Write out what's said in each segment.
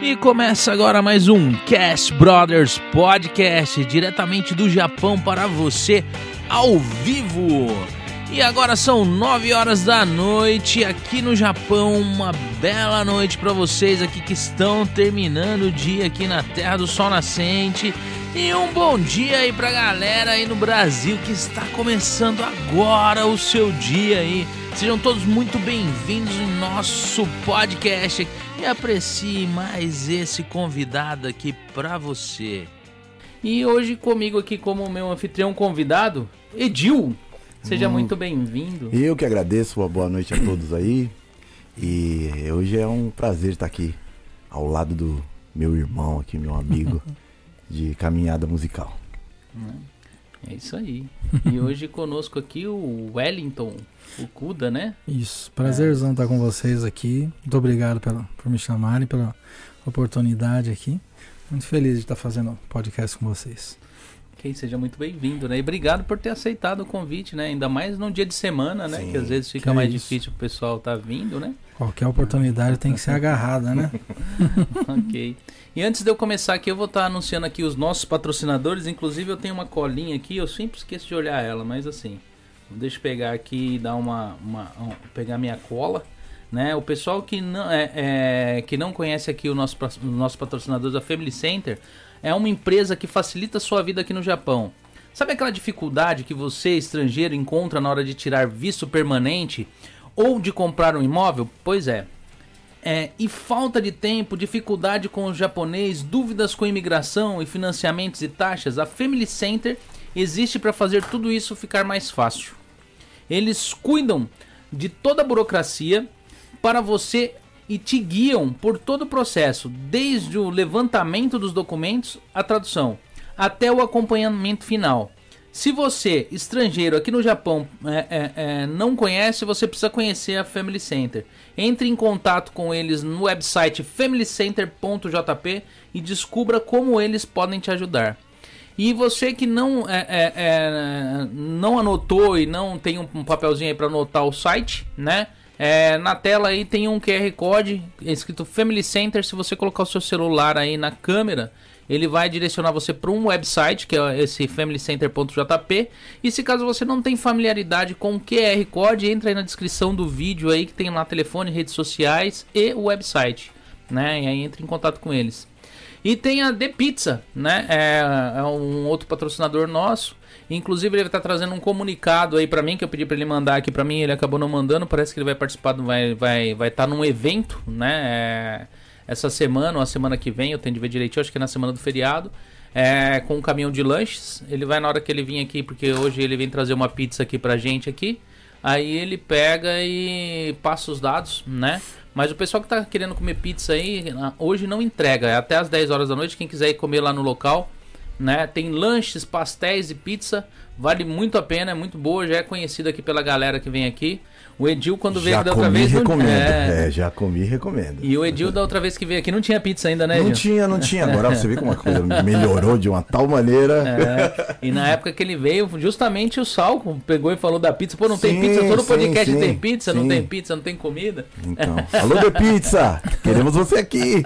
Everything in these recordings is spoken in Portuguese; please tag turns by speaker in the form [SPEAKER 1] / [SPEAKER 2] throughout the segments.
[SPEAKER 1] E começa agora mais um Cast Brothers Podcast, diretamente do Japão para você, ao vivo. E agora são 9 horas da noite aqui no Japão, uma bela noite para vocês aqui que estão terminando o dia aqui na Terra do Sol Nascente. E um bom dia aí pra galera aí no Brasil que está começando agora o seu dia aí. Sejam todos muito bem-vindos no nosso podcast e aprecie mais esse convidado aqui pra você.
[SPEAKER 2] E hoje comigo aqui como meu anfitrião convidado, Edil.
[SPEAKER 3] Hum.
[SPEAKER 2] Seja muito bem-vindo.
[SPEAKER 4] Eu que agradeço, uma boa noite a todos aí. E hoje é um prazer estar aqui ao lado do meu irmão aqui, meu amigo de caminhada musical.
[SPEAKER 2] É isso aí. E hoje conosco aqui o Wellington, o Kuda, né?
[SPEAKER 3] Isso, prazerzão estar com vocês aqui. Muito obrigado pela, por me chamarem, pela oportunidade aqui. Muito feliz de estar fazendo podcast com vocês.
[SPEAKER 2] Que seja muito bem-vindo, né? E obrigado por ter aceitado o convite, né? Ainda mais num dia de semana, né?
[SPEAKER 4] Sim,
[SPEAKER 2] que às vezes fica
[SPEAKER 3] que
[SPEAKER 2] mais
[SPEAKER 3] isso.
[SPEAKER 2] difícil pro pessoal tá vindo, né?
[SPEAKER 3] Qualquer oportunidade tem que ser agarrada, né?
[SPEAKER 2] ok. E antes de eu começar aqui, eu vou estar anunciando aqui os nossos patrocinadores. Inclusive, eu tenho uma colinha aqui, eu sempre esqueço de olhar ela, mas assim, deixa eu pegar aqui e dar uma, uma- um- pegar minha cola. Né? O pessoal que não, é, é, que não conhece aqui o nosso, pra- o nosso patrocinador da Family Center é uma empresa que facilita a sua vida aqui no Japão. Sabe aquela dificuldade que você, estrangeiro, encontra na hora de tirar visto permanente ou de comprar um imóvel? Pois é, é, e falta de tempo, dificuldade com o japonês, dúvidas com imigração e financiamentos e taxas, a Family Center existe para fazer tudo isso ficar mais fácil. Eles cuidam de toda a burocracia para você e te guiam por todo o processo, desde o levantamento dos documentos, a tradução, até o acompanhamento final. Se você, estrangeiro aqui no Japão, é, é, é, não conhece, você precisa conhecer a Family Center. Entre em contato com eles no website familycenter.jp e descubra como eles podem te ajudar. E você que não é, é, é, não anotou e não tem um um papelzinho aí para anotar o site, né? É, na tela aí tem um QR Code escrito Family Center. Se você colocar o seu celular aí na câmera, ele vai direcionar você para um website, que é esse familycenter.jp. E se caso você não tem familiaridade com o QR Code, entra aí na descrição do vídeo aí que tem lá telefone, redes sociais e o website, né? E aí entra em contato com eles. E tem a The Pizza, né? É, é um outro patrocinador nosso. Inclusive, ele tá trazendo um comunicado aí pra mim, que eu pedi pra ele mandar aqui pra mim, ele acabou não mandando. Parece que ele vai participar, do- vai vai vai estar num evento, né? É, essa semana ou a semana que vem, eu tenho de ver direitinho, acho que é na semana do feriado. É, com um caminhão de lanches. Ele vai na hora que ele vir aqui, porque hoje ele vem trazer uma pizza aqui pra gente aqui. Aí ele pega e passa os dados, né? Mas o pessoal que tá querendo comer pizza aí, na- hoje não entrega. É até às 10 horas da noite. Quem quiser ir comer lá no local, né? Tem lanches, pastéis e pizza. Vale muito a pena, é muito boa. Já é conhecido aqui pela galera que vem aqui. O Edil, quando veio
[SPEAKER 4] já
[SPEAKER 2] aqui da outra
[SPEAKER 4] comi
[SPEAKER 2] vez. não-
[SPEAKER 4] recomendo.
[SPEAKER 2] É.
[SPEAKER 4] É... já comi e recomendo.
[SPEAKER 2] E o Edil, da outra vez que veio aqui, não tinha pizza ainda, né, Edil?
[SPEAKER 4] Não tinha, não tinha. Agora você vê como a coisa melhorou de uma tal maneira.
[SPEAKER 2] É, e na época que ele veio, justamente o Salco pegou e falou da pizza. Pô, não tem
[SPEAKER 4] Sim,
[SPEAKER 2] pizza, todo
[SPEAKER 4] sim,
[SPEAKER 2] podcast
[SPEAKER 4] sim,
[SPEAKER 2] tem pizza, não
[SPEAKER 4] sim.
[SPEAKER 2] tem pizza, não tem comida.
[SPEAKER 4] Então, alô de pizza, queremos você aqui.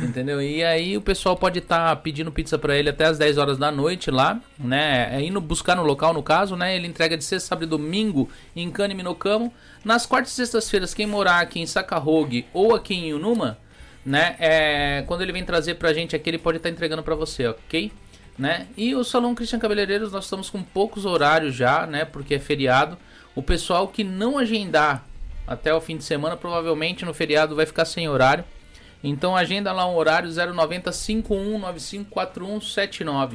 [SPEAKER 2] Entendeu? E aí o pessoal pode estar pedindo pizza pra ele até as 10 horas da noite lá, né? É indo buscar no local, no caso, né? Ele entrega de sexta, sábado e domingo em Cane Minocamo. Nas quartas e sextas-feiras, quem morar aqui em Sakahogue ou aqui em Yunuma, né? É, quando ele vem trazer pra gente aqui, ele pode estar entregando pra você, ok? Né? E o Salão Christian Cabeleireiros, nós estamos com poucos horários já, né? Porque é feriado. O pessoal que não agendar até o fim de semana, provavelmente no feriado vai ficar sem horário. Então agenda lá um horário 090 51954179.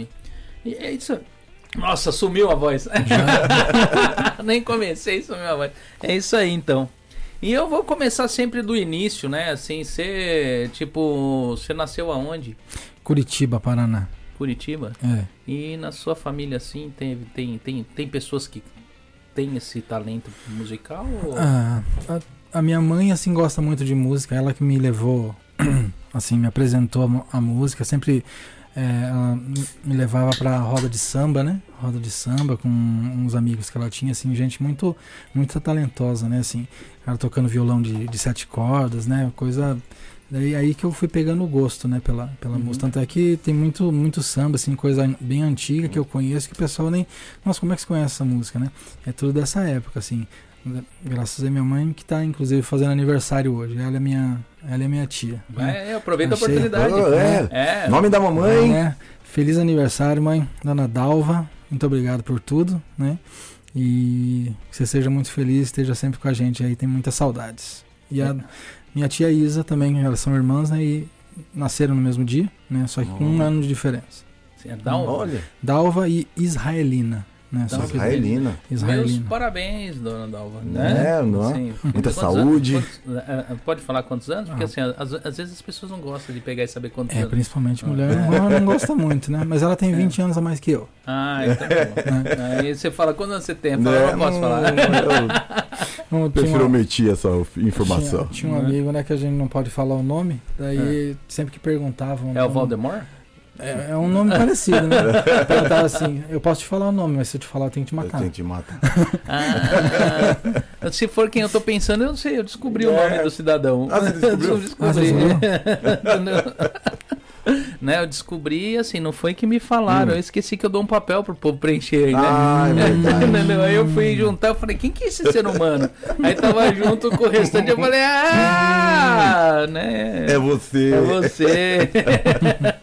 [SPEAKER 2] E é isso. Nossa, sumiu a voz. Nem comecei, sumiu a voz. É isso aí então. E eu vou começar sempre do início, né? Assim, você, tipo, você nasceu aonde?
[SPEAKER 3] Curitiba, Paraná.
[SPEAKER 2] Curitiba?
[SPEAKER 3] É.
[SPEAKER 2] E na sua família, assim, tem, tem, tem, tem pessoas que têm esse talento musical? Ou...
[SPEAKER 3] Ah, a, a minha mãe, assim, gosta muito de música. Ela que me levou, assim, me apresentou a, mu- a música. Sempre é, ela me- me levava pra roda de samba, né? Roda de samba com uns amigos que ela tinha, assim, gente muito, muito talentosa, né? Assim, ela tocando violão de, de sete cordas, né? Coisa Daí aí que eu fui pegando o gosto, né, pela, pela
[SPEAKER 2] Uhum.
[SPEAKER 3] música. Tanto é que tem muito, muito samba, assim, coisa bem antiga que eu conheço, que o pessoal nem. Nossa, como é que você conhece essa música, né? É tudo dessa época, assim. Gra- Graças a minha mãe, que tá inclusive fazendo aniversário hoje. Ela é minha, ela é minha tia. né?
[SPEAKER 2] Vai, É, aproveita
[SPEAKER 3] Achei.
[SPEAKER 2] a oportunidade.
[SPEAKER 3] Oh,
[SPEAKER 4] é.
[SPEAKER 2] É.
[SPEAKER 4] Nome da mamãe.
[SPEAKER 3] É, feliz aniversário, mãe. Dona Dalva, muito obrigado por tudo, né? E que você seja muito feliz, esteja sempre com a gente aí, tem muitas saudades. E
[SPEAKER 2] É.
[SPEAKER 3] a minha tia Isa também, elas são irmãs, né? E nasceram no mesmo dia, né? Só que com um
[SPEAKER 4] Olha.
[SPEAKER 3] ano de diferença.
[SPEAKER 2] Sim, dá um-
[SPEAKER 4] Olha,
[SPEAKER 3] Dalva e Israelina, né?
[SPEAKER 4] um
[SPEAKER 3] Só
[SPEAKER 2] Dalva.
[SPEAKER 3] que
[SPEAKER 4] Israelina.
[SPEAKER 2] Meus
[SPEAKER 3] Israelina.
[SPEAKER 2] parabéns, dona Dalva. Né?
[SPEAKER 4] Né? Não é?
[SPEAKER 2] Sim.
[SPEAKER 4] Muita
[SPEAKER 2] Quantos
[SPEAKER 4] saúde.
[SPEAKER 2] anos- quantos- é, é, pode falar quantos anos? Porque
[SPEAKER 3] Ah.
[SPEAKER 2] assim, às, às vezes as pessoas não gostam de pegar e saber quantos
[SPEAKER 3] É,
[SPEAKER 2] anos.
[SPEAKER 3] principalmente mulher, ela não gosta muito, né? Mas ela
[SPEAKER 2] É.
[SPEAKER 3] tem 20 anos a mais que eu.
[SPEAKER 2] Ah, então tá bom. Aí você fala, quantos anos você tem? Eu falo,
[SPEAKER 4] Né?
[SPEAKER 2] não posso falar.
[SPEAKER 4] Eu
[SPEAKER 3] Então, Eu
[SPEAKER 4] prefiro omitir essa informação.
[SPEAKER 3] Tinha, tinha um amigo, né, que a gente não pode falar o nome, daí sempre que perguntavam.
[SPEAKER 2] É o
[SPEAKER 3] como-
[SPEAKER 2] Voldemort?
[SPEAKER 3] É, é um nome parecido, né? Perguntavam assim, eu posso te falar o nome, mas se eu te falar, eu tenho que te
[SPEAKER 4] Eu
[SPEAKER 3] matar.
[SPEAKER 4] tenho que te matar.
[SPEAKER 2] Ah, se for quem eu tô pensando, eu não sei, eu descobri o nome
[SPEAKER 4] É.
[SPEAKER 2] do cidadão.
[SPEAKER 4] Ah, você descobriu?
[SPEAKER 2] Eu
[SPEAKER 3] Ah, você
[SPEAKER 2] descobri. Não. né, eu descobri, assim, não foi que me falaram,
[SPEAKER 4] Hum.
[SPEAKER 2] eu esqueci que eu dou um papel pro povo preencher aí, né?
[SPEAKER 4] Ah, é verdade.
[SPEAKER 2] Entendeu? Aí eu fui juntar, eu falei, quem que é esse ser humano? Aí tava junto com o restante, eu falei, ah, né?
[SPEAKER 4] É você.
[SPEAKER 2] É você.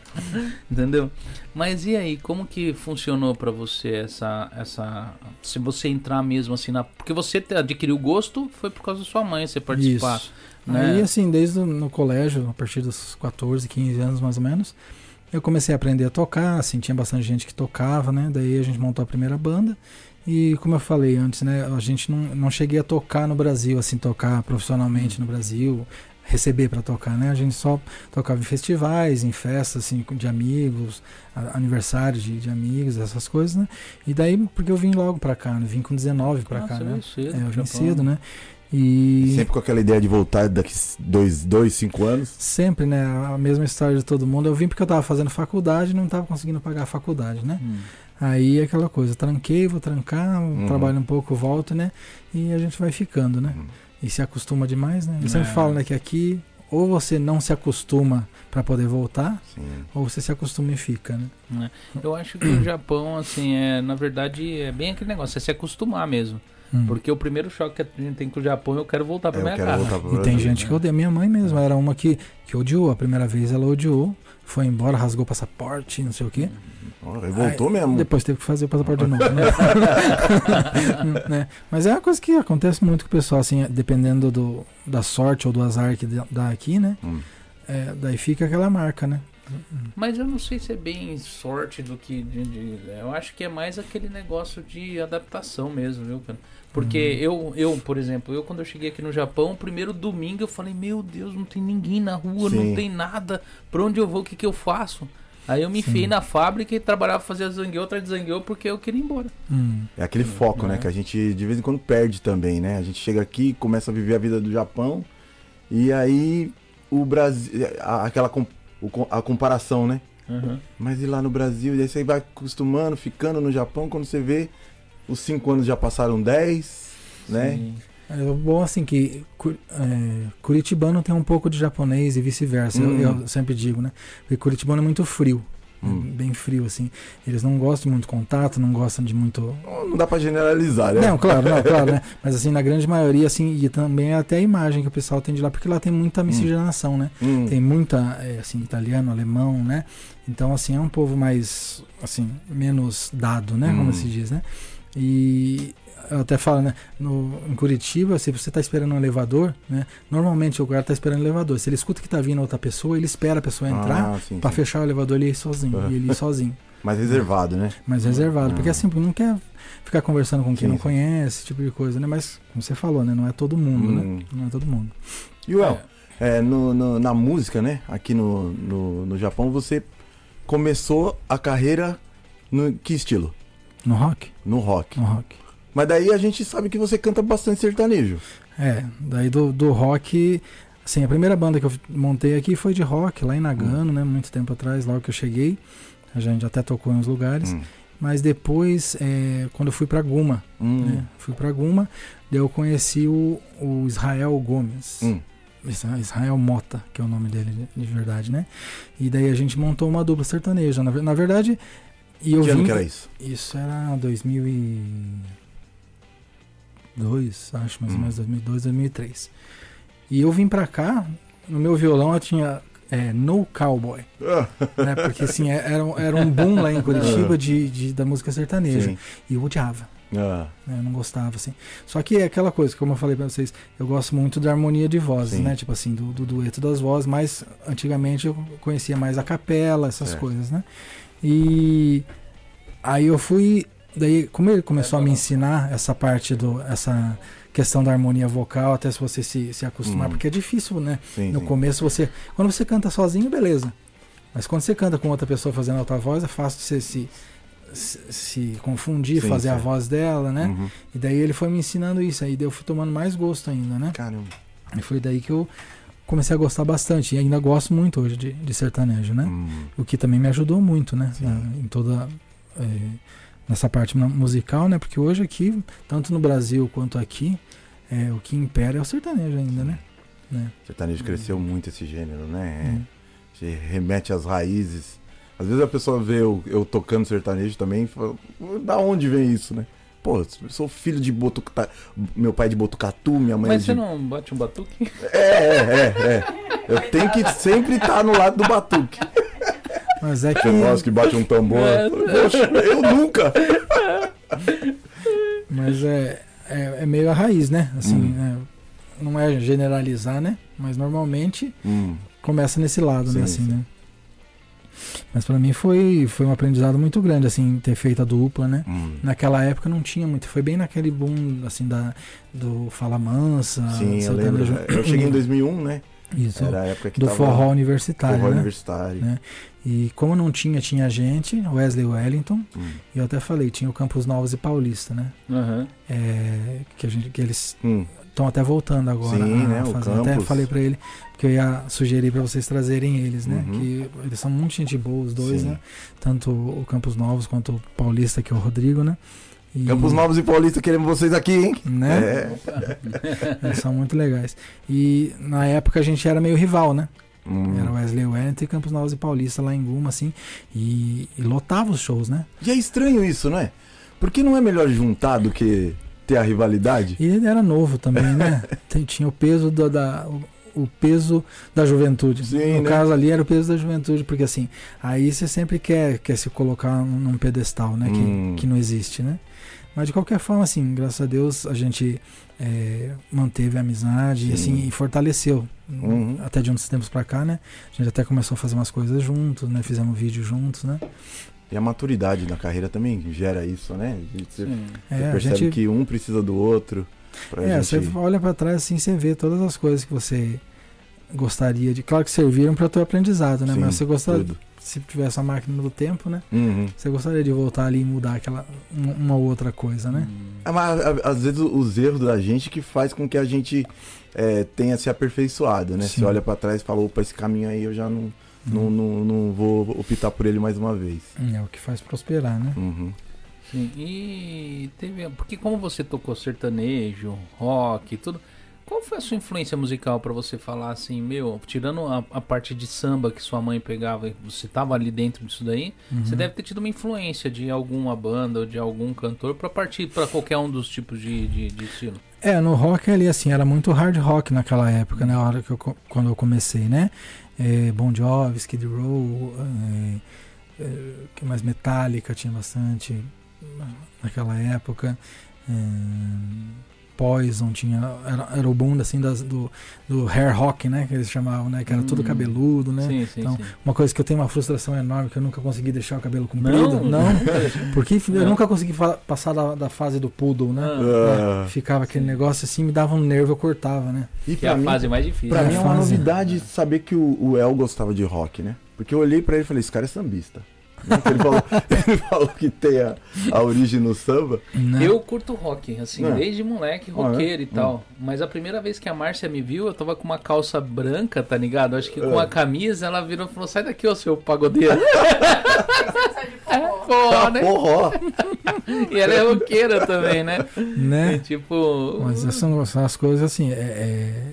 [SPEAKER 2] Entendeu? Mas e aí, como que funcionou pra você essa essa se você entrar mesmo assim na porque você te- adquiriu o gosto foi por causa da sua mãe você participar,
[SPEAKER 3] Isso.
[SPEAKER 2] né?
[SPEAKER 3] Aí, assim, desde o- no colégio, a partir dos 14, 15 anos mais ou menos, eu comecei a aprender a tocar, assim, tinha bastante gente que tocava, né? Daí a gente montou a primeira banda. E como eu falei antes, né? A gente não, não cheguei a tocar no Brasil, assim, tocar profissionalmente no Brasil, receber pra tocar, né? A gente só tocava em festivais, em festas, assim, de amigos, a- aniversários de, de amigos, essas coisas, né? E daí, porque eu vim logo pra cá, né? Vim com 19 pra
[SPEAKER 2] Nossa,
[SPEAKER 3] cá,
[SPEAKER 2] veio
[SPEAKER 3] né?
[SPEAKER 2] cedo,
[SPEAKER 3] É, eu
[SPEAKER 2] pro
[SPEAKER 3] vim
[SPEAKER 2] Japão.
[SPEAKER 3] cedo, né? E...
[SPEAKER 4] É Sempre com aquela ideia de voltar daqui dois, dois cinco anos.
[SPEAKER 3] Sempre, né? A mesma história de todo mundo. Eu vim porque eu tava fazendo faculdade e não tava conseguindo pagar a faculdade, né?
[SPEAKER 2] Hum.
[SPEAKER 3] Aí é aquela coisa, tranquei, vou trancar, trabalho um pouco, volto, né? E a gente vai ficando, né?
[SPEAKER 4] Uhum.
[SPEAKER 3] E se acostuma demais, né? Eu
[SPEAKER 2] É.
[SPEAKER 3] sempre falo, né, que aqui ou você não se acostuma pra poder voltar,
[SPEAKER 4] Sim.
[SPEAKER 3] ou você se acostuma e fica, né?
[SPEAKER 2] Eu acho que o Japão assim é na verdade é bem aquele negócio é se acostumar mesmo
[SPEAKER 3] Hum.
[SPEAKER 2] porque o primeiro choque que a gente tem com o Japão eu quero voltar Tá pra
[SPEAKER 4] É,
[SPEAKER 2] minha
[SPEAKER 4] eu quero
[SPEAKER 2] casa.
[SPEAKER 4] voltar pro
[SPEAKER 3] E tem
[SPEAKER 4] Brasil.
[SPEAKER 3] gente que odeia. Minha mãe mesmo era uma que, que odiou. A primeira vez ela odiou, foi embora, rasgou o passaporte, não sei o quê.
[SPEAKER 4] Olha, voltou mesmo.
[SPEAKER 3] Depois teve que fazer o passaporte de novo. Né? Né? Mas é uma coisa que acontece muito com o pessoal, assim, dependendo do, da sorte ou do azar que dá- dá aqui, né?
[SPEAKER 4] Hum.
[SPEAKER 3] É, daí fica aquela marca, né?
[SPEAKER 2] Mas eu não sei se é bem sorte do que. de- de- eu acho que é mais aquele negócio de adaptação mesmo, viu, cara? Porque eu,
[SPEAKER 4] Uhum.
[SPEAKER 2] eu, por exemplo, eu quando eu cheguei aqui no Japão, o primeiro domingo eu falei, meu Deus, não tem ninguém na rua, não
[SPEAKER 4] Sim.
[SPEAKER 2] tem nada. Pra onde eu vou, o que, que eu faço? Aí eu me enfiei na fábrica e trabalhava fazer zangueu atrás de zangueu porque eu queria ir embora.
[SPEAKER 3] Hum.
[SPEAKER 4] É aquele foco, né? Que a gente de vez em quando perde também, né? A gente chega aqui, começa a viver a vida do Japão e aí o Brasil, a- aquela com- o com- a comparação, né?
[SPEAKER 2] Uhum.
[SPEAKER 4] Mas e lá no Brasil? E aí você vai acostumando, ficando no Japão, quando você vê, os cinco anos já passaram 10, né?
[SPEAKER 2] Sim.
[SPEAKER 3] É bom, assim, que cu- é, curitibano tem um pouco de japonês e vice-versa, eu-
[SPEAKER 4] Hum.
[SPEAKER 3] eu, sempre digo, né? Porque curitibano é muito frio, né?
[SPEAKER 4] Hum.
[SPEAKER 3] bem frio, assim. Eles não gostam muito de contato, não gostam de muito
[SPEAKER 4] Não não dá pra generalizar, né?
[SPEAKER 3] Não, claro, não, claro, né? Mas assim, na grande maioria, assim, e também até a imagem que o pessoal tem de lá, porque lá tem muita miscigenação, né?
[SPEAKER 4] Hum,
[SPEAKER 3] Tem muita, é, assim, italiano, alemão, né? Então, assim, é um povo mais, assim, menos dado, né? Como
[SPEAKER 4] Hum.
[SPEAKER 3] se diz, né? E eu até falo, né? No, em Curitiba, se você tá esperando um elevador, né? Normalmente o cara tá esperando um elevador. Se ele escuta que tá vindo outra pessoa, ele espera a pessoa entrar.
[SPEAKER 4] ah, sim,
[SPEAKER 3] Pra
[SPEAKER 4] sim.
[SPEAKER 3] fechar o elevador ele ir sozinho,
[SPEAKER 4] Aham.
[SPEAKER 3] e ele ir sozinho
[SPEAKER 4] mais reservado, né?
[SPEAKER 3] mais reservado,
[SPEAKER 4] Ah.
[SPEAKER 3] porque assim, não quer ficar conversando com quem
[SPEAKER 4] Sim,
[SPEAKER 3] não
[SPEAKER 4] sim.
[SPEAKER 3] conhece, esse tipo de coisa, né? Mas, como você falou, né? Não é todo mundo,
[SPEAKER 4] Hum.
[SPEAKER 3] né? Não é todo mundo.
[SPEAKER 4] E o El, é, no- no- na música, né? Aqui no, no, no Japão, você começou a carreira no que estilo?
[SPEAKER 3] No rock?
[SPEAKER 4] No rock.
[SPEAKER 3] No rock.
[SPEAKER 4] Mas daí a gente sabe que você canta bastante sertanejo.
[SPEAKER 3] É, daí do, do rock. Assim, a primeira banda que eu montei aqui foi de rock, lá em
[SPEAKER 4] Hum.
[SPEAKER 3] Nagano, né? Muito tempo atrás, logo que eu cheguei. A gente até tocou em uns lugares.
[SPEAKER 4] Hum.
[SPEAKER 3] Mas depois, é, quando eu fui pra Guma,
[SPEAKER 4] Hum.
[SPEAKER 3] né? Fui pra Guma, daí eu conheci o, o Israel Gomes.
[SPEAKER 4] Hum.
[SPEAKER 3] Isra- Israel Mota, que é o nome dele de de verdade, né? E daí a gente montou uma dupla sertaneja. Na, ver- na verdade, e eu
[SPEAKER 4] que ano
[SPEAKER 3] vim-
[SPEAKER 4] que era isso?
[SPEAKER 3] isso era 2002, acho, mais ou
[SPEAKER 4] Hum.
[SPEAKER 3] menos 2002, 2003. E eu vim pra cá, no meu violão eu tinha é, No Cowboy, né? Porque assim, é- era, um- era um boom lá em Curitiba de, de- da música sertaneja.
[SPEAKER 4] Ah. Sim.
[SPEAKER 3] E eu odiava,
[SPEAKER 4] Ah,
[SPEAKER 3] né? Eu não gostava, assim. Só que é aquela coisa, como eu falei pra vocês, eu gosto muito da harmonia de vozes,
[SPEAKER 4] Sim.
[SPEAKER 3] né? Tipo assim, do, do dueto das vozes, mas antigamente eu conhecia mais a capela, essas
[SPEAKER 4] Certo.
[SPEAKER 3] coisas, né? E aí eu fui. Daí, como ele começou a me ensinar essa parte do. essa questão da harmonia vocal, até se você se, se acostumar,
[SPEAKER 4] Hum.
[SPEAKER 3] porque é difícil, né?
[SPEAKER 4] sim,
[SPEAKER 3] No
[SPEAKER 4] sim.
[SPEAKER 3] começo você. Quando você canta sozinho, beleza. Mas quando você canta com outra pessoa fazendo alta voz, é fácil de você se. Se, se confundir,
[SPEAKER 4] Sim,
[SPEAKER 3] fazer a
[SPEAKER 4] certo.
[SPEAKER 3] voz dela, né?
[SPEAKER 4] Uhum.
[SPEAKER 3] E daí ele foi me ensinando isso, aí daí eu fui tomando mais gosto ainda, né?
[SPEAKER 4] Caramba.
[SPEAKER 3] E foi daí que eu comecei a gostar bastante. E ainda gosto muito hoje de, de sertanejo, né?
[SPEAKER 4] Hum.
[SPEAKER 3] O que também me ajudou muito, né?
[SPEAKER 4] Sim.
[SPEAKER 3] Na- em toda. eh, nessa parte na- musical, né? Porque hoje aqui, tanto no Brasil quanto aqui, eh, o que impera é o sertanejo ainda, né? né?
[SPEAKER 4] Sertanejo cresceu muito esse gênero, né?
[SPEAKER 3] Hum.
[SPEAKER 4] É, te remete às raízes. Às vezes a pessoa vê eu, eu tocando sertanejo também e fala, da onde vem isso, né? Pô, eu sou filho de Botucatu. Meu pai é de Botucatu, minha mãe
[SPEAKER 2] Mas
[SPEAKER 4] é
[SPEAKER 2] você
[SPEAKER 4] de.
[SPEAKER 2] não bate um batuque?
[SPEAKER 4] É, é, é, é. Eu tenho que sempre estar no lado do batuque.
[SPEAKER 3] Mas é que.
[SPEAKER 4] Tem nós que bate um tambor.
[SPEAKER 2] É.
[SPEAKER 4] Poxa, eu nunca.
[SPEAKER 3] Mas é, é, é meio a raiz, né? Assim, é, não é generalizar, né? Mas normalmente
[SPEAKER 4] Hum,
[SPEAKER 3] começa nesse lado,
[SPEAKER 4] Sim,
[SPEAKER 3] né, assim,
[SPEAKER 4] sim.
[SPEAKER 3] né? Mas pra mim foi foi um aprendizado muito grande assim ter feito a dupla, né?
[SPEAKER 4] hum.
[SPEAKER 3] Naquela época não tinha muito, foi bem naquele boom assim da do Fala Mansa,
[SPEAKER 4] Sim, eu lembro.
[SPEAKER 3] sertanejo-
[SPEAKER 4] Eu cheguei em 2001, né?
[SPEAKER 3] Isso.
[SPEAKER 4] Era a época que
[SPEAKER 3] do
[SPEAKER 4] tava
[SPEAKER 3] forró universitário,
[SPEAKER 4] forró
[SPEAKER 3] né?
[SPEAKER 4] universitário.
[SPEAKER 3] Né? E como não tinha, tinha a gente, Wesley Wellington,
[SPEAKER 4] Hum.
[SPEAKER 3] e eu até falei, tinha o Campos Novos e Paulista, né?
[SPEAKER 2] Aham.
[SPEAKER 3] É, que, a gente, que eles
[SPEAKER 4] Hum,
[SPEAKER 3] estão até voltando agora.
[SPEAKER 4] Sim,
[SPEAKER 3] a
[SPEAKER 4] né, o
[SPEAKER 3] fazer. Eu até
[SPEAKER 4] Campos.
[SPEAKER 3] falei pra ele que eu ia sugerir pra vocês trazerem eles, né?
[SPEAKER 4] Uhum.
[SPEAKER 3] Que eles são muito gente boa, os dois,
[SPEAKER 4] Sim.
[SPEAKER 3] né? Tanto o Campos Novos quanto o Paulista, que é o Rodrigo, né? E,
[SPEAKER 4] Campos Novos e Paulista, queremos vocês aqui, hein?
[SPEAKER 3] Né?
[SPEAKER 4] É.
[SPEAKER 3] Eles são muito legais. E na época a gente era meio rival, né?
[SPEAKER 4] Hum.
[SPEAKER 3] Era Wesley Wellington e Campos Novos e Paulista lá em Guma, assim. E, e lotava os shows, né?
[SPEAKER 4] E é estranho isso, não é? Porque não é melhor juntar do que ter a rivalidade?
[SPEAKER 3] E ele era novo também, né? Tem- Tinha o peso da. da- o- o peso da juventude.
[SPEAKER 4] Sim,
[SPEAKER 3] no
[SPEAKER 4] né?
[SPEAKER 3] caso ali era o peso da juventude, porque assim, aí você sempre quer, quer se colocar num pedestal, né? Que,
[SPEAKER 4] Hum.
[SPEAKER 3] que não existe, né? Mas de qualquer forma, assim, graças a Deus a gente é, manteve a amizade e
[SPEAKER 4] Sim.
[SPEAKER 3] assim, e fortaleceu.
[SPEAKER 4] Uhum.
[SPEAKER 3] Até de uns tempos pra cá, né? A gente até começou a fazer umas coisas juntos, né? Fizemos vídeo juntos, né?
[SPEAKER 4] E a maturidade na carreira também gera isso, né? Você, você
[SPEAKER 2] Sim.
[SPEAKER 3] É, a
[SPEAKER 4] percebe
[SPEAKER 3] gente-
[SPEAKER 4] que um precisa do outro. Pra
[SPEAKER 3] É,
[SPEAKER 4] gente...
[SPEAKER 3] você olha pra trás assim, você vê todas as coisas que você gostaria de. Claro que serviram pra teu aprendizado, né?
[SPEAKER 4] Sim,
[SPEAKER 3] Mas você gostaria,
[SPEAKER 4] tudo.
[SPEAKER 3] se tivesse a máquina do tempo, né?
[SPEAKER 4] Uhum.
[SPEAKER 3] Você gostaria de voltar ali e mudar aquela um- uma outra coisa, né?
[SPEAKER 2] Hum.
[SPEAKER 4] Ah, Mas a- às vezes os erros da gente que faz com que a gente é, tenha se aperfeiçoado, né?
[SPEAKER 3] Sim.
[SPEAKER 4] Você
[SPEAKER 3] Uhum.
[SPEAKER 4] olha pra trás e fala, opa, esse caminho aí eu já não, não, não, não vou optar por ele mais uma vez.
[SPEAKER 3] É o que faz prosperar, né?
[SPEAKER 4] Uhum.
[SPEAKER 2] Sim, e teve. Porque como você tocou sertanejo, rock, tudo. Qual foi a sua influência musical pra você falar assim, meu, tirando a, a parte de samba que sua mãe pegava, e você tava ali dentro disso daí,
[SPEAKER 3] Uhum.
[SPEAKER 2] você
[SPEAKER 4] Uhum.
[SPEAKER 2] deve ter tido uma influência de alguma banda ou de algum cantor pra partir pra qualquer um dos tipos de, de, de estilo.
[SPEAKER 3] É, no rock ali, assim, era muito hard rock naquela época, na hora que eu, co- quando eu comecei, né? É, bon Jovi, Skid Row, é, é, que mais Metallica tinha bastante na- naquela época. É, Poison tinha, era, era o boom, assim, das- do, do hair rock, né? Que eles chamavam, né? Que era tudo
[SPEAKER 2] Hum.
[SPEAKER 3] cabeludo, né?
[SPEAKER 2] Sim, sim,
[SPEAKER 3] Então,
[SPEAKER 2] sim.
[SPEAKER 3] Uma coisa que eu tenho uma frustração enorme, que eu nunca consegui deixar o cabelo comprido.
[SPEAKER 2] Não?
[SPEAKER 3] porque eu
[SPEAKER 2] Não.
[SPEAKER 3] nunca consegui fa- passar da, da fase do poodle, né?
[SPEAKER 4] Ah,
[SPEAKER 3] Ficava aquele negócio assim, me dava um nervo, eu cortava, né?
[SPEAKER 4] e
[SPEAKER 2] Que é a
[SPEAKER 4] pra mim-
[SPEAKER 2] fase mais difícil.
[SPEAKER 4] Pra
[SPEAKER 3] É
[SPEAKER 4] mim é uma
[SPEAKER 3] fase.
[SPEAKER 4] novidade saber que o, o El gostava de rock, né? Porque eu olhei pra ele e falei, esse cara é sambista. Ele falou, ele falou que tem a, a origem no samba.
[SPEAKER 3] Né?
[SPEAKER 2] Eu curto rock, assim,
[SPEAKER 4] É.
[SPEAKER 2] desde moleque,
[SPEAKER 4] Ah, é?
[SPEAKER 2] roqueiro e tal.
[SPEAKER 3] Hum.
[SPEAKER 2] Mas a primeira vez que a Márcia me viu, eu tava com uma calça branca, tá ligado? Acho que com
[SPEAKER 3] É.
[SPEAKER 2] a camisa, ela virou e falou: sai daqui, ô seu pagodeiro. Porra,
[SPEAKER 3] Tá
[SPEAKER 2] né?
[SPEAKER 4] Forró.
[SPEAKER 2] E ela é roqueira também, né? E,
[SPEAKER 3] Né?
[SPEAKER 2] tipo.
[SPEAKER 3] Mas essas são são as coisas assim, é, é,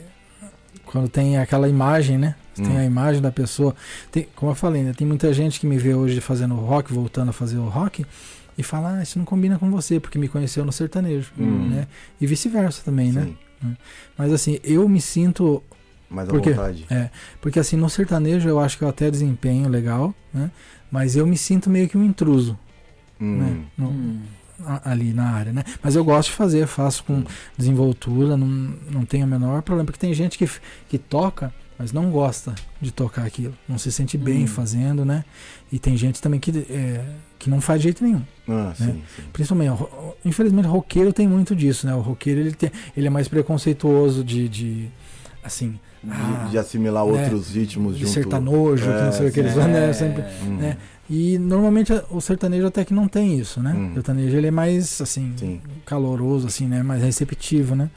[SPEAKER 3] Quando tem aquela imagem, né? Você Tem
[SPEAKER 4] Hum.
[SPEAKER 3] a imagem da pessoa. Tem- como eu falei, né? Tem muita gente que me vê hoje fazendo rock, voltando a fazer o rock, e fala, ah, isso não combina com você, porque me conheceu no sertanejo,
[SPEAKER 4] Hum.
[SPEAKER 3] né? E vice-versa também, né?
[SPEAKER 4] Sim,
[SPEAKER 3] Mas assim, eu me sinto
[SPEAKER 4] mais à
[SPEAKER 3] Por quê?
[SPEAKER 4] vontade.
[SPEAKER 3] porque assim, no sertanejo eu acho que eu até desempenho legal, né? Mas eu me sinto meio que um intruso,
[SPEAKER 4] Hum.
[SPEAKER 3] né? No-
[SPEAKER 2] Hum.
[SPEAKER 3] a- ali na área, né? Mas eu gosto de fazer, faço com
[SPEAKER 4] Hum.
[SPEAKER 3] desenvoltura, não, não tenho o menor problema, porque tem gente que, f- que toca, mas não gosta de tocar aquilo, não se sente bem
[SPEAKER 2] Hum.
[SPEAKER 3] fazendo, né? E tem gente também que, é, que não faz de jeito nenhum.
[SPEAKER 4] Ah, sim, sim.
[SPEAKER 3] Principalmente, o ro- infelizmente, o roqueiro tem muito disso, né? O roqueiro, ele, tem, ele é mais preconceituoso de... de assim,
[SPEAKER 4] De,
[SPEAKER 3] Ah,
[SPEAKER 4] de assimilar
[SPEAKER 3] né?
[SPEAKER 4] outros ritmos
[SPEAKER 3] de
[SPEAKER 4] junto.
[SPEAKER 3] sertanojo, que
[SPEAKER 4] É,
[SPEAKER 3] não sei o que eles
[SPEAKER 4] sim.
[SPEAKER 3] vão, né?
[SPEAKER 2] É.
[SPEAKER 3] Sempre-
[SPEAKER 4] Hum,
[SPEAKER 3] né? E normalmente a- o sertanejo até que não tem isso, né?
[SPEAKER 4] Hum.
[SPEAKER 3] O sertanejo ele é mais assim,
[SPEAKER 4] Sim.
[SPEAKER 3] caloroso, assim, né? Mais receptivo, né?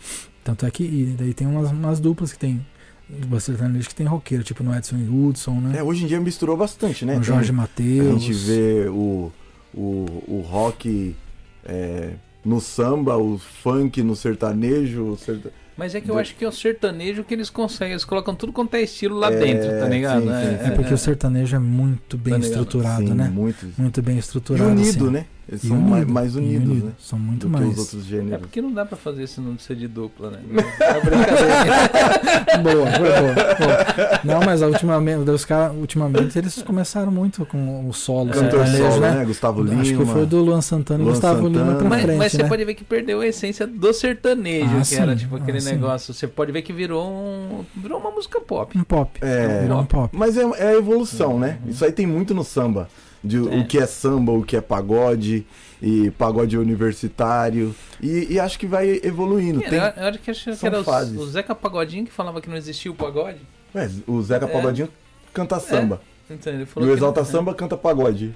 [SPEAKER 3] Tanto é que e daí tem umas, umas duplas que tem duplas sertanejas que tem roqueiro, tipo no Edson e Hudson, né?
[SPEAKER 4] É, hoje em dia misturou bastante, né?
[SPEAKER 3] no Jorge
[SPEAKER 4] Tem- a
[SPEAKER 3] Mateus.
[SPEAKER 4] gente vê o, o, o rock é, no samba, o funk no sertanejo. o serta-
[SPEAKER 2] Mas é que eu
[SPEAKER 4] Do-
[SPEAKER 2] acho que é o sertanejo que eles conseguem. Eles colocam tudo quanto é estilo lá
[SPEAKER 4] É,
[SPEAKER 2] dentro, tá ligado?
[SPEAKER 4] sim, sim,
[SPEAKER 3] É porque o sertanejo é muito bem
[SPEAKER 2] Tá ligado?
[SPEAKER 3] estruturado,
[SPEAKER 4] Sim,
[SPEAKER 3] né?
[SPEAKER 4] muito.
[SPEAKER 3] Muito bem
[SPEAKER 4] E
[SPEAKER 3] estruturado.
[SPEAKER 4] unido,
[SPEAKER 3] assim.
[SPEAKER 4] né? Eles
[SPEAKER 3] E
[SPEAKER 4] são
[SPEAKER 3] unido,
[SPEAKER 4] mais, mais
[SPEAKER 3] e
[SPEAKER 4] unidos,
[SPEAKER 3] unido.
[SPEAKER 4] né?
[SPEAKER 3] São muito
[SPEAKER 4] do que
[SPEAKER 3] mais.
[SPEAKER 4] os outros
[SPEAKER 2] É
[SPEAKER 4] gêneros.
[SPEAKER 2] porque não dá pra fazer isso não ser de dupla, né? É brincadeira.
[SPEAKER 3] Boa, foi boa, boa. Não, mas a ultimamente, os caras, ultimamente, eles começaram muito com o solo
[SPEAKER 4] Cantor
[SPEAKER 3] sertanejo,
[SPEAKER 4] solo,
[SPEAKER 3] né?
[SPEAKER 4] né? Gustavo Lima.
[SPEAKER 3] Acho que foi do Luan Santana e
[SPEAKER 4] Luan
[SPEAKER 3] Gustavo Lima pra
[SPEAKER 4] Santana.
[SPEAKER 2] mas
[SPEAKER 3] frente,
[SPEAKER 2] mas você
[SPEAKER 3] né?
[SPEAKER 2] pode ver que perdeu a essência do sertanejo,
[SPEAKER 3] Ah,
[SPEAKER 2] que era
[SPEAKER 3] sim.
[SPEAKER 2] tipo
[SPEAKER 3] Ah,
[SPEAKER 2] aquele
[SPEAKER 3] sim.
[SPEAKER 2] negócio. Você pode ver que virou um. Virou uma música pop.
[SPEAKER 3] Um pop.
[SPEAKER 4] É.
[SPEAKER 3] Virou um pop.
[SPEAKER 4] Mas é, é a evolução, né? Isso aí tem muito no samba. De
[SPEAKER 2] É.
[SPEAKER 4] O que é samba, o que é pagode, e pagode universitário. E, e acho que vai evoluindo. Tem,
[SPEAKER 2] Era- né? Eu acho que, acho que
[SPEAKER 4] são
[SPEAKER 2] era o,
[SPEAKER 4] fases.
[SPEAKER 2] o Zeca Pagodinho que falava que não existia o pagode.
[SPEAKER 4] Ué, o Zeca
[SPEAKER 2] É.
[SPEAKER 4] Pagodinho canta samba.
[SPEAKER 2] Então, ele
[SPEAKER 4] E
[SPEAKER 2] falou
[SPEAKER 4] o
[SPEAKER 2] que-
[SPEAKER 4] Exalta Samba canta pagode.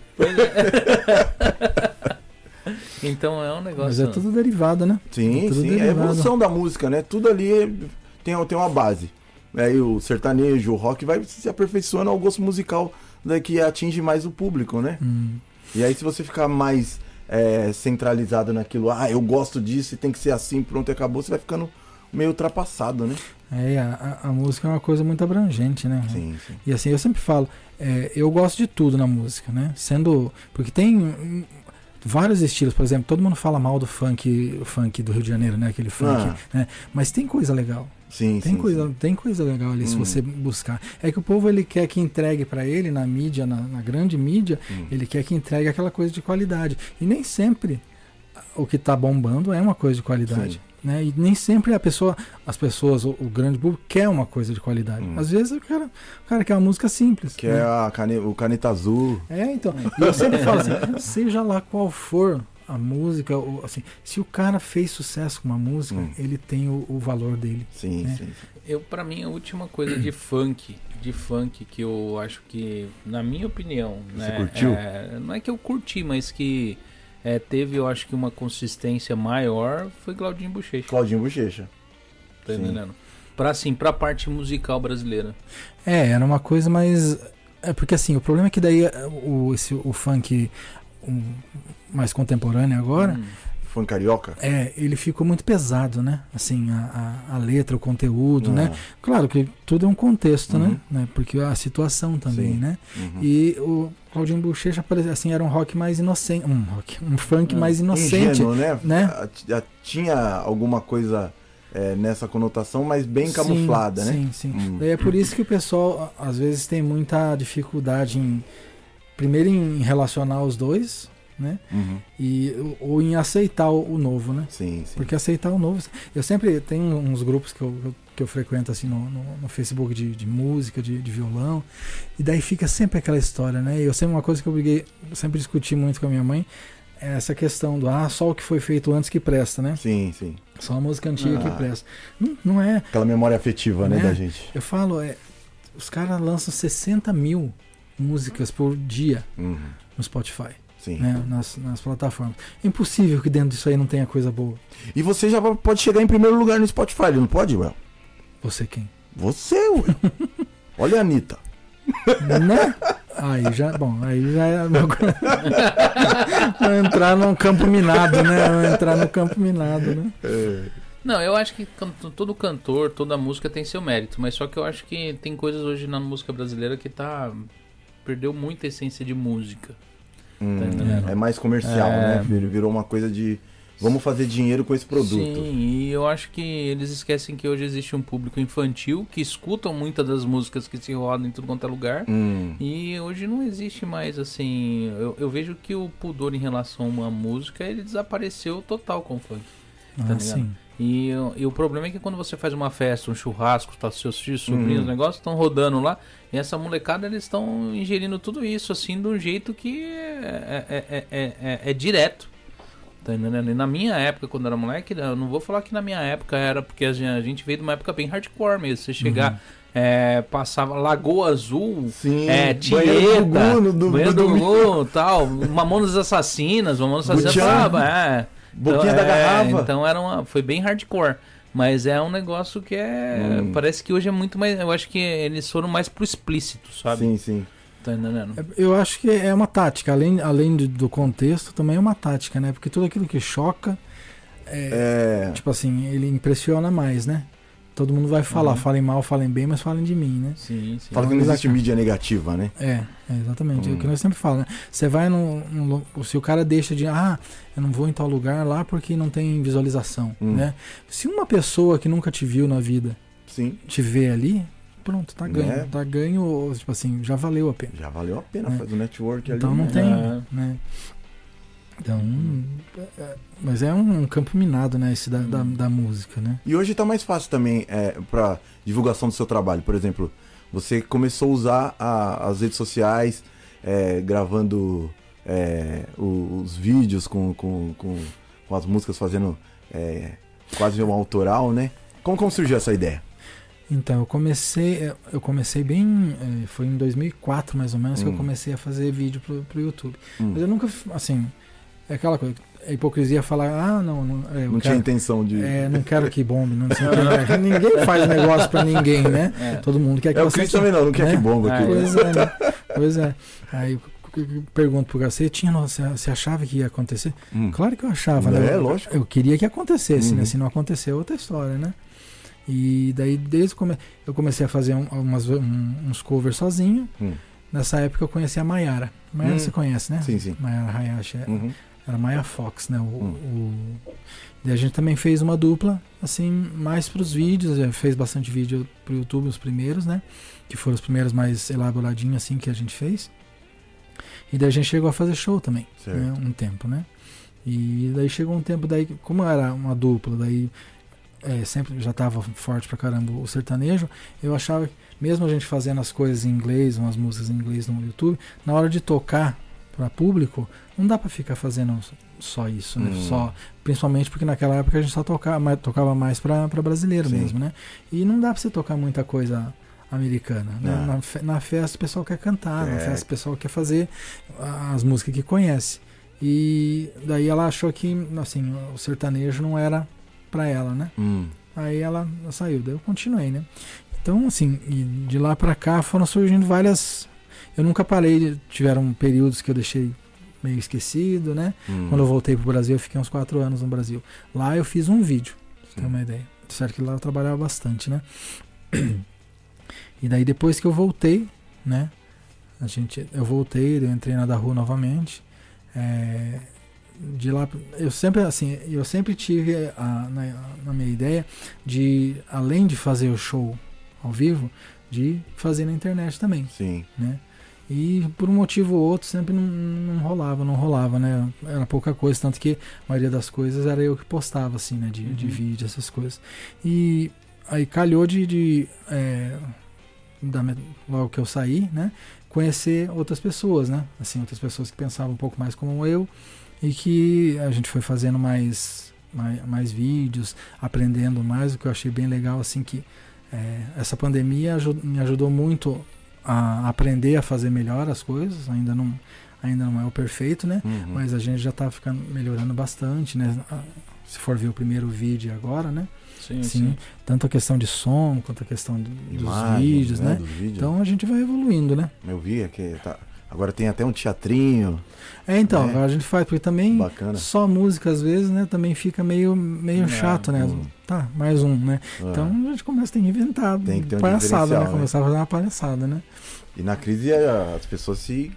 [SPEAKER 2] Então é um negócio.
[SPEAKER 3] Mas é tudo derivado, né?
[SPEAKER 4] Sim,
[SPEAKER 3] Tudo
[SPEAKER 4] sim. É a
[SPEAKER 3] derivado.
[SPEAKER 4] evolução da música, né? Tudo ali é- tem, tem uma base. Aí o sertanejo, o rock vai se aperfeiçoando ao gosto musical né, que atinge mais o público, né?
[SPEAKER 3] Hum.
[SPEAKER 4] E aí se você ficar mais é, centralizado naquilo, ah, eu gosto disso e tem que ser assim, pronto, e acabou, você vai ficando meio ultrapassado, né?
[SPEAKER 3] É, a, a- a música é uma coisa muito abrangente, né?
[SPEAKER 4] Sim, sim.
[SPEAKER 3] E assim, eu sempre falo, é, eu gosto de tudo na música, né? Sendo. Porque tem hum, vários estilos, por exemplo, todo mundo fala mal do funk, o funk do Rio de Janeiro, né? Aquele funk, né? Mas tem coisa legal.
[SPEAKER 4] Ah. Sim,
[SPEAKER 3] Tem
[SPEAKER 4] sim,
[SPEAKER 3] coisa,
[SPEAKER 4] sim.
[SPEAKER 3] tem coisa legal ali se
[SPEAKER 4] Hum.
[SPEAKER 3] você buscar. É que o povo ele quer que entregue pra ele na mídia, na, na grande mídia,
[SPEAKER 4] Hum.
[SPEAKER 3] ele quer que entregue aquela coisa de qualidade. E nem sempre o que tá bombando é uma coisa de qualidade.
[SPEAKER 4] Sim.
[SPEAKER 3] Né? E nem sempre a pessoa, as pessoas, o, o grande público quer uma coisa de qualidade.
[SPEAKER 4] Hum.
[SPEAKER 3] Às vezes o cara, o cara quer uma música simples.
[SPEAKER 4] Que
[SPEAKER 3] né?
[SPEAKER 4] é a cane- o caneta azul.
[SPEAKER 3] É, então. E eu sempre falo assim, seja lá qual for a música, ou, assim, se o cara fez sucesso com uma música,
[SPEAKER 4] Hum.
[SPEAKER 3] ele tem o, o valor dele.
[SPEAKER 4] Sim,
[SPEAKER 3] É.
[SPEAKER 4] sim. sim.
[SPEAKER 2] Eu, pra mim, a última coisa de funk, de funk que eu acho que, na minha opinião,
[SPEAKER 4] Você
[SPEAKER 2] né,
[SPEAKER 4] curtiu?
[SPEAKER 2] é, não é que eu curti, mas que é, teve, eu acho que uma consistência maior foi Claudinho Bochecha,
[SPEAKER 4] Claudinho Bochecha.
[SPEAKER 2] tá
[SPEAKER 4] sim.
[SPEAKER 2] entendendo? Pra, assim, pra parte musical brasileira.
[SPEAKER 3] É, era uma coisa mais. É porque assim, o problema é que daí eh, o, esse, o funk um, mais contemporâneo agora,
[SPEAKER 2] Hum.
[SPEAKER 4] Fã carioca.
[SPEAKER 3] é, ele ficou muito pesado, né? Assim, a, a, a letra, o conteúdo, né? Claro que tudo é um contexto, né?
[SPEAKER 4] Uhum.
[SPEAKER 3] né? Porque a situação também,
[SPEAKER 4] Sim.
[SPEAKER 3] né?
[SPEAKER 4] Uhum.
[SPEAKER 3] E o Claudinho Bochecha, por exemplo, assim, era um rock mais inocente. Um rock, um funk
[SPEAKER 2] É.
[SPEAKER 3] mais inocente.
[SPEAKER 4] Uhum. Ingênuo, né?
[SPEAKER 3] né?
[SPEAKER 4] A- já Tinha alguma coisa é, nessa conotação, mas bem
[SPEAKER 3] Sim,
[SPEAKER 4] camuflada, né?
[SPEAKER 3] Sim, sim.
[SPEAKER 4] Hum.
[SPEAKER 3] Daí É por isso que o pessoal, a- às vezes, tem muita dificuldade em. Primeiro, em relacionar os dois, né?
[SPEAKER 4] Uhum.
[SPEAKER 3] e ou em aceitar o o novo, né?
[SPEAKER 4] Sim, sim.
[SPEAKER 3] Porque aceitar o novo. Eu sempre tenho uns grupos que eu, eu- que eu frequento assim no, no, no Facebook de, de música, de, de violão, e daí fica sempre aquela história, né? E eu sempre uma coisa que eu briguei, eu sempre discuti muito com a minha mãe, é essa questão do ah, só o que foi feito antes que presta, né?
[SPEAKER 4] Sim, sim.
[SPEAKER 3] Só a música antiga
[SPEAKER 4] Ah.
[SPEAKER 3] que presta. Não, não é.
[SPEAKER 4] Aquela memória afetiva, né,
[SPEAKER 3] Né?
[SPEAKER 4] da gente.
[SPEAKER 3] Eu falo, é, os caras lançam 60 mil músicas por dia
[SPEAKER 4] Uhum.
[SPEAKER 3] no Spotify,
[SPEAKER 4] Sim.
[SPEAKER 3] né? Nas, nas plataformas. É impossível que dentro disso aí não tenha coisa boa.
[SPEAKER 4] E você já pode chegar em primeiro lugar no Spotify, não pode, Well?
[SPEAKER 3] Você quem?
[SPEAKER 4] Você, Well. Olha a Anitta.
[SPEAKER 3] né? Aí já, bom, aí já é uma coisa-
[SPEAKER 4] Tá
[SPEAKER 2] É.
[SPEAKER 3] Não entrar num campo minado, né? Não entrar no campo minado, né?
[SPEAKER 2] Não, eu acho que can- todo cantor, toda música tem seu mérito, mas só que eu acho que tem coisas hoje na música brasileira que tá perdeu muita essência de música.
[SPEAKER 4] Hum,
[SPEAKER 2] Tá entendendo?
[SPEAKER 4] é mais comercial,
[SPEAKER 2] É.
[SPEAKER 4] né? Vir- Virou uma coisa de vamos fazer dinheiro com esse produto.
[SPEAKER 2] Sim, e eu acho que eles esquecem que hoje existe um público infantil que escutam muitas das músicas que se rodam em tudo quanto é lugar.
[SPEAKER 4] Hum,
[SPEAKER 2] E hoje não existe mais assim. Eu, eu vejo que o pudor em relação a uma música ele desapareceu total com o funk.
[SPEAKER 3] Ah,
[SPEAKER 2] ligado?
[SPEAKER 3] sim.
[SPEAKER 2] E, e o problema é que quando você faz uma festa, um churrasco, tá, seus filhos,
[SPEAKER 4] Uhum.
[SPEAKER 2] sobrinhos, os negócios estão rodando lá, e essa molecada eles estão ingerindo tudo isso, assim, de um jeito que é, é- é- é- é- é direto. Tá entendendo? E na minha época, quando eu era moleque, eu não vou falar que na minha época era, porque a gen- a gente veio de uma época bem hardcore mesmo. Você
[SPEAKER 4] Uhum.
[SPEAKER 2] chegar, é, passava Lagoa Azul,
[SPEAKER 4] sim.
[SPEAKER 2] é,
[SPEAKER 4] banheiro do
[SPEAKER 2] Tieta,
[SPEAKER 4] Gugu no- do-
[SPEAKER 2] Banheiro
[SPEAKER 4] do-
[SPEAKER 2] do Gugu, tal, Mamonas Assassinas, Mamonas Assassinas,
[SPEAKER 4] Butiá.
[SPEAKER 2] tava, é.
[SPEAKER 4] Boquinha da
[SPEAKER 2] é,
[SPEAKER 4] garrafa.
[SPEAKER 2] Então era uma, foi bem hardcore. Mas é um negócio que é.
[SPEAKER 4] Hum.
[SPEAKER 2] Parece que hoje é muito mais. Eu acho que eles foram mais pro explícito, sabe?
[SPEAKER 4] Sim, sim.
[SPEAKER 2] Tá entendendo?
[SPEAKER 3] É, Eu acho que é uma tática, além, além do- do contexto, também é uma tática, né? Porque tudo aquilo que choca, é,
[SPEAKER 4] É.
[SPEAKER 3] tipo assim, ele impressiona mais, né? Todo mundo vai falar,
[SPEAKER 2] Uhum.
[SPEAKER 3] falem mal, falem bem, mas falem de mim, né?
[SPEAKER 2] Sim, sim.
[SPEAKER 4] Fala que não existe mídia negativa, né?
[SPEAKER 3] É, é exatamente. É o que
[SPEAKER 4] Hum.
[SPEAKER 3] nós sempre falamos, né? Você vai num, num lu- Se o cara deixa de. Ah, eu não vou em tal lugar lá porque não tem visualização,
[SPEAKER 4] Hum.
[SPEAKER 3] né? Se uma pessoa que nunca te viu na vida
[SPEAKER 4] Sim.
[SPEAKER 3] te vê ali, pronto, tá ganho.
[SPEAKER 4] Né?
[SPEAKER 3] Tá ganho, tipo assim, já valeu a pena.
[SPEAKER 4] Já valeu a pena
[SPEAKER 3] É.
[SPEAKER 4] fazer o network ali.
[SPEAKER 3] Então não
[SPEAKER 4] né?
[SPEAKER 3] tem,
[SPEAKER 2] É.
[SPEAKER 3] né? Então. é- Mas é um campo minado, né? Esse da, da,
[SPEAKER 4] Hum.
[SPEAKER 3] da música, né?
[SPEAKER 4] E hoje tá mais fácil também é, para divulgação do seu trabalho. Por exemplo, você começou a usar a- as redes sociais, é, gravando é, o- os vídeos com, com, com, com as músicas, fazendo é, quase um autoral, né? Como, como surgiu essa ideia?
[SPEAKER 3] Então, eu comecei, eu- eu comecei bem, eh, foi em 2004 mais ou menos que
[SPEAKER 4] Hum.
[SPEAKER 3] eu comecei a fazer vídeo pro, pro YouTube.
[SPEAKER 4] Hum.
[SPEAKER 3] Mas eu nunca, f- assim, é aquela coisa, é hipocrisia falar, ah, não, não, é, eu
[SPEAKER 4] Não tinha
[SPEAKER 3] quero,
[SPEAKER 4] intenção de.
[SPEAKER 3] é, não quero que bombe, não, sei o quê. ninguém faz negócio pra ninguém, né?
[SPEAKER 2] É.
[SPEAKER 3] Todo mundo quer que
[SPEAKER 4] É, o
[SPEAKER 3] você
[SPEAKER 4] Cris também não, não quer
[SPEAKER 3] né?
[SPEAKER 4] que bomba aqui. Hum.
[SPEAKER 3] Pois é, né? Pois é. Aí eu c- c- pergunto pro cara, você tinha, no- você você achava que ia acontecer?
[SPEAKER 4] Hum.
[SPEAKER 3] Claro que eu achava, né?
[SPEAKER 4] É,
[SPEAKER 3] Eu-
[SPEAKER 4] lógico.
[SPEAKER 3] Eu queria que acontecesse,
[SPEAKER 4] Uhum.
[SPEAKER 3] né? Se não aconteceu, é outra história, né? E daí, desde o come... eu comecei a fazer um- umas- um- uns covers sozinho.
[SPEAKER 4] Hum.
[SPEAKER 3] Nessa época eu conheci a Mayara. Mayara
[SPEAKER 4] Hum.
[SPEAKER 3] você conhece, né?
[SPEAKER 4] Sim, sim.
[SPEAKER 3] Mayara Hayashi. é-
[SPEAKER 4] Uhum.
[SPEAKER 3] Era Maya Fox, né? O, o- Daí a gente também fez uma dupla, assim, mais pros vídeos. é, Fez bastante vídeo pro YouTube, os primeiros, né? Que foram os primeiros mais elaboradinhos, assim, que a gente fez. E daí a gente chegou a fazer show também né,
[SPEAKER 4] Certo.
[SPEAKER 3] um tempo, né? E daí chegou um tempo daí, como era uma dupla, daí é, sempre já tava forte pra caramba o sertanejo, eu achava que mesmo a gente fazendo as coisas em inglês, umas músicas em inglês no YouTube, na hora de tocar pra público, não dá pra ficar fazendo só isso, né?
[SPEAKER 4] Hum.
[SPEAKER 3] Só, principalmente porque naquela época a gente só tocava, mas tocava mais pra pra brasileiro
[SPEAKER 4] Sim.
[SPEAKER 3] mesmo, né? E não dá pra você tocar muita coisa americana, né?
[SPEAKER 4] Ah.
[SPEAKER 3] Na, fe- na festa o pessoal quer cantar, na
[SPEAKER 4] É.
[SPEAKER 3] festa o pessoal quer fazer as músicas que conhece. E daí ela achou que, assim, o sertanejo não era pra ela, né?
[SPEAKER 4] Hum.
[SPEAKER 3] Aí ela saiu, daí eu continuei, né? Então, assim, e de lá pra cá foram surgindo várias. Eu nunca parei, tiveram períodos que eu deixei meio esquecido, né?
[SPEAKER 4] Hum.
[SPEAKER 3] Quando eu voltei pro Brasil, eu fiquei uns quatro anos no Brasil. Lá eu fiz um vídeo, pra você ter
[SPEAKER 4] Sim.
[SPEAKER 3] uma ideia. Certo que lá eu trabalhava bastante, né? E daí depois que eu voltei, né? A gente, eu voltei, eu entrei na da rua novamente. É, de lá, eu sempre assim, eu sempre tive a- na, na minha ideia de, além de fazer o show ao vivo, de fazer na internet também.
[SPEAKER 4] Sim.
[SPEAKER 3] E por um motivo ou outro sempre não, não rolava, não rolava, né? Era pouca coisa, tanto que a maioria das coisas era eu que postava, assim, né? De, de
[SPEAKER 2] Uhum.
[SPEAKER 3] vídeo, essas coisas. E aí calhou de. de, é, da me- logo que eu saí, né? Conhecer outras pessoas, né? Assim, outras pessoas que pensavam um pouco mais como eu e que a gente foi fazendo mais, mais, mais vídeos, aprendendo mais, o que eu achei bem legal, assim, que é, essa pandemia aju- me ajudou muito a aprender a fazer melhor as coisas, ainda não, ainda não é o perfeito, né?
[SPEAKER 4] Uhum.
[SPEAKER 3] Mas a gente já tá ficando melhorando bastante, né? A- Se for ver o primeiro vídeo agora, né?
[SPEAKER 2] Sim,
[SPEAKER 3] Sim. Tanto a questão de som, quanto a questão do- dos
[SPEAKER 4] Imagens,
[SPEAKER 3] vídeos, né?
[SPEAKER 4] Dos vídeos.
[SPEAKER 3] Então a gente vai evoluindo, né?
[SPEAKER 4] Eu vi é que tá, Agora tem até um teatrinho.
[SPEAKER 3] É, então,
[SPEAKER 4] É.
[SPEAKER 3] agora a gente faz, porque também
[SPEAKER 4] Bacana. Ah.
[SPEAKER 3] só música às vezes, né? Também fica meio, meio
[SPEAKER 2] É,
[SPEAKER 3] chato, né?
[SPEAKER 4] um.
[SPEAKER 3] Tá, mais um, né? Então
[SPEAKER 4] Ah,
[SPEAKER 3] a gente começa a inventar
[SPEAKER 4] Tem que ter um
[SPEAKER 3] palhaçada,
[SPEAKER 4] diferencial,
[SPEAKER 3] né?
[SPEAKER 4] né?
[SPEAKER 3] Começar a fazer uma palhaçada, né?
[SPEAKER 4] E na crise a- as pessoas se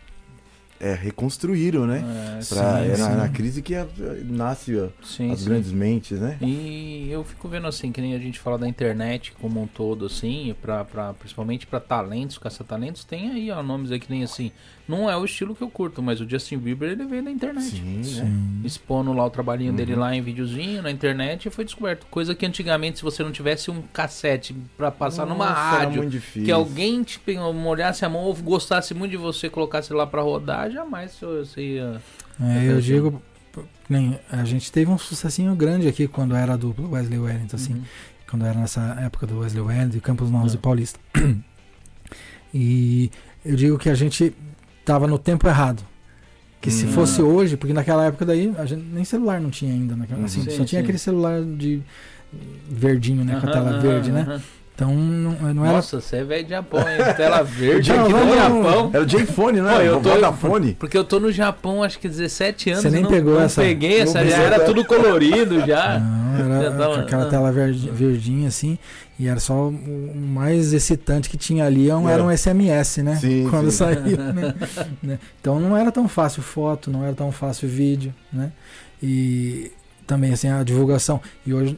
[SPEAKER 4] é, reconstruíram, né?
[SPEAKER 2] É,
[SPEAKER 4] Pra-
[SPEAKER 3] Ah, sim,
[SPEAKER 4] é na,
[SPEAKER 3] sim.
[SPEAKER 4] na crise que a- nasce a-
[SPEAKER 2] sim,
[SPEAKER 4] as
[SPEAKER 2] sim.
[SPEAKER 4] grandes mentes, né?
[SPEAKER 2] E eu fico vendo assim, que nem a gente fala da internet como um todo, assim, pra, pra, principalmente pra talentos, caça-talentos, tem aí, ó, nomes aí que nem assim. Não é o estilo que eu curto, mas o Justin Bieber ele veio da internet.
[SPEAKER 4] Sim, né?
[SPEAKER 3] Sim.
[SPEAKER 2] Expondo lá o trabalhinho
[SPEAKER 3] Uhum.
[SPEAKER 2] dele lá em videozinho na internet e foi descoberto. Coisa que antigamente, se você não tivesse um cassete pra passar numa
[SPEAKER 4] Nossa, era
[SPEAKER 2] rádio,
[SPEAKER 4] muito difícil.
[SPEAKER 2] que alguém te pegou, molhasse a mão ou gostasse muito de você, colocasse lá pra rodar, jamais você ia.
[SPEAKER 3] É, eu digo, p- nem, a gente teve um sucessinho grande aqui quando era a dupla Wesley Wellington, assim.
[SPEAKER 2] Uhum.
[SPEAKER 3] quando era nessa época do Wesley Wellington, Campos Novos
[SPEAKER 2] Ah.
[SPEAKER 3] e Paulista. E eu digo que a gente tava no tempo errado. Que se
[SPEAKER 4] Hum.
[SPEAKER 3] fosse hoje, porque naquela época daí, a gente, nem celular não tinha ainda. Naquela,
[SPEAKER 4] Uhum.
[SPEAKER 3] assim,
[SPEAKER 2] Sim,
[SPEAKER 3] só tinha
[SPEAKER 2] sim.
[SPEAKER 3] aquele celular de verdinho, né? Com a
[SPEAKER 2] Aham,
[SPEAKER 3] tela
[SPEAKER 2] aham,
[SPEAKER 3] verde, né?
[SPEAKER 2] aham.
[SPEAKER 3] Então não, não era.
[SPEAKER 2] Nossa, você é velho de Japão, hein? Tela verde
[SPEAKER 3] Não,
[SPEAKER 2] aqui no
[SPEAKER 3] vamos-
[SPEAKER 2] Japão.
[SPEAKER 4] Era o J-Fone, né?
[SPEAKER 2] Pô, eu
[SPEAKER 4] o
[SPEAKER 2] tô-
[SPEAKER 4] Vodafone.
[SPEAKER 2] Porque eu tô no Japão, acho que 17 anos.
[SPEAKER 3] Você nem
[SPEAKER 2] não,
[SPEAKER 3] pegou
[SPEAKER 2] não
[SPEAKER 3] essa.
[SPEAKER 2] peguei
[SPEAKER 4] Não
[SPEAKER 2] essa, já
[SPEAKER 4] pegou.
[SPEAKER 2] era tudo colorido já.
[SPEAKER 3] Não,
[SPEAKER 2] Ah, Já
[SPEAKER 3] era
[SPEAKER 2] tava-
[SPEAKER 3] com aquela
[SPEAKER 2] ah.
[SPEAKER 3] tela verde, verdinha assim, e era só o o mais excitante que tinha ali, era um, era um SMS, né?
[SPEAKER 4] É. Sim,
[SPEAKER 3] Quando
[SPEAKER 4] sim.
[SPEAKER 3] saiu, né? Né? Então não era tão fácil foto, não era tão fácil vídeo, né? E também assim a divulgação. E hoje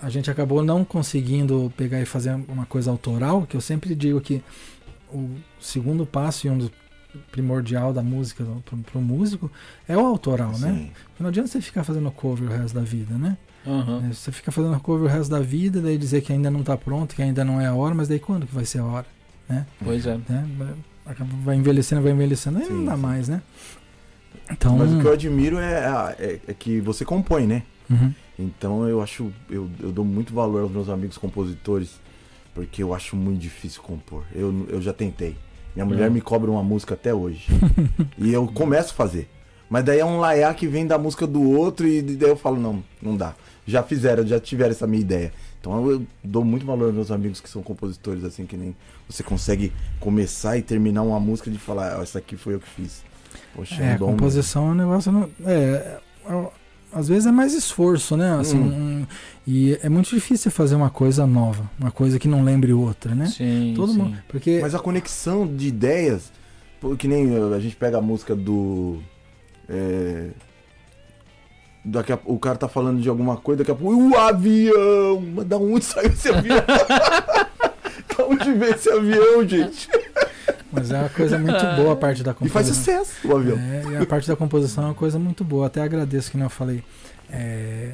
[SPEAKER 3] a gente acabou não conseguindo pegar e fazer uma coisa autoral, que eu sempre digo que o segundo passo e um dos primordial da música para o músico é o autoral, né?
[SPEAKER 4] Sim.
[SPEAKER 3] Não adianta você ficar fazendo cover o resto da vida, né?
[SPEAKER 2] Uhum.
[SPEAKER 3] É, Você fica fazendo cover o resto da vida, daí dizer que ainda não tá pronto, que ainda não é a hora, mas daí quando que vai ser a hora?
[SPEAKER 2] Pois é.
[SPEAKER 3] né? Acaba- Vai envelhecendo, vai envelhecendo, aí
[SPEAKER 4] Sim,
[SPEAKER 3] não dá
[SPEAKER 4] sim.
[SPEAKER 3] mais, né? Então.
[SPEAKER 4] Mas o que eu admiro é, a- é- é que você compõe, né?
[SPEAKER 3] Uhum.
[SPEAKER 4] Então eu acho, eu, eu dou muito valor aos meus amigos compositores, porque eu acho muito difícil compor. Eu, eu já tentei. Minha mulher
[SPEAKER 2] Não.
[SPEAKER 4] me cobra uma música até hoje. e eu começo a fazer. Mas daí é um laiá que vem da música do outro e daí eu falo, não, não dá. Já fizeram, já tiveram essa minha ideia. Então eu, eu dou muito valor aos meus amigos que são compositores, assim, que nem você consegue começar e terminar uma música de falar, "Ó, essa aqui foi eu que fiz. Poxa,
[SPEAKER 3] É,
[SPEAKER 4] um dom, né?
[SPEAKER 3] composição é um negócio. Não, é, é- às vezes é mais esforço, né? Assim,
[SPEAKER 4] Hum.
[SPEAKER 3] um- e é muito difícil fazer uma coisa nova, uma coisa que não lembre outra, né?
[SPEAKER 2] Sim.
[SPEAKER 3] Todo
[SPEAKER 2] sim.
[SPEAKER 3] mundo. Porque.
[SPEAKER 4] Mas a conexão de ideias, pô, que nem uh, a gente pega a música do. é, daqui a- o cara tá falando de alguma coisa, daqui a pouco. O avião! Mas da onde saiu esse avião? da onde veio esse avião, gente?
[SPEAKER 3] Mas é uma coisa muito boa a parte da
[SPEAKER 4] E faz
[SPEAKER 3] composição.
[SPEAKER 4] sucesso o avião.
[SPEAKER 3] É, e a parte da composição é uma coisa muito boa. Até agradeço que nem eu falei. é,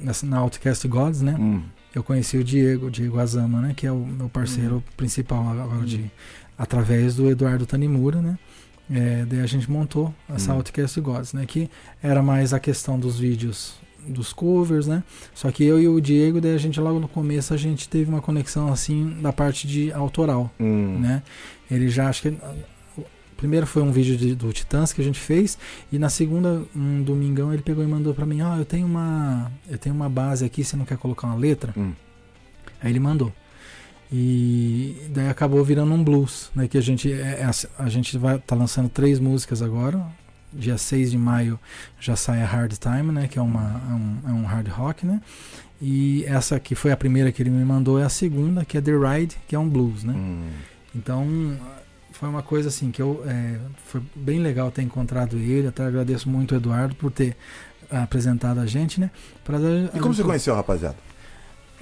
[SPEAKER 3] nessa- na Outcast Gods, né?
[SPEAKER 4] Hum,
[SPEAKER 3] Eu conheci o Diego, o Diego Azama, né? Que é o meu parceiro principal agora de, através do Eduardo Tanimura, né? É, daí a gente montou essa
[SPEAKER 4] Hum.
[SPEAKER 3] Outcast Gods, né? Que era mais a questão dos vídeos dos covers, né? Só que eu e o Diego, daí a gente logo no começo a gente teve uma conexão assim da parte de autoral
[SPEAKER 4] hum.
[SPEAKER 3] né? Ele já acho que o primeiro foi um vídeo de- do Titãs que a gente fez e na segunda um domingão ele pegou e mandou pra mim, ó, eu tenho uma eu tenho uma base aqui, você não quer colocar uma letra?
[SPEAKER 4] Hum.
[SPEAKER 3] Aí ele mandou. E daí acabou virando um blues, né, que a gente é- é- a gente vai tá lançando três músicas agora. Dia 6 de maio já sai a Hard Time, né, que é uma é um, é um hard rock, né? E essa que foi a primeira que ele me mandou é a segunda, que é The Ride, que é um blues, né?
[SPEAKER 4] hum.
[SPEAKER 3] Então foi uma coisa assim que eu é, foi bem legal ter encontrado ele. Até agradeço muito o Eduardo por ter é, apresentado a gente, né? Pra dar-
[SPEAKER 4] E como você conheceu, rapaziada?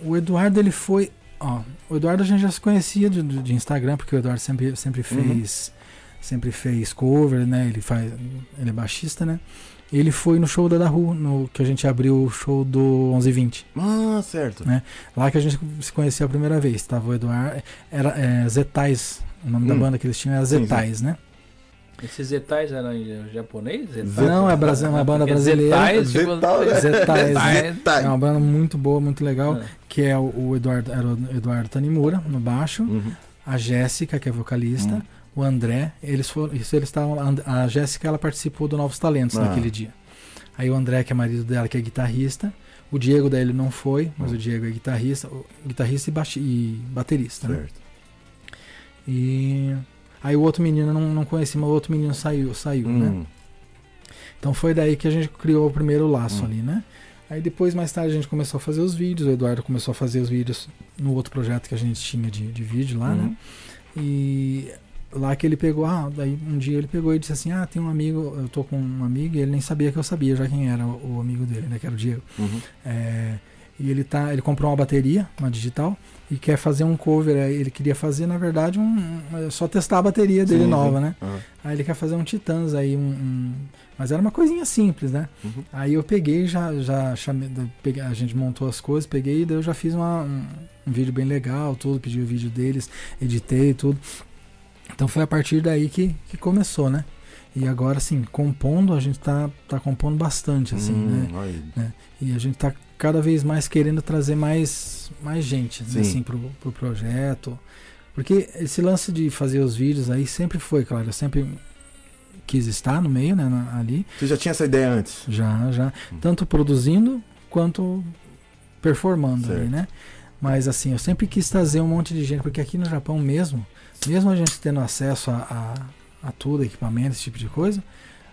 [SPEAKER 3] O Eduardo ele foi, ó, o Eduardo a gente já se conhecia de, de- de Instagram porque o Eduardo sempre sempre
[SPEAKER 4] Uhum.
[SPEAKER 3] fez sempre fez cover, né? Ele faz, ele é baixista, né? Ele foi no show da Daru, no que a gente abriu o show do 1120.
[SPEAKER 4] Ah, certo.
[SPEAKER 3] Lá que a gente se conheceu a primeira vez, tava o Eduardo. Era é, Zetais, o nome da
[SPEAKER 4] Hum.
[SPEAKER 3] banda que eles tinham era
[SPEAKER 4] Sim, sim.
[SPEAKER 3] Zetais, né?
[SPEAKER 2] Esses zetais eram em japonês? Zetais?
[SPEAKER 3] Não, é brasi- uma banda
[SPEAKER 2] Porque
[SPEAKER 3] brasileira.
[SPEAKER 2] Zetais, tipo,
[SPEAKER 4] Zetal, né?
[SPEAKER 3] Zetais, né?
[SPEAKER 2] Zetais.
[SPEAKER 4] Tá.
[SPEAKER 3] É uma banda muito boa, muito legal.
[SPEAKER 2] Ah.
[SPEAKER 3] Que é o, o Eduardo, era o Eduardo Tanimura, no baixo.
[SPEAKER 4] Uhum.
[SPEAKER 3] A Jéssica, que é vocalista.
[SPEAKER 4] Hum.
[SPEAKER 3] O André. Eles foram. Isso eles estavam lá. And- A Jéssica, ela participou do Novos Talentos
[SPEAKER 4] Ah.
[SPEAKER 3] naquele dia. Aí o André, que é marido dela, que é guitarrista. O Diego, daí ele não foi, mas
[SPEAKER 4] Uhum.
[SPEAKER 3] o Diego é guitarrista. o- Guitarrista e, baixi- e baterista, né?
[SPEAKER 4] Certo.
[SPEAKER 3] E. Aí o outro menino eu não, não conhecia, mas o outro menino saiu, saiu, né?
[SPEAKER 4] Hum,
[SPEAKER 3] Então foi daí que a gente criou o primeiro laço
[SPEAKER 4] Hum.
[SPEAKER 3] ali, né? Aí depois, mais tarde, a gente começou a fazer os vídeos. O Eduardo começou a fazer os vídeos no outro projeto que a gente tinha de, de vídeo lá, né?
[SPEAKER 4] hum.
[SPEAKER 3] E lá que ele pegou, ah, daí um dia ele pegou e disse assim: Ah, tem um amigo, eu tô com um amigo, e ele nem sabia que eu sabia já quem era o, o amigo dele, né? Que era o Diego.
[SPEAKER 4] Uhum.
[SPEAKER 3] É, e ele tá, ele comprou uma bateria, uma digital, e quer fazer um cover. aí Ele queria fazer, na verdade, um, um- só testar a bateria dele
[SPEAKER 4] Sim, Ah.
[SPEAKER 3] nova, né?
[SPEAKER 4] Aham.
[SPEAKER 3] Aí ele quer fazer um Titãs aí, um, um- mas era uma coisinha simples, né?
[SPEAKER 4] Uhum.
[SPEAKER 3] Aí eu peguei, já, já chamei, da- peguei- a gente montou as coisas, peguei e daí eu já fiz uma- um, um vídeo bem legal, tudo, pedi o vídeo deles, editei tudo. Então foi a partir daí que, que começou, né? E agora, assim, compondo, a gente tá, tá compondo bastante, assim,
[SPEAKER 4] Hum,
[SPEAKER 3] né?
[SPEAKER 4] olha aí.
[SPEAKER 3] E a gente tá cada vez mais querendo trazer mais, mais gente, né,
[SPEAKER 4] Sim.
[SPEAKER 3] assim, pro, pro projeto. Porque esse lance de fazer os vídeos aí sempre foi, claro, eu sempre quis estar no meio, né, na- ali,
[SPEAKER 4] Você já tinha essa ideia antes?
[SPEAKER 3] já, já,
[SPEAKER 4] Hum.
[SPEAKER 3] tanto produzindo quanto performando ali,
[SPEAKER 4] Certo.
[SPEAKER 3] né? Mas assim, eu sempre quis trazer um monte de gente, porque aqui no Japão mesmo, mesmo a gente tendo acesso a, a, a tudo, equipamento, esse tipo de coisa,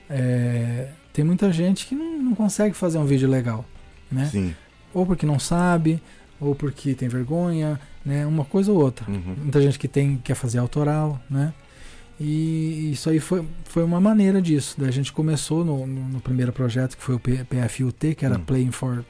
[SPEAKER 3] é, tem muita gente que não, não consegue fazer um vídeo legal, né?
[SPEAKER 4] Sim.
[SPEAKER 3] ou porque não sabe, ou porque tem vergonha, né? Uma coisa ou outra.
[SPEAKER 4] Uhum.
[SPEAKER 3] Muita gente que tem quer fazer autoral, né? E isso aí foi, foi uma maneira disso. Daí a gente começou no, no, no primeiro projeto que foi o P- PFUT, que era
[SPEAKER 4] Hum.
[SPEAKER 3] Playing for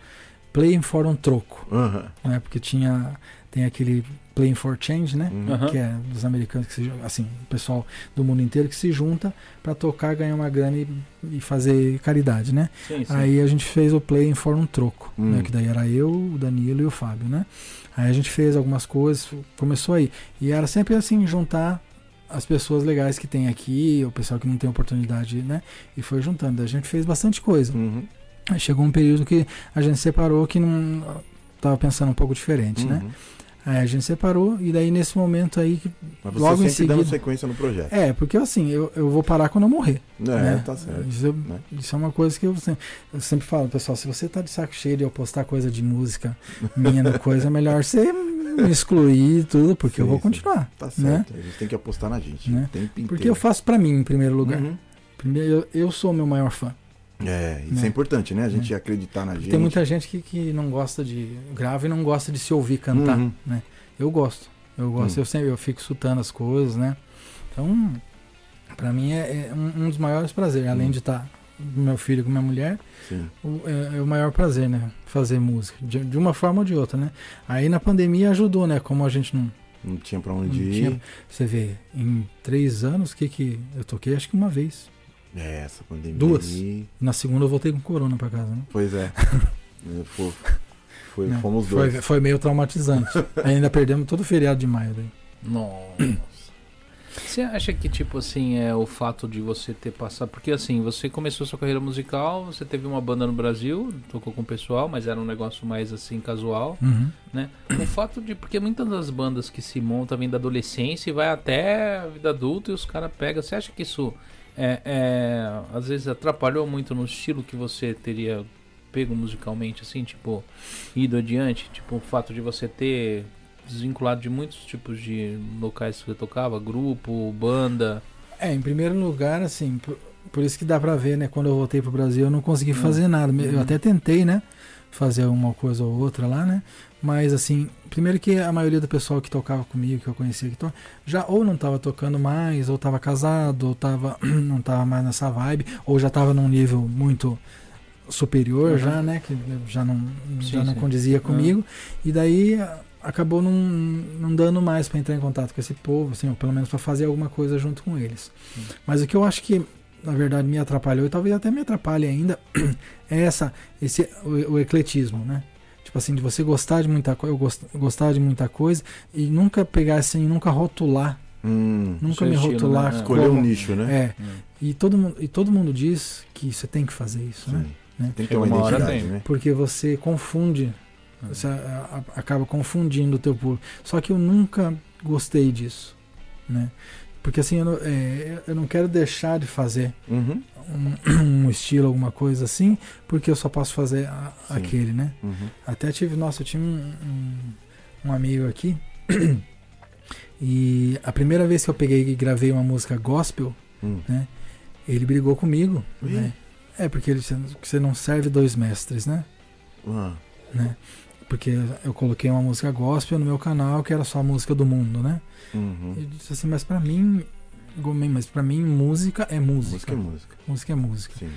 [SPEAKER 3] Playing for um troco,
[SPEAKER 4] Aham.
[SPEAKER 3] né? Porque tinha tem aquele Playing for Change, né?
[SPEAKER 4] Uhum.
[SPEAKER 2] Aham.
[SPEAKER 3] Que é dos americanos que se jun- assim, o pessoal do mundo inteiro que se junta pra tocar, ganhar uma grana e, e fazer caridade, né?
[SPEAKER 2] Sim, sim.
[SPEAKER 3] Aí a gente fez o play em fórum troco,
[SPEAKER 4] Hum.
[SPEAKER 3] né? Que daí era eu, o Danilo e o Fábio, né? Aí a gente fez algumas coisas, começou aí. E era sempre assim, juntar as pessoas legais que tem aqui, o pessoal que não tem oportunidade, né? E foi juntando. A gente fez bastante coisa.
[SPEAKER 4] Uhum.
[SPEAKER 3] Aí chegou um período que a gente separou que não tava pensando um pouco diferente, né?
[SPEAKER 4] Uhum.
[SPEAKER 3] Aí a gente separou e daí nesse momento aí que
[SPEAKER 4] Mas você
[SPEAKER 3] Logo em
[SPEAKER 4] sempre dando
[SPEAKER 3] seguida-
[SPEAKER 4] sequência no projeto.
[SPEAKER 3] é, porque assim, eu, eu vou parar quando eu morrer.
[SPEAKER 4] É,
[SPEAKER 3] né?
[SPEAKER 4] tá certo.
[SPEAKER 3] Isso, eu-
[SPEAKER 4] né?
[SPEAKER 3] isso é uma coisa que eu sempre, eu sempre falo, pessoal, se você tá de saco cheio de eu postar coisa de música minha no coisa, é melhor você me excluir e tudo, porque eu
[SPEAKER 4] Sim,
[SPEAKER 3] vou
[SPEAKER 4] sim.
[SPEAKER 3] continuar.
[SPEAKER 4] Tá certo. A gente tem que apostar na gente.
[SPEAKER 3] Né?
[SPEAKER 4] O tempo inteiro.
[SPEAKER 3] Porque eu né? faço pra mim em primeiro lugar.
[SPEAKER 4] Uhum.
[SPEAKER 3] Primeiro, eu, eu sou o meu maior fã.
[SPEAKER 4] É, isso
[SPEAKER 3] Né?
[SPEAKER 4] é importante, né? A gente acreditar na gente.
[SPEAKER 3] Tem muita gente que, que não gosta de. grava e não tá? gosta de se ouvir cantar.
[SPEAKER 4] Uhum.
[SPEAKER 3] Eu gosto. Eu gosto,
[SPEAKER 4] Hum.
[SPEAKER 3] eu sempre eu fico escutando as coisas, né? Então, pra mim é, é um, um dos maiores prazeres, além
[SPEAKER 4] Hum.
[SPEAKER 3] de estar com meu filho, com minha mulher.
[SPEAKER 4] Sim.
[SPEAKER 3] o- é, é o maior prazer, né? Fazer música, de, de uma forma ou de outra, né? Aí na pandemia ajudou, né? Como a gente não.
[SPEAKER 4] Não tinha pra onde
[SPEAKER 3] Não
[SPEAKER 4] ir.
[SPEAKER 3] tinha. Você vê, em três anos, o que que. Eu toquei acho que uma vez.
[SPEAKER 4] É, essa pandemia.
[SPEAKER 3] Duas.
[SPEAKER 4] aí-
[SPEAKER 3] Na segunda eu voltei com corona pra casa, né?
[SPEAKER 4] Pois é. É, foi, foi,
[SPEAKER 3] Né?
[SPEAKER 4] Fomos
[SPEAKER 3] foi,
[SPEAKER 4] dois.
[SPEAKER 3] foi meio traumatizante. Ainda perdemos todo o feriado de maio daí.
[SPEAKER 2] Nossa. Você acha que, tipo assim, é o fato de você ter passado. Porque, assim, você começou sua carreira musical, você teve uma banda no Brasil, tocou com o pessoal, mas era um negócio mais, assim, casual,
[SPEAKER 3] Uhum.
[SPEAKER 2] né? O fato de. Porque muitas das bandas que se montam vêm da adolescência e vai até a vida adulta e os caras pegam. Você acha que isso. É, é, às vezes atrapalhou muito no estilo que você teria pego musicalmente, assim, tipo, ido adiante, tipo, o fato de você ter desvinculado de muitos tipos de locais que você tocava, grupo, banda.
[SPEAKER 3] É, em primeiro lugar, assim, por, por isso que dá pra ver, né? Quando eu voltei pro Brasil, eu não consegui
[SPEAKER 2] Hum.
[SPEAKER 3] fazer nada. Eu
[SPEAKER 2] Uhum.
[SPEAKER 3] até tentei, né? Fazer uma coisa ou outra lá, né? Mas, assim, primeiro que a maioria do pessoal que tocava comigo, que eu conhecia que tocava, já ou não tava tocando mais, ou tava casado, ou tava, não tava mais nessa vibe, ou já tava num nível muito superior
[SPEAKER 2] Uhum.
[SPEAKER 3] já, né? Que já não,
[SPEAKER 2] Sim,
[SPEAKER 3] já não
[SPEAKER 2] sim.
[SPEAKER 3] condizia comigo. E daí a- acabou não, não dando mais para entrar em contato com esse povo, assim, ou pelo menos para fazer alguma coisa junto com eles.
[SPEAKER 2] Hum.
[SPEAKER 3] Mas o que eu acho que na verdade me atrapalhou e talvez até me atrapalhe ainda é essa esse o, o ecletismo, né? Tipo assim, de você gostar de muita coisa, eu gost, gostar de muita coisa e nunca pegar assim, nunca rotular,
[SPEAKER 4] Hum,
[SPEAKER 3] nunca
[SPEAKER 2] Seu
[SPEAKER 3] me
[SPEAKER 2] estilo,
[SPEAKER 3] rotular.
[SPEAKER 2] né?
[SPEAKER 3] como-
[SPEAKER 4] escolher um nicho, né?
[SPEAKER 3] É, e todo mundo e todo mundo diz que você tem que fazer isso, né?
[SPEAKER 4] Sim.
[SPEAKER 3] Né?
[SPEAKER 4] Tem que ter uma,
[SPEAKER 2] Uma hora
[SPEAKER 4] identidade,
[SPEAKER 2] tem.
[SPEAKER 4] né?
[SPEAKER 3] porque você confunde,
[SPEAKER 4] Uhum.
[SPEAKER 3] você a- a- acaba confundindo o teu público. Só que eu nunca gostei disso, né? Porque assim, eu não, é, eu não quero deixar de fazer
[SPEAKER 4] Uhum,
[SPEAKER 3] um, um estilo, alguma coisa assim, porque eu só posso fazer a-
[SPEAKER 4] Sim.
[SPEAKER 3] aquele, né?
[SPEAKER 4] uhum.
[SPEAKER 3] Até tive, nossa, eu tinha um, um, um amigo aqui E a primeira vez que eu peguei e gravei uma música gospel,
[SPEAKER 4] Hum.
[SPEAKER 3] né? Ele brigou comigo,
[SPEAKER 4] Ih.
[SPEAKER 3] né? É, porque ele disse, você não serve dois mestres, né?
[SPEAKER 4] Ah,
[SPEAKER 3] Porque eu coloquei uma música gospel no meu canal que era só a música do mundo, né?
[SPEAKER 4] uhum.
[SPEAKER 3] Ele disse assim, mas pra mim, Gomes, mas para mim música é
[SPEAKER 4] Música
[SPEAKER 3] música.
[SPEAKER 4] é música,
[SPEAKER 3] Música é música.
[SPEAKER 4] sim.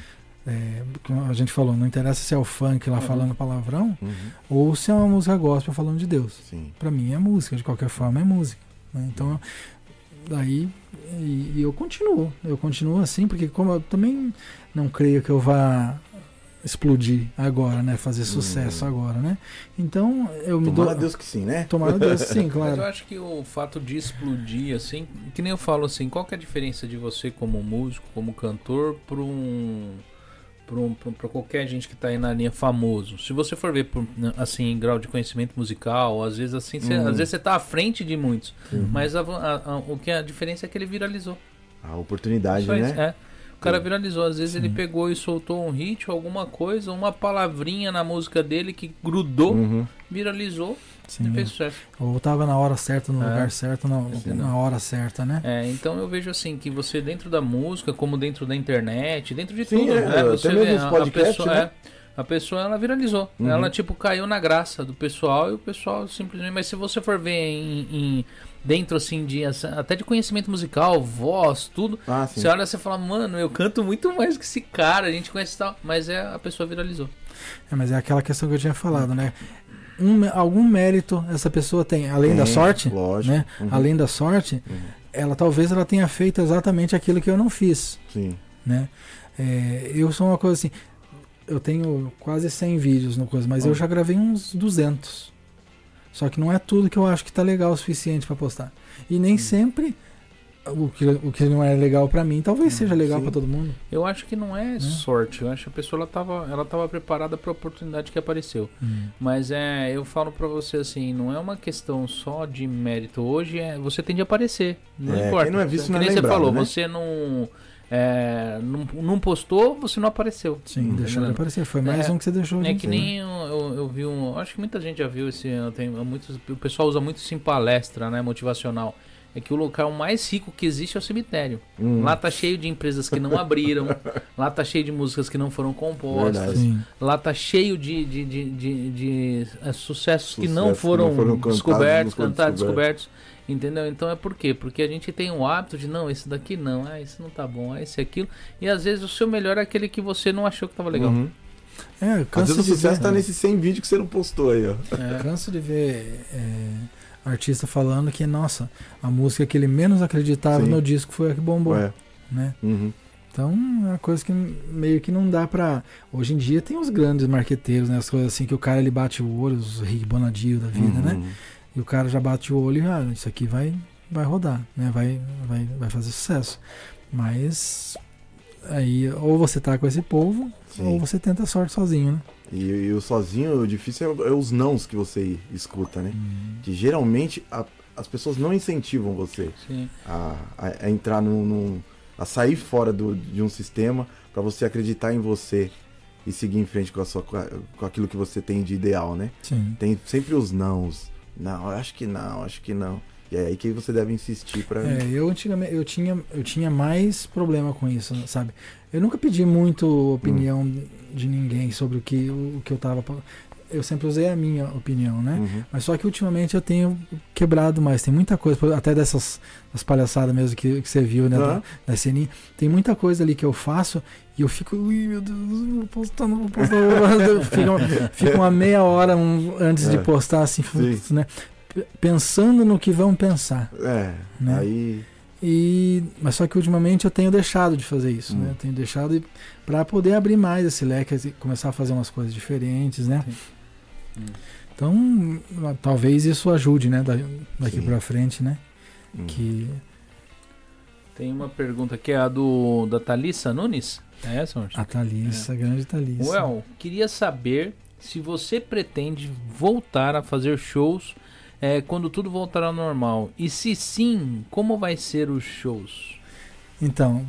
[SPEAKER 3] É, como a gente falou, não interessa se é o funk lá falando palavrão
[SPEAKER 4] Uhum,
[SPEAKER 3] ou se é uma música gospel falando de Deus.
[SPEAKER 4] Sim.
[SPEAKER 3] Pra mim é música, de qualquer forma é música. né? Então, daí e, e eu continuo, eu continuo assim, porque como eu também não creio que eu vá explodir agora, né, fazer sucesso
[SPEAKER 4] Hum.
[SPEAKER 3] agora, né? Então, eu me
[SPEAKER 4] Tomara
[SPEAKER 3] dou
[SPEAKER 4] a Deus que sim, né?
[SPEAKER 3] Tomara a Deus, sim,
[SPEAKER 2] Mas eu
[SPEAKER 3] claro.
[SPEAKER 2] acho que o fato de explodir, assim, que nem eu falo assim, qual que é a diferença de você como músico, como cantor, para um. Pra, um, pra- pra qualquer gente que tá aí na linha famoso. Se você for ver, por, né, assim, em grau de conhecimento musical, às vezes assim, cê-
[SPEAKER 4] Uhum.
[SPEAKER 2] às vezes você tá à frente de muitos.
[SPEAKER 4] Uhum.
[SPEAKER 2] Mas a va- a- a- o que a diferença é que ele viralizou.
[SPEAKER 4] A oportunidade,
[SPEAKER 2] Só isso,
[SPEAKER 4] né?
[SPEAKER 2] é. O cara
[SPEAKER 4] Sim.
[SPEAKER 2] viralizou. Às vezes ele
[SPEAKER 3] Sim.
[SPEAKER 2] pegou e soltou um hit, alguma coisa, uma palavrinha na música dele que
[SPEAKER 3] é
[SPEAKER 2] grudou,
[SPEAKER 4] Uhum.
[SPEAKER 2] viralizou
[SPEAKER 3] Sim,
[SPEAKER 2] e fez sucesso.
[SPEAKER 3] ou tava na hora certa, no
[SPEAKER 2] É.
[SPEAKER 3] lugar certo, na,
[SPEAKER 4] Sim.
[SPEAKER 3] na hora certa, né?
[SPEAKER 2] É, então eu vejo assim que você dentro da música, como dentro da internet, dentro de
[SPEAKER 4] Sim,
[SPEAKER 2] tudo,
[SPEAKER 4] é,
[SPEAKER 2] né?
[SPEAKER 4] até
[SPEAKER 2] Você
[SPEAKER 4] mesmo
[SPEAKER 2] vê
[SPEAKER 4] os
[SPEAKER 2] a, a
[SPEAKER 4] podcasts,
[SPEAKER 2] pessoa,
[SPEAKER 4] né?
[SPEAKER 2] é, a pessoa ela viralizou.
[SPEAKER 4] Uhum.
[SPEAKER 2] Ela tipo caiu na graça do pessoal e o pessoal simplesmente, mas se você for ver em, em- dentro assim de assim, até de conhecimento musical, voz, tudo,
[SPEAKER 4] Ah, sim.
[SPEAKER 2] você olha e você fala, mano, eu canto muito mais que esse cara, a gente conhece e tal, mas é a pessoa viralizou.
[SPEAKER 3] É, mas é aquela questão que eu tinha falado, né? Um mé- algum mérito essa pessoa tem, além da
[SPEAKER 4] Tem,
[SPEAKER 3] sorte,
[SPEAKER 4] Lógico.
[SPEAKER 3] né?
[SPEAKER 4] Uhum,
[SPEAKER 3] Além da sorte,
[SPEAKER 4] Uhum.
[SPEAKER 3] ela talvez ela tenha feito exatamente aquilo que eu não fiz,
[SPEAKER 4] Sim.
[SPEAKER 3] né? É, eu sou uma coisa assim, eu tenho quase 100 vídeos no coisa, mas eu
[SPEAKER 4] Olha.
[SPEAKER 3] já gravei uns 200. Só que não é tudo que eu acho que tá legal o suficiente para postar. E
[SPEAKER 4] Hum.
[SPEAKER 3] nem sempre o que, o que não é legal para mim, talvez seja legal
[SPEAKER 4] sim.
[SPEAKER 3] para todo mundo.
[SPEAKER 2] Eu acho que não
[SPEAKER 4] Né?
[SPEAKER 2] é sorte, eu acho que a pessoa ela tava, ela tava preparada para a oportunidade que apareceu.
[SPEAKER 4] Hum,
[SPEAKER 2] Mas é, eu falo pra você assim, não é uma questão só de mérito. Hoje é, você tem de aparecer, não
[SPEAKER 4] É, quem
[SPEAKER 2] importa.
[SPEAKER 4] não é visto
[SPEAKER 2] que
[SPEAKER 4] não é
[SPEAKER 2] nem
[SPEAKER 4] lembrado,
[SPEAKER 2] você falou,
[SPEAKER 4] né?
[SPEAKER 2] você não, é, não não postou, você não apareceu.
[SPEAKER 3] Sim,
[SPEAKER 4] Hum,
[SPEAKER 3] deixou de
[SPEAKER 2] entendendo?
[SPEAKER 3] aparecer. Foi mais
[SPEAKER 2] É,
[SPEAKER 3] um que você deixou de
[SPEAKER 2] É que nem eu, eu, eu vi um. Acho que muita gente já viu esse. Tem muitos, o pessoal usa muito isso em palestra, né? Motivacional. É que o local mais rico que existe é o cemitério.
[SPEAKER 4] Hum,
[SPEAKER 2] Lá tá cheio de empresas que não abriram. lá tá cheio de músicas que não foram compostas.
[SPEAKER 4] Verdade.
[SPEAKER 3] Sim.
[SPEAKER 2] Lá tá cheio de, de, de, de, de, eh, sucessos que não
[SPEAKER 4] Sucessos que
[SPEAKER 2] foram,
[SPEAKER 4] não foram cantados,
[SPEAKER 2] descobertos,
[SPEAKER 4] não foram
[SPEAKER 2] cantados, descobertos. Entendeu? Então é por quê? Porque a gente tem o hábito de, não, esse daqui não, ah, esse não tá bom, ah, esse é aquilo. E às vezes o seu melhor é aquele que você não achou que tava legal.
[SPEAKER 4] uhum.
[SPEAKER 3] É, eu
[SPEAKER 4] Às vezes o
[SPEAKER 3] canso tá de
[SPEAKER 4] sucesso
[SPEAKER 3] ver, É
[SPEAKER 4] tá nesse 100 vídeos que você não postou aí, ó.
[SPEAKER 3] Eu canso de ver é, artista falando que, nossa, a música que ele menos acreditava
[SPEAKER 4] Sim.
[SPEAKER 3] no disco foi a que bombou,
[SPEAKER 4] Ué.
[SPEAKER 3] né?
[SPEAKER 4] Uhum.
[SPEAKER 3] Então, é uma coisa que meio que não dá pra... Hoje em dia tem os grandes marqueteiros, né? As coisas assim que o cara, ele bate o olho, os Rick Bonadio da vida, né?
[SPEAKER 4] Uhum.
[SPEAKER 3] E o cara já bate o olho e, ah, isso aqui vai, vai rodar, né? Vai, vai, vai fazer sucesso. Mas... Aí, ou você tá com esse povo,
[SPEAKER 4] Sim.
[SPEAKER 3] ou Então você tenta a sorte sozinho, né?
[SPEAKER 4] E, e o sozinho, o difícil é, é os nãos que você escuta, né?
[SPEAKER 3] Uhum.
[SPEAKER 4] Que geralmente a- as pessoas não incentivam você
[SPEAKER 2] Sim.
[SPEAKER 4] a, a- a entrar num, num- a sair fora do- de um sistema pra você acreditar em você e seguir em frente com, a sua, com, a- com aquilo que você tem de ideal, né?
[SPEAKER 3] Sim.
[SPEAKER 4] Tem sempre os nãos. Não, eu acho que não, acho que não. E é aí que você deve insistir pra.
[SPEAKER 3] É, eu antigamente eu tinha, eu tinha mais problema com isso, sabe? Eu nunca pedi muito opinião
[SPEAKER 4] Hum.
[SPEAKER 3] de ninguém sobre o que, o que eu tava. pa- Eu sempre usei a minha opinião, né?
[SPEAKER 4] Uhum.
[SPEAKER 3] Mas só que ultimamente eu tenho quebrado mais. Tem muita coisa, por- até dessas das palhaçadas mesmo que, que você viu, né?
[SPEAKER 4] Aham.
[SPEAKER 3] Da, da CNI. Tem muita coisa ali que eu faço e eu fico, ui, meu Deus, não vou postar, não vou postar. não vou postar." fica, uma, fica uma meia hora um- antes de
[SPEAKER 4] É.
[SPEAKER 3] postar, assim,
[SPEAKER 4] Sim.
[SPEAKER 3] né? P- Pensando no que vão pensar.
[SPEAKER 4] É,
[SPEAKER 3] Né?
[SPEAKER 4] aí.
[SPEAKER 3] E, mas só que ultimamente eu tenho deixado de fazer isso,
[SPEAKER 4] Hum.
[SPEAKER 3] né? Eu tenho deixado para poder abrir mais esse leque e começar a fazer umas coisas diferentes, né?
[SPEAKER 2] Sim. Hum.
[SPEAKER 3] Então, ah, talvez isso ajude, né? Da- Daqui
[SPEAKER 4] Sim.
[SPEAKER 3] para frente, né?
[SPEAKER 4] Hum.
[SPEAKER 3] Que
[SPEAKER 2] Tem uma pergunta que é a do da Thalissa Nunes. É essa, Marcio?
[SPEAKER 3] a Thalissa,
[SPEAKER 4] É.
[SPEAKER 3] a grande Thalissa.
[SPEAKER 2] Well, queria saber se você pretende voltar a fazer shows é, quando tudo voltar ao normal. E se sim, como vai ser os shows?
[SPEAKER 3] Então,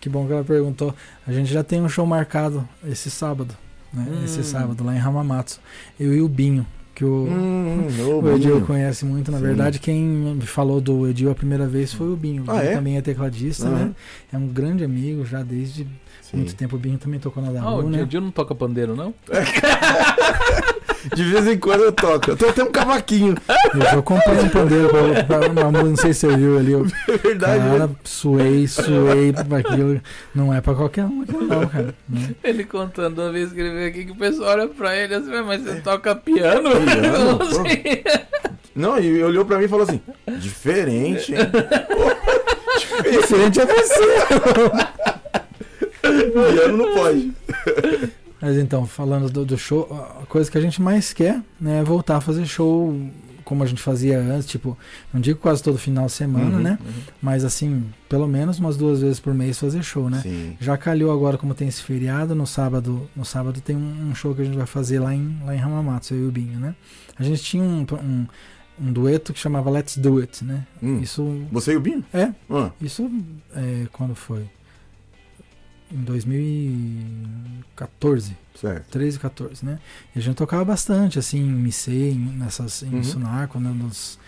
[SPEAKER 3] que bom que ela perguntou. A gente já tem um show marcado esse sábado, né? Esse
[SPEAKER 2] Hum.
[SPEAKER 3] sábado lá em Hamamatsu. Eu e o Binho que o,
[SPEAKER 4] Hum, ô,
[SPEAKER 3] o Edil
[SPEAKER 4] Boninho.
[SPEAKER 3] conhece muito. Na
[SPEAKER 4] Sim.
[SPEAKER 3] verdade, quem me falou do Edil a primeira vez foi o Binho. O
[SPEAKER 4] Ah,
[SPEAKER 3] Binho
[SPEAKER 4] é?
[SPEAKER 3] também é tecladista,
[SPEAKER 4] Aham.
[SPEAKER 3] né? É um grande amigo já desde
[SPEAKER 4] Sim.
[SPEAKER 3] muito tempo. O Binho também tocou na
[SPEAKER 2] Ah,
[SPEAKER 3] Daru,
[SPEAKER 2] o
[SPEAKER 3] né?
[SPEAKER 2] Dil não toca pandeiro, não?
[SPEAKER 4] De vez em quando eu toco. Eu tenho até um cavaquinho.
[SPEAKER 3] Eu, eu comprei um pandeiro pra, pra uma música, não sei se você viu ali. Eu,
[SPEAKER 4] É verdade. né?
[SPEAKER 3] cara, suei, suei pra aquilo. Não é pra qualquer um aquilo não, cara. Não.
[SPEAKER 2] Ele contando uma vez que ele veio aqui que o pessoal olha pra ele assim, mas você toca piano? assim.
[SPEAKER 4] Piano,
[SPEAKER 2] Não sei.
[SPEAKER 4] Não, e ele olhou pra mim e falou assim: diferente, hein? Pô, diferente.
[SPEAKER 3] Diferente é você.
[SPEAKER 4] Piano não pode.
[SPEAKER 3] Mas então, falando do, do show, a coisa que a gente mais quer né, é voltar a fazer show como a gente fazia antes, tipo, não digo quase todo final de semana,
[SPEAKER 4] Uhum,
[SPEAKER 3] né? Mas assim, pelo menos umas duas vezes por mês fazer show, né?
[SPEAKER 4] Sim.
[SPEAKER 3] Já calhou agora como tem esse feriado, no sábado, no sábado tem um, um show que a gente vai fazer lá em, lá em Ramamatsu, eu e o Binho, né? A gente tinha um, um, um dueto que chamava Let's Do It, né?
[SPEAKER 4] Hum.
[SPEAKER 3] Isso,
[SPEAKER 4] Você e o Binho?
[SPEAKER 3] É.
[SPEAKER 4] Ah,
[SPEAKER 3] isso é, quando foi? Em 2014.
[SPEAKER 4] certo.
[SPEAKER 3] 13, 14, né? E a gente tocava bastante, assim, em Missei, em- nessas, em
[SPEAKER 4] Uhum.
[SPEAKER 3] Sunaco, né? Nos,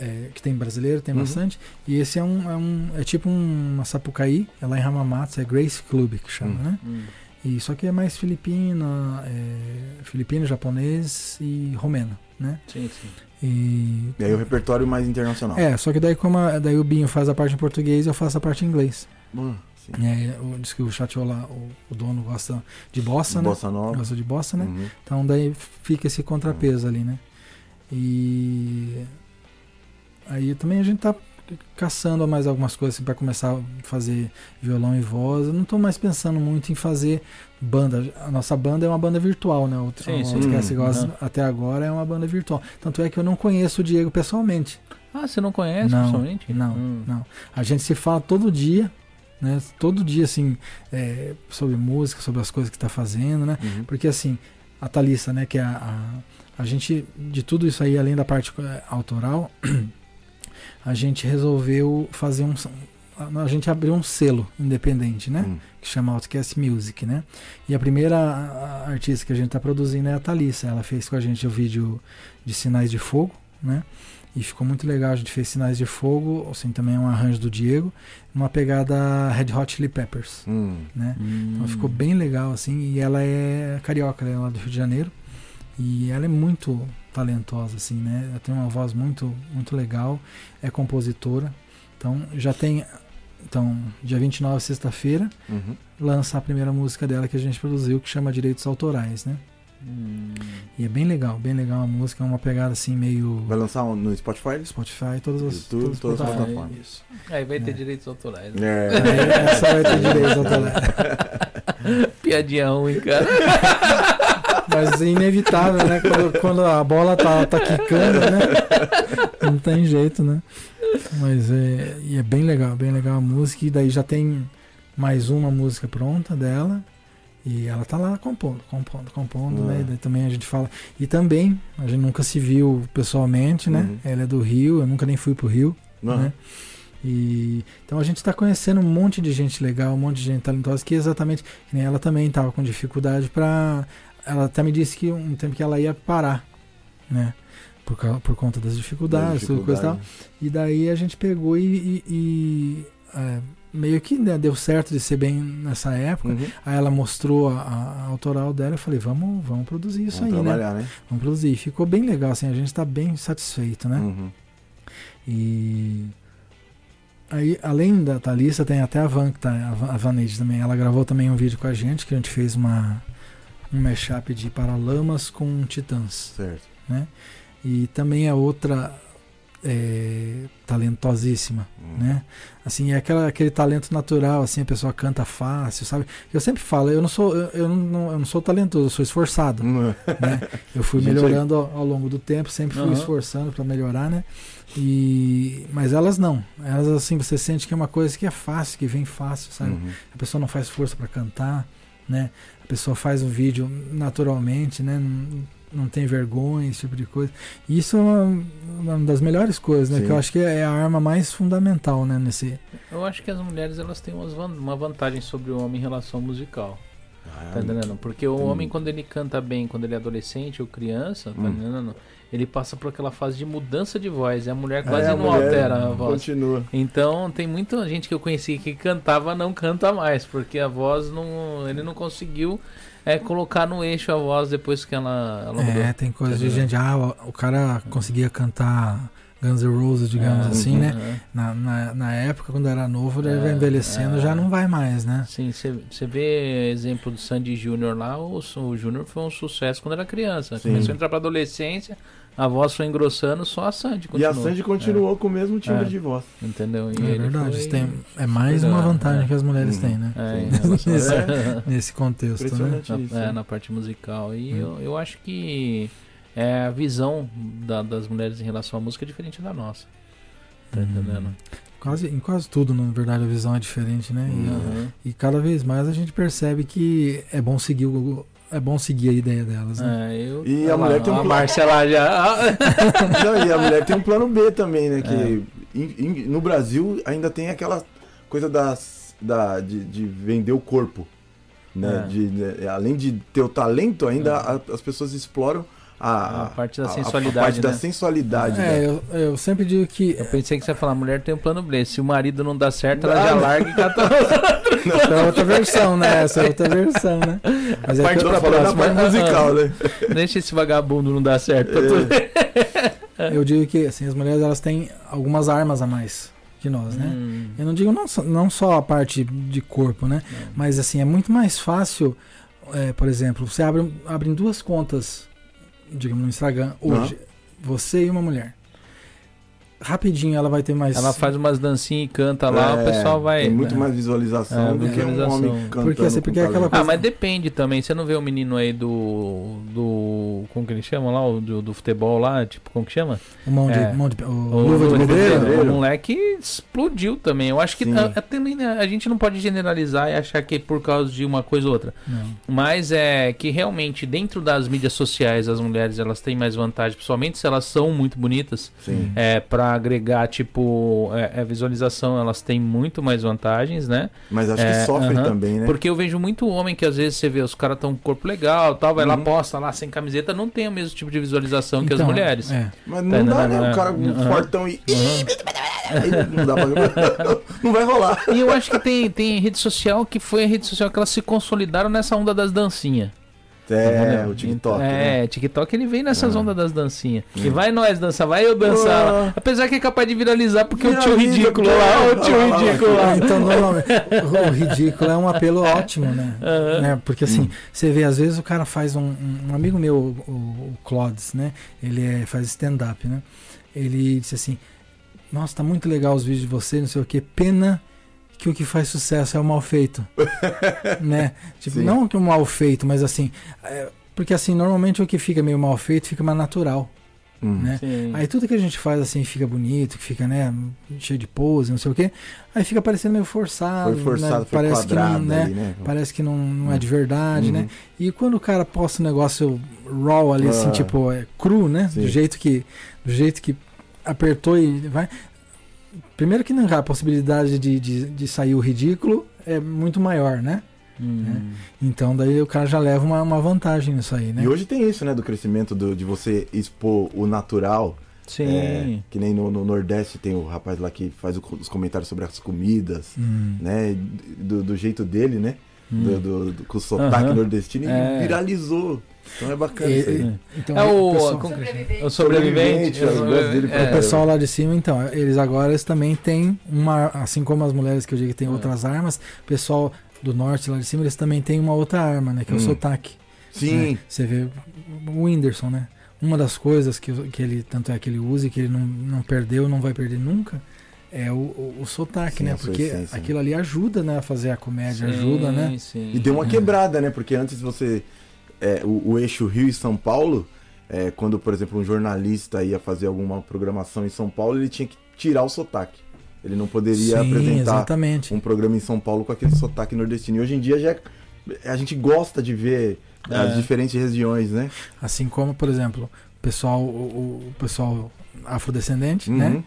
[SPEAKER 3] é, que tem brasileiro, tem
[SPEAKER 4] Uhum.
[SPEAKER 3] bastante. E esse é um, é um- é tipo um- uma Sapucaí, é lá em Ramamatsu, é Grace Club que chama,
[SPEAKER 4] Hum.
[SPEAKER 3] né?
[SPEAKER 2] Hum.
[SPEAKER 3] E só que é mais filipina, é, filipino, japonês e romeno, né?
[SPEAKER 2] Sim, sim.
[SPEAKER 3] E...
[SPEAKER 4] E aí o repertório mais internacional.
[SPEAKER 3] É, só que daí como a- daí o Binho faz a parte em português, eu faço a parte em inglês.
[SPEAKER 4] Ah, sim.
[SPEAKER 3] E aí, eu- diz que o Chatiola, o, o dono, gosta de bossa, né?
[SPEAKER 4] Bossa nova.
[SPEAKER 3] Gosta de bossa, né?
[SPEAKER 4] Uhum.
[SPEAKER 3] Então daí fica esse contrapeso ali, né? E aí também a gente tá caçando mais algumas coisas assim, para começar a fazer violão e voz. Eu não tô mais pensando muito em fazer banda. A nossa banda é uma banda virtual, né? O
[SPEAKER 2] Sim, sim.
[SPEAKER 3] Outcast
[SPEAKER 4] Hum,
[SPEAKER 3] Gospel
[SPEAKER 2] uhum.
[SPEAKER 3] até agora é uma banda virtual. Tanto é que eu não conheço o Diego pessoalmente.
[SPEAKER 2] Ah, você não conhece
[SPEAKER 3] Não,
[SPEAKER 2] pessoalmente?
[SPEAKER 3] não,
[SPEAKER 2] Hum.
[SPEAKER 3] não. A gente se fala todo dia, né? Todo dia assim, é, sobre música, sobre as coisas que tá fazendo, né?
[SPEAKER 4] Uhum.
[SPEAKER 3] Porque assim, a Thalissa, né, que é a, a, a gente, de tudo isso aí, além da parte eh, autoral, a gente resolveu fazer um. A gente abriu um selo independente, né?
[SPEAKER 4] Hum.
[SPEAKER 3] Que chama Outcast Music, né? E a primeira a- a artista que a gente tá produzindo é a Thalissa. Ela fez com a gente o vídeo de Sinais de Fogo, né? E ficou muito legal. A gente fez Sinais de Fogo, assim, também é um arranjo do Diego, numa pegada Red Hot Chili Peppers.
[SPEAKER 4] Hum.
[SPEAKER 3] Então ficou bem legal, assim, e ela é carioca, ela é lá do Rio de Janeiro. E ela é muito talentosa, assim, né? Ela tem uma voz muito, muito legal, é compositora. Então já tem. Então, dia 29, sexta-feira,
[SPEAKER 4] Uhum.
[SPEAKER 3] lança a primeira música dela que a gente produziu, que chama Direitos Autorais, né?
[SPEAKER 2] Hum.
[SPEAKER 3] E é bem legal, bem legal a música, é uma pegada assim meio
[SPEAKER 4] Vai lançar um- no Spotify?
[SPEAKER 3] Spotify, todas as.
[SPEAKER 4] YouTube,
[SPEAKER 3] todas as
[SPEAKER 4] todas as
[SPEAKER 3] plataformas.
[SPEAKER 4] plataformas.
[SPEAKER 2] Isso. Aí vai ter
[SPEAKER 3] É.
[SPEAKER 2] direitos autorais. né?
[SPEAKER 4] É.
[SPEAKER 3] Aí essa vai ter né? direitos autorais.
[SPEAKER 2] Piadinha ruim, cara.
[SPEAKER 3] Mas é inevitável, né? Quando, quando a bola tá, tá quicando, né? Não tem jeito, né? Mas é, e é bem legal, bem legal a música. E daí já tem mais uma música pronta dela. E ela tá lá compondo, compondo, compondo, né?
[SPEAKER 4] Ah.
[SPEAKER 3] E daí também a gente fala. E também, a gente nunca se viu pessoalmente, né?
[SPEAKER 4] Uhum.
[SPEAKER 3] Ela é do Rio, eu nunca nem fui pro Rio.
[SPEAKER 4] Não.
[SPEAKER 3] Né? E então a gente está conhecendo um monte de gente legal, um monte de gente talentosa que exatamente, que nem ela também estava com dificuldade para ela até me disse que um tempo que ela ia parar, né? Por, cau- por conta das dificuldades, tudo coisa e tal. E daí a gente pegou e, e- e, é, meio que né, deu certo de ser bem nessa época.
[SPEAKER 4] Uhum.
[SPEAKER 3] Aí ela mostrou a, a- a autoral dela, eu falei, vamos, vamos produzir isso
[SPEAKER 4] Vamos
[SPEAKER 3] aí, né?
[SPEAKER 4] trabalhar, né?
[SPEAKER 3] Vamos produzir. E Ficou bem legal, assim, a gente está bem satisfeito, né?
[SPEAKER 4] Uhum.
[SPEAKER 3] E aí, além da Thalissa, tem até a Van, que tá, a Van- a Vaneide também. Ela gravou também um vídeo com a gente, que a gente fez uma, um mashup de Paralamas com Titãs.
[SPEAKER 4] Certo.
[SPEAKER 3] E também é outra é, talentosíssima,
[SPEAKER 4] Hum.
[SPEAKER 3] né? Assim, é aquela, aquele talento natural, assim, a pessoa canta fácil, sabe? Eu sempre falo, eu não sou, eu, eu não, eu não sou talentoso, eu sou esforçado.
[SPEAKER 4] Hum.
[SPEAKER 3] Eu fui
[SPEAKER 4] Gente,
[SPEAKER 3] melhorando ao, ao longo do tempo, sempre fui
[SPEAKER 2] Aham.
[SPEAKER 3] esforçando pra melhorar, né? E mas elas não. Elas assim, você sente que é uma coisa que é fácil, que vem fácil, sabe?
[SPEAKER 4] Uhum.
[SPEAKER 3] A pessoa não faz força pra cantar, né? A pessoa faz um vídeo naturalmente, né? Não, não tem vergonha, esse tipo de coisa. E isso é uma, uma das melhores coisas, né?
[SPEAKER 4] Sim.
[SPEAKER 3] Que eu acho que é a arma mais fundamental, né? Nesse.
[SPEAKER 2] Eu acho que as mulheres elas têm umas van- uma vantagem sobre o homem em relação ao musical.
[SPEAKER 4] Ah,
[SPEAKER 2] Tá entendendo? Porque o homem, quando ele canta bem, quando ele é adolescente ou criança, tá entendendo? Ele passa por aquela fase de mudança de voz. E a mulher quase
[SPEAKER 4] É, a
[SPEAKER 2] não
[SPEAKER 4] mulher
[SPEAKER 2] altera a voz.
[SPEAKER 4] Continua.
[SPEAKER 2] Então, tem muita gente que eu conheci que cantava, não canta mais, porque a voz não. Ele não conseguiu é, colocar no eixo a voz depois que ela, ela mudou.
[SPEAKER 3] É, tem coisa de gente. Ah, o, o cara conseguia cantar Guns N' Roses, digamos
[SPEAKER 2] É,
[SPEAKER 3] assim, né?
[SPEAKER 2] é.
[SPEAKER 3] Na, na, na época, quando era novo, ele
[SPEAKER 2] É,
[SPEAKER 3] vai envelhecendo,
[SPEAKER 2] é.
[SPEAKER 3] já não vai mais, né?
[SPEAKER 2] Sim, você vê exemplo do Sandy Júnior lá, o, Su- o Júnior foi um sucesso quando era criança.
[SPEAKER 4] Sim.
[SPEAKER 2] Começou a entrar pra adolescência, a voz foi engrossando, só a Sandy
[SPEAKER 4] E
[SPEAKER 2] continuou.
[SPEAKER 4] a Sandy continuou com o mesmo timbre
[SPEAKER 2] É.
[SPEAKER 4] de voz.
[SPEAKER 2] Entendeu? E
[SPEAKER 3] é
[SPEAKER 2] ele
[SPEAKER 3] verdade.
[SPEAKER 2] foi-
[SPEAKER 3] isso tem- é mais uma
[SPEAKER 2] Cuidado,
[SPEAKER 3] vantagem
[SPEAKER 2] é.
[SPEAKER 3] que as mulheres têm, né?
[SPEAKER 2] É, em
[SPEAKER 3] Nesse-
[SPEAKER 2] relação a- É.
[SPEAKER 3] Nesse contexto, né?
[SPEAKER 4] Impressionante isso. Uhum.
[SPEAKER 2] na, é, na parte musical. E eu, eu acho que é, a visão da- das mulheres em relação à música é diferente da nossa. Tá
[SPEAKER 4] Uhum.
[SPEAKER 2] entendendo?
[SPEAKER 3] Quase, em quase tudo, na verdade, a visão é diferente, né? E-
[SPEAKER 2] Uhum.
[SPEAKER 3] E, cada vez mais a gente percebe que é bom seguir o. É bom seguir a ideia delas, né?
[SPEAKER 2] É, eu-
[SPEAKER 4] E a
[SPEAKER 2] olha lá,
[SPEAKER 4] mulher tem um
[SPEAKER 2] A
[SPEAKER 4] pla-
[SPEAKER 2] Marcela já.
[SPEAKER 4] Não, e a mulher tem um plano B também, né?
[SPEAKER 2] É.
[SPEAKER 4] Que em- em- no Brasil ainda tem aquela coisa das, da, de, de vender o corpo. Né?
[SPEAKER 2] É.
[SPEAKER 4] De- né, além de ter o talento, ainda a- as pessoas exploram a,
[SPEAKER 2] É, A parte da
[SPEAKER 4] a- a
[SPEAKER 2] sensualidade,
[SPEAKER 4] parte da
[SPEAKER 2] né?
[SPEAKER 4] sensualidade. né?
[SPEAKER 3] É, eu, eu sempre digo que. é
[SPEAKER 2] Eu pensei que você ia falar, a mulher tem um plano B. Se o marido não dá certo, ela já
[SPEAKER 4] Não.
[SPEAKER 2] larga e cata.
[SPEAKER 3] Essa é outra versão, né? Essa é outra versão, né? Mas é
[SPEAKER 4] Eu
[SPEAKER 3] que
[SPEAKER 4] tô
[SPEAKER 2] pra
[SPEAKER 4] falando da
[SPEAKER 2] próxima. então,
[SPEAKER 4] parte musical, né?
[SPEAKER 2] Deixa esse vagabundo não dar certo. pra tu
[SPEAKER 4] É.
[SPEAKER 2] ver.
[SPEAKER 3] eu digo que assim, as mulheres elas têm algumas armas a mais que nós, né?
[SPEAKER 2] Hum,
[SPEAKER 3] Eu não digo não, só- não só a parte de corpo, né? Mas assim, é muito mais fácil, é, por exemplo, você abre, abre em duas contas, digamos, no Instagram, hoje, você e uma mulher. Rapidinho ela vai ter mais.
[SPEAKER 2] Ela faz umas dancinhas e canta lá, o
[SPEAKER 4] É,
[SPEAKER 2] pessoal vai.
[SPEAKER 4] Tem muito
[SPEAKER 2] né?
[SPEAKER 4] mais visualização
[SPEAKER 2] É,
[SPEAKER 4] do que um
[SPEAKER 2] visualização.
[SPEAKER 4] homem
[SPEAKER 2] Porque,
[SPEAKER 4] cantando.
[SPEAKER 3] assim,
[SPEAKER 4] com
[SPEAKER 3] porque é aquela
[SPEAKER 4] talento.
[SPEAKER 2] Ah, mas depende também. Você não vê o menino aí do. do. Como que ele chama lá? O do, do futebol lá, tipo, como que chama?
[SPEAKER 3] um monte de.
[SPEAKER 2] é.
[SPEAKER 3] Um monte de o,
[SPEAKER 2] O-
[SPEAKER 3] luva de
[SPEAKER 2] o-
[SPEAKER 3] pedreiro.
[SPEAKER 2] O moleque explodiu também. Eu acho que
[SPEAKER 4] Sim.
[SPEAKER 2] a, a- também, né, a gente não pode generalizar e achar que é por causa de uma coisa ou outra.
[SPEAKER 3] Não.
[SPEAKER 2] Mas é que realmente dentro das mídias sociais as mulheres elas têm mais vantagem, principalmente se elas são muito bonitas.
[SPEAKER 4] Sim.
[SPEAKER 2] É, para agregar, tipo, é, é, visualização, elas têm muito mais vantagens, né?
[SPEAKER 4] Mas acho
[SPEAKER 2] É,
[SPEAKER 4] que sofre
[SPEAKER 2] aham.
[SPEAKER 4] também, né?
[SPEAKER 2] Porque eu vejo muito homem que às vezes você vê, os caras tão com corpo legal tal, vai lá,
[SPEAKER 4] Uhum.
[SPEAKER 2] posta lá sem camiseta, não tem o mesmo tipo de visualização que as
[SPEAKER 3] Então,
[SPEAKER 2] mulheres.
[SPEAKER 3] É.
[SPEAKER 4] Mas não dá, né?
[SPEAKER 2] Aham.
[SPEAKER 4] O cara fortão e. Aí não dá pra. Não vai rolar.
[SPEAKER 2] E eu acho que tem, tem rede social que foi a rede social que elas se consolidaram nessa onda das dancinhas.
[SPEAKER 4] É, o TikTok.
[SPEAKER 2] É,
[SPEAKER 4] né?
[SPEAKER 2] TikTok ele vem nessas ondas das dancinhas. E vai nós dançar, vai eu dançar.
[SPEAKER 4] Ah.
[SPEAKER 2] lá. Apesar que é capaz de viralizar, porque o tio
[SPEAKER 4] Viraliza,
[SPEAKER 2] ridículo lá, ó, o tio
[SPEAKER 4] cara.
[SPEAKER 2] ridículo lá.
[SPEAKER 3] Ah, Então, normalmente, o ridículo é um apelo ótimo, né? Né? Porque assim, você vê, às vezes o cara faz um. Um um amigo meu, o, o- o Clodes, né? Ele é- faz stand-up, né? Ele disse assim: Nossa, tá muito legal os vídeos de você, não sei o quê. Pena que o que faz sucesso é o mal feito. né? Tipo,
[SPEAKER 4] Sim.
[SPEAKER 3] não que o mal feito, mas assim. é, porque assim, normalmente o que fica meio mal feito fica mais natural,
[SPEAKER 4] Hum.
[SPEAKER 3] né? Aí tudo que a gente faz assim fica bonito, que fica, né, cheio de pose, não sei o quê. Aí fica parecendo meio forçado.
[SPEAKER 4] Foi forçado,
[SPEAKER 3] né?
[SPEAKER 4] foi quadrado
[SPEAKER 3] que não, né?
[SPEAKER 4] ali, né?
[SPEAKER 3] Parece que não, não é de verdade,
[SPEAKER 4] Uhum.
[SPEAKER 3] né? E quando o cara posta um negócio raw ali, assim,
[SPEAKER 4] Ah.
[SPEAKER 3] tipo, é cru, né? Do
[SPEAKER 4] Sim.
[SPEAKER 3] jeito que. Do jeito que apertou e vai. Primeiro que não há a possibilidade de, de, de sair o ridículo é muito maior, né?
[SPEAKER 2] Hum.
[SPEAKER 3] Então daí o cara já leva uma, uma vantagem nisso aí, né?
[SPEAKER 4] E hoje tem isso, né? Do crescimento do- de você expor o natural.
[SPEAKER 2] Sim.
[SPEAKER 4] É, que nem no, no Nordeste tem o rapaz lá que faz o- os comentários sobre as comidas,
[SPEAKER 3] Hum.
[SPEAKER 4] né? Do, do jeito dele, né? Do, do- do- com o sotaque
[SPEAKER 2] Aham.
[SPEAKER 4] nordestino e
[SPEAKER 2] É.
[SPEAKER 4] viralizou. Então é bacana
[SPEAKER 3] E-
[SPEAKER 4] isso aí.
[SPEAKER 3] e- então,
[SPEAKER 2] É
[SPEAKER 3] o
[SPEAKER 2] o-
[SPEAKER 3] pessoal-
[SPEAKER 2] com-
[SPEAKER 5] Sobrevivente.
[SPEAKER 2] O sobrevivente. é.
[SPEAKER 4] Sobrevivente, as vozes dele
[SPEAKER 3] O pessoal lá de cima, então, eles agora eles também têm uma. Assim como as mulheres que eu digo que
[SPEAKER 4] É.
[SPEAKER 3] têm outras armas, o pessoal do norte lá de cima, eles também têm uma outra arma, né? Que é o
[SPEAKER 4] Hum.
[SPEAKER 3] sotaque.
[SPEAKER 4] Sim,
[SPEAKER 3] né? Você vê o Whindersson, né? Uma das coisas que, o- que ele, tanto é que ele usa e que ele não, não perdeu, não vai perder nunca, é o, o, o sotaque,
[SPEAKER 4] Sim,
[SPEAKER 3] né?
[SPEAKER 4] a sua
[SPEAKER 3] Porque
[SPEAKER 4] essência, né?
[SPEAKER 3] aquilo ali ajuda, né? A fazer a comédia,
[SPEAKER 2] Sim,
[SPEAKER 3] ajuda, né?
[SPEAKER 2] sim.
[SPEAKER 4] E deu uma quebrada, né? Porque antes você. é, o, o eixo Rio e São Paulo, é, quando, por exemplo, um jornalista ia fazer alguma programação em São Paulo, ele tinha que tirar o sotaque. Ele não poderia
[SPEAKER 3] Sim,
[SPEAKER 4] apresentar
[SPEAKER 3] exatamente.
[SPEAKER 4] um programa em São Paulo com aquele sotaque nordestino. E hoje em dia já é, a gente gosta de ver
[SPEAKER 3] É.
[SPEAKER 4] as diferentes regiões, né?
[SPEAKER 3] Assim como, por exemplo, o pessoal, o, o pessoal afrodescendente, né?
[SPEAKER 4] Uhum.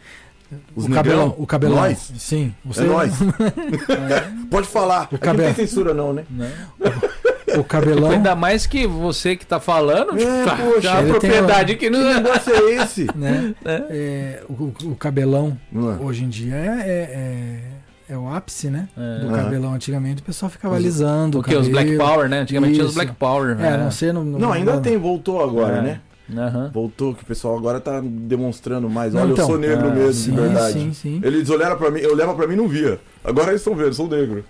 [SPEAKER 4] Os
[SPEAKER 3] o
[SPEAKER 4] negão,
[SPEAKER 3] cabelão, o cabelão.
[SPEAKER 4] Nós.
[SPEAKER 3] Sim,
[SPEAKER 4] É
[SPEAKER 3] você
[SPEAKER 4] nós. Pode falar. Aqui não
[SPEAKER 3] cabelo.
[SPEAKER 4] tem censura, não, né?
[SPEAKER 2] Né?
[SPEAKER 3] o cabelão.
[SPEAKER 2] Ainda mais que você que tá falando,
[SPEAKER 4] É,
[SPEAKER 2] tá,
[SPEAKER 4] poxa,
[SPEAKER 2] já é
[SPEAKER 3] ele
[SPEAKER 2] uma
[SPEAKER 3] tem
[SPEAKER 2] propriedade que
[SPEAKER 4] Que
[SPEAKER 2] não é.
[SPEAKER 4] negócio é esse?
[SPEAKER 3] né? É, o, o cabelão
[SPEAKER 4] Vamos lá.
[SPEAKER 3] hoje em dia é, é, é o ápice, né? Do
[SPEAKER 4] Aham.
[SPEAKER 3] cabelão. Antigamente o pessoal ficava
[SPEAKER 4] É. Os-
[SPEAKER 3] alisando.
[SPEAKER 2] Porque É. os Black
[SPEAKER 3] cabelo.
[SPEAKER 2] Power, né? Antigamente tinha os
[SPEAKER 3] Isso.
[SPEAKER 2] Black Power.
[SPEAKER 3] É, a
[SPEAKER 2] né?
[SPEAKER 3] não ser no, no-
[SPEAKER 4] Não, ainda
[SPEAKER 3] no-
[SPEAKER 4] tem, voltou agora,
[SPEAKER 2] É.
[SPEAKER 4] né?
[SPEAKER 2] Aham.
[SPEAKER 4] Voltou, que o pessoal agora tá demonstrando mais.
[SPEAKER 3] Não,
[SPEAKER 4] Olha,
[SPEAKER 3] então.
[SPEAKER 4] eu sou negro
[SPEAKER 2] Ah,
[SPEAKER 4] mesmo,
[SPEAKER 3] Sim,
[SPEAKER 4] de verdade.
[SPEAKER 3] sim, sim.
[SPEAKER 4] Eles olharam pra mim, eu olhava pra mim e não via. Agora eles estão vendo, sou negro.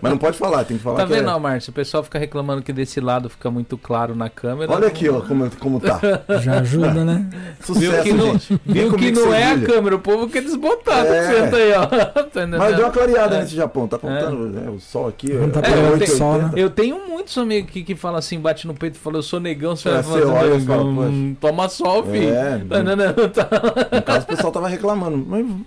[SPEAKER 4] Mas não pode falar, tem que falar
[SPEAKER 2] Tá
[SPEAKER 4] que
[SPEAKER 2] vendo,
[SPEAKER 4] é.
[SPEAKER 2] não, Márcio? O pessoal fica reclamando que desse lado fica muito claro na câmera.
[SPEAKER 4] Olha aqui, ó, como, como tá.
[SPEAKER 3] Já ajuda, né?
[SPEAKER 4] Sucesso,
[SPEAKER 2] Viu que não-
[SPEAKER 4] gente. Vem
[SPEAKER 2] Viu que
[SPEAKER 4] comigo
[SPEAKER 2] não é a
[SPEAKER 4] Sevilha.
[SPEAKER 2] câmera, o povo quer desbotar.
[SPEAKER 4] É.
[SPEAKER 2] Senta aí, ó. Tá entendendo?
[SPEAKER 4] Mas deu uma clareada
[SPEAKER 2] É.
[SPEAKER 4] nesse Japão, tá apontando né, o sol aqui.
[SPEAKER 3] Não tá
[SPEAKER 4] é,
[SPEAKER 3] pegando
[SPEAKER 2] eu
[SPEAKER 4] 8,80.
[SPEAKER 2] tenho-
[SPEAKER 3] sol, né?
[SPEAKER 2] Eu tenho muitos amigos aqui que fala assim, bate no peito e fala, eu sou negão, você
[SPEAKER 4] É,
[SPEAKER 2] vai
[SPEAKER 4] você
[SPEAKER 2] fazer
[SPEAKER 4] olha e
[SPEAKER 2] negão.
[SPEAKER 4] fala,
[SPEAKER 2] Hum, Toma sol, filho.
[SPEAKER 4] É,
[SPEAKER 2] Tá, não, não, tá.
[SPEAKER 4] No caso, o pessoal tava reclamando. Mas o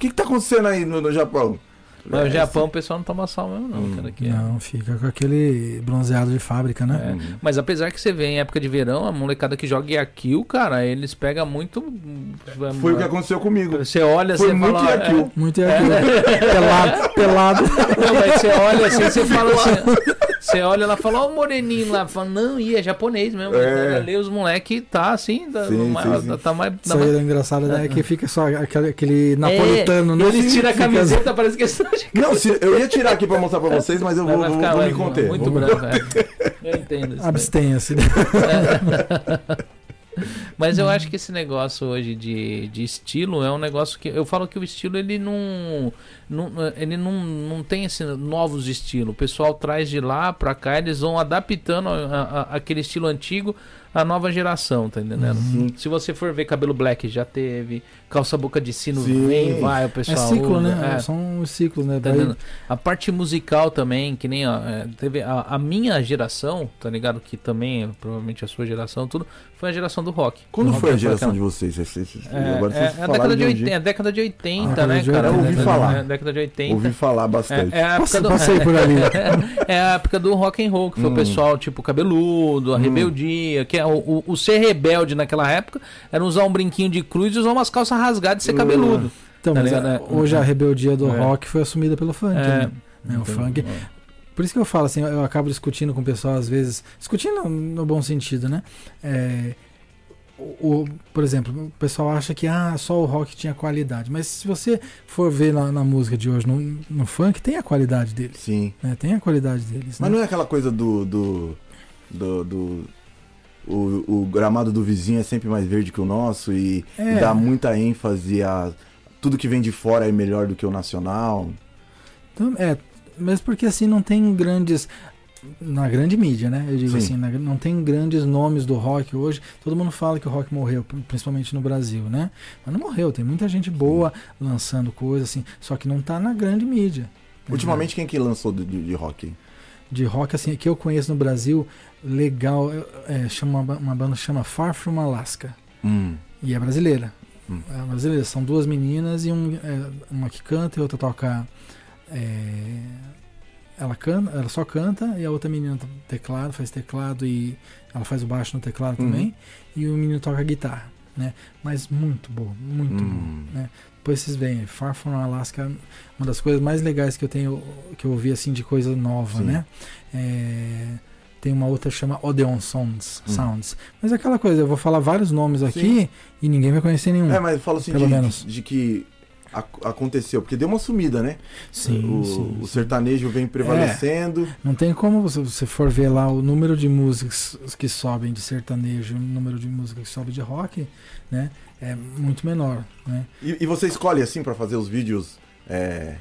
[SPEAKER 4] que, que tá acontecendo aí no, no Japão? É,
[SPEAKER 2] Mas o Japão, o pessoal não toma sol mesmo, não,
[SPEAKER 4] Hum.
[SPEAKER 2] cara. Aqui.
[SPEAKER 3] Não, fica com aquele bronzeado de fábrica, né?
[SPEAKER 2] É.
[SPEAKER 4] Uhum.
[SPEAKER 2] Mas apesar que você vê em época de verão, a molecada que joga Yakil, cara, eles pegam muito. hum,
[SPEAKER 4] Foi o que aconteceu comigo.
[SPEAKER 2] Você olha,
[SPEAKER 4] Foi
[SPEAKER 2] você
[SPEAKER 4] muito
[SPEAKER 2] fala.
[SPEAKER 4] Yakil.
[SPEAKER 3] Muito é aquilo, pelado, pelado.
[SPEAKER 2] Não, mas você olha assim, você fala assim. Você olha lá, fala, ó o moreninho lá. Fala, não, e é japonês mesmo.
[SPEAKER 4] É.
[SPEAKER 2] Olha, ali os moleque tá assim, tá,
[SPEAKER 4] Sim,
[SPEAKER 2] mais-
[SPEAKER 4] sim, sim.
[SPEAKER 2] tá mais. Tá
[SPEAKER 3] Isso aí
[SPEAKER 2] mais...
[SPEAKER 3] é engraçado, né? É que fica só aquele, aquele napolitano,
[SPEAKER 2] é,
[SPEAKER 3] né?
[SPEAKER 2] Eles tiram a
[SPEAKER 3] Fica-
[SPEAKER 2] camiseta, parece que estão de
[SPEAKER 4] Não, se- eu ia tirar aqui pra mostrar pra vocês, mas eu vou, vou- vou me conter.
[SPEAKER 2] Muito
[SPEAKER 4] Vou me-
[SPEAKER 2] branco, é. Eu entendo isso. daí.
[SPEAKER 3] Abstenha-se.
[SPEAKER 2] Mas
[SPEAKER 3] Uhum.
[SPEAKER 2] eu acho que esse negócio hoje de, de estilo é um negócio que. Eu falo que o estilo ele não. não ele não, não tem esse novos estilos. O pessoal traz de lá pra cá, eles vão adaptando a- a- a- aquele estilo antigo à nova geração, tá entendendo?
[SPEAKER 3] Uhum.
[SPEAKER 2] Se você for ver cabelo black já teve, calça boca de sino
[SPEAKER 4] Sim.
[SPEAKER 2] vem, vai, o
[SPEAKER 3] É
[SPEAKER 2] pessoal.
[SPEAKER 3] ciclo,
[SPEAKER 2] usa,
[SPEAKER 3] né?
[SPEAKER 2] é.
[SPEAKER 3] São os ciclos, né?
[SPEAKER 2] Tá
[SPEAKER 3] Daí-
[SPEAKER 2] entendendo? A parte musical também, que nem a, é, teve a, a minha geração, tá ligado? Que também, é provavelmente a sua geração, tudo, foi a geração do rock.
[SPEAKER 4] Quando
[SPEAKER 2] Do
[SPEAKER 4] foi
[SPEAKER 2] rock
[SPEAKER 4] a geração
[SPEAKER 2] bacana.
[SPEAKER 4] de vocês? Vocês- vocês-
[SPEAKER 2] É,
[SPEAKER 4] agora
[SPEAKER 2] é,
[SPEAKER 4] vocês
[SPEAKER 2] é a
[SPEAKER 4] falaram
[SPEAKER 2] década de
[SPEAKER 4] um
[SPEAKER 2] 80,
[SPEAKER 4] dia.
[SPEAKER 2] é a década de 80,
[SPEAKER 3] Ah,
[SPEAKER 2] né,
[SPEAKER 3] década de
[SPEAKER 2] cara?
[SPEAKER 3] 80. Eu ouvi
[SPEAKER 2] É,
[SPEAKER 4] falar.
[SPEAKER 2] É a década de 80.
[SPEAKER 4] Ouvi falar bastante.
[SPEAKER 2] É, é a época
[SPEAKER 3] Nossa,
[SPEAKER 2] do,
[SPEAKER 3] passei por ali. né?
[SPEAKER 2] é a época do rock and roll, que foi o
[SPEAKER 4] Hum.
[SPEAKER 2] pessoal, tipo, cabeludo, a rebeldia, que é o, o, o ser rebelde naquela época era usar um brinquinho de cruz e usar umas calças rasgadas e
[SPEAKER 4] Hum.
[SPEAKER 2] ser cabeludo.
[SPEAKER 3] Então,
[SPEAKER 2] Tá
[SPEAKER 3] mas
[SPEAKER 2] ligado,
[SPEAKER 3] a-
[SPEAKER 2] né?
[SPEAKER 3] hoje a rebeldia do
[SPEAKER 2] É.
[SPEAKER 3] rock foi assumida pelo funk,
[SPEAKER 2] É.
[SPEAKER 3] né? É, o funk. Por isso que eu falo assim, eu acabo discutindo com o pessoal às vezes, discutindo no bom sentido, né? É, o, o- por exemplo, o pessoal acha que ah, só o rock tinha qualidade, mas se você for ver na, na música de hoje, no, no funk, tem a qualidade deles,
[SPEAKER 4] Sim.
[SPEAKER 3] né? Tem a qualidade deles.
[SPEAKER 4] Mas
[SPEAKER 3] né?
[SPEAKER 4] não é aquela coisa do. do. do. do- o, o gramado do vizinho é sempre mais verde que o nosso e,
[SPEAKER 3] É.
[SPEAKER 4] e dá muita ênfase a. Tudo que vem de fora é melhor do que o nacional.
[SPEAKER 3] Então, é, mesmo porque assim não tem grandes. Na grande mídia, né? Eu digo
[SPEAKER 4] Sim.
[SPEAKER 3] assim, na- não tem grandes nomes do rock hoje. Todo mundo fala que o rock morreu, pr- principalmente no Brasil, né? Mas não morreu, tem muita gente boa lançando coisa, assim, só que não tá na grande mídia.
[SPEAKER 4] Ultimamente, quem que lançou de, de- de rock?
[SPEAKER 3] De rock, assim, que eu conheço no Brasil, legal, é, é, chama uma, ba- uma banda que chama Far From Alaska.
[SPEAKER 4] Hum.
[SPEAKER 3] E é brasileira.
[SPEAKER 4] Hum.
[SPEAKER 3] É brasileira. São duas meninas e um, é, uma que canta e outra toca. é, ela, canta, ela só canta e a outra menina to- teclado, faz teclado e ela faz o baixo no teclado
[SPEAKER 4] Uhum.
[SPEAKER 3] também. E o menino toca guitarra, né? Mas muito bom, muito bom.
[SPEAKER 4] Hum.
[SPEAKER 3] Depois vocês veem, Far From Alaska, uma das coisas mais legais que eu tenho, que eu ouvi assim de coisa nova,
[SPEAKER 4] Sim.
[SPEAKER 3] né? É, tem uma outra que chama Odeon Sounds,
[SPEAKER 4] Hum.
[SPEAKER 3] Sounds. Mas é aquela coisa, eu vou falar vários nomes aqui e ninguém vai conhecer nenhum.
[SPEAKER 4] É, mas eu falo assim
[SPEAKER 3] Pelo
[SPEAKER 4] de,
[SPEAKER 3] menos.
[SPEAKER 4] de que ac- aconteceu, porque deu uma sumida, né?
[SPEAKER 3] sim,
[SPEAKER 4] o,
[SPEAKER 3] sim, É.
[SPEAKER 4] o
[SPEAKER 3] sim.
[SPEAKER 4] sertanejo vem prevalecendo.
[SPEAKER 3] Não tem como você, você for ver lá o número de músicas que sobem de sertanejo, o número de músicas que sobe de rock, né? É muito menor, né?
[SPEAKER 4] E, e você escolhe assim pra fazer os vídeos. é,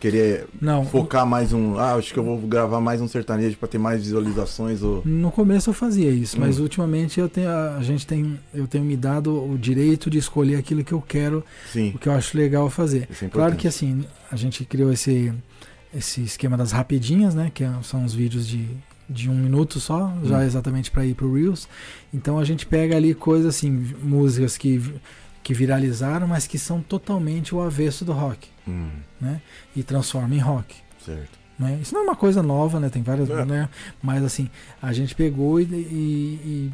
[SPEAKER 4] querer
[SPEAKER 3] Não,
[SPEAKER 4] focar mais um. Ah, acho que eu vou gravar mais um sertanejo pra ter mais visualizações. Ou...
[SPEAKER 3] No começo eu fazia isso, mas
[SPEAKER 4] Hum.
[SPEAKER 3] ultimamente eu tenho, a gente tem, eu tenho me dado o direito de escolher aquilo que eu quero,
[SPEAKER 4] Sim.
[SPEAKER 3] o que eu acho legal fazer.
[SPEAKER 4] Isso é
[SPEAKER 3] Claro
[SPEAKER 4] importante.
[SPEAKER 3] que assim, a gente criou esse, esse esquema das rapidinhas, né? Que são os vídeos de, de um minuto só, já exatamente para ir pro Reels. Então a gente pega ali coisas assim, vi- músicas que, vi- que viralizaram, mas que são totalmente o avesso do rock
[SPEAKER 4] Hum,
[SPEAKER 3] e transforma em rock
[SPEAKER 4] certo.
[SPEAKER 3] né? Isso não é uma coisa nova, né? Tem várias,
[SPEAKER 4] É.
[SPEAKER 3] né? Mas assim, a gente pegou e, e-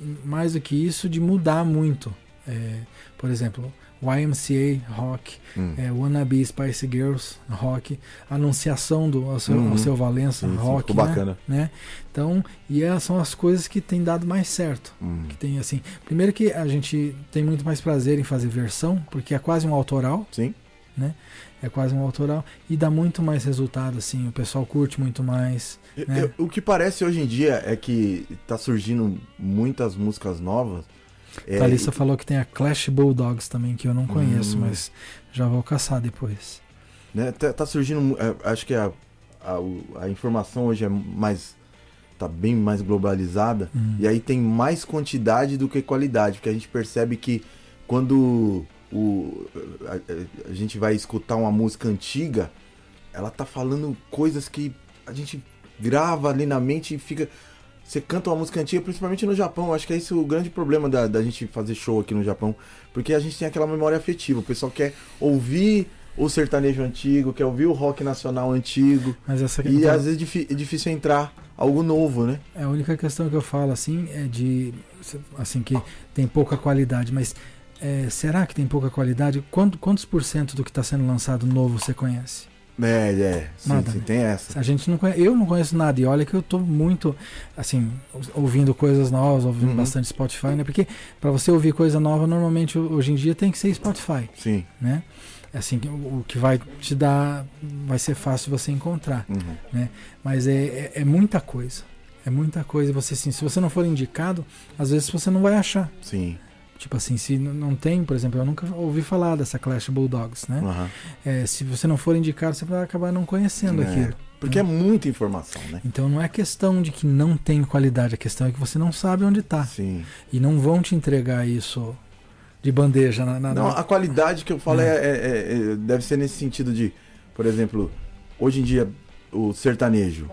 [SPEAKER 3] e mais do que isso, de mudar muito. É, por exemplo, YMCA rock,
[SPEAKER 4] Hum.
[SPEAKER 3] é, Wannabe Spice Girls rock, Anunciação do Alceu,
[SPEAKER 4] Uhum.
[SPEAKER 3] Alceu Valença
[SPEAKER 4] Sim, sim,
[SPEAKER 3] rock,
[SPEAKER 4] ficou
[SPEAKER 3] né?
[SPEAKER 4] bacana.
[SPEAKER 3] né? Então, e essas são as coisas que tem dado mais certo.
[SPEAKER 4] Hum.
[SPEAKER 3] Que tem assim, primeiro que a gente tem muito mais prazer em fazer versão, porque é quase um autoral,
[SPEAKER 4] Sim.
[SPEAKER 3] é quase um autoral e dá muito mais resultado assim, o pessoal curte muito mais.
[SPEAKER 4] Eu-
[SPEAKER 3] né?
[SPEAKER 4] eu- o que parece hoje em dia é que tá surgindo muitas músicas novas. É,
[SPEAKER 3] Thalissa falou que tem a Clash Bulldogs também, que eu não conheço,
[SPEAKER 4] Hum.
[SPEAKER 3] mas já vou caçar depois.
[SPEAKER 4] né, tá, tá surgindo. mu- é, Acho que a, a, o- a informação hoje é mais. tá bem mais globalizada.
[SPEAKER 3] Hum.
[SPEAKER 4] E aí tem mais quantidade do que qualidade, porque a gente percebe que quando o, a, a- a gente vai escutar uma música antiga, ela tá falando coisas que a gente grava ali na mente e fica. Você canta uma música antiga, principalmente no Japão. Acho que é esse o grande problema da, da gente fazer show aqui no Japão. Porque a gente tem aquela memória afetiva. O pessoal quer ouvir o sertanejo antigo, quer ouvir o rock nacional antigo.
[SPEAKER 3] Mas essa
[SPEAKER 4] E
[SPEAKER 3] então,
[SPEAKER 4] às vezes é difi- é difícil entrar algo novo, né?
[SPEAKER 3] é a única questão que eu falo assim é de assim que tem pouca qualidade, mas é, será que tem pouca qualidade? Quanto- quantos por cento do que está sendo lançado novo você conhece?
[SPEAKER 4] É, é. Sim,
[SPEAKER 3] Nada,
[SPEAKER 4] sim,
[SPEAKER 3] né?
[SPEAKER 4] tem essa.
[SPEAKER 3] A gente não conhece, eu não conheço nada e olha que eu tô muito assim ouvindo coisas novas, ouvindo
[SPEAKER 4] Uhum.
[SPEAKER 3] bastante Spotify, né? Porque para você ouvir coisa nova normalmente hoje em dia tem que ser Spotify.
[SPEAKER 4] Sim.
[SPEAKER 3] né? Assim, o o que vai te dar, vai ser fácil você encontrar.
[SPEAKER 4] Uhum.
[SPEAKER 3] Mas é, é, é muita coisa. É muita coisa. Você assim, se você não for indicado, às vezes você não vai achar.
[SPEAKER 4] Sim.
[SPEAKER 3] Tipo assim, se n- não tem, por exemplo, eu nunca ouvi falar dessa Clash Bulldogs, né?
[SPEAKER 4] Aham.
[SPEAKER 3] É, se você não for indicado, você vai acabar não conhecendo
[SPEAKER 4] É.
[SPEAKER 3] aquilo.
[SPEAKER 4] Porque é muita informação, né?
[SPEAKER 3] Então não é questão de que não tem qualidade, a questão é que você não sabe onde tá.
[SPEAKER 4] Sim.
[SPEAKER 3] E não vão te entregar isso de bandeja na, na-
[SPEAKER 4] Não, ah,
[SPEAKER 3] na-
[SPEAKER 4] a qualidade que eu falo é, é- é- deve ser nesse sentido de, por exemplo, hoje em dia o sertanejo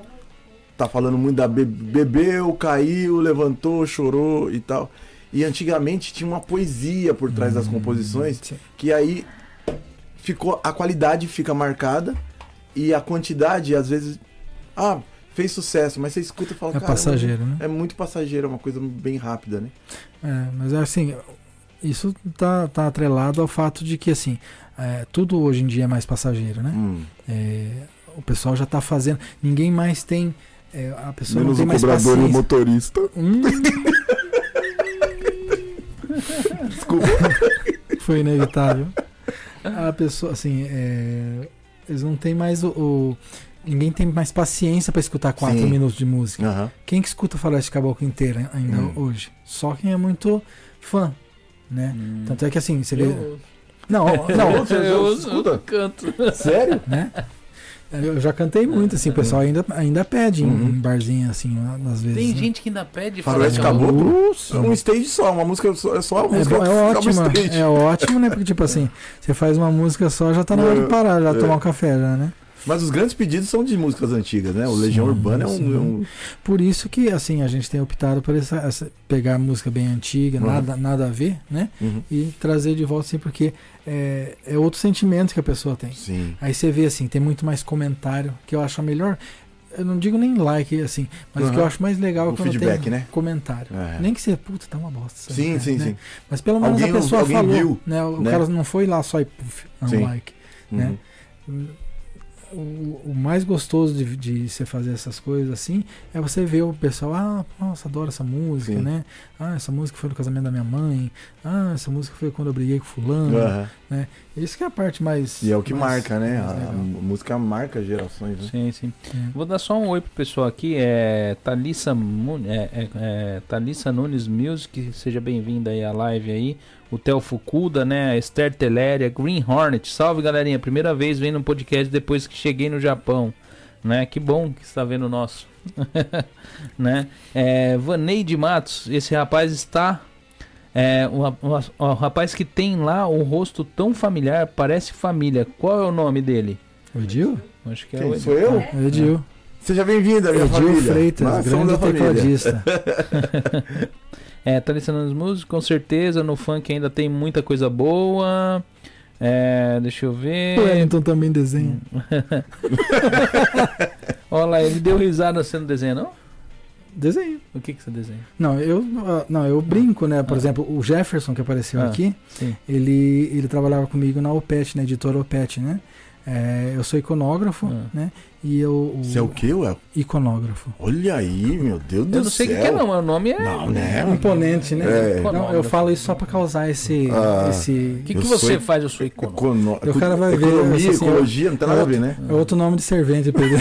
[SPEAKER 4] tá falando muito da be- bebeu, caiu, levantou, chorou e tal. E antigamente tinha uma poesia por trás das composições
[SPEAKER 3] Hum, sim.
[SPEAKER 4] que aí ficou a qualidade fica marcada e a quantidade às vezes ah, fez sucesso, mas você escuta e fala,
[SPEAKER 3] É
[SPEAKER 4] "Caramba,
[SPEAKER 3] passageiro, né?
[SPEAKER 4] É muito passageiro, é uma coisa bem rápida, né?
[SPEAKER 3] É, mas assim, isso tá, tá atrelado ao fato de que assim, é, tudo hoje em dia é mais passageiro, né?
[SPEAKER 4] Hum.
[SPEAKER 3] É, o pessoal já tá fazendo, ninguém mais tem. é, a pessoa
[SPEAKER 4] Menos
[SPEAKER 3] não
[SPEAKER 4] o
[SPEAKER 3] tem mais
[SPEAKER 4] cobrador e o
[SPEAKER 3] paciência.
[SPEAKER 4] motorista.
[SPEAKER 3] Hum.
[SPEAKER 4] Desculpa.
[SPEAKER 3] Hum, Foi inevitável. A pessoa, assim, é, eles não têm mais o. o- ninguém tem mais paciência pra escutar quatro
[SPEAKER 4] Sim.
[SPEAKER 3] minutos de música.
[SPEAKER 4] Aham.
[SPEAKER 3] Quem que escuta Faroeste Caboclo inteira ainda
[SPEAKER 4] Hum.
[SPEAKER 3] hoje? Só quem é muito fã, né?
[SPEAKER 2] Hum.
[SPEAKER 3] Tanto é que assim, você vê.
[SPEAKER 2] Eu,
[SPEAKER 3] Não, não,
[SPEAKER 4] você já
[SPEAKER 2] eu,
[SPEAKER 4] escuta?
[SPEAKER 2] eu canto.
[SPEAKER 4] Sério?
[SPEAKER 3] né? Eu já cantei muito, assim, o pessoal ainda, ainda pede
[SPEAKER 4] É.
[SPEAKER 3] em-
[SPEAKER 4] Uhum.
[SPEAKER 3] em barzinho, assim, às vezes.
[SPEAKER 2] Tem
[SPEAKER 3] né?
[SPEAKER 2] gente que ainda pede
[SPEAKER 4] Faroeste
[SPEAKER 2] faroeste
[SPEAKER 4] Caboclo.
[SPEAKER 3] Nossa.
[SPEAKER 4] É um stage só, uma música só, é só uma
[SPEAKER 3] É,
[SPEAKER 4] música.
[SPEAKER 3] bom, é
[SPEAKER 4] que dá um
[SPEAKER 3] ótimo,
[SPEAKER 4] stage.
[SPEAKER 3] é ótimo, né? Porque, tipo assim, você faz uma música só, já tá na hora de parar, já
[SPEAKER 4] É.
[SPEAKER 3] tomar um café, já, né?
[SPEAKER 4] Mas os grandes pedidos são de músicas antigas, né? O Legião
[SPEAKER 3] Sim,
[SPEAKER 4] Urbana é um,
[SPEAKER 3] sim.
[SPEAKER 4] é um-
[SPEAKER 3] Por isso que, assim, a gente tem optado por essa, essa- pegar música bem antiga,
[SPEAKER 4] Uhum.
[SPEAKER 3] nada, nada a ver, né?
[SPEAKER 4] Uhum.
[SPEAKER 3] E trazer de volta, assim, porque é, é outro sentimento que a pessoa tem.
[SPEAKER 4] Sim.
[SPEAKER 3] Aí você vê assim, tem muito mais comentário, que eu acho a melhor. Eu não digo nem like, assim, mas o que
[SPEAKER 4] Aham.
[SPEAKER 3] eu acho mais legal é
[SPEAKER 4] O
[SPEAKER 3] quando
[SPEAKER 4] feedback,
[SPEAKER 3] tem
[SPEAKER 4] né?
[SPEAKER 3] comentário.
[SPEAKER 4] É.
[SPEAKER 3] Nem que você, puta, tá uma bosta. isso aí,
[SPEAKER 4] Sim,
[SPEAKER 3] cara",
[SPEAKER 4] sim,
[SPEAKER 3] né?
[SPEAKER 4] sim.
[SPEAKER 3] Mas pelo menos
[SPEAKER 4] Alguém-
[SPEAKER 3] a pessoa
[SPEAKER 4] alguém
[SPEAKER 3] falou.
[SPEAKER 4] viu,
[SPEAKER 3] né? O
[SPEAKER 4] né?
[SPEAKER 3] cara não foi lá só e puf, é um
[SPEAKER 4] Sim.
[SPEAKER 3] like. Né?
[SPEAKER 4] Uhum.
[SPEAKER 3] O, o mais gostoso de, de você fazer essas coisas assim é você ver o pessoal, ah, nossa, adoro essa música,
[SPEAKER 4] Sim.
[SPEAKER 3] né? Ah, essa música foi no casamento da minha mãe. Ah, essa música foi quando eu briguei com fulano.
[SPEAKER 4] Uhum. Aham.
[SPEAKER 3] Isso que é a parte mais.
[SPEAKER 4] E é o que
[SPEAKER 3] mais-
[SPEAKER 4] marca, né?
[SPEAKER 3] mais
[SPEAKER 4] A, a
[SPEAKER 3] legal.
[SPEAKER 4] música marca gerações, né?
[SPEAKER 2] Sim, sim.
[SPEAKER 3] É.
[SPEAKER 2] Vou dar só um oi pro pessoal aqui. É Thalissa, Mun- é, é, é, Thalissa Nunes Music, seja bem-vinda aí à live aí. O Theo Fukuda, né? A Esther Teléria, Green Hornet. Salve, galerinha. Primeira vez vendo um podcast depois que cheguei no Japão. Né? Que bom que está vendo o nosso. né? É, Vaneide Matos, esse rapaz está. É, o, ra- o ra- o rapaz que tem lá o rosto tão familiar, parece família. Qual é o nome dele?
[SPEAKER 3] O Edil?
[SPEAKER 2] Acho que é o
[SPEAKER 4] Quem sou eu?
[SPEAKER 3] O Edil.
[SPEAKER 4] Seja bem-vinda, minha
[SPEAKER 3] Edil
[SPEAKER 4] família.
[SPEAKER 3] Freitas,
[SPEAKER 4] Nós somos
[SPEAKER 3] grande
[SPEAKER 4] da família.
[SPEAKER 3] tecladista.
[SPEAKER 2] É, Thalissa Nunes Music, com certeza. No funk ainda tem muita coisa boa. É, Hum. deixa eu
[SPEAKER 3] o
[SPEAKER 2] ver.
[SPEAKER 3] Wellington também desenha.
[SPEAKER 2] Olha lá, ele deu risada sendo desenho, não?
[SPEAKER 3] Desenho.
[SPEAKER 2] O que, que você desenha?
[SPEAKER 3] Não, eu, ah, não, eu brinco, né? Por
[SPEAKER 2] Ah.
[SPEAKER 3] exemplo, o Jefferson que apareceu
[SPEAKER 2] Ah.
[SPEAKER 3] aqui,
[SPEAKER 2] Sim.
[SPEAKER 3] ele, ele trabalhava comigo na OPET, na editora OPET, né? É, eu sou iconógrafo,
[SPEAKER 2] Ah.
[SPEAKER 3] né? E eu.
[SPEAKER 4] Você é o quê, ué?
[SPEAKER 3] Iconógrafo.
[SPEAKER 4] Olha aí, meu Deus do céu.
[SPEAKER 2] Eu não sei o que, que é, não. O nome é.
[SPEAKER 4] Não, né?
[SPEAKER 3] Componente, né?
[SPEAKER 4] É.
[SPEAKER 3] Não, eu falo isso só pra causar esse.
[SPEAKER 4] Ah.
[SPEAKER 3] esse
[SPEAKER 2] O que,
[SPEAKER 4] Eu
[SPEAKER 2] que você
[SPEAKER 4] sou-
[SPEAKER 2] faz? Eu sou iconógrafo.
[SPEAKER 4] Econo...
[SPEAKER 3] O cara vai ver
[SPEAKER 4] Economia,
[SPEAKER 3] essa senhora-
[SPEAKER 4] ecologia, não tem nada a ver, né?
[SPEAKER 3] é outro nome de servente, Pedro.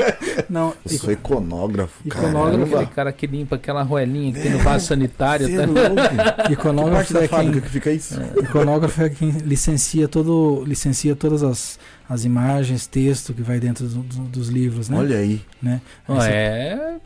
[SPEAKER 3] não,
[SPEAKER 4] Eu sou é iconógrafo,
[SPEAKER 3] Iconógrafo,
[SPEAKER 4] caramba.
[SPEAKER 2] Aquele cara que limpa aquela roelinha que tem no vaso sanitário.
[SPEAKER 4] Cê
[SPEAKER 3] né?
[SPEAKER 2] tá?
[SPEAKER 4] é louco. Que parte
[SPEAKER 3] iconógrafo
[SPEAKER 4] da
[SPEAKER 3] é quem
[SPEAKER 4] fábrica que fica isso?
[SPEAKER 3] Iconógrafo é quem licencia, todo, licencia todas as, as imagens, texto que vai dentro do- do- dos livros, né?
[SPEAKER 4] Olha aí.
[SPEAKER 2] Não, é.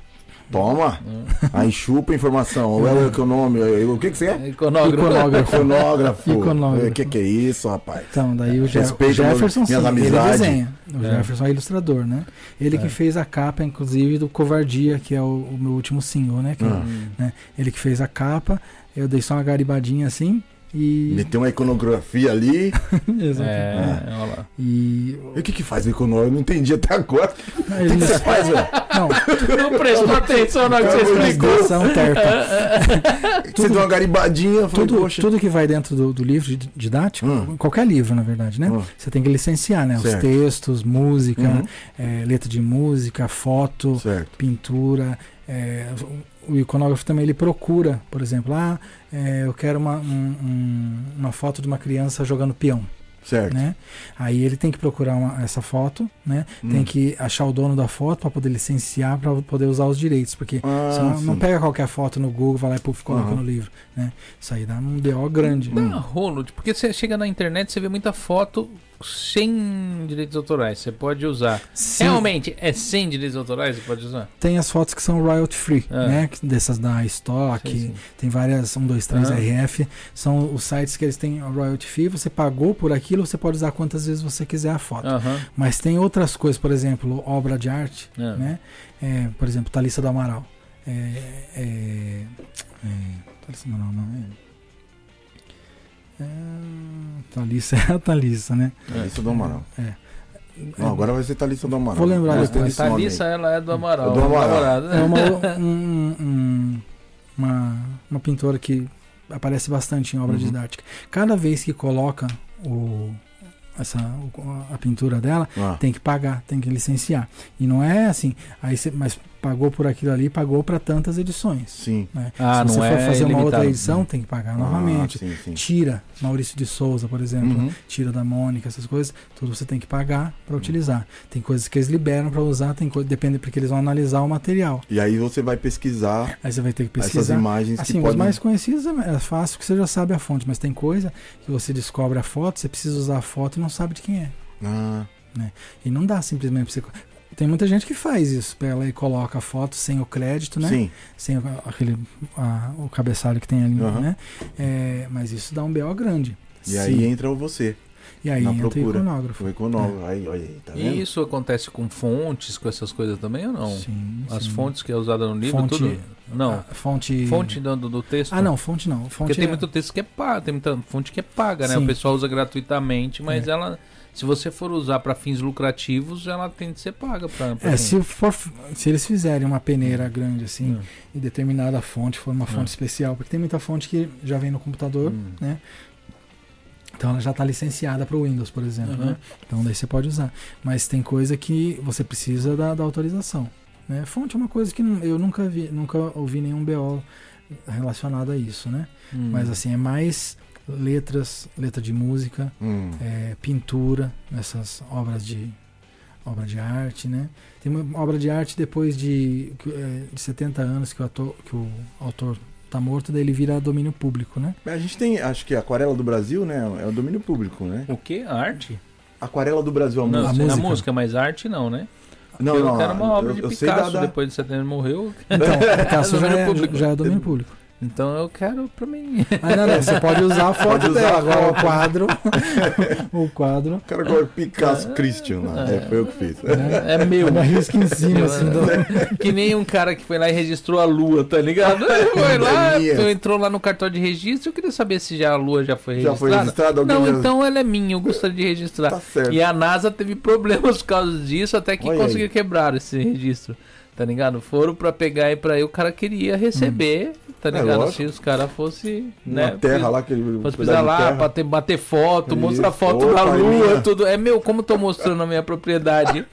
[SPEAKER 4] Toma.
[SPEAKER 3] Uhum.
[SPEAKER 4] Aí chupa a informação. Ou é o econômico. O que, que você é?
[SPEAKER 2] é Iconógrafo.
[SPEAKER 3] Iconógrafo.
[SPEAKER 4] Econógrafo.
[SPEAKER 3] Iconógrafo.
[SPEAKER 4] O que, que é isso, rapaz?
[SPEAKER 3] Então, daí o, Je
[SPEAKER 4] Respeita
[SPEAKER 3] o Jefferson,
[SPEAKER 4] minhas
[SPEAKER 3] sim, ele
[SPEAKER 4] amizades.
[SPEAKER 3] desenha. O
[SPEAKER 2] É.
[SPEAKER 3] Jefferson é ilustrador, né? Ele
[SPEAKER 2] É.
[SPEAKER 3] que fez a capa, inclusive, do Covardia, que é o, o meu último single, né? Que-
[SPEAKER 4] Ah.
[SPEAKER 2] Hum.
[SPEAKER 3] Ele que fez a capa, eu dei só uma garibadinha assim e...
[SPEAKER 4] Meteu uma iconografia ali.
[SPEAKER 3] Exato.
[SPEAKER 2] É, olha lá.
[SPEAKER 3] E...
[SPEAKER 4] E o que, que faz o econômico? Eu não entendi até agora. O
[SPEAKER 3] Não, ele
[SPEAKER 4] que, que você faz, velho?
[SPEAKER 3] não,
[SPEAKER 2] Não prestou atenção na que você tá
[SPEAKER 4] Acabou de-
[SPEAKER 2] explicou.
[SPEAKER 3] expressão terpa.
[SPEAKER 4] Você deu uma garibadinha. eu Falei,
[SPEAKER 3] Tudo,
[SPEAKER 4] poxa.
[SPEAKER 3] tudo que vai dentro do, do livro di- didático,
[SPEAKER 4] Hum.
[SPEAKER 3] qualquer livro, na verdade, né?
[SPEAKER 4] Hum.
[SPEAKER 3] Você tem que licenciar, né? Os
[SPEAKER 4] Certo.
[SPEAKER 3] textos, música,
[SPEAKER 4] Uhum.
[SPEAKER 3] eh, letra de música, foto,
[SPEAKER 4] Certo.
[SPEAKER 3] pintura. é, o o iconógrafo também ele procura, por exemplo, ah, é, eu quero uma, um- um- uma foto de uma criança jogando peão,
[SPEAKER 4] Certo.
[SPEAKER 3] né? Aí ele tem que procurar uma- essa foto, né? Tem
[SPEAKER 4] Hum.
[SPEAKER 3] que achar o dono da foto para poder licenciar, para poder usar os direitos, porque
[SPEAKER 4] Ah,
[SPEAKER 3] você não, não
[SPEAKER 4] sim.
[SPEAKER 3] pega qualquer foto no Google, vai lá e puf, coloca
[SPEAKER 4] Aham.
[SPEAKER 3] no livro, né? Isso aí dá um BO grande.
[SPEAKER 2] Dá rolo, tipo, porque você chega na internet, você vê muita foto sem direitos autorais, você pode usar.
[SPEAKER 3] Sim,
[SPEAKER 2] Realmente, é sem direitos autorais, você pode usar?
[SPEAKER 3] Tem as fotos que são royalty free,
[SPEAKER 2] Ah.
[SPEAKER 3] né? Que- Dessas da Stock,
[SPEAKER 2] Sim, sim.
[SPEAKER 3] Tem várias, 1, 2, 3
[SPEAKER 2] Ah.
[SPEAKER 3] RF. São os sites que eles têm a royalty fee. Você pagou por aquilo, você pode usar quantas vezes você quiser a foto.
[SPEAKER 2] Aham.
[SPEAKER 3] Mas tem outras coisas, por exemplo, obra de arte,
[SPEAKER 2] É.
[SPEAKER 3] né? É, por exemplo, Thalissa do Amaral. É, é, é, Thalissa do Amaral, não. É, é, Thalissa é a Thalissa, né?
[SPEAKER 4] Thalissa do Amaral.
[SPEAKER 3] É.
[SPEAKER 4] Não, agora vai ser Thalissa do Amaral.
[SPEAKER 3] Vou lembrar
[SPEAKER 4] Gostei
[SPEAKER 3] depois.
[SPEAKER 4] desse nome aí.
[SPEAKER 2] Thalissa, ela é do Amaral.
[SPEAKER 4] É do
[SPEAKER 2] é
[SPEAKER 4] Amaral.
[SPEAKER 2] namorada.
[SPEAKER 3] É uma, um- um- uma, uma pintora que aparece bastante em obra
[SPEAKER 4] Uhum.
[SPEAKER 3] didática. Cada vez que coloca o, essa, o- a pintura dela,
[SPEAKER 4] Ah,
[SPEAKER 3] tem que pagar, tem que licenciar. E não é assim, aí você, mas pagou por aquilo ali, pagou para tantas edições.
[SPEAKER 4] sim.
[SPEAKER 3] né?
[SPEAKER 2] Ah,
[SPEAKER 3] Se você
[SPEAKER 2] não
[SPEAKER 3] for
[SPEAKER 2] é
[SPEAKER 3] fazer uma outra
[SPEAKER 2] ilimitado.
[SPEAKER 3] edição, tem que pagar
[SPEAKER 4] Ah,
[SPEAKER 3] novamente.
[SPEAKER 4] Sim, sim.
[SPEAKER 2] Tipo,
[SPEAKER 3] Tira Maurício de Souza, por exemplo,
[SPEAKER 4] Uhum.
[SPEAKER 3] tira da Mônica, essas coisas, tudo você tem que pagar para utilizar. Tem coisas que eles liberam para usar, tem coisa, depende porque eles vão analisar o material.
[SPEAKER 4] E aí você vai pesquisar
[SPEAKER 3] Aí você vai ter que
[SPEAKER 4] essas
[SPEAKER 3] pesquisar.
[SPEAKER 4] imagens
[SPEAKER 3] Assim,
[SPEAKER 4] que
[SPEAKER 3] os
[SPEAKER 4] podem...
[SPEAKER 3] mais conhecidos é é fácil que você já sabe a fonte, mas tem coisa que você descobre a foto, você precisa usar a foto e não sabe de quem é.
[SPEAKER 4] Ah,
[SPEAKER 3] E não dá simplesmente pra você. co- Tem muita gente que faz isso, pega lá e coloca a foto sem o crédito, né?
[SPEAKER 4] Sim.
[SPEAKER 3] Sem o- aquele a- o cabeçalho que tem ali,
[SPEAKER 4] Aham.
[SPEAKER 3] né? É, mas isso dá um BO grande.
[SPEAKER 4] E
[SPEAKER 3] Sim.
[SPEAKER 4] aí entra o você,
[SPEAKER 3] e aí
[SPEAKER 4] na
[SPEAKER 3] entra
[SPEAKER 4] procura.
[SPEAKER 3] o iconógrafo.
[SPEAKER 4] o econômico. Aí, olha aí, tá vendo?
[SPEAKER 2] E É. isso acontece com fontes, com essas coisas também ou não?
[SPEAKER 3] Sim,
[SPEAKER 2] As
[SPEAKER 3] sim.
[SPEAKER 2] fontes que é usada no livro,
[SPEAKER 3] Fonte-
[SPEAKER 2] tudo? Não.
[SPEAKER 3] Ah, fonte.
[SPEAKER 2] Fonte do, do texto?
[SPEAKER 3] Ah, não, fonte não. Fonte
[SPEAKER 2] Porque tem
[SPEAKER 3] é-
[SPEAKER 2] muito texto que é pago, tem muita fonte que é paga, né?
[SPEAKER 3] Sim. É.
[SPEAKER 2] O pessoal usa gratuitamente, mas ela, se você for usar para fins lucrativos, ela tem de ser paga para.
[SPEAKER 3] É, se, for, se eles fizerem uma peneira grande assim, e determinada fonte for uma fonte
[SPEAKER 2] Ah.
[SPEAKER 3] especial, porque tem muita fonte que já vem no computador,
[SPEAKER 4] Hum,
[SPEAKER 3] então ela já está licenciada para o Windows, por exemplo,
[SPEAKER 2] Uhum.
[SPEAKER 3] né? Então daí você pode usar. Mas tem coisa que você precisa da, da autorização. Né? Fonte é uma coisa que nu- eu nunca vi, nunca ouvi nenhum BO relacionado a isso, né?
[SPEAKER 2] Hum.
[SPEAKER 3] Mas assim, é mais letras, letra de música,
[SPEAKER 4] Hum.
[SPEAKER 3] é, pintura, nessas obras de obra de arte, né? Tem uma obra de arte depois de, que, é, de 70 anos que o, ator, que o autor tá morto, daí ele vira domínio público, né?
[SPEAKER 2] É.
[SPEAKER 4] Mas A gente tem, acho que a Aquarela do Brasil, né? É o domínio público, né?
[SPEAKER 2] O que? A arte?
[SPEAKER 4] Aquarela do Brasil, a
[SPEAKER 2] Não,
[SPEAKER 4] música.
[SPEAKER 2] sei,
[SPEAKER 3] música.
[SPEAKER 2] na música, mas arte não, né?
[SPEAKER 4] Não,
[SPEAKER 2] eu quero uma obra
[SPEAKER 4] eu-
[SPEAKER 2] de
[SPEAKER 4] eu sei
[SPEAKER 2] Picasso,
[SPEAKER 4] da- da-
[SPEAKER 2] depois de 70 morreu.
[SPEAKER 3] Então, Picasso já,
[SPEAKER 2] Domínio
[SPEAKER 3] é,
[SPEAKER 2] público.
[SPEAKER 3] já é domínio público.
[SPEAKER 2] Então eu quero pra mim.
[SPEAKER 3] Ah, não, não, você pode usar a foto
[SPEAKER 4] Pode usar
[SPEAKER 3] dela,
[SPEAKER 4] a
[SPEAKER 3] agora
[SPEAKER 4] foto.
[SPEAKER 3] o quadro, o quadro,
[SPEAKER 4] O cara gosta de Picasso Christian, né? É, foi eu que fiz.
[SPEAKER 3] né?
[SPEAKER 2] É meu. é.
[SPEAKER 3] Uma risca em cima,
[SPEAKER 2] Eu-
[SPEAKER 3] assim, do...
[SPEAKER 2] Que nem um cara que foi lá e registrou a lua, tá ligado? Ele Foi lá,
[SPEAKER 4] minha.
[SPEAKER 2] eu entrou lá no cartório de registro, eu queria saber se já a lua já foi
[SPEAKER 4] Já foi
[SPEAKER 2] registrada.
[SPEAKER 4] registrado alguém?
[SPEAKER 2] Não,
[SPEAKER 4] já-
[SPEAKER 2] então ela é minha, eu gostaria de registrar.
[SPEAKER 4] Tá certo.
[SPEAKER 2] E a NASA teve problemas por causa disso, até que
[SPEAKER 4] Olha aí.
[SPEAKER 2] conseguiu quebrar esse registro. Tá ligado? Foram pra pegar e pra aí o cara queria receber, tá
[SPEAKER 4] É,
[SPEAKER 2] ligado?
[SPEAKER 4] lógico.
[SPEAKER 2] Se os caras fossem.
[SPEAKER 4] Na
[SPEAKER 2] Né,
[SPEAKER 4] terra lá, aquele.
[SPEAKER 2] Fosse
[SPEAKER 4] pedaço
[SPEAKER 2] pisar
[SPEAKER 4] de
[SPEAKER 2] é lá
[SPEAKER 4] terra.
[SPEAKER 2] pra ter- bater foto, mostra
[SPEAKER 4] Isso.
[SPEAKER 2] foto da
[SPEAKER 4] Opa, é
[SPEAKER 2] lua,
[SPEAKER 4] minha.
[SPEAKER 2] tudo. É meu, como tô mostrando a minha propriedade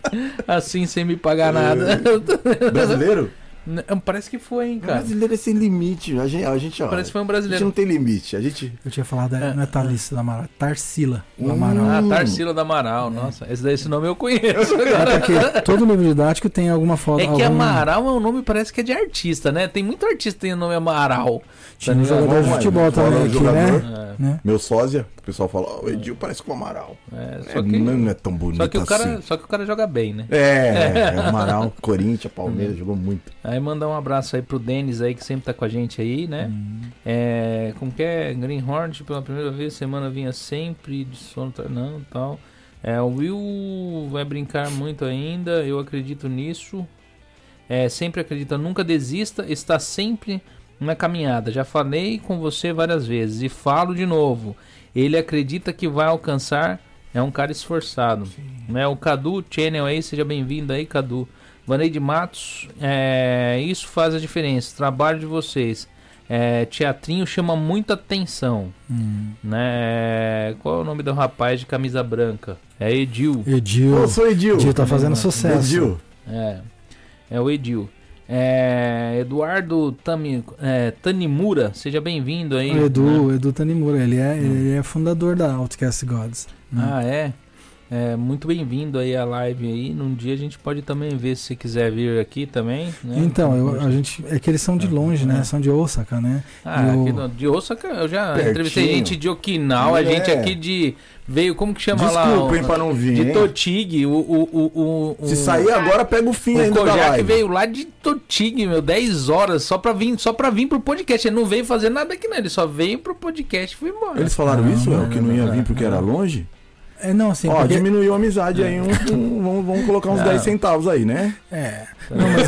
[SPEAKER 2] assim, sem me pagar
[SPEAKER 4] É.
[SPEAKER 2] nada.
[SPEAKER 4] Brasileiro?
[SPEAKER 2] Não, Parece que foi, hein, cara.
[SPEAKER 4] Brasileiro é sem limite. A gente, a gente, ó,
[SPEAKER 2] Parece que foi um
[SPEAKER 4] a gente
[SPEAKER 2] brasileiro.
[SPEAKER 4] não tem limite. A gente.
[SPEAKER 3] Eu tinha falado, é, não é Thalissa do Amaral, é Tarsila do
[SPEAKER 4] Hum.
[SPEAKER 3] Amaral.
[SPEAKER 2] Ah,
[SPEAKER 4] Hum.
[SPEAKER 2] Tarsila da Amaral, nossa. Esse, daí, esse nome eu conheço.
[SPEAKER 3] É porque todo livro didático tem alguma foto.
[SPEAKER 2] É que
[SPEAKER 3] algum-
[SPEAKER 2] Amaral é um nome, parece que é de artista, né? Tem muito artista que tem o nome Amaral.
[SPEAKER 3] Tinha
[SPEAKER 2] Tá
[SPEAKER 3] um
[SPEAKER 2] ligado?
[SPEAKER 3] jogador de
[SPEAKER 4] Vamos lá,
[SPEAKER 3] futebol
[SPEAKER 4] fora
[SPEAKER 3] também
[SPEAKER 4] o
[SPEAKER 3] aqui,
[SPEAKER 4] jogador.
[SPEAKER 3] né?
[SPEAKER 2] É,
[SPEAKER 3] né?
[SPEAKER 4] Meu sósia, o pessoal fala, ó, o Edil parece com o Amaral.
[SPEAKER 2] é, só
[SPEAKER 4] É,
[SPEAKER 2] que,
[SPEAKER 4] não é tão bonito
[SPEAKER 2] só, que o cara,
[SPEAKER 4] assim.
[SPEAKER 2] só que o cara joga bem, né?
[SPEAKER 4] É, é, Amaral, Corinthians,
[SPEAKER 2] É.
[SPEAKER 4] Palmeiras, jogou muito.
[SPEAKER 2] Aí mandar um abraço aí pro Denis aí, que sempre tá com a gente aí, né? É, como que é? Greenhorn, pela primeira vez, semana vinha sempre de sono, tá- não, tal. É, o Will vai brincar muito ainda, eu acredito nisso. É, sempre acredita, nunca desista, está sempre na caminhada. Já falei com você várias vezes e falo de novo. Ele acredita que vai alcançar, é um cara esforçado. Né? O Cadu Channel aí, seja bem-vindo aí, Cadu. Vaneide Matos, é, isso faz a diferença. Trabalho de vocês. É, teatrinho chama muita atenção.
[SPEAKER 3] Hum.
[SPEAKER 2] Né? Qual é o nome do rapaz de camisa branca? É Edil.
[SPEAKER 3] Edil.
[SPEAKER 4] Eu sou Edil.
[SPEAKER 3] Edil tá fazendo sucesso.
[SPEAKER 4] Edil.
[SPEAKER 2] É, é o Edil. É, Eduardo Tami, é, Tanimura, seja bem-vindo aí.
[SPEAKER 3] O Edu,
[SPEAKER 2] né?
[SPEAKER 3] o Edu Tanimura, ele é, ele é fundador da Outcast Gods. né?
[SPEAKER 2] Ah, é? É, muito bem-vindo aí à live aí. Num dia a gente pode também ver se você quiser vir aqui também. né?
[SPEAKER 3] Então, eu- a gente, é que eles são de longe, né? São de Osaka, né?
[SPEAKER 2] Ah,
[SPEAKER 3] Eu-
[SPEAKER 2] aqui no, de Osaka, eu já
[SPEAKER 4] Pertinho.
[SPEAKER 2] entrevistei gente de Okinawa, a
[SPEAKER 4] É.
[SPEAKER 2] gente aqui de. Veio, como que chama lá? o-
[SPEAKER 4] Desculpa, hein, pra não vir.
[SPEAKER 2] de
[SPEAKER 4] hein?
[SPEAKER 2] Totig, o. o, o, o
[SPEAKER 4] Se
[SPEAKER 2] o-
[SPEAKER 4] sair agora, pega o fim
[SPEAKER 2] O
[SPEAKER 4] ainda da
[SPEAKER 2] Kojak
[SPEAKER 4] live.
[SPEAKER 2] veio lá de Totig, meu, 10 horas, só pra vir, só pra vir pro podcast. Ele não veio fazer nada aqui, não. Ele só veio pro podcast e foi embora.
[SPEAKER 4] Eles falaram
[SPEAKER 3] Não,
[SPEAKER 4] isso,
[SPEAKER 3] não,
[SPEAKER 4] é, que não ia vir porque era longe?
[SPEAKER 3] É, não, assim,
[SPEAKER 4] Ó,
[SPEAKER 3] porque-
[SPEAKER 4] diminuiu a amizade aí, um, um- vamos, vamos colocar uns
[SPEAKER 2] É. Não.
[SPEAKER 4] 10 centavos aí, né?
[SPEAKER 3] É. Não, mas...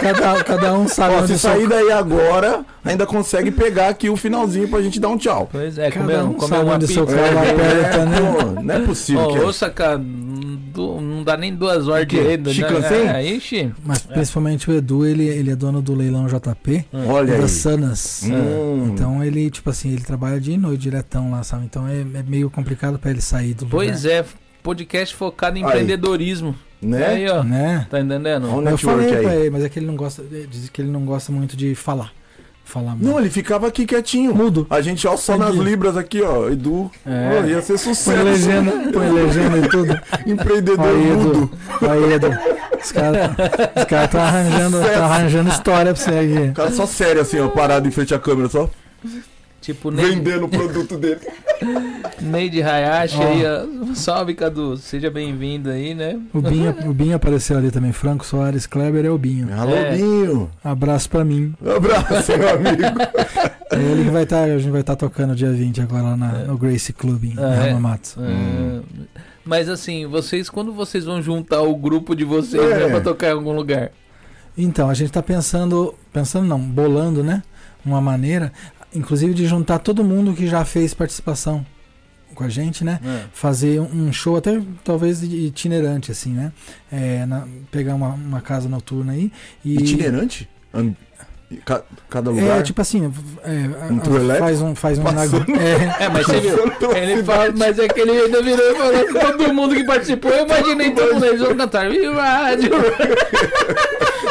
[SPEAKER 3] cada, cada um
[SPEAKER 2] Tá,
[SPEAKER 3] sabe
[SPEAKER 4] Ó,
[SPEAKER 3] onde
[SPEAKER 4] se
[SPEAKER 3] o seu-
[SPEAKER 4] sair daí agora, ainda consegue pegar aqui o finalzinho pra gente dar um tchau. É,
[SPEAKER 2] Pois é,
[SPEAKER 3] Cada
[SPEAKER 2] comeu,
[SPEAKER 3] um
[SPEAKER 2] comeu
[SPEAKER 3] sabe
[SPEAKER 2] uma
[SPEAKER 3] onde
[SPEAKER 2] pizza.
[SPEAKER 3] seu carro aperta, né?
[SPEAKER 4] pô, não é possível.
[SPEAKER 2] Ô,
[SPEAKER 4] que é.
[SPEAKER 2] Osaka, hum, du- não dá nem duas horas
[SPEAKER 4] quê?
[SPEAKER 2] direito.
[SPEAKER 4] Shinkansen?
[SPEAKER 2] Né? É, ixi.
[SPEAKER 3] Mas principalmente o Edu, ele, ele é dono do leilão JP,
[SPEAKER 4] Olha aí.
[SPEAKER 3] das Sanas.
[SPEAKER 4] Hum.
[SPEAKER 3] Então ele, tipo assim, ele trabalha dia e noite diretão lá, sabe? Então é, é meio complicado pra ele sair do
[SPEAKER 2] Pois é, podcast focado em empreendedorismo.
[SPEAKER 4] né?
[SPEAKER 2] Aí, ó.
[SPEAKER 3] Né?
[SPEAKER 2] Tá entendendo?
[SPEAKER 4] Olha o
[SPEAKER 3] Eu falei
[SPEAKER 4] network
[SPEAKER 3] pra
[SPEAKER 4] aí.
[SPEAKER 3] ele, mas é que ele não gosta, ele diz que ele não gosta muito de falar. Falar muito.
[SPEAKER 4] Não, é ele ficava aqui quietinho.
[SPEAKER 3] Mudo.
[SPEAKER 4] A gente, ó, só nas
[SPEAKER 3] Entendi.
[SPEAKER 4] libras aqui, ó. Edu.
[SPEAKER 2] É.
[SPEAKER 4] Ó, ia ser
[SPEAKER 3] Põe
[SPEAKER 4] sucesso.
[SPEAKER 3] legenda, põe legenda e tudo.
[SPEAKER 4] Empreendedor
[SPEAKER 3] Aí,
[SPEAKER 4] mudo.
[SPEAKER 3] Edu. Aí, Edu. Os caras os cara estão arranjando, tá arranjando história pra você
[SPEAKER 4] O
[SPEAKER 3] aqui.
[SPEAKER 4] cara só sério, assim, ó, parado em frente à câmera, só
[SPEAKER 2] Tipo, Neide,
[SPEAKER 4] vendendo o produto dele.
[SPEAKER 3] É.
[SPEAKER 2] Neide Hayashi
[SPEAKER 3] Ó.
[SPEAKER 2] aí,
[SPEAKER 4] Ah.
[SPEAKER 2] ó. Salve, Cadu. Seja bem-vindo aí, né?
[SPEAKER 3] O Binho, o Binho apareceu ali também. Franco Soares Kleber é o Binho.
[SPEAKER 4] Alô,
[SPEAKER 2] É.
[SPEAKER 4] Binho.
[SPEAKER 3] Abraço pra mim.
[SPEAKER 4] Um Abraço, meu amigo.
[SPEAKER 3] É ele que vai estar. a gente vai estar tocando dia 20 agora lá na- no Gracie Club em
[SPEAKER 2] Ah, é?
[SPEAKER 3] Hamamatsu.
[SPEAKER 4] Hum.
[SPEAKER 2] Ah, Mas assim, vocês, quando vocês vão juntar o grupo de vocês
[SPEAKER 4] É.
[SPEAKER 2] né, pra tocar em algum lugar?
[SPEAKER 3] Então, a gente tá pensando. Pensando não, bolando, né? Uma maneira, inclusive, de juntar todo mundo que já fez participação com a gente, né?
[SPEAKER 4] É.
[SPEAKER 3] fazer um show até talvez itinerante assim né É, na- pegar uma, uma casa noturna aí e
[SPEAKER 4] Itinerante? An- ca- Cada lugar?
[SPEAKER 3] é tipo assim é,
[SPEAKER 4] Um
[SPEAKER 3] a-
[SPEAKER 4] tour elétrico?
[SPEAKER 3] faz um faz um
[SPEAKER 4] Passando.
[SPEAKER 3] nego- é,
[SPEAKER 2] É, mas você viu?
[SPEAKER 4] Passando pela
[SPEAKER 2] Ele
[SPEAKER 4] cidade.
[SPEAKER 2] fala, mas é que ele ainda virou e falou todo mundo que participou. Eu imaginei todo mundo, eles vão cantar. Viva a rádio!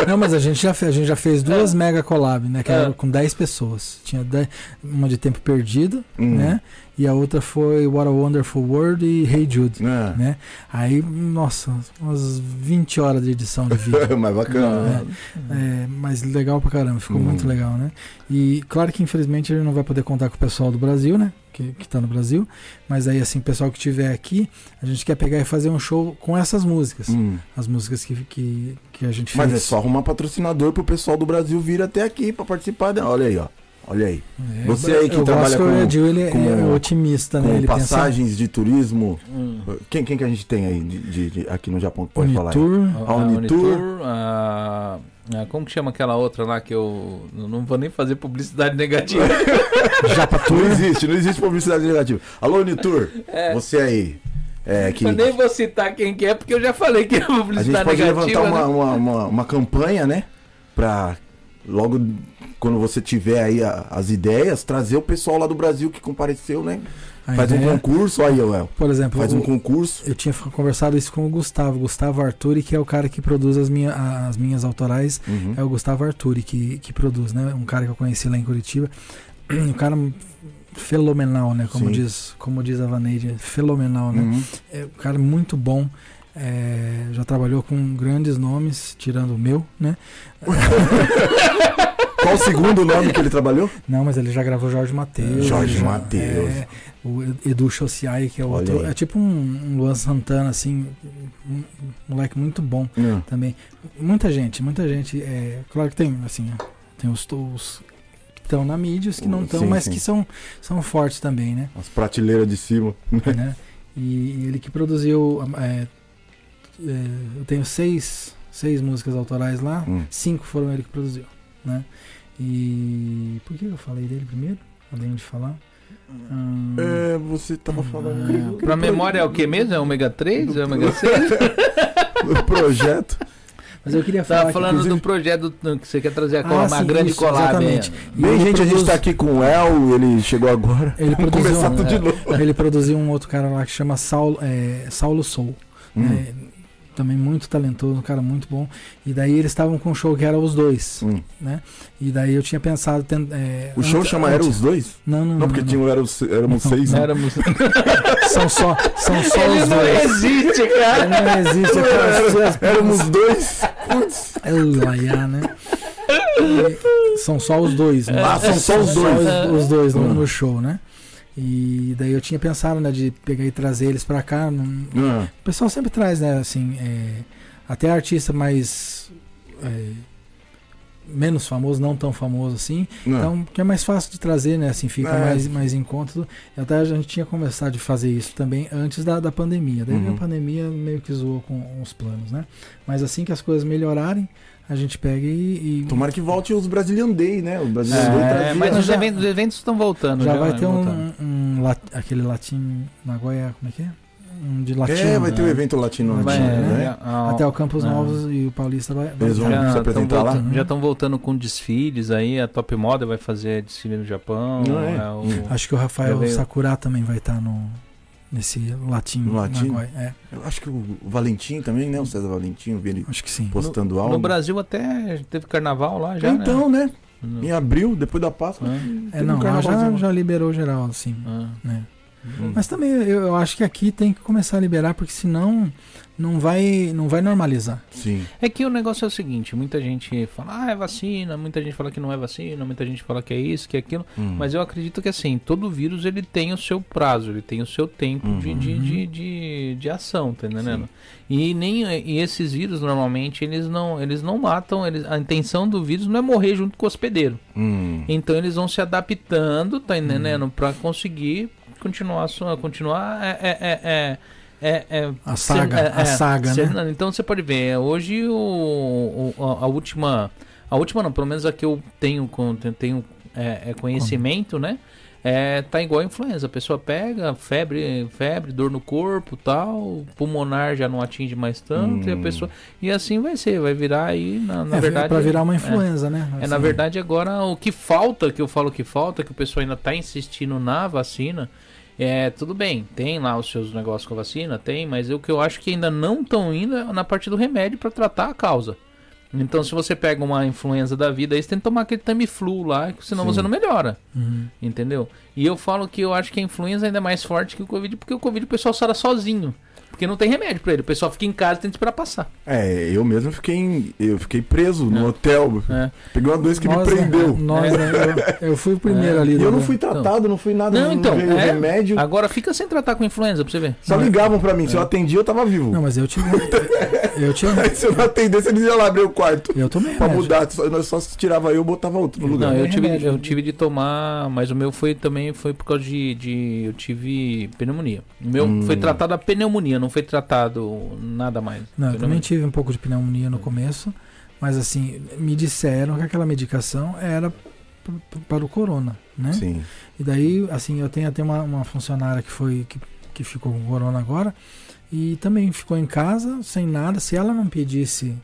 [SPEAKER 3] não mas a gente já fez, a gente já fez duas mega collab né que
[SPEAKER 2] É.
[SPEAKER 3] era com 10 pessoas tinha 10 uma de tempo perdido
[SPEAKER 4] Hum.
[SPEAKER 3] né e a outra foi What a Wonderful World e Hey Jude
[SPEAKER 4] É.
[SPEAKER 3] né aí nossa umas 20 horas de edição de vídeo
[SPEAKER 4] Mas bacana.
[SPEAKER 3] É, mas legal pra caramba, ficou
[SPEAKER 4] Hum.
[SPEAKER 3] muito legal, né? E claro que infelizmente ele não vai poder contar com o pessoal do Brasil, né? Que, que tá no Brasil. Mas aí, assim, o pessoal que tiver aqui, a gente quer pegar e fazer um show com essas músicas.
[SPEAKER 4] Hum.
[SPEAKER 3] As músicas que, que, que a gente fez.
[SPEAKER 4] Mas é só arrumar patrocinador pro pessoal do Brasil vir até aqui pra participar. dela. Olha aí, ó. Olha aí.
[SPEAKER 3] É,
[SPEAKER 4] Você aí que
[SPEAKER 3] eu
[SPEAKER 4] trabalha
[SPEAKER 3] gosto que
[SPEAKER 4] com-
[SPEAKER 3] o Edil, ele,
[SPEAKER 4] com-
[SPEAKER 3] ele é otimista, né?
[SPEAKER 4] Com
[SPEAKER 3] Ele
[SPEAKER 4] passagens de turismo.
[SPEAKER 2] Hum.
[SPEAKER 4] Quem, quem que a gente tem aí de- de- de- aqui no Japão que
[SPEAKER 3] pensa
[SPEAKER 4] pode
[SPEAKER 3] em
[SPEAKER 4] falar? aí?
[SPEAKER 3] Unitur,
[SPEAKER 2] A,
[SPEAKER 4] A Unitur.
[SPEAKER 2] Unitur, a- a- ah, como que chama aquela outra lá que eu eu não vou nem fazer publicidade negativa.
[SPEAKER 4] Não existe, não existe publicidade negativa. Alô, Unitur. Você aí. é, que
[SPEAKER 2] É. Eu nem vou citar quem que é, porque eu já falei que é
[SPEAKER 4] a gente
[SPEAKER 2] publicidade
[SPEAKER 4] pode levantar
[SPEAKER 2] negativa.
[SPEAKER 4] uma,
[SPEAKER 2] né?
[SPEAKER 4] uma, uma, uma campanha, né? Pra logo quando você tiver aí a- as ideias, trazer o pessoal lá do Brasil que compareceu, né?
[SPEAKER 3] A
[SPEAKER 4] Faz
[SPEAKER 3] ideia-
[SPEAKER 4] um concurso aí, Uel.
[SPEAKER 3] Por exemplo,
[SPEAKER 4] Faz um
[SPEAKER 3] o-
[SPEAKER 4] concurso.
[SPEAKER 3] eu tinha conversado isso com o Gustavo, Gustavo Arturi, que é o cara que produz as, minha, a- as minhas autorais.
[SPEAKER 4] Uhum.
[SPEAKER 3] É o Gustavo Arturi que, que produz, né? Um cara que eu conheci lá em Curitiba. Um cara fenomenal, né? Como,
[SPEAKER 4] Sim.
[SPEAKER 3] diz, como diz a Vaneide, fenomenal, né?
[SPEAKER 4] Uhum.
[SPEAKER 3] É um cara muito bom. é, já trabalhou com grandes nomes, tirando o meu, né?
[SPEAKER 4] Qual o segundo nome que ele trabalhou?
[SPEAKER 3] Não, mas ele já gravou Jorge Mateus.
[SPEAKER 4] Jorge
[SPEAKER 3] ele já-
[SPEAKER 4] Mateus.
[SPEAKER 3] é, o Edu Chociai, que é
[SPEAKER 4] Olha
[SPEAKER 3] outro.
[SPEAKER 4] aí.
[SPEAKER 3] É tipo um, um Luan Santana, assim. Um um moleque muito bom
[SPEAKER 4] Não.
[SPEAKER 3] também. Muita gente, muita gente. É, claro que tem, assim, tem os, os que estão na mídia, os que não estão,
[SPEAKER 4] Sim,
[SPEAKER 3] mas
[SPEAKER 4] sim.
[SPEAKER 3] que são, são fortes também, né?
[SPEAKER 4] As prateleiras de cima.
[SPEAKER 3] né? E ele que produziu. é, é, eu tenho seis, seis músicas autorais lá,
[SPEAKER 4] Hum.
[SPEAKER 3] cinco foram ele que produziu. Né? E por que eu falei dele primeiro? Além de falar. Hum,
[SPEAKER 4] É, você tava falando.
[SPEAKER 2] Hum. Pra memória é o que mesmo? É ômega 3? É ômega 6?
[SPEAKER 4] O projeto.
[SPEAKER 3] Mas eu queria falar.
[SPEAKER 2] Tava
[SPEAKER 3] que-
[SPEAKER 2] Tá falando do
[SPEAKER 4] inclusive-
[SPEAKER 2] projeto do- que você quer trazer a
[SPEAKER 3] Ah,
[SPEAKER 2] cola, uma
[SPEAKER 3] sim,
[SPEAKER 2] grande
[SPEAKER 3] isso,
[SPEAKER 2] collab. né? hein?
[SPEAKER 3] exatamente. E
[SPEAKER 4] Bem,
[SPEAKER 3] ele
[SPEAKER 4] gente, a gente
[SPEAKER 3] produz-
[SPEAKER 4] tá aqui com o El, ele chegou agora.
[SPEAKER 3] Ele
[SPEAKER 4] Vamos
[SPEAKER 3] produziu
[SPEAKER 4] começar
[SPEAKER 3] um-
[SPEAKER 2] né?
[SPEAKER 4] tudo de novo.
[SPEAKER 3] Ele produziu um outro cara lá que chama Saulo, é, Saulo Soul.
[SPEAKER 4] Hum,
[SPEAKER 3] né? Também muito talentoso, um cara muito bom. E daí eles estavam com um show que era os dois.
[SPEAKER 4] hum.
[SPEAKER 3] E daí eu tinha pensado. ten- é,
[SPEAKER 4] O show
[SPEAKER 3] antes-
[SPEAKER 4] chama Era
[SPEAKER 3] antes-
[SPEAKER 4] os Dois?
[SPEAKER 3] Não, não.
[SPEAKER 4] Não, porque
[SPEAKER 3] não.
[SPEAKER 4] tinha um- o Era os- Éramos Seis.
[SPEAKER 2] Então, Uhum. Não
[SPEAKER 4] né?
[SPEAKER 2] era música.
[SPEAKER 3] São só, são só
[SPEAKER 2] Ele
[SPEAKER 3] os
[SPEAKER 2] não
[SPEAKER 3] dois.
[SPEAKER 2] existe,
[SPEAKER 3] Ele
[SPEAKER 2] cara.
[SPEAKER 3] não existe aquelas suas.
[SPEAKER 4] Éramos dois.
[SPEAKER 3] É laiá, né? E são só os dois. Né?
[SPEAKER 4] Ah, são só os dois. Ah.
[SPEAKER 3] os, os dois no, no show, né? E daí eu tinha pensado, né, de pegar e trazer eles pra cá. num-
[SPEAKER 4] Ah,
[SPEAKER 3] O pessoal sempre traz, né, assim, é, até artista mais. é, menos famoso, não tão famoso assim.
[SPEAKER 4] não.
[SPEAKER 3] Então, que é mais fácil de trazer, né? Assim, fica
[SPEAKER 4] É.
[SPEAKER 3] mais, mais em conta. do- e Até a gente tinha conversado de fazer isso também antes da, da pandemia. Daí veio
[SPEAKER 4] Uhum.
[SPEAKER 3] a pandemia meio que zoou com os planos, né? Mas assim que as coisas melhorarem, a gente pega e. e
[SPEAKER 4] Tomara que volte os Brazilian Day, né? O Brazilian Day
[SPEAKER 2] Então, É,
[SPEAKER 4] trazia.
[SPEAKER 2] mas os
[SPEAKER 3] já-
[SPEAKER 2] eventos, os eventos estão voltando.
[SPEAKER 3] já vai ter um,
[SPEAKER 2] voltando.
[SPEAKER 3] um lat- aquele latim Nagoya, como é que é? Um de latino.
[SPEAKER 4] É, vai ter o
[SPEAKER 2] né?
[SPEAKER 4] evento latino.
[SPEAKER 3] Vai,
[SPEAKER 4] latino,
[SPEAKER 3] né?
[SPEAKER 4] né?
[SPEAKER 3] Até o Campos
[SPEAKER 2] Ah.
[SPEAKER 3] Novos e o Paulista vai. vai Então,
[SPEAKER 4] Eles vão
[SPEAKER 3] ter.
[SPEAKER 2] Já
[SPEAKER 4] se
[SPEAKER 2] tão
[SPEAKER 4] apresentar lá.
[SPEAKER 2] voltando- Já estão voltando com desfiles aí, a Top Moda vai fazer desfile no Japão.
[SPEAKER 4] Não é?
[SPEAKER 2] é o-
[SPEAKER 3] Acho que o
[SPEAKER 2] Já
[SPEAKER 3] Rafael
[SPEAKER 2] veio.
[SPEAKER 3] Sakura também vai estar no. Nesse latim,
[SPEAKER 4] No latim?
[SPEAKER 3] Nagoya. É,
[SPEAKER 4] Eu acho que o Valentim também, né? O César Valentim, eu vi ele
[SPEAKER 3] acho que sim.
[SPEAKER 4] postando
[SPEAKER 2] no,
[SPEAKER 4] algo.
[SPEAKER 2] no Brasil até teve carnaval lá já.
[SPEAKER 4] então, né?
[SPEAKER 2] né?
[SPEAKER 4] Em abril, depois da Páscoa.
[SPEAKER 2] É,
[SPEAKER 3] É,
[SPEAKER 4] Teve
[SPEAKER 3] não,
[SPEAKER 4] um
[SPEAKER 3] lá já,
[SPEAKER 4] carnavalzinho.
[SPEAKER 3] já liberou geral, assim.
[SPEAKER 2] é.
[SPEAKER 3] né?
[SPEAKER 4] Hum.
[SPEAKER 3] Mas também eu, eu acho que aqui tem que começar a liberar, porque senão não vai, não vai normalizar.
[SPEAKER 4] Sim.
[SPEAKER 2] É que o negócio é o seguinte: muita gente fala, ah, é vacina, muita gente fala que não é vacina, muita gente fala que é isso, que é aquilo.
[SPEAKER 4] Hum.
[SPEAKER 2] Mas eu acredito que assim, todo vírus ele tem o seu prazo, ele tem o seu tempo de,
[SPEAKER 4] Uhum.
[SPEAKER 2] de, de, de, de ação, tá entendendo? E, nem, e esses vírus normalmente eles não, eles não matam, eles, a intenção do vírus não é morrer junto com o hospedeiro.
[SPEAKER 4] Hum.
[SPEAKER 2] Então eles vão se adaptando, tá entendendo?
[SPEAKER 3] Hum.
[SPEAKER 2] Pra conseguir continuar a sua- continuar é, é, é, é, é, é,
[SPEAKER 3] A saga,
[SPEAKER 2] Cê- é,
[SPEAKER 3] a
[SPEAKER 2] é,
[SPEAKER 3] saga,
[SPEAKER 2] cê-
[SPEAKER 3] né?
[SPEAKER 2] Então você pode ver, hoje o, o- a, a última. A última não, pelo menos a que eu tenho, con- tenho- tenho é, é, conhecimento, né? É, tá igual a influenza. A pessoa pega febre, febre, dor no corpo tal, pulmonar já não atinge mais tanto, e a
[SPEAKER 4] Hum.
[SPEAKER 2] pessoa. E assim vai ser, vai virar aí, na, na
[SPEAKER 3] é,
[SPEAKER 2] verdade.
[SPEAKER 3] pra virar uma influenza, né?
[SPEAKER 2] É, na
[SPEAKER 3] Assim,
[SPEAKER 2] verdade, agora o que falta, que eu falo que falta, que o pessoal ainda tá insistindo na vacina, é tudo bem, tem lá os seus negócios com a vacina, tem, mas o que eu acho que ainda não estão indo é na parte do remédio para tratar a causa. Então, se você pega uma influenza da vida, aí você tem que tomar aquele Tamiflu lá, que senão
[SPEAKER 4] Sim.
[SPEAKER 2] você não melhora,
[SPEAKER 3] uhum.
[SPEAKER 2] entendeu? E eu falo que eu acho que a influenza ainda é mais forte que o Covid, porque o Covid o pessoal sara sozinho. Porque não tem remédio pra ele, o pessoal fica em casa e tem que esperar passar.
[SPEAKER 4] É, eu mesmo fiquei, em- eu fiquei preso no
[SPEAKER 2] É.
[SPEAKER 4] hotel.
[SPEAKER 2] É.
[SPEAKER 4] Peguei uma doença que
[SPEAKER 3] Nós,
[SPEAKER 4] me
[SPEAKER 3] né?
[SPEAKER 4] prendeu.
[SPEAKER 3] Nós, né? Eu, eu fui o primeiro
[SPEAKER 2] É.
[SPEAKER 3] ali.
[SPEAKER 4] E eu
[SPEAKER 3] né?
[SPEAKER 4] não fui tratado, não fui nada,
[SPEAKER 2] Não,
[SPEAKER 4] não,
[SPEAKER 2] então,
[SPEAKER 4] veio
[SPEAKER 2] é.
[SPEAKER 4] remédio.
[SPEAKER 2] Agora é. fica sem tratar com influenza pra você ver.
[SPEAKER 4] Só ligavam pra mim, se eu atendia, eu tava vivo.
[SPEAKER 3] Não, mas eu tive. um, Eu tinha.
[SPEAKER 4] Aí se eu não atendesse, eles iam lá abrir o quarto.
[SPEAKER 3] Eu tomei
[SPEAKER 4] Pra
[SPEAKER 3] remédio.
[SPEAKER 4] mudar, só, nós só tirava eu e botava outro no lugar.
[SPEAKER 2] É, Não, eu tive,
[SPEAKER 3] remédio,
[SPEAKER 2] eu
[SPEAKER 3] né?
[SPEAKER 2] tive de tomar, mas o meu foi também foi por causa de, de eu tive pneumonia. O meu
[SPEAKER 4] Hum.
[SPEAKER 2] foi tratado a pneumonia, não foi tratado nada mais.
[SPEAKER 3] Não, eu também
[SPEAKER 2] Pneumonia.
[SPEAKER 3] tive um pouco de pneumonia no começo, mas assim, me disseram que aquela medicação era p- p- para o corona, né?
[SPEAKER 2] é.
[SPEAKER 4] Sim.
[SPEAKER 3] E daí, assim, eu tenho até uma, uma funcionária que foi que, que ficou com corona agora, e também ficou em casa sem nada. Se ela não pedisse,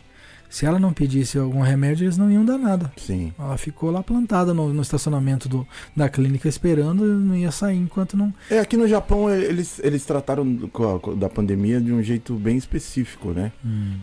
[SPEAKER 3] se ela não pedisse algum remédio, eles não iam dar nada.
[SPEAKER 4] Sim.
[SPEAKER 3] Ela ficou lá plantada no, no estacionamento do, da clínica esperando, não ia sair enquanto não.
[SPEAKER 4] É, aqui no Japão eh, eles, eles trataram co- co- da pandemia de um jeito bem específico, né?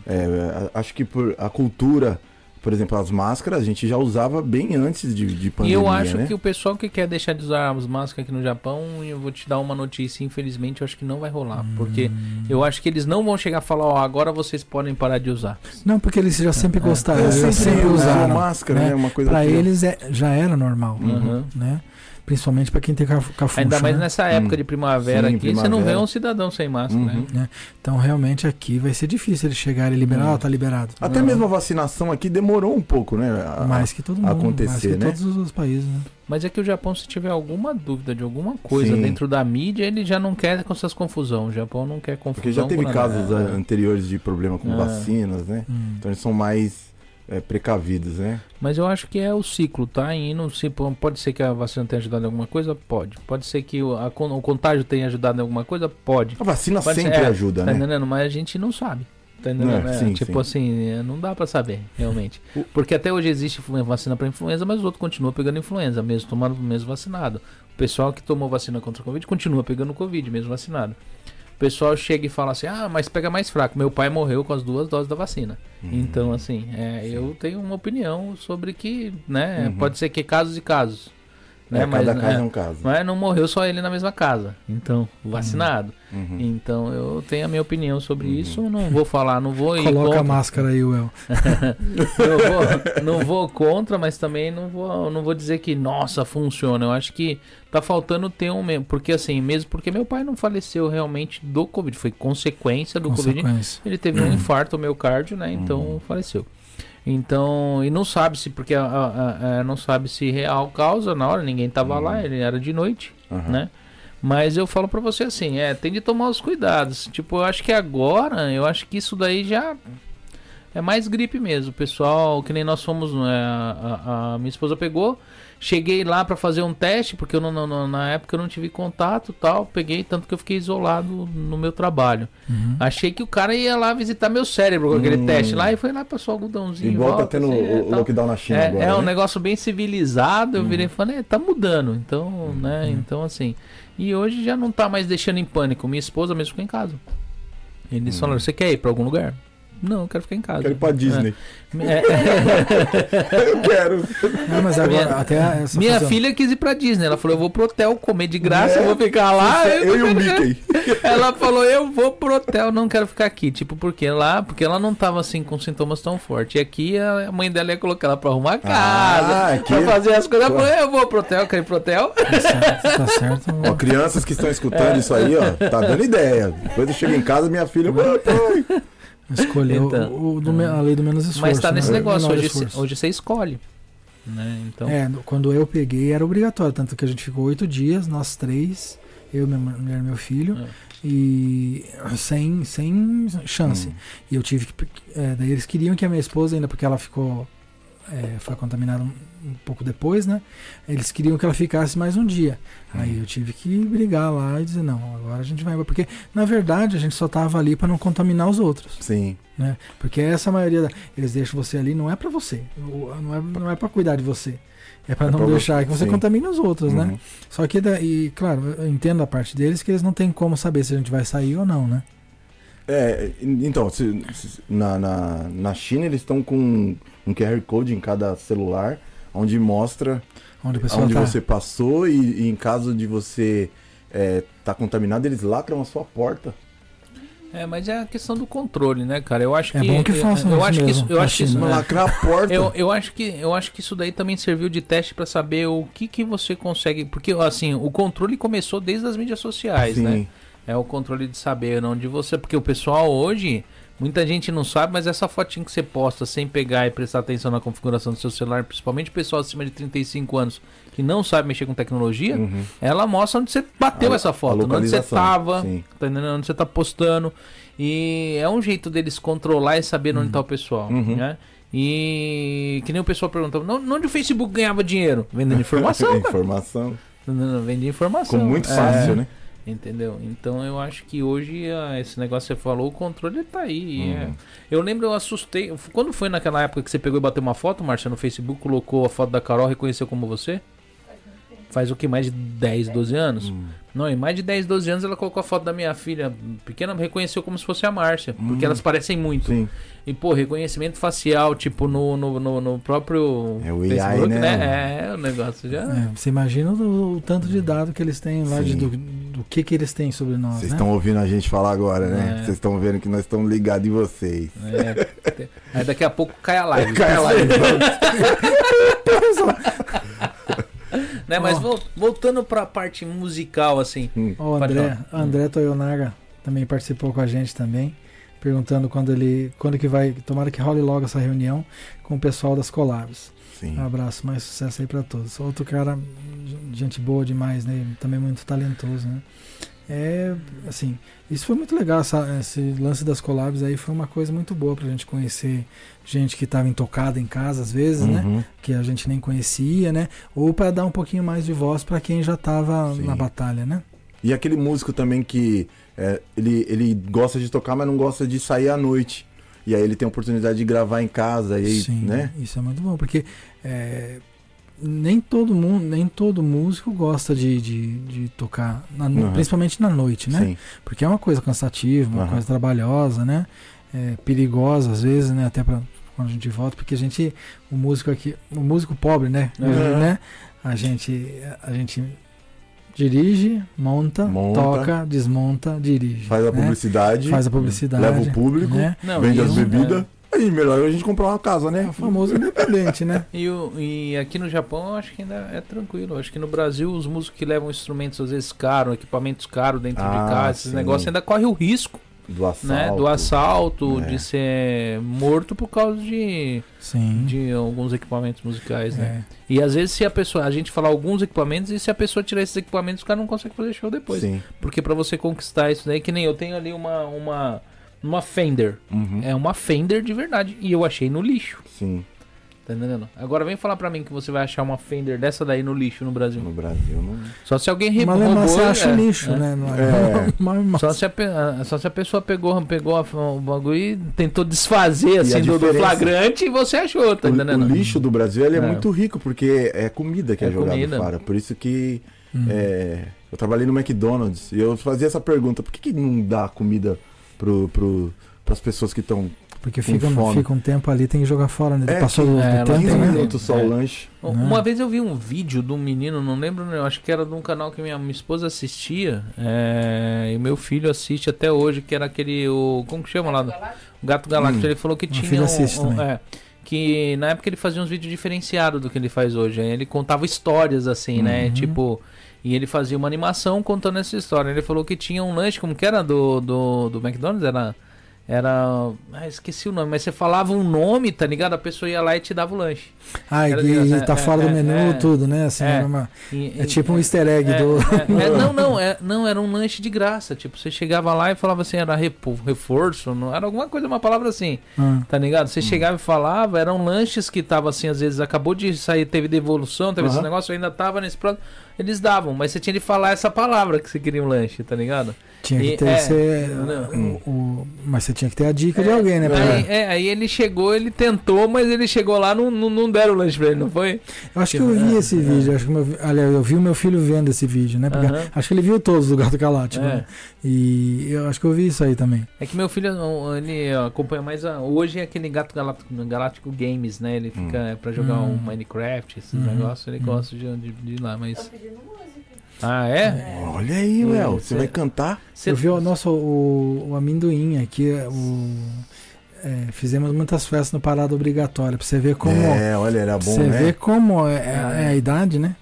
[SPEAKER 4] É, a- acho que por a cultura, por exemplo, as máscaras a gente já usava bem antes de, de
[SPEAKER 2] E
[SPEAKER 4] pandemia,
[SPEAKER 2] eu acho
[SPEAKER 4] né?
[SPEAKER 2] que o pessoal que quer deixar de usar as máscaras aqui no Japão, eu vou te dar uma notícia, infelizmente eu acho que não vai rolar,
[SPEAKER 3] Hum.
[SPEAKER 2] porque eu acho que eles não vão chegar a falar, ó, agora vocês podem parar de usar.
[SPEAKER 3] Não, porque eles já sempre gostaram,
[SPEAKER 4] Eu
[SPEAKER 3] já Tá, sempre
[SPEAKER 4] usava
[SPEAKER 3] usaram.
[SPEAKER 4] É, máscara, né? Uma coisa
[SPEAKER 3] Pra
[SPEAKER 4] que-
[SPEAKER 3] eles é, já era normal,
[SPEAKER 2] Uhum.
[SPEAKER 3] né? Principalmente pra quem tem caf- cafuncha.
[SPEAKER 2] Ainda mais
[SPEAKER 3] né?
[SPEAKER 2] nessa época de primavera
[SPEAKER 4] Hum. Sim,
[SPEAKER 2] aqui, você não vê
[SPEAKER 4] primavera.
[SPEAKER 2] um cidadão sem máscara.
[SPEAKER 4] Uhum.
[SPEAKER 2] né?
[SPEAKER 3] Então realmente aqui vai ser difícil eles chegarem e liberar,
[SPEAKER 2] Hum.
[SPEAKER 3] ah, tá liberado.
[SPEAKER 4] Até mesmo a vacinação aqui demorou um pouco, né? A-
[SPEAKER 3] mais que todo mundo, mais
[SPEAKER 4] acontecer,
[SPEAKER 3] que
[SPEAKER 4] né?
[SPEAKER 3] todos os outros países, né?
[SPEAKER 2] Mas é que o Japão, se tiver alguma dúvida de alguma coisa
[SPEAKER 4] Sim.
[SPEAKER 2] dentro da mídia, ele já não quer com essas confusão. O Japão não quer confusão.
[SPEAKER 4] Porque já teve
[SPEAKER 2] com nada.
[SPEAKER 4] casos ah, anteriores de problema com
[SPEAKER 2] É.
[SPEAKER 4] vacinas, né? Então eles são mais eh, precavidos, né?
[SPEAKER 2] Mas eu acho que é o ciclo, tá? E não se pode ser que a vacina tenha ajudado em alguma coisa, pode. Pode ser que o, a con- o contágio tenha ajudado em alguma coisa, pode.
[SPEAKER 4] A vacina
[SPEAKER 2] Pode ser-
[SPEAKER 4] sempre
[SPEAKER 2] é,
[SPEAKER 4] ajuda,
[SPEAKER 2] Tá
[SPEAKER 4] né?
[SPEAKER 2] entendendo? Mas a gente não sabe. Tá entendendo?
[SPEAKER 4] É,
[SPEAKER 2] É,
[SPEAKER 4] sim,
[SPEAKER 2] tipo
[SPEAKER 4] sim.
[SPEAKER 2] assim, é, não dá pra saber, realmente.
[SPEAKER 4] O-
[SPEAKER 2] Porque até hoje existe influ- vacina pra influenza, mas o outro continua pegando influenza, mesmo tomando mesmo vacinado. O pessoal que tomou vacina contra o Covid continua pegando Covid, mesmo vacinado. O pessoal chega e fala assim: ah, mas pega mais fraco. Meu pai morreu com as duas doses da vacina.
[SPEAKER 4] Hum. Uhum.
[SPEAKER 2] Então, assim, é, eu tenho uma opinião sobre que, né,
[SPEAKER 4] Uhum.
[SPEAKER 2] pode ser que casos e casos. Né,
[SPEAKER 4] É,
[SPEAKER 2] mas,
[SPEAKER 4] cada caso é,
[SPEAKER 2] é,
[SPEAKER 4] um caso.
[SPEAKER 2] mas não morreu só ele na mesma casa. Então, vacinado.
[SPEAKER 4] Uhum.
[SPEAKER 2] Então eu tenho a minha opinião sobre isso, não vou falar, não vou ir
[SPEAKER 3] Coloca
[SPEAKER 2] contra,
[SPEAKER 3] a máscara aí, Well.
[SPEAKER 2] não vou, não vou contra, mas também não vou, não vou dizer que nossa funciona. Eu acho que tá faltando ter um mesmo, porque assim mesmo porque meu pai não faleceu realmente do covid, foi consequência do covid.
[SPEAKER 3] Consequência.
[SPEAKER 2] Ele teve um infarto miocárdio, né? Então faleceu. Então, e não sabe se, porque a- a- a- não sabe se real causa na hora, ninguém tava lá, ele era de noite,
[SPEAKER 4] Aham.
[SPEAKER 2] né? Mas eu falo pra você assim, é, tem de tomar os cuidados. Tipo, eu acho que agora, eu acho que isso daí já é mais gripe mesmo. Pessoal, que nem nós fomos, né, a, a- a minha esposa pegou, cheguei lá pra fazer um teste, porque eu não, não- não- na época eu não tive contato, tal, peguei tanto que eu fiquei isolado no meu trabalho.
[SPEAKER 3] Uhum.
[SPEAKER 2] Achei que o cara ia lá visitar meu cérebro com aquele
[SPEAKER 4] Hum.
[SPEAKER 2] teste lá e foi lá, passou algodãozinho.
[SPEAKER 4] Igual
[SPEAKER 2] volta,
[SPEAKER 4] tá tendo
[SPEAKER 2] assim, é,
[SPEAKER 4] o, o
[SPEAKER 2] tal.
[SPEAKER 4] lockdown na China
[SPEAKER 2] É,
[SPEAKER 4] agora.
[SPEAKER 2] é um
[SPEAKER 4] né? Uhum.
[SPEAKER 2] negócio bem civilizado, eu virei e falei, "É, tá mudando, então, né, então assim. E hoje já não tá mais deixando em pânico, minha esposa mesmo ficou em casa. Eles falaram, você quer ir pra algum lugar? Não, eu quero ficar em casa.
[SPEAKER 4] Uhum. Quero ir pra Disney.
[SPEAKER 2] É, é.
[SPEAKER 4] Eu quero.
[SPEAKER 3] Não, É, mas agora
[SPEAKER 2] Minha-
[SPEAKER 3] até essa
[SPEAKER 2] minha
[SPEAKER 3] fusão.
[SPEAKER 2] filha quis ir pra Disney, ela falou, eu vou pro hotel comer de graça, eu vou ficar lá.
[SPEAKER 4] É. eu e o Mickey.
[SPEAKER 2] Ela falou, eu vou pro hotel, não quero ficar aqui. Tipo, porque lá, porque ela não tava assim com sintomas tão fortes. E aqui a mãe dela ia colocar ela pra arrumar a casa,
[SPEAKER 4] Ah,
[SPEAKER 2] pra
[SPEAKER 4] aqui-
[SPEAKER 2] fazer as coisas. Ela falou, eu vou pro hotel, quero ir pro hotel.
[SPEAKER 3] Tá certo, tá certo.
[SPEAKER 4] Ó, crianças que estão
[SPEAKER 2] É.
[SPEAKER 4] escutando isso aí, ó, tá dando ideia. Depois eu chego em casa, minha filha. "Papai".
[SPEAKER 3] Escolheu
[SPEAKER 2] Então.
[SPEAKER 3] o, do me- a lei do menos esforço.
[SPEAKER 2] Mas tá nesse
[SPEAKER 3] né?
[SPEAKER 2] negócio,
[SPEAKER 3] Menor
[SPEAKER 2] hoje,
[SPEAKER 3] esforço.
[SPEAKER 2] cê- hoje você escolhe. Né? Então.
[SPEAKER 3] É, no- quando eu peguei era obrigatório, tanto que a gente ficou oito dias, nós três, eu, minha mulher e meu filho,
[SPEAKER 2] É.
[SPEAKER 3] e sem, sem chance.
[SPEAKER 2] assim.
[SPEAKER 3] E eu tive que. é, daí eles queriam que a minha esposa, ainda porque ela ficou. é, foi contaminada um, um pouco depois, né? Eles queriam que ela ficasse mais um dia.
[SPEAKER 4] Hum.
[SPEAKER 3] Aí eu tive que brigar lá e dizer, não, agora a gente vai embora. Porque, na verdade, a gente só tava ali para não contaminar os outros
[SPEAKER 4] Sim.
[SPEAKER 3] né? Porque essa maioria da- eles deixam você ali não é pra você, O- não é, não é para cuidar de você. É pra
[SPEAKER 4] É
[SPEAKER 3] não
[SPEAKER 4] pra
[SPEAKER 3] deixar
[SPEAKER 4] você-
[SPEAKER 3] que você
[SPEAKER 4] sim.
[SPEAKER 3] contamine os outros, né?
[SPEAKER 4] Uhum.
[SPEAKER 3] Só que daí, claro, eu entendo a parte deles que eles não têm como saber se a gente vai sair ou não, né?
[SPEAKER 4] É, então, se- se- na, na, na China eles estão com um QR Code em cada celular, onde mostra
[SPEAKER 3] Onde a pessoa
[SPEAKER 4] onde
[SPEAKER 3] tá.
[SPEAKER 4] você passou e, e em caso de você é, tá contaminado, eles lacram a sua porta.
[SPEAKER 2] É, mas é a questão do controle, né, cara? Eu acho
[SPEAKER 3] É
[SPEAKER 2] que.
[SPEAKER 3] bom que
[SPEAKER 2] eu-
[SPEAKER 3] façam
[SPEAKER 2] eu,
[SPEAKER 3] isso
[SPEAKER 2] acho que
[SPEAKER 3] mesmo,
[SPEAKER 2] isso,
[SPEAKER 3] assim, né?
[SPEAKER 2] eu
[SPEAKER 3] na
[SPEAKER 2] acho que isso-
[SPEAKER 3] China.
[SPEAKER 2] é,
[SPEAKER 4] Lacrar a porta.
[SPEAKER 2] Eu, eu, acho que, eu acho que isso daí também serviu de teste pra saber o que, que você consegue. Porque, assim, o controle começou desde as mídias sociais,
[SPEAKER 4] Sim.
[SPEAKER 2] né? É o controle de saber onde você. Porque o pessoal hoje, muita gente não sabe, mas essa fotinha que você posta sem pegar e prestar atenção na configuração do seu celular, principalmente o pessoal acima de 35 anos que não sabe mexer com tecnologia,
[SPEAKER 4] Uhum.
[SPEAKER 2] ela mostra onde você bateu
[SPEAKER 4] A-
[SPEAKER 2] essa
[SPEAKER 4] a
[SPEAKER 2] foto, onde você
[SPEAKER 4] localização,
[SPEAKER 2] tava,
[SPEAKER 4] sim.
[SPEAKER 2] tá entendendo? Onde você tá postando. E é um jeito deles controlar e saber onde tá o pessoal,
[SPEAKER 4] Uhum.
[SPEAKER 2] né? E que nem o pessoal perguntou, "Não- onde o Facebook ganhava dinheiro? Vendendo informação, cara.
[SPEAKER 4] Informação.
[SPEAKER 2] Tá entendendo? Vendia informação.
[SPEAKER 4] Ficou É. muito
[SPEAKER 2] É.
[SPEAKER 4] fácil, né?
[SPEAKER 2] Entendeu? Então eu acho que hoje ah, esse negócio que você falou, o controle ele tá aí. é.
[SPEAKER 4] Uhum.
[SPEAKER 2] Eu lembro, eu assustei. Quando foi naquela época que você pegou e bateu uma foto, Márcia, no Facebook, colocou a foto da Carol, reconheceu como você? Faz o que? Mais de 10, 12 anos?
[SPEAKER 4] Uhum. Hum.
[SPEAKER 2] Não, em mais de 10, 12 anos ela colocou a foto da minha filha pequena, reconheceu como se fosse a Márcia. Porque elas parecem muito.
[SPEAKER 4] Uhum. Sim.
[SPEAKER 2] E, pô, reconhecimento facial, tipo, no, no, no, no próprio
[SPEAKER 4] É o AI,
[SPEAKER 2] Facebook,
[SPEAKER 4] né?
[SPEAKER 2] É, o negócio já.
[SPEAKER 3] É, você imagina o, o tanto de dado que eles têm lá, de,
[SPEAKER 4] Sim.
[SPEAKER 3] do, do que, que eles têm sobre nós,
[SPEAKER 4] Vocês
[SPEAKER 3] né?
[SPEAKER 4] estão ouvindo a gente falar agora, né?
[SPEAKER 2] É.
[SPEAKER 4] Vocês estão vendo que nós estamos ligados em vocês.
[SPEAKER 2] É. Aí daqui a pouco cai a live.
[SPEAKER 4] Cai lá, vamos.
[SPEAKER 2] Né? Mas vol- voltando pra parte musical, assim.
[SPEAKER 4] Hum.
[SPEAKER 3] Ó, O
[SPEAKER 2] Pode
[SPEAKER 3] André,
[SPEAKER 2] falar.
[SPEAKER 3] André Toyonaga também participou com a gente também, perguntando quando ele, quando que vai, tomara que role logo essa reunião com o pessoal das collabs.
[SPEAKER 4] Sim.
[SPEAKER 3] Um abraço, mais sucesso aí pra todos. Outro cara, gente boa demais, né? Também muito talentoso, né? É, assim, isso foi muito legal, essa- esse lance das collabs aí foi uma coisa muito boa pra gente conhecer gente que tava intocada em casa às vezes, né?
[SPEAKER 4] Uhum.
[SPEAKER 3] que a gente nem conhecia, né? Ou para dar um pouquinho mais de voz para quem já tava
[SPEAKER 4] Sim.
[SPEAKER 3] na batalha, né?
[SPEAKER 4] E aquele músico também que é, ele, ele gosta de tocar, mas não gosta de sair à noite. E aí ele tem a oportunidade de gravar em casa, e aí, né?
[SPEAKER 3] Isso é muito bom, porque é, nem todo mundo, nem todo músico gosta de, de, de tocar, na-
[SPEAKER 4] Uhum.
[SPEAKER 3] principalmente na noite, né?
[SPEAKER 4] Sim.
[SPEAKER 3] Porque é uma coisa cansativa, uma
[SPEAKER 4] Aham.
[SPEAKER 3] coisa trabalhosa, né? É, perigosa às vezes, né? Até pra quando a gente volta, porque a gente, o músico aqui, o músico pobre, né?
[SPEAKER 4] Aham.
[SPEAKER 3] né? A gente, a gente dirige, monta,
[SPEAKER 4] Monta.
[SPEAKER 3] toca, desmonta, dirige.
[SPEAKER 4] Faz
[SPEAKER 2] É.
[SPEAKER 4] a
[SPEAKER 3] né?
[SPEAKER 4] publicidade,
[SPEAKER 3] Faz a publicidade.
[SPEAKER 4] leva o público,
[SPEAKER 3] né?
[SPEAKER 2] Não,
[SPEAKER 4] vende
[SPEAKER 2] e é um,
[SPEAKER 4] as
[SPEAKER 2] o-
[SPEAKER 4] bebidas. Aí melhor a gente comprar uma casa,
[SPEAKER 3] É
[SPEAKER 4] né?
[SPEAKER 3] o famoso independente, né?
[SPEAKER 2] E, o- e aqui no Japão eu acho que ainda é tranquilo. Eu Acho que no Brasil os músicos que levam instrumentos às vezes caros, equipamentos caros dentro
[SPEAKER 4] Ah,
[SPEAKER 2] de casa, esses
[SPEAKER 4] sim.
[SPEAKER 2] negócios ainda corre o risco,
[SPEAKER 4] Do assalto.
[SPEAKER 2] né? Do assalto,
[SPEAKER 4] É.
[SPEAKER 2] de ser morto por causa de,
[SPEAKER 3] Sim.
[SPEAKER 2] de alguns equipamentos musicais, né?
[SPEAKER 3] É.
[SPEAKER 2] E às vezes se a pessoa, a gente falar alguns equipamentos e se a pessoa tirar esses equipamentos, o cara não consegue fazer show depois.
[SPEAKER 4] Sim.
[SPEAKER 2] Porque pra você conquistar isso daí, que nem eu tenho ali uma uma uma Fender.
[SPEAKER 4] Uhum.
[SPEAKER 2] É uma Fender de verdade e eu achei no lixo,
[SPEAKER 4] Sim.
[SPEAKER 2] tá entendendo? Agora vem falar pra mim que você vai achar uma Fender dessa daí no lixo no Brasil.
[SPEAKER 4] No Brasil não.
[SPEAKER 2] Só se alguém re-
[SPEAKER 3] Mas
[SPEAKER 2] roubou.
[SPEAKER 4] assim,
[SPEAKER 3] lembrar você
[SPEAKER 2] é,
[SPEAKER 3] acha lixo,
[SPEAKER 2] é.
[SPEAKER 3] né?
[SPEAKER 4] É.
[SPEAKER 3] Mas- mas-
[SPEAKER 2] Só se, a, pe- a- só se a pessoa pegou, pegou a- o bagulho e tentou desfazer
[SPEAKER 4] a
[SPEAKER 2] assim, do, do
[SPEAKER 4] diferença?
[SPEAKER 2] flagrante e você achou, tá
[SPEAKER 4] O,
[SPEAKER 2] entendendo?
[SPEAKER 4] o lixo do Brasil ele é,
[SPEAKER 2] É.
[SPEAKER 4] muito rico, porque é comida que é,
[SPEAKER 2] É
[SPEAKER 4] jogada
[SPEAKER 2] comida.
[SPEAKER 4] fora. Por isso que
[SPEAKER 3] Hum.
[SPEAKER 4] é, eu trabalhei no McDonald's e eu fazia essa pergunta: por que, que não dá comida pro, pro, pras pessoas que estão
[SPEAKER 3] Porque
[SPEAKER 4] com
[SPEAKER 3] fica,
[SPEAKER 4] fome.
[SPEAKER 3] fica um tempo ali, tem que jogar fora, né?
[SPEAKER 4] É,
[SPEAKER 3] Passou do, do
[SPEAKER 2] é, ela
[SPEAKER 3] tempo,
[SPEAKER 4] 15
[SPEAKER 2] tem-
[SPEAKER 3] né?
[SPEAKER 4] minutos só
[SPEAKER 2] É.
[SPEAKER 4] o lanche?
[SPEAKER 2] Uma
[SPEAKER 3] Né?
[SPEAKER 2] vez eu vi um vídeo de um menino, não lembro, né, eu acho que era de um canal que minha, minha esposa assistia, é, e meu filho assiste até hoje, que era aquele, o, como que chama lá? O Gato Galáctico.
[SPEAKER 4] Hum.
[SPEAKER 2] Ele falou que
[SPEAKER 3] Meu
[SPEAKER 2] tinha
[SPEAKER 3] filho
[SPEAKER 2] um-
[SPEAKER 3] assiste
[SPEAKER 2] um-
[SPEAKER 3] também.
[SPEAKER 2] é, que na época ele fazia uns vídeos diferenciados do que ele faz hoje. Ele contava histórias assim, né?
[SPEAKER 3] Uhum.
[SPEAKER 2] Tipo, e ele fazia uma animação contando essa história. Ele falou que tinha um lanche, como que era do, do, do McDonald's? Era. Era. Ah, esqueci o nome, mas você falava um nome, tá ligado? A pessoa ia lá e te dava o lanche.
[SPEAKER 3] Ah, e
[SPEAKER 2] Era
[SPEAKER 3] que
[SPEAKER 2] engraçado,
[SPEAKER 3] tá
[SPEAKER 2] é,
[SPEAKER 3] fora
[SPEAKER 2] é,
[SPEAKER 3] do menu,
[SPEAKER 2] é.
[SPEAKER 3] tudo, né? Assim,
[SPEAKER 2] É.
[SPEAKER 3] é, uma-
[SPEAKER 2] E-
[SPEAKER 3] é
[SPEAKER 2] e-
[SPEAKER 3] tipo um easter egg
[SPEAKER 2] é,
[SPEAKER 3] do.
[SPEAKER 2] é, é, não, não, é- não, era um lanche de graça. Tipo, você chegava lá e falava assim, era repo- reforço, não, era alguma coisa, uma palavra assim.
[SPEAKER 3] Ah,
[SPEAKER 2] Tá ligado? Você chegava e falava, eram lanches que tava assim, às vezes acabou de sair, teve devolução, teve esse
[SPEAKER 4] Aham.
[SPEAKER 2] negócio, ainda tava nesse próximo. Eles davam, mas você tinha de falar essa palavra que você queria um lanche, tá ligado?
[SPEAKER 3] tinha que
[SPEAKER 2] E-
[SPEAKER 3] ter.
[SPEAKER 2] é,
[SPEAKER 3] você-
[SPEAKER 2] não.
[SPEAKER 3] o- o- mas você tinha que ter a dica de alguém, né? pra-
[SPEAKER 2] Aí, é, aí ele chegou, ele tentou, mas ele chegou lá, não, não, não deram o lanche pra ele, não foi?
[SPEAKER 3] Eu acho que
[SPEAKER 2] Tipo,
[SPEAKER 3] eu
[SPEAKER 2] é.
[SPEAKER 3] vi esse vídeo, acho que meu, aliás, eu vi o meu filho vendo esse vídeo, né? Porque
[SPEAKER 2] Aham.
[SPEAKER 3] acho que ele viu todos do Gato Galáctico.
[SPEAKER 2] É.
[SPEAKER 3] né? E eu acho que eu vi isso aí também.
[SPEAKER 2] É que meu filho, ó, ele ó, acompanha mais. a- hoje é aquele gato galáctico, galáctico Games, né? Ele fica é, pra jogar
[SPEAKER 3] Hum.
[SPEAKER 2] um Minecraft, esse
[SPEAKER 3] Uhum.
[SPEAKER 2] negócio, ele
[SPEAKER 3] Uhum.
[SPEAKER 2] gosta de, de, de ir lá, mas. Ah, é?
[SPEAKER 4] Olha aí,
[SPEAKER 2] Hum,
[SPEAKER 4] Léo.
[SPEAKER 2] cê-
[SPEAKER 4] Você vai cantar?
[SPEAKER 2] Você
[SPEAKER 3] Eu vi, um- o- nossa, o, o amendoim aqui, o, é, fizemos muitas festas no Parada Obrigatória, pra você ver como.
[SPEAKER 4] É, olha, era
[SPEAKER 3] pra
[SPEAKER 4] bom,
[SPEAKER 3] você
[SPEAKER 4] né?
[SPEAKER 3] ver como é,
[SPEAKER 2] Ah,
[SPEAKER 3] é- é a idade, né?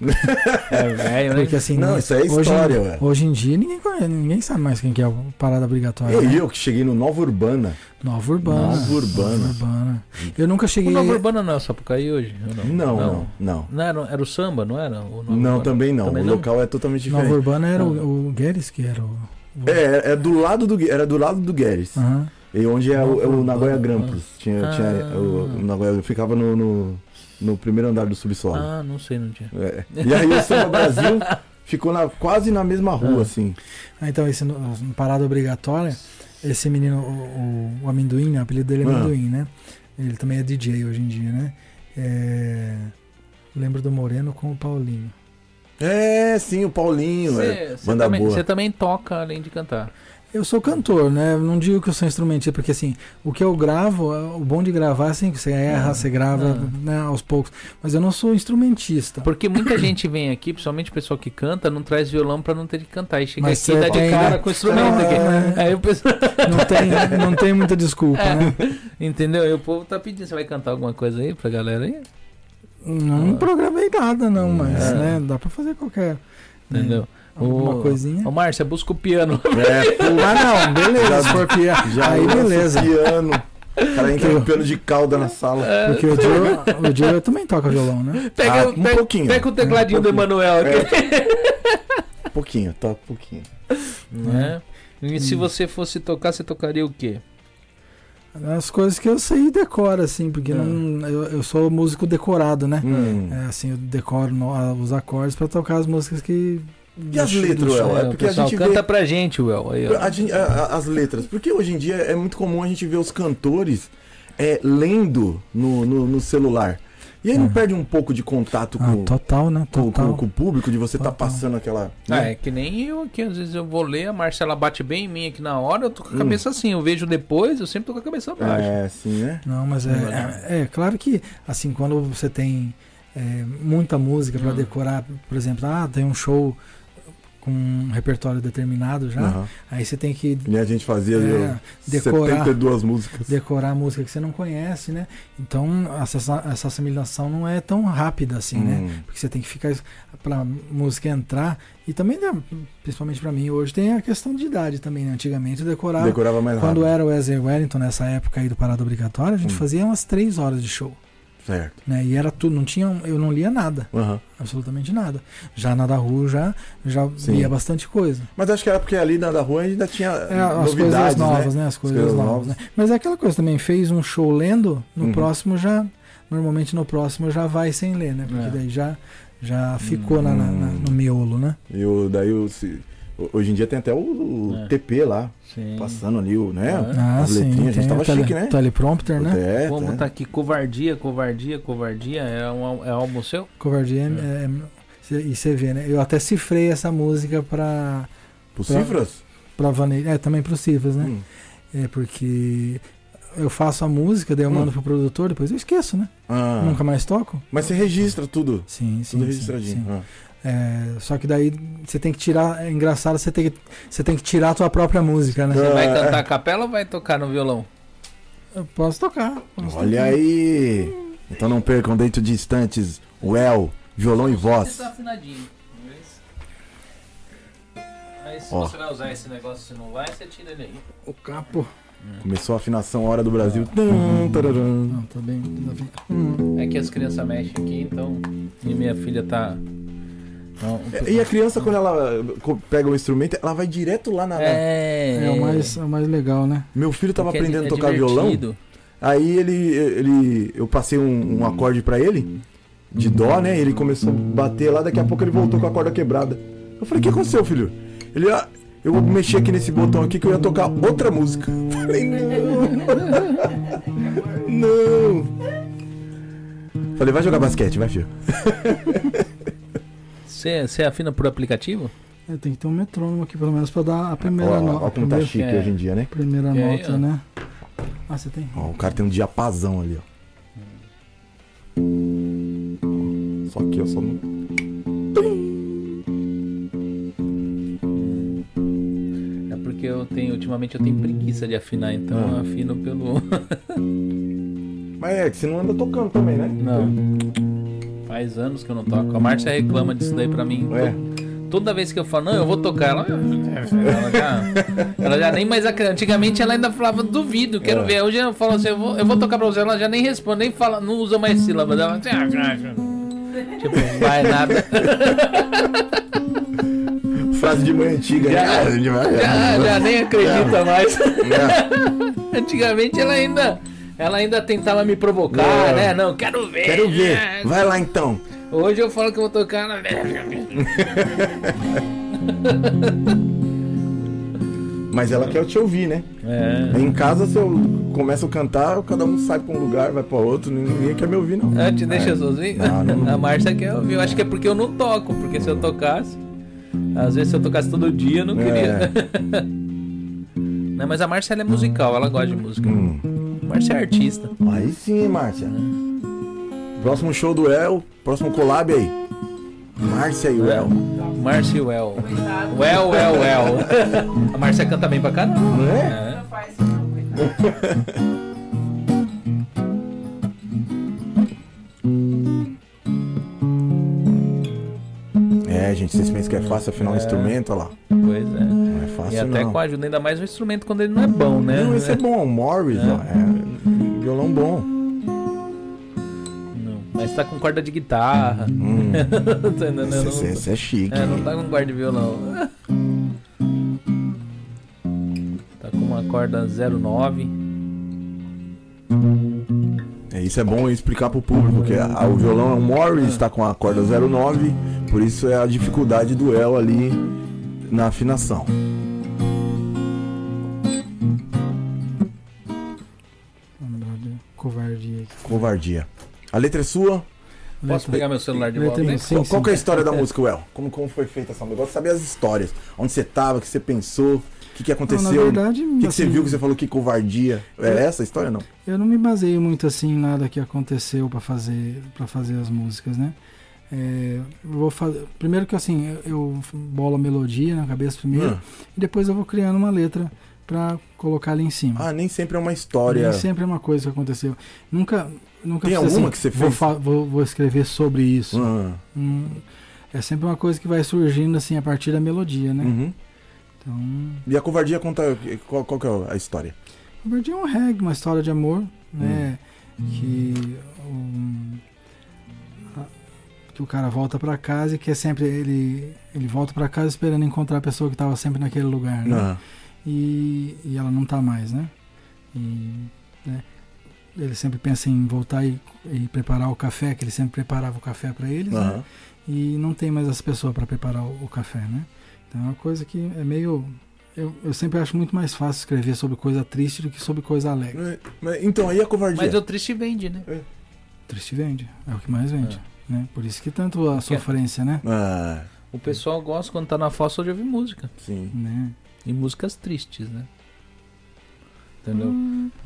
[SPEAKER 2] É velho, né?
[SPEAKER 3] Porque assim.
[SPEAKER 4] Não, isso aí é
[SPEAKER 3] hoje,
[SPEAKER 4] história, ué.
[SPEAKER 3] Hoje em dia ninguém, conhece- ninguém sabe mais quem que é o Parada Obrigatória.
[SPEAKER 4] Eu,
[SPEAKER 3] né?
[SPEAKER 4] eu que cheguei no Nova Urbana.
[SPEAKER 3] Nova Urbana.
[SPEAKER 4] Nova Urbana.
[SPEAKER 3] Nova Urbana. Eu nunca
[SPEAKER 2] O
[SPEAKER 3] cheguei.
[SPEAKER 2] Nova Urbana não é só Sapucaí hoje? ou Não,
[SPEAKER 4] Não, não, não.
[SPEAKER 2] Não era, era o samba, não era? O Nova
[SPEAKER 4] Não,
[SPEAKER 2] Urbana?
[SPEAKER 4] também não.
[SPEAKER 2] Também
[SPEAKER 4] o
[SPEAKER 2] não?
[SPEAKER 4] local é totalmente
[SPEAKER 3] Nova
[SPEAKER 4] diferente.
[SPEAKER 3] Urbana era o, o Guedes, que era o. o-
[SPEAKER 4] É, é do lado do Gu- era do lado do Guedes.
[SPEAKER 3] Aham.
[SPEAKER 4] E onde é o, é o
[SPEAKER 2] Nova
[SPEAKER 4] Nagoya
[SPEAKER 2] Urbana.
[SPEAKER 4] Grampus. Tinha,
[SPEAKER 2] Ah.
[SPEAKER 4] tinha o, o Nagoya eu ficava no, no, no primeiro andar do subsolo.
[SPEAKER 2] Ah, não sei, não tinha.
[SPEAKER 4] É. E aí o Samba Brasil ficou na, quase na mesma rua, assim.
[SPEAKER 3] Ah, Então, esse no- no parada obrigatória, esse menino, o, o- o amendoim, né? O apelido dele é
[SPEAKER 4] Ah.
[SPEAKER 3] amendoim, né? Ele também é DJ hoje em dia, né? É, Lembro do Moreno com o Paulinho.
[SPEAKER 4] É, sim, o Paulinho, é.
[SPEAKER 2] Você
[SPEAKER 4] Banda
[SPEAKER 2] também,
[SPEAKER 4] boa.
[SPEAKER 2] você também toca além de cantar.
[SPEAKER 3] Eu sou cantor, né? Não digo que eu sou instrumentista, porque assim, o que eu gravo, é, o bom de gravar, assim, que você erra, você grava
[SPEAKER 2] Ah.
[SPEAKER 3] né, aos poucos. Mas eu não sou instrumentista.
[SPEAKER 2] Porque muita gente vem aqui, principalmente o pessoal que canta, não traz violão pra não ter que cantar. E chega
[SPEAKER 3] Mas
[SPEAKER 2] aqui e
[SPEAKER 3] cê
[SPEAKER 2] dá de
[SPEAKER 3] tem,
[SPEAKER 2] cara
[SPEAKER 3] né?
[SPEAKER 2] com o instrumento aqui.
[SPEAKER 3] É.
[SPEAKER 2] Aí o pessoal.
[SPEAKER 3] Não tem, não tem muita desculpa,
[SPEAKER 2] É.
[SPEAKER 3] né?
[SPEAKER 2] Entendeu? E o povo tá pedindo. Você vai cantar alguma coisa aí pra galera aí?
[SPEAKER 3] Não programei nada, não, mas
[SPEAKER 2] É.
[SPEAKER 3] né, dá pra fazer qualquer. né,
[SPEAKER 2] Entendeu?
[SPEAKER 3] Alguma
[SPEAKER 2] O-
[SPEAKER 3] coisinha.
[SPEAKER 2] Ô, Márcia, busca o piano.
[SPEAKER 4] É, pô,
[SPEAKER 3] Ah, não, beleza,
[SPEAKER 4] Já-
[SPEAKER 3] se for piano.
[SPEAKER 4] já
[SPEAKER 3] aí
[SPEAKER 4] lança o
[SPEAKER 3] beleza.
[SPEAKER 4] Piano. O cara entra com piano de calda na sala.
[SPEAKER 3] Porque o Joe, o Joe também toca violão, né?
[SPEAKER 2] Pega,
[SPEAKER 4] Ah,
[SPEAKER 2] o-
[SPEAKER 4] um
[SPEAKER 2] pega-
[SPEAKER 4] pouquinho.
[SPEAKER 2] pega o tecladinho
[SPEAKER 4] Um
[SPEAKER 2] do
[SPEAKER 4] pouquinho.
[SPEAKER 2] Emanuel aqui.
[SPEAKER 4] Um pouquinho, toca um pouquinho. É.
[SPEAKER 2] Né? E
[SPEAKER 4] Hum.
[SPEAKER 2] se você fosse tocar, você tocaria o quê?
[SPEAKER 3] As coisas que eu sei e decoro, assim, porque
[SPEAKER 2] É.
[SPEAKER 3] não, eu, eu sou músico decorado, né?
[SPEAKER 4] Hum.
[SPEAKER 3] É, assim, eu decoro no- a- os acordes pra tocar as músicas que.
[SPEAKER 4] E as
[SPEAKER 3] do- do
[SPEAKER 4] letras,
[SPEAKER 3] show.
[SPEAKER 4] Uel? É
[SPEAKER 2] o
[SPEAKER 4] porque a
[SPEAKER 2] pessoal
[SPEAKER 4] gente vê-
[SPEAKER 2] canta pra gente, Well. Aí, ó.
[SPEAKER 4] A gente- a- a- as letras. Porque hoje em dia é muito comum a gente ver os cantores é, lendo no, no- no celular. E aí não perde um pouco de contato
[SPEAKER 3] Ah,
[SPEAKER 4] com,
[SPEAKER 3] total, né?
[SPEAKER 4] com-
[SPEAKER 3] Total.
[SPEAKER 4] com- com o público, de você estar tá
[SPEAKER 3] Total.
[SPEAKER 4] passando aquela.
[SPEAKER 2] Ah,
[SPEAKER 4] né?
[SPEAKER 2] é que nem eu aqui, às vezes eu vou ler, a Marcela bate bem em mim aqui na hora, eu tô com a
[SPEAKER 4] Hum.
[SPEAKER 2] cabeça assim, eu vejo depois, eu sempre tô com a cabeça baixa.
[SPEAKER 4] É, sim, né?
[SPEAKER 3] Não, mas é, é, é claro que, assim, quando você tem é, muita música pra
[SPEAKER 2] Hum.
[SPEAKER 3] decorar, por exemplo, ah, tem um show com um repertório determinado já,
[SPEAKER 4] Aham.
[SPEAKER 3] aí você tem que
[SPEAKER 4] E a gente fazia
[SPEAKER 3] Ah. É,
[SPEAKER 4] eu,
[SPEAKER 3] decorar.
[SPEAKER 4] 72 músicas.
[SPEAKER 3] decorar a música que você não conhece, né? Então essa, essa assimilação não é tão rápida assim, né?
[SPEAKER 4] Hum.
[SPEAKER 3] Porque você tem que ficar pra música entrar. E também, né, principalmente pra mim, hoje tem a questão de idade também, né? Antigamente eu decorava.
[SPEAKER 4] Decorava mais
[SPEAKER 3] Quando
[SPEAKER 4] rápido.
[SPEAKER 3] era o Wesley Wellington, nessa época aí do Parada Obrigatória, a gente
[SPEAKER 4] Hum.
[SPEAKER 3] fazia umas três horas de show.
[SPEAKER 4] Certo.
[SPEAKER 3] Né? E era tudo, não tinha, eu não lia nada,
[SPEAKER 4] Aham.
[SPEAKER 3] absolutamente nada. Já na da rua, já, já
[SPEAKER 4] Sim.
[SPEAKER 3] lia bastante coisa.
[SPEAKER 4] Mas acho que era porque ali na da rua ainda tinha
[SPEAKER 3] É, as coisas
[SPEAKER 4] novidades,
[SPEAKER 3] novas,
[SPEAKER 4] né?
[SPEAKER 3] né? As coisas, novas, né? Mas é aquela coisa também, fez um show lendo, no
[SPEAKER 4] Uhum.
[SPEAKER 3] próximo já. Normalmente no próximo já vai sem ler, né? Porque
[SPEAKER 2] É.
[SPEAKER 3] daí já, já ficou na, na- na-
[SPEAKER 4] Hum.
[SPEAKER 3] no miolo, né?
[SPEAKER 4] E o, daí o, se- hoje em dia tem até o, o
[SPEAKER 2] É.
[SPEAKER 4] TP lá,
[SPEAKER 2] Sim.
[SPEAKER 4] passando ali, o, né?
[SPEAKER 2] Ah,
[SPEAKER 3] Ah,
[SPEAKER 4] As
[SPEAKER 3] sim.
[SPEAKER 4] letrinhas, a gente
[SPEAKER 3] tem
[SPEAKER 4] tava
[SPEAKER 3] o tele-
[SPEAKER 4] chique, né?
[SPEAKER 3] Teleprompter, né?
[SPEAKER 4] É,
[SPEAKER 2] Como
[SPEAKER 4] tá.
[SPEAKER 2] tá aqui, covardia, covardia, covardia, é um al- é álbum seu?
[SPEAKER 3] Covardia é- é- cê- e você vê, né? Eu até cifrei essa música pra,
[SPEAKER 4] Por cifras?
[SPEAKER 3] pra Vanessa. É, também pros Cifras, né?
[SPEAKER 4] Hum.
[SPEAKER 3] É porque eu faço a música, daí eu mando
[SPEAKER 4] Hum.
[SPEAKER 3] pro produtor, depois eu esqueço, né?
[SPEAKER 4] Ah,
[SPEAKER 3] Nunca mais toco.
[SPEAKER 4] Mas você registra tudo.
[SPEAKER 3] Sim, sim.
[SPEAKER 4] Tudo
[SPEAKER 3] sim, sim.
[SPEAKER 4] registradinho. Ah.
[SPEAKER 3] É, só que daí você tem que tirar. É engraçado, você tem que, você tem que tirar a tua própria música, né?
[SPEAKER 2] Você vai
[SPEAKER 4] Ah,
[SPEAKER 2] cantar a capela ou vai tocar no violão?
[SPEAKER 3] Eu posso tocar. posso
[SPEAKER 4] Ah. Olha
[SPEAKER 3] tocar.
[SPEAKER 4] aí! Então não percam dentro de instantes, Well, violão e voz.
[SPEAKER 2] tá afinadinho, é Mas se
[SPEAKER 4] Ó.
[SPEAKER 2] você vai usar esse negócio, se não vai, você tira ele aí.
[SPEAKER 3] O capo.
[SPEAKER 4] Começou a afinação Hora do Brasil.
[SPEAKER 3] Uhum.
[SPEAKER 4] Tum, tararam.
[SPEAKER 3] Não, tá bem. tá bem.
[SPEAKER 4] Hum.
[SPEAKER 2] É que as crianças mexem aqui, então. E minha filha tá. Não,
[SPEAKER 4] E a criança, quando ela eh, co- pega o instrumento, ela vai direto lá na. na-
[SPEAKER 2] É,
[SPEAKER 3] É, o mais, é o mais legal, né?
[SPEAKER 4] Meu filho tava
[SPEAKER 2] Porque é
[SPEAKER 4] aprendendo a
[SPEAKER 2] di- é
[SPEAKER 4] tocar violão.
[SPEAKER 2] divertido.
[SPEAKER 4] Aí ele, ele. Eu passei um, um acorde pra ele, de dó, né? Ele começou a bater lá, daqui a pouco ele voltou com a corda quebrada. Eu falei, o que aconteceu, filho? Ele, ah, eu vou mexer aqui nesse botão aqui que eu ia tocar outra música. Eu falei, não! não! Falei, vai jogar basquete, vai, filho.
[SPEAKER 2] Você você afina por aplicativo?
[SPEAKER 3] É, tem que ter um metrônomo aqui, pelo menos, pra dar a primeira
[SPEAKER 4] Olha
[SPEAKER 3] nota.
[SPEAKER 4] ó, ó como tá
[SPEAKER 3] primeira-
[SPEAKER 4] chique
[SPEAKER 2] é.
[SPEAKER 4] hoje em dia, né?
[SPEAKER 3] Primeira
[SPEAKER 2] É,
[SPEAKER 3] nota,
[SPEAKER 2] ó.
[SPEAKER 3] né? Ah, você tem?
[SPEAKER 4] Ó, o cara tem um diapasão ali, ó. Só que eu só não.
[SPEAKER 2] É porque eu tenho, ultimamente eu tenho preguiça de afinar, então
[SPEAKER 4] Ah.
[SPEAKER 2] eu afino pelo.
[SPEAKER 4] Mas é que você não anda tocando também, né?
[SPEAKER 2] Não. Faz anos que eu não toco. A Márcia reclama disso daí pra mim.
[SPEAKER 4] É.
[SPEAKER 2] Toda vez que eu falo, não, eu vou tocar, ela. Ela já, ela já nem mais acredita. Antigamente ela ainda falava, duvido, quero
[SPEAKER 4] É.
[SPEAKER 2] ver. Hoje eu falo assim, eu vou, eu vou tocar pra você. Ela já nem responde, nem fala, não usa mais sílabas. Ela. Tipo, vai nada.
[SPEAKER 4] Frase de mãe antiga.
[SPEAKER 2] Já-
[SPEAKER 4] né?
[SPEAKER 2] Já, já nem acredita mais.
[SPEAKER 4] É.
[SPEAKER 2] Antigamente ela ainda. Ela ainda tentava me provocar,
[SPEAKER 4] É.
[SPEAKER 2] né? Não, quero ver.
[SPEAKER 4] Quero ver. Vai lá então.
[SPEAKER 2] Hoje eu falo que eu vou tocar na.
[SPEAKER 4] Mas ela quer te ouvir, né?
[SPEAKER 2] É.
[SPEAKER 4] Em casa, se eu começo a cantar, cada um sai pra um lugar, vai pra outro, ninguém quer me ouvir, não. Ah,
[SPEAKER 2] Ah, te deixa sozinho?
[SPEAKER 4] Não, não, não.
[SPEAKER 2] A Márcia quer ouvir. Eu acho que é porque eu não toco, porque se eu tocasse. Às vezes se eu tocasse todo dia, eu não queria.
[SPEAKER 4] É.
[SPEAKER 2] Não, mas a Márcia ela é musical, ela gosta de música.
[SPEAKER 4] Hum.
[SPEAKER 2] A Márcia é artista.
[SPEAKER 4] Aí sim, Márcia. Próximo show do El, próximo collab aí. Márcia e o El.
[SPEAKER 2] Márcia e Well. é Well, well, well. A Márcia canta bem pra caramba.
[SPEAKER 4] Não é?
[SPEAKER 2] É.
[SPEAKER 5] Faz isso, não, coitado.
[SPEAKER 4] É, gente, vocês pensam que é fácil afinar um instrumento, olha lá.
[SPEAKER 2] Pois é.
[SPEAKER 4] Não é fácil,
[SPEAKER 2] E até
[SPEAKER 4] não.
[SPEAKER 2] com a ajuda, ainda mais o instrumento quando ele não é bom, né?
[SPEAKER 4] Não, esse é bom, Morris, ó. É violão bom.
[SPEAKER 2] Não. Mas tá com corda de guitarra.
[SPEAKER 4] Hum,
[SPEAKER 2] Tá entendendo?
[SPEAKER 4] esse,
[SPEAKER 2] Não-
[SPEAKER 4] esse- esse é chique.
[SPEAKER 2] É, não
[SPEAKER 4] hein?
[SPEAKER 2] tá com corda de violão. Tá com uma corda 09.
[SPEAKER 4] É, isso é bom explicar pro público, que a- o violão é um Morris, tá com a corda 09, por isso é a dificuldade do El ali na afinação.
[SPEAKER 3] Lembrar de Covardia aqui.
[SPEAKER 4] Covardia. A letra é sua?
[SPEAKER 2] Posso pegar meu celular de volta?
[SPEAKER 3] Letra
[SPEAKER 2] né?
[SPEAKER 3] em
[SPEAKER 4] Qual,
[SPEAKER 3] sim,
[SPEAKER 4] qual
[SPEAKER 3] sim.
[SPEAKER 4] que é a história da música, El? Como, como foi feita essa música? Eu gosto de saber as histórias. Onde você tava, o que você pensou, o que, que aconteceu.
[SPEAKER 3] Não, na verdade,
[SPEAKER 4] o que, que você
[SPEAKER 3] assim,
[SPEAKER 4] viu que você falou que covardia? É essa a história não?
[SPEAKER 3] Eu não me baseio muito assim em nada que aconteceu para fazer para fazer as músicas, né? É, eu vou fazer, primeiro que assim, eu, eu bolo a melodia na cabeça primeiro
[SPEAKER 4] Hum.
[SPEAKER 3] e depois eu vou criando uma letra para colocar ali em cima.
[SPEAKER 4] Ah, nem sempre é uma
[SPEAKER 3] Nem
[SPEAKER 4] história.
[SPEAKER 3] sempre é uma coisa que aconteceu. Nunca nunca
[SPEAKER 4] Tem
[SPEAKER 3] fiz
[SPEAKER 4] alguma
[SPEAKER 3] assim,
[SPEAKER 4] que você
[SPEAKER 3] Vou,
[SPEAKER 4] fez?
[SPEAKER 3] fa- vou, vou escrever sobre isso.
[SPEAKER 4] Hum,
[SPEAKER 3] Hum, é sempre uma coisa que vai surgindo assim a partir da melodia, né?
[SPEAKER 4] uhum.
[SPEAKER 3] Então,
[SPEAKER 4] E a covardia conta qual, qual que é a história?
[SPEAKER 3] Na verdade é um reggae, uma história de amor, né? Que, um, a- que o cara volta pra casa e que é sempre ele ele volta pra casa esperando encontrar a pessoa que tava sempre naquele lugar, né?
[SPEAKER 4] Não.
[SPEAKER 3] E, e ela não tá mais, né? E, né? Ele sempre pensa em voltar e, e preparar o café, que ele sempre preparava o café pra eles, né?
[SPEAKER 4] Aham.
[SPEAKER 3] e não tem mais as pessoas para preparar o, o café, né? Então é uma coisa que é meio. Eu, eu sempre acho muito mais fácil escrever sobre coisa triste do que sobre coisa alegre.
[SPEAKER 4] Mas- mas- Então, aí a covardia?
[SPEAKER 2] Mas o triste vende, né?
[SPEAKER 3] Triste vende, é o que mais vende. Né? Por isso que tanto a sofrência, né?
[SPEAKER 4] Ah,
[SPEAKER 2] O pessoal gosta quando tá na fossa de ouvir música.
[SPEAKER 4] sim.
[SPEAKER 3] né?
[SPEAKER 2] E músicas tristes, né? Entendeu?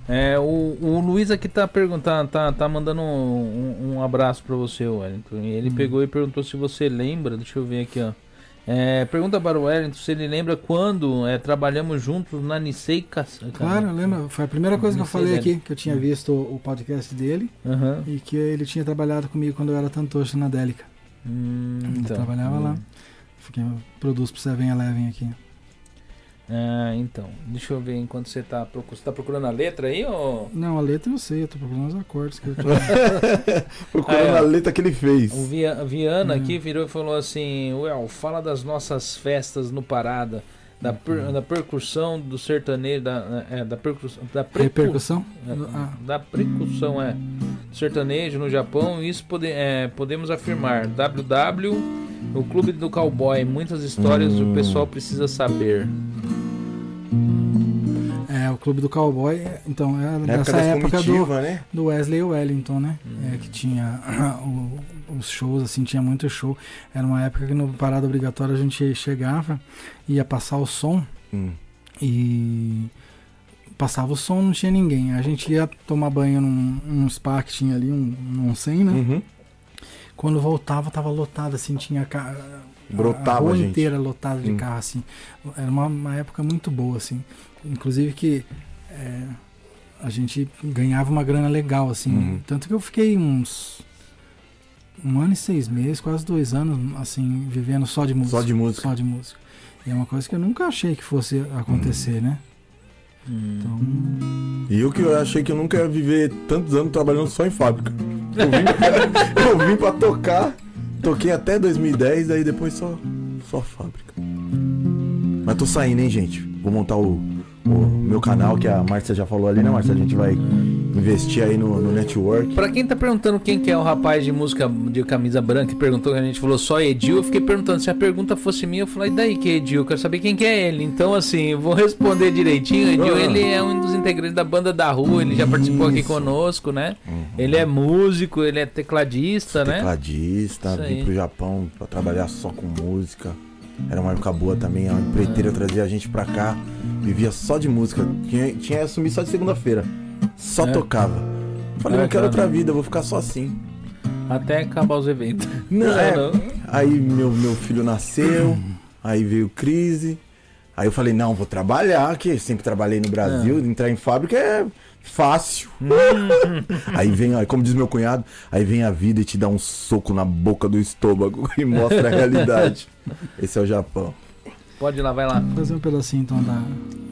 [SPEAKER 2] É, o, o Luiz aqui tá perguntando, tá, tá mandando um, um- um abraço pra você, Wellington. E
[SPEAKER 3] Hum.
[SPEAKER 2] Ele pegou e perguntou se você lembra, deixa eu ver aqui, ó. É, pergunta para o Wellington se ele lembra quando é, trabalhamos juntos na Nisei Cassandra.
[SPEAKER 3] Claro, lembra? Foi a primeira coisa que eu
[SPEAKER 2] Não sei
[SPEAKER 3] falei
[SPEAKER 2] dele.
[SPEAKER 3] aqui, que eu tinha visto o podcast dele
[SPEAKER 2] Aham.
[SPEAKER 3] e que ele tinha trabalhado comigo quando eu era tantocha na Délica.
[SPEAKER 2] Hum,
[SPEAKER 3] eu trabalhava lá. Fiquei, eu produzo pro Seven Eleven aqui.
[SPEAKER 2] Ah, então. Deixa eu ver enquanto você tá procurando. Você tá procurando a letra aí, ô?
[SPEAKER 3] Não, a letra eu sei, eu tô procurando os acordes que eu
[SPEAKER 4] Procurando
[SPEAKER 2] Ah, é.
[SPEAKER 4] a letra que ele fez.
[SPEAKER 2] O Via- a Viana
[SPEAKER 3] Hum.
[SPEAKER 2] aqui virou e falou assim: Well, fala das nossas festas no Parada, da, per- da percussão do sertanejo, da, é, da percussão. Da percu-
[SPEAKER 3] Repercussão? Ah,
[SPEAKER 2] Da percussão, é. Sertanejo no Japão, isso pode- é, podemos afirmar. WW, o clube do cowboy. Muitas histórias o pessoal precisa saber.
[SPEAKER 3] É, o Clube do Cowboy, então, é
[SPEAKER 4] Na época
[SPEAKER 3] nessa
[SPEAKER 4] das
[SPEAKER 3] época do,
[SPEAKER 4] comitivas, Hum. né?
[SPEAKER 3] do Wesley Wellington, né? É, que tinha o- os shows, assim, tinha muito show. Era uma época que no Parada Obrigatória a gente chegava, ia passar o som
[SPEAKER 4] Hum.
[SPEAKER 3] e passava o som, não tinha ninguém. A gente ia tomar banho num, num spa que tinha ali, um, um 100, né?
[SPEAKER 4] Uhum.
[SPEAKER 3] Quando voltava, tava lotado, assim, tinha ca- a
[SPEAKER 4] Brotava,
[SPEAKER 3] rua
[SPEAKER 4] gente.
[SPEAKER 3] inteira lotada de
[SPEAKER 4] Hum.
[SPEAKER 3] carro, assim. Era uma, uma época muito boa, assim. Inclusive que é, a gente ganhava uma grana legal, assim.
[SPEAKER 4] Uhum.
[SPEAKER 3] Tanto que eu fiquei uns. Um ano e seis meses, quase dois anos, assim, vivendo só de música.
[SPEAKER 4] Só de música.
[SPEAKER 3] Só de música. E é uma coisa que eu nunca achei que fosse
[SPEAKER 4] Uhum.
[SPEAKER 3] acontecer, né? Então.
[SPEAKER 4] E eu que eu achei que eu nunca ia viver tantos anos trabalhando só em fábrica. Eu vim pra, eu vim pra tocar, toquei até 2010, aí depois só, só fábrica. Mas tô saindo, hein, gente? Vou montar o, o meu canal, que a Márcia já falou ali, né, Márcia? A gente vai Investir aí no, no network.
[SPEAKER 2] Pra quem tá perguntando quem que é o rapaz de música de camisa branca que perguntou, que a gente falou só Edil, eu fiquei perguntando, se a pergunta fosse minha, eu falei, e daí que é Edil? Eu quero saber quem que é ele. Então, assim, eu vou responder direitinho. Edil,
[SPEAKER 4] Ah.
[SPEAKER 2] ele é um dos integrantes da banda da rua, ele já participou aqui
[SPEAKER 4] Isso. Uhum.
[SPEAKER 2] conosco, né? Ele é músico, ele é tecladista, né?
[SPEAKER 4] Tecladista,
[SPEAKER 2] Isso aí.
[SPEAKER 4] vim pro Japão pra trabalhar só com música. Era uma época boa também, a empreiteira trazia a gente pra cá, vivia só de música. Tinha, tinha assumir só de segunda-feira. Só
[SPEAKER 2] É. Ah,
[SPEAKER 4] tocava. Falei, não
[SPEAKER 2] Bacana.
[SPEAKER 4] quero outra vida, eu vou ficar só assim.
[SPEAKER 2] Até acabar os eventos.
[SPEAKER 4] Não,
[SPEAKER 2] É,
[SPEAKER 4] é.
[SPEAKER 2] não.
[SPEAKER 4] Aí meu, meu filho nasceu, aí veio crise. Aí eu falei, não, vou trabalhar, que eu sempre trabalhei no Brasil, entrar em fábrica é fácil. aí vem, ó, como diz meu cunhado, aí vem a vida e te dá um soco na boca do estômago e mostra a realidade. Esse é o Japão.
[SPEAKER 2] Pode ir lá, vai lá.
[SPEAKER 3] Fazer um pedacinho então da,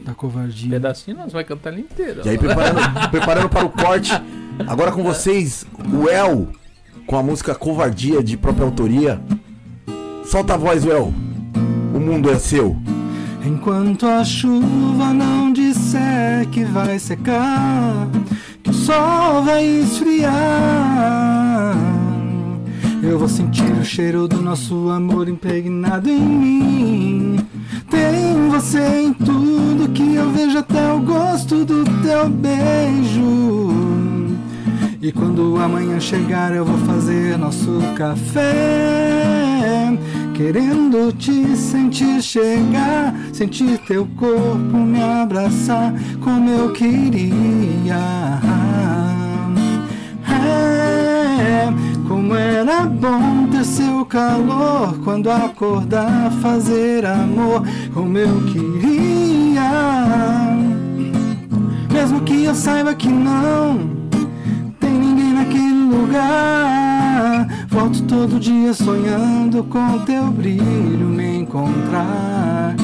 [SPEAKER 3] da covardia.
[SPEAKER 2] Pedacinho, nós vai cantar ele inteiro.
[SPEAKER 4] E aí preparando, preparando para o corte, agora com vocês, o El, com a música Covardia de própria autoria. Solta a voz, El. O mundo é seu.
[SPEAKER 3] Enquanto a chuva não disser que vai secar, que o sol vai esfriar, eu vou sentir o cheiro do nosso amor impregnado em mim. Tem você em tudo que eu vejo, até o gosto do teu beijo. E quando amanhã chegar, eu vou fazer nosso café. Querendo te sentir chegar, sentir teu corpo me abraçar como eu queria. É, como era bom ter seu calor quando acordar, fazer amor como eu queria. Mesmo que eu saiba que não tem ninguém naquele lugar. Volto todo dia sonhando com teu brilho me encontrar.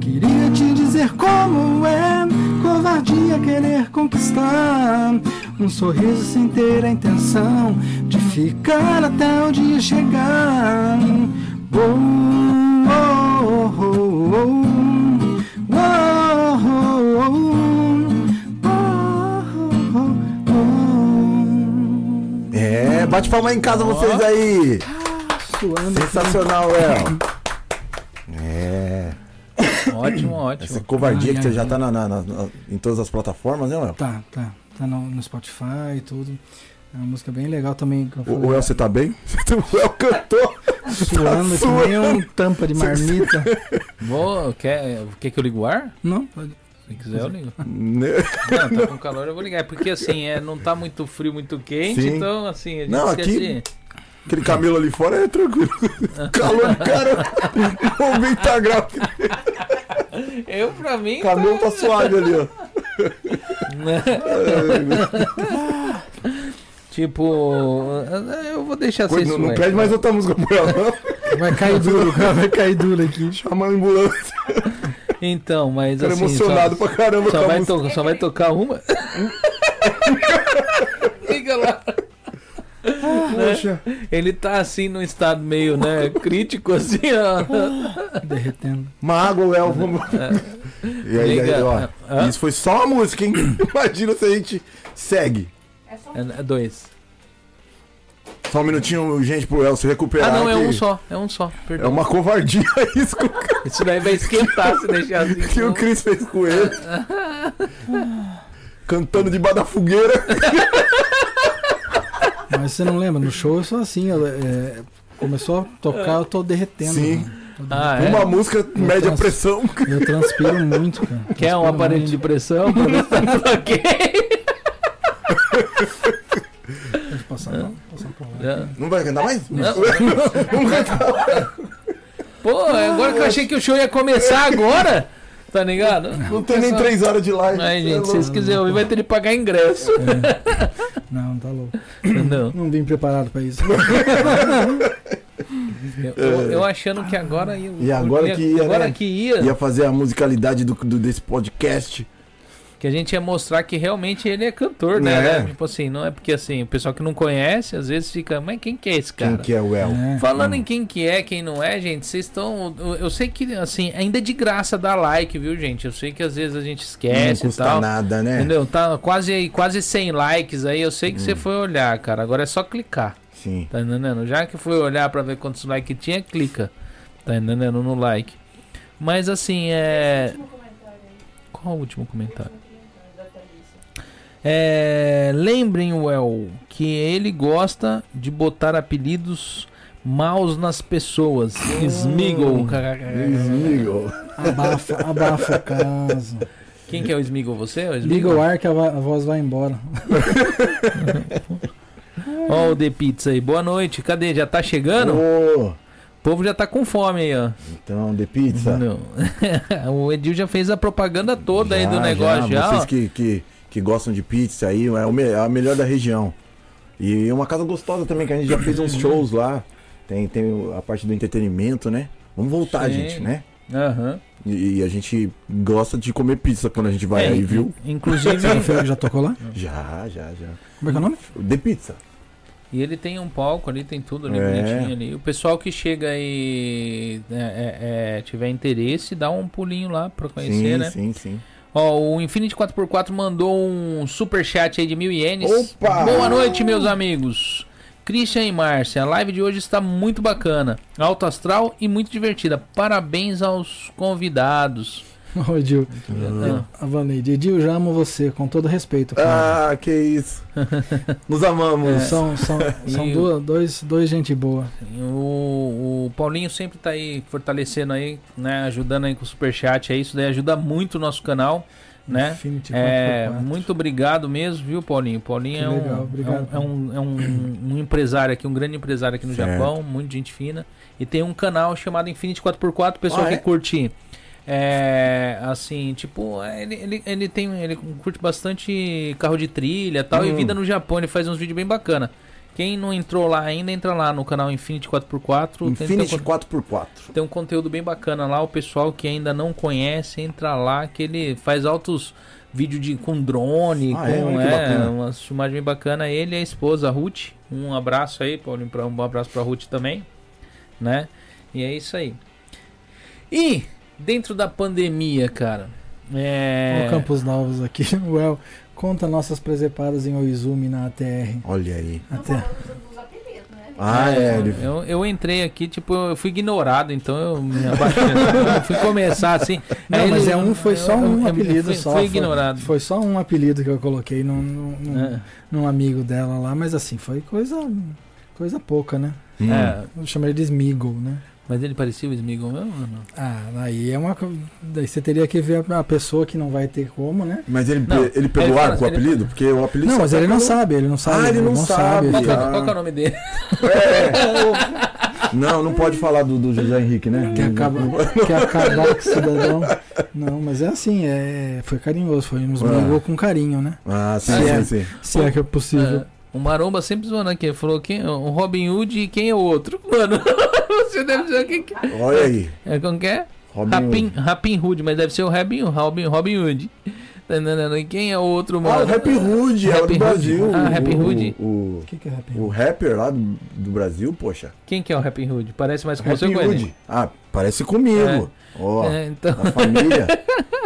[SPEAKER 3] Queria te dizer como é covardia querer conquistar. Um sorriso sem ter a intenção de ficar até o dia chegar. Oh, oh, oh, oh. Oh, oh, oh, oh.
[SPEAKER 4] É, bate palma aí em casa vocês aí.
[SPEAKER 3] Suando.
[SPEAKER 4] Sensacional, El. É.
[SPEAKER 2] Ótimo, ótimo.
[SPEAKER 4] Essa covardia
[SPEAKER 3] Ai,
[SPEAKER 4] que você
[SPEAKER 3] ai,
[SPEAKER 4] já
[SPEAKER 3] ai.
[SPEAKER 4] tá na- na- na- na- em todas as plataformas, né, El?
[SPEAKER 3] Tá, tá. Tá no, no Spotify e tudo. É uma música bem legal também. Que eu
[SPEAKER 4] O, o El,
[SPEAKER 3] falei,
[SPEAKER 4] você tá bem? O El cantou.
[SPEAKER 3] suando que
[SPEAKER 4] suando.
[SPEAKER 3] nem um tampa de marmita.
[SPEAKER 2] Vou, quer, quer que eu ligo o ar?
[SPEAKER 3] Não, pode.
[SPEAKER 2] Se quiser, eu ligo.
[SPEAKER 4] Né?
[SPEAKER 2] Não, tá com calor, eu vou ligar. Porque assim, é, não tá muito frio, muito quente,
[SPEAKER 4] Sim.
[SPEAKER 2] então assim, a gente
[SPEAKER 4] Não,
[SPEAKER 2] esquece.
[SPEAKER 4] Aquele camelo ali fora é tranquilo. Calor, cara. O bem tá grave.
[SPEAKER 2] Eu, pra mim. tá-
[SPEAKER 4] O camelo
[SPEAKER 2] né?
[SPEAKER 4] tá suave ali, ó.
[SPEAKER 2] Tipo, eu vou deixar
[SPEAKER 4] Coi-
[SPEAKER 2] vocês.
[SPEAKER 4] Não, não
[SPEAKER 2] ué.
[SPEAKER 4] pede mais outra música pro El, não.
[SPEAKER 3] Vai cair duro, cara. Vai cair duro aqui.
[SPEAKER 4] Chama a ambulância.
[SPEAKER 2] Então, mas
[SPEAKER 4] Cara
[SPEAKER 2] assim.
[SPEAKER 4] emocionado
[SPEAKER 2] só,
[SPEAKER 4] pra caramba
[SPEAKER 2] só
[SPEAKER 4] com a
[SPEAKER 2] vai
[SPEAKER 4] música.
[SPEAKER 2] to- só vai tocar uma. Liga lá.
[SPEAKER 4] Poxa.
[SPEAKER 2] Ele tá assim num estado meio, né? Crítico, assim, ó.
[SPEAKER 3] Derretendo.
[SPEAKER 4] Uma água, o El. Vamos... E aí,
[SPEAKER 2] É. Liga.
[SPEAKER 4] aí, ó.
[SPEAKER 2] Hã?
[SPEAKER 4] Isso foi só a música, hein? Imagina se a gente segue.
[SPEAKER 2] É dois.
[SPEAKER 4] Só um minutinho, gente, pro El se recuperar.
[SPEAKER 2] Ah, não, é
[SPEAKER 4] que
[SPEAKER 2] um só. É um só.
[SPEAKER 4] É
[SPEAKER 2] Perdão.
[SPEAKER 4] uma covardia isso que
[SPEAKER 2] Isso daí vai esquentar se deixar assim.
[SPEAKER 4] o- que o
[SPEAKER 2] não.
[SPEAKER 4] Chris fez com ele. Cantando debaixo da fogueira.
[SPEAKER 3] Mas você não lembra? No show eu sou assim. Eu, é, começou a tocar, eu tô derretendo.
[SPEAKER 4] Sim.
[SPEAKER 3] cara. Tô
[SPEAKER 2] Ah, é?
[SPEAKER 4] Uma música mede a
[SPEAKER 3] trans-
[SPEAKER 4] pressão.
[SPEAKER 3] derretendo. Eu transpiro muito, cara.
[SPEAKER 2] Quer
[SPEAKER 3] Transpiro
[SPEAKER 2] um aparelho
[SPEAKER 3] muito.
[SPEAKER 2] de pressão? pra ver se tá ok?
[SPEAKER 3] Pode Passar, não? Passar por lá.
[SPEAKER 2] Não.
[SPEAKER 4] Não vai cantar mais?
[SPEAKER 2] Não. Pô, agora que eu achei que o show ia começar agora, tá ligado?
[SPEAKER 4] Não tem nem três horas de live.
[SPEAKER 2] Aí,
[SPEAKER 4] Você é
[SPEAKER 2] gente, se vocês
[SPEAKER 4] louco.
[SPEAKER 2] quiserem ouvir, vai ter de pagar ingresso.
[SPEAKER 3] Não, tá louco.
[SPEAKER 2] Não.
[SPEAKER 3] Não vim preparado pra isso. né?
[SPEAKER 2] Eu, eu- eu achando que agora ia.
[SPEAKER 4] É. E agora que ia,
[SPEAKER 2] Agora
[SPEAKER 4] né?
[SPEAKER 2] que ia.
[SPEAKER 4] Ia fazer a musicalidade do, do- desse podcast.
[SPEAKER 2] Que a gente ia mostrar que realmente ele é cantor, né?
[SPEAKER 4] É.
[SPEAKER 2] Tipo assim, não é porque assim, o pessoal que não conhece, às vezes fica, mas quem que é esse cara?
[SPEAKER 4] Quem que é o El?
[SPEAKER 3] É.
[SPEAKER 2] Falando em quem que é, quem não é, gente, vocês estão. eu- Eu sei que, assim, ainda é de graça dar like, viu, gente? Eu sei que às vezes a gente
[SPEAKER 4] Não
[SPEAKER 2] esquece e
[SPEAKER 4] custa
[SPEAKER 2] É, tal.
[SPEAKER 4] nada, né? Hum.
[SPEAKER 2] Entendeu? Tá quase, quase 100 likes aí. Eu sei que você foi olhar, cara. Agora é só clicar.
[SPEAKER 4] Sim.
[SPEAKER 2] Tá entendendo? Já que foi olhar pra ver quantos likes tinha, clica. Tá entendendo? No like. Mas assim, é. Qual o último comentário? É, lembrem, Well, que ele gosta de botar apelidos maus nas pessoas. Smiggle. é.
[SPEAKER 4] Desligou.
[SPEAKER 3] Abafa, abafa o caso.
[SPEAKER 2] Quem que é o Smiggle? Você? É o
[SPEAKER 3] Liga o
[SPEAKER 2] Smiggle?
[SPEAKER 3] ar que a, va- a voz vai embora.
[SPEAKER 2] Ó, o The Pizza aí. Boa noite. Cadê? Já tá chegando?
[SPEAKER 4] Ô,
[SPEAKER 2] O povo já tá com fome aí, ó.
[SPEAKER 4] então, de pizza.
[SPEAKER 2] Não. o Edil já fez a propaganda toda aí do negócio já.
[SPEAKER 4] Vocês
[SPEAKER 2] ó.
[SPEAKER 4] que, que, que gostam de pizza aí, é o me- é a melhor da região. E é uma casa gostosa também, que a gente já fez uns shows lá. Tem, tem a parte do entretenimento, né? Vamos voltar,
[SPEAKER 2] Sim.
[SPEAKER 4] gente, né?
[SPEAKER 2] Aham.
[SPEAKER 4] E, e a gente gosta de comer pizza quando a gente vai
[SPEAKER 2] É,
[SPEAKER 4] aí, viu?
[SPEAKER 2] Inclusive,
[SPEAKER 3] Será que ele já tocou lá?
[SPEAKER 4] Já, já, já.
[SPEAKER 3] Como é que é o nome?
[SPEAKER 4] De pizza.
[SPEAKER 2] e ele tem um palco ali, tem tudo ali
[SPEAKER 4] É.
[SPEAKER 2] bonitinho ali. O pessoal que chega e é, é, é, tiver interesse, dá um pulinho lá pra conhecer,
[SPEAKER 4] sim,
[SPEAKER 2] né?
[SPEAKER 4] sim, sim.
[SPEAKER 2] Ó, o Infinity 4x4 mandou um super chat aí de mil ienes.
[SPEAKER 4] Opa!
[SPEAKER 2] Boa noite, meus amigos. Christian e Márcia, a live de hoje está muito bacana, alto astral e muito divertida. Parabéns aos convidados.
[SPEAKER 3] Ô, Edil.
[SPEAKER 2] Ah.
[SPEAKER 3] A Vaneide. Edil, já amo você, com todo respeito. cara.
[SPEAKER 4] Ah, é. que isso. Nos
[SPEAKER 2] É,
[SPEAKER 4] amamos.
[SPEAKER 3] São, são,
[SPEAKER 2] E
[SPEAKER 3] são
[SPEAKER 2] o-
[SPEAKER 3] duas, dois, dois gente boa.
[SPEAKER 2] O, o Paulinho sempre tá aí fortalecendo aí, né? Ajudando aí com o superchat aí. Isso daí ajuda muito o nosso canal, né?
[SPEAKER 3] Infinity
[SPEAKER 2] É,
[SPEAKER 3] 4x4.
[SPEAKER 2] muito obrigado mesmo, viu, Paulinho? Paulinho
[SPEAKER 3] Que
[SPEAKER 2] é, um,
[SPEAKER 3] legal, obrigado.
[SPEAKER 2] é um, é um- é um- um empresário aqui, um grande empresário aqui no
[SPEAKER 4] Certo.
[SPEAKER 2] Japão, muito gente fina. E tem um canal chamado Infinity 4x4, o pessoal
[SPEAKER 4] Ah,
[SPEAKER 2] que
[SPEAKER 4] é?
[SPEAKER 2] curte. É, assim, tipo, ele, ele, ele tem ele curte bastante carro de trilha tal, e
[SPEAKER 4] Hum.
[SPEAKER 2] vida no Japão, ele faz uns vídeos bem bacana. Quem não entrou lá ainda, entra lá no canal Infinity 4x4. tem-
[SPEAKER 4] Infinity
[SPEAKER 2] tem, um, con-
[SPEAKER 4] 4x4.
[SPEAKER 2] tem um conteúdo bem bacana lá. O pessoal que ainda não conhece, entra lá, que ele faz altos vídeos de, com drone,
[SPEAKER 4] Ah, é?
[SPEAKER 2] com
[SPEAKER 4] Olha que bacana.
[SPEAKER 2] uma filmagem bem bacana. Ele e a esposa, a Ruth. Um abraço aí, Paulinho, pra, um abraço pra Ruth também, né? E é isso aí. E dentro da pandemia, cara. É...
[SPEAKER 3] Ô, Campos Novos aqui. Well, conta nossas presepadas em Oizumi na ATR.
[SPEAKER 4] Olha aí.
[SPEAKER 5] Não
[SPEAKER 3] Até.
[SPEAKER 5] falamos dos apelidos, né?
[SPEAKER 4] Ah, é. ele-
[SPEAKER 2] Eu, eu entrei aqui, tipo, eu fui ignorado, então eu me abaixei. eu fui começar assim.
[SPEAKER 3] Não,
[SPEAKER 2] Aí
[SPEAKER 3] mas
[SPEAKER 2] ele-
[SPEAKER 3] é um, foi só
[SPEAKER 2] eu- eu-
[SPEAKER 3] um
[SPEAKER 2] eu
[SPEAKER 3] apelido
[SPEAKER 2] fui,
[SPEAKER 3] só.
[SPEAKER 2] Fui
[SPEAKER 3] foi- Hum.
[SPEAKER 2] ignorado.
[SPEAKER 3] Foi só um apelido que eu coloquei num, num, num-
[SPEAKER 2] É,
[SPEAKER 3] num amigo dela lá, mas assim, foi coisa, coisa pouca, né?
[SPEAKER 4] Hum.
[SPEAKER 2] é,
[SPEAKER 3] Eu chamei de Smeagol, né?
[SPEAKER 2] mas ele parecia o Smigol mesmo ou não?
[SPEAKER 3] Ah, daí é uma. co- Daí você teria que ver a pessoa que não vai ter como, né?
[SPEAKER 4] Mas ele,
[SPEAKER 2] Não,
[SPEAKER 4] ele pegou
[SPEAKER 2] ele fala-
[SPEAKER 4] ar com o
[SPEAKER 2] ele-
[SPEAKER 4] apelido? Porque o apelido.
[SPEAKER 3] Não,
[SPEAKER 4] só
[SPEAKER 3] mas ele
[SPEAKER 4] tá
[SPEAKER 3] não
[SPEAKER 4] pelo-
[SPEAKER 3] sabe, ele não sabe.
[SPEAKER 4] ele não sabe.
[SPEAKER 2] Qual, que é-
[SPEAKER 4] Ah.
[SPEAKER 2] qual que é o nome dele?
[SPEAKER 4] É. Não, não pode falar do, do José Henrique, né?
[SPEAKER 3] Quer acabar, quer acabar com o cidadão. Não, mas é assim, é, foi carinhoso, foi nos
[SPEAKER 4] Ah.
[SPEAKER 3] brigou com carinho, né?
[SPEAKER 4] Ah, sim,
[SPEAKER 2] Ah,
[SPEAKER 4] sim, sim.
[SPEAKER 3] Se é que é possível.
[SPEAKER 2] É, o Maromba sempre zoando aqui. Ele falou quem, o Robin Hood e quem é o outro? Mano, você deve dizer quem que é.
[SPEAKER 4] Olha aí.
[SPEAKER 2] É como que é?
[SPEAKER 4] Robin
[SPEAKER 2] Rapin,
[SPEAKER 4] Hood.
[SPEAKER 2] Rapin Hood, mas deve ser o Robin, Robin, Robin Hood. Tá entendendo? E quem é o outro,
[SPEAKER 4] Ah, o
[SPEAKER 2] mano?
[SPEAKER 4] Rap Hood, é o
[SPEAKER 2] Rap
[SPEAKER 4] do
[SPEAKER 2] Hood.
[SPEAKER 4] Brasil.
[SPEAKER 2] Ah, Rap
[SPEAKER 4] O-
[SPEAKER 2] Hood.
[SPEAKER 4] O,
[SPEAKER 3] O que, que é
[SPEAKER 4] o,
[SPEAKER 3] rapinho?
[SPEAKER 4] o rapper lá do, do Brasil, poxa.
[SPEAKER 2] Quem que é o Rapin Hood? Parece mais com
[SPEAKER 4] Rap
[SPEAKER 2] você ou com ele?
[SPEAKER 4] Hood. Ah, parece comigo. Ó,
[SPEAKER 2] É, então.
[SPEAKER 4] a família.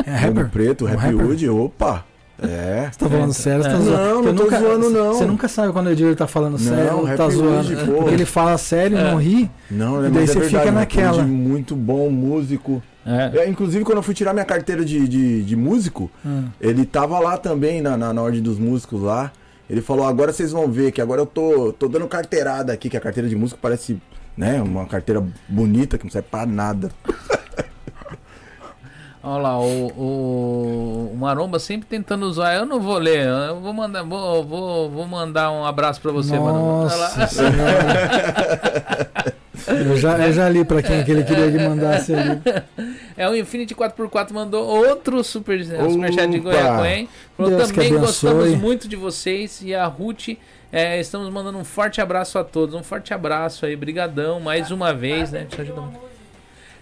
[SPEAKER 3] É
[SPEAKER 4] Ouro
[SPEAKER 3] rapper?
[SPEAKER 4] Preto, Rap
[SPEAKER 3] rapper?
[SPEAKER 4] Hood, opa. É.
[SPEAKER 3] Você tá falando sério, você tá
[SPEAKER 2] É.
[SPEAKER 3] zoando.
[SPEAKER 4] Não,
[SPEAKER 3] Porque
[SPEAKER 4] não tô zoando, não.
[SPEAKER 3] Você nunca sabe quando o Edir tá falando sério
[SPEAKER 4] Não,
[SPEAKER 3] ou tá
[SPEAKER 4] Rap
[SPEAKER 3] zoando.
[SPEAKER 4] Hood, pô.
[SPEAKER 3] Porque ele fala sério, não ri.
[SPEAKER 4] Não,
[SPEAKER 3] E
[SPEAKER 4] né?
[SPEAKER 3] daí
[SPEAKER 4] mas é
[SPEAKER 3] você fica
[SPEAKER 4] verdade, Rap Hood,
[SPEAKER 3] naquela.
[SPEAKER 4] Muito bom músico.
[SPEAKER 2] É.
[SPEAKER 4] É, inclusive, quando eu fui tirar minha carteira de, de, de músico,
[SPEAKER 2] Hum.
[SPEAKER 4] ele tava lá também, na, na, na ordem dos músicos lá. Ele falou, agora vocês vão ver que agora eu tô, tô dando carteirada aqui, que a carteira de músico parece, né, uma carteira bonita, que não serve pra nada.
[SPEAKER 2] Olha lá, o, o, o Maromba sempre tentando usar. Eu não vou ler, eu vou mandar, vou, vou, vou mandar um abraço pra você, Maromba. Olha lá.
[SPEAKER 3] Nossa senhora. eu, já, eu já li pra quem que ele queria que mandasse ali.
[SPEAKER 2] É o Infinity 4x4 mandou outro super, superchat de
[SPEAKER 4] Opa!
[SPEAKER 2] Goiacoen. Falou,
[SPEAKER 3] Deus que
[SPEAKER 2] também
[SPEAKER 3] abençoe."
[SPEAKER 2] gostamos muito de vocês e a Ruth. é, estamos mandando um forte abraço a todos. Um forte abraço aí, brigadão mais uma vez, né? Te ajuda muito.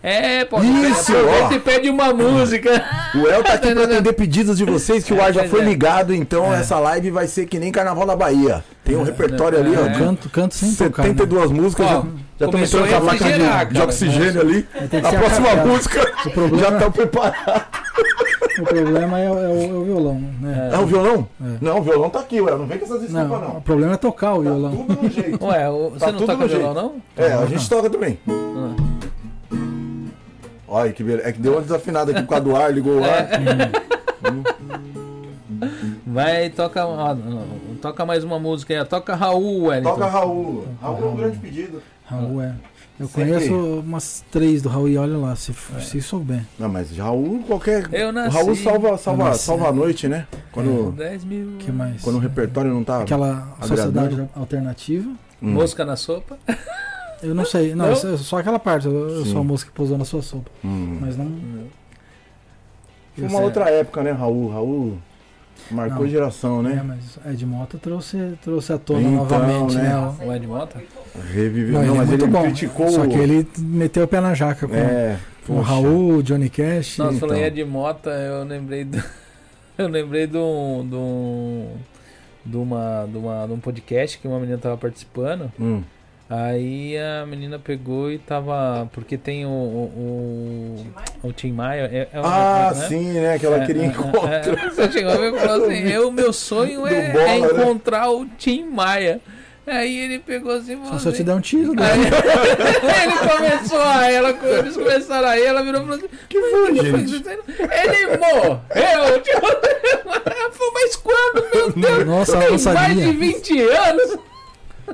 [SPEAKER 2] É, pode
[SPEAKER 4] Isso,
[SPEAKER 2] aproveita
[SPEAKER 4] ó.
[SPEAKER 2] e pede uma música.
[SPEAKER 4] O El tá aqui pra atender pedidos de vocês, que o ar já
[SPEAKER 2] Pois
[SPEAKER 4] foi
[SPEAKER 2] é.
[SPEAKER 4] ligado, então essa live vai ser que nem Carnaval da Bahia. Tem um repertório ali, ó.
[SPEAKER 2] É.
[SPEAKER 3] Eu canto, canto sem tocar. né?
[SPEAKER 4] 72 músicas,
[SPEAKER 2] Ó,
[SPEAKER 4] já- já estão
[SPEAKER 2] começou
[SPEAKER 4] entrando com
[SPEAKER 2] a
[SPEAKER 4] a placa de,
[SPEAKER 2] refrigerar,
[SPEAKER 4] de
[SPEAKER 2] cara. É,
[SPEAKER 4] oxigênio ali.
[SPEAKER 3] ter que
[SPEAKER 4] A
[SPEAKER 3] ser
[SPEAKER 4] próxima
[SPEAKER 3] acabado.
[SPEAKER 4] música já tá preparada.
[SPEAKER 3] O problema é, o- é o, é o violão, né?
[SPEAKER 4] É o violão? Não, o violão tá aqui, ué. Não vem com essas desculpas,
[SPEAKER 3] Não, o
[SPEAKER 4] não.
[SPEAKER 3] problema é tocar o
[SPEAKER 4] Tá
[SPEAKER 3] violão.
[SPEAKER 4] tudo no jeito.
[SPEAKER 2] Ué, o- você
[SPEAKER 4] Tá
[SPEAKER 2] não
[SPEAKER 4] tudo
[SPEAKER 2] toca
[SPEAKER 4] no
[SPEAKER 2] violão,
[SPEAKER 4] jeito.
[SPEAKER 2] não?
[SPEAKER 4] É, a gente toca também. Olha, que beleza. É que deu uma desafinada aqui por causa do ar, ligou o ar.
[SPEAKER 3] É.
[SPEAKER 2] Vai, toca, ah, não, não, toca mais uma música aí. ó. Toca Raul, Wellington.
[SPEAKER 4] Toca Raul. Raul é um grande pedido.
[SPEAKER 3] Raul é. Eu
[SPEAKER 4] Sempre.
[SPEAKER 3] conheço umas três do Raul e olha lá, se, se souber.
[SPEAKER 4] Não, mas Raul, qualquer.
[SPEAKER 2] Eu
[SPEAKER 4] o Raul
[SPEAKER 2] nasci.
[SPEAKER 4] salva, salva,
[SPEAKER 3] nasci.
[SPEAKER 4] salva a noite, né? Quando,
[SPEAKER 2] 10 mil.
[SPEAKER 3] que mais?
[SPEAKER 4] quando o repertório não tá.
[SPEAKER 3] Aquela
[SPEAKER 4] Agradável.
[SPEAKER 3] sociedade alternativa.
[SPEAKER 4] Hum.
[SPEAKER 2] Mosca na sopa.
[SPEAKER 3] Eu não sei, não,
[SPEAKER 2] Não?
[SPEAKER 3] isso é só aquela parte. Eu, eu
[SPEAKER 4] Sim.
[SPEAKER 3] sou a moça que pousou na sua sopa.
[SPEAKER 4] Hum.
[SPEAKER 3] Mas não.
[SPEAKER 4] Foi uma outra época, né, Raul? Raul marcou
[SPEAKER 3] Não.
[SPEAKER 4] geração,
[SPEAKER 3] É,
[SPEAKER 4] né?
[SPEAKER 3] mas Ed Mota trouxe, trouxe à tona
[SPEAKER 4] Então,
[SPEAKER 3] novamente,
[SPEAKER 4] né?
[SPEAKER 3] né?
[SPEAKER 2] O Ed Mota.
[SPEAKER 4] Reviveu.
[SPEAKER 3] Não,
[SPEAKER 4] Não,
[SPEAKER 3] ele
[SPEAKER 4] mas
[SPEAKER 3] é muito
[SPEAKER 4] ele
[SPEAKER 3] bom.
[SPEAKER 4] criticou.
[SPEAKER 3] Só que ele meteu o pé na jaca com,
[SPEAKER 4] É,
[SPEAKER 3] com o
[SPEAKER 4] poxa.
[SPEAKER 3] Raul, o Johnny Cash.
[SPEAKER 2] Nossa, falou em
[SPEAKER 4] então.
[SPEAKER 2] Ed Mota, eu lembrei do, eu lembrei de um, de um, de uma, de uma, de um podcast que uma menina tava participando.
[SPEAKER 4] Hum.
[SPEAKER 2] Aí a menina pegou e tava, porque tem o, o, o, o Tim Maia. é- é o-
[SPEAKER 4] Ah,
[SPEAKER 2] né?
[SPEAKER 4] sim, né? Que ela
[SPEAKER 2] É,
[SPEAKER 4] queria
[SPEAKER 2] é,
[SPEAKER 4] encontrar.
[SPEAKER 2] é, é. Você chegou e falou assim: eu, meu sonho é,
[SPEAKER 4] Do bola,
[SPEAKER 2] é
[SPEAKER 4] né?
[SPEAKER 2] encontrar o Tim Maia. Aí ele pegou assim e falou
[SPEAKER 3] Só se eu te
[SPEAKER 2] assim,
[SPEAKER 3] der um tiro, né?
[SPEAKER 2] Aí ele começou a ela, quando eles começaram a ela, virou e falou assim: Que foi,
[SPEAKER 4] gente?"
[SPEAKER 2] Ele morreu! Tipo, ela falou, mas quando, meu Deus?
[SPEAKER 3] Nossa, eu
[SPEAKER 2] Tem
[SPEAKER 3] não
[SPEAKER 2] mais de
[SPEAKER 3] sabia.
[SPEAKER 2] 20 anos!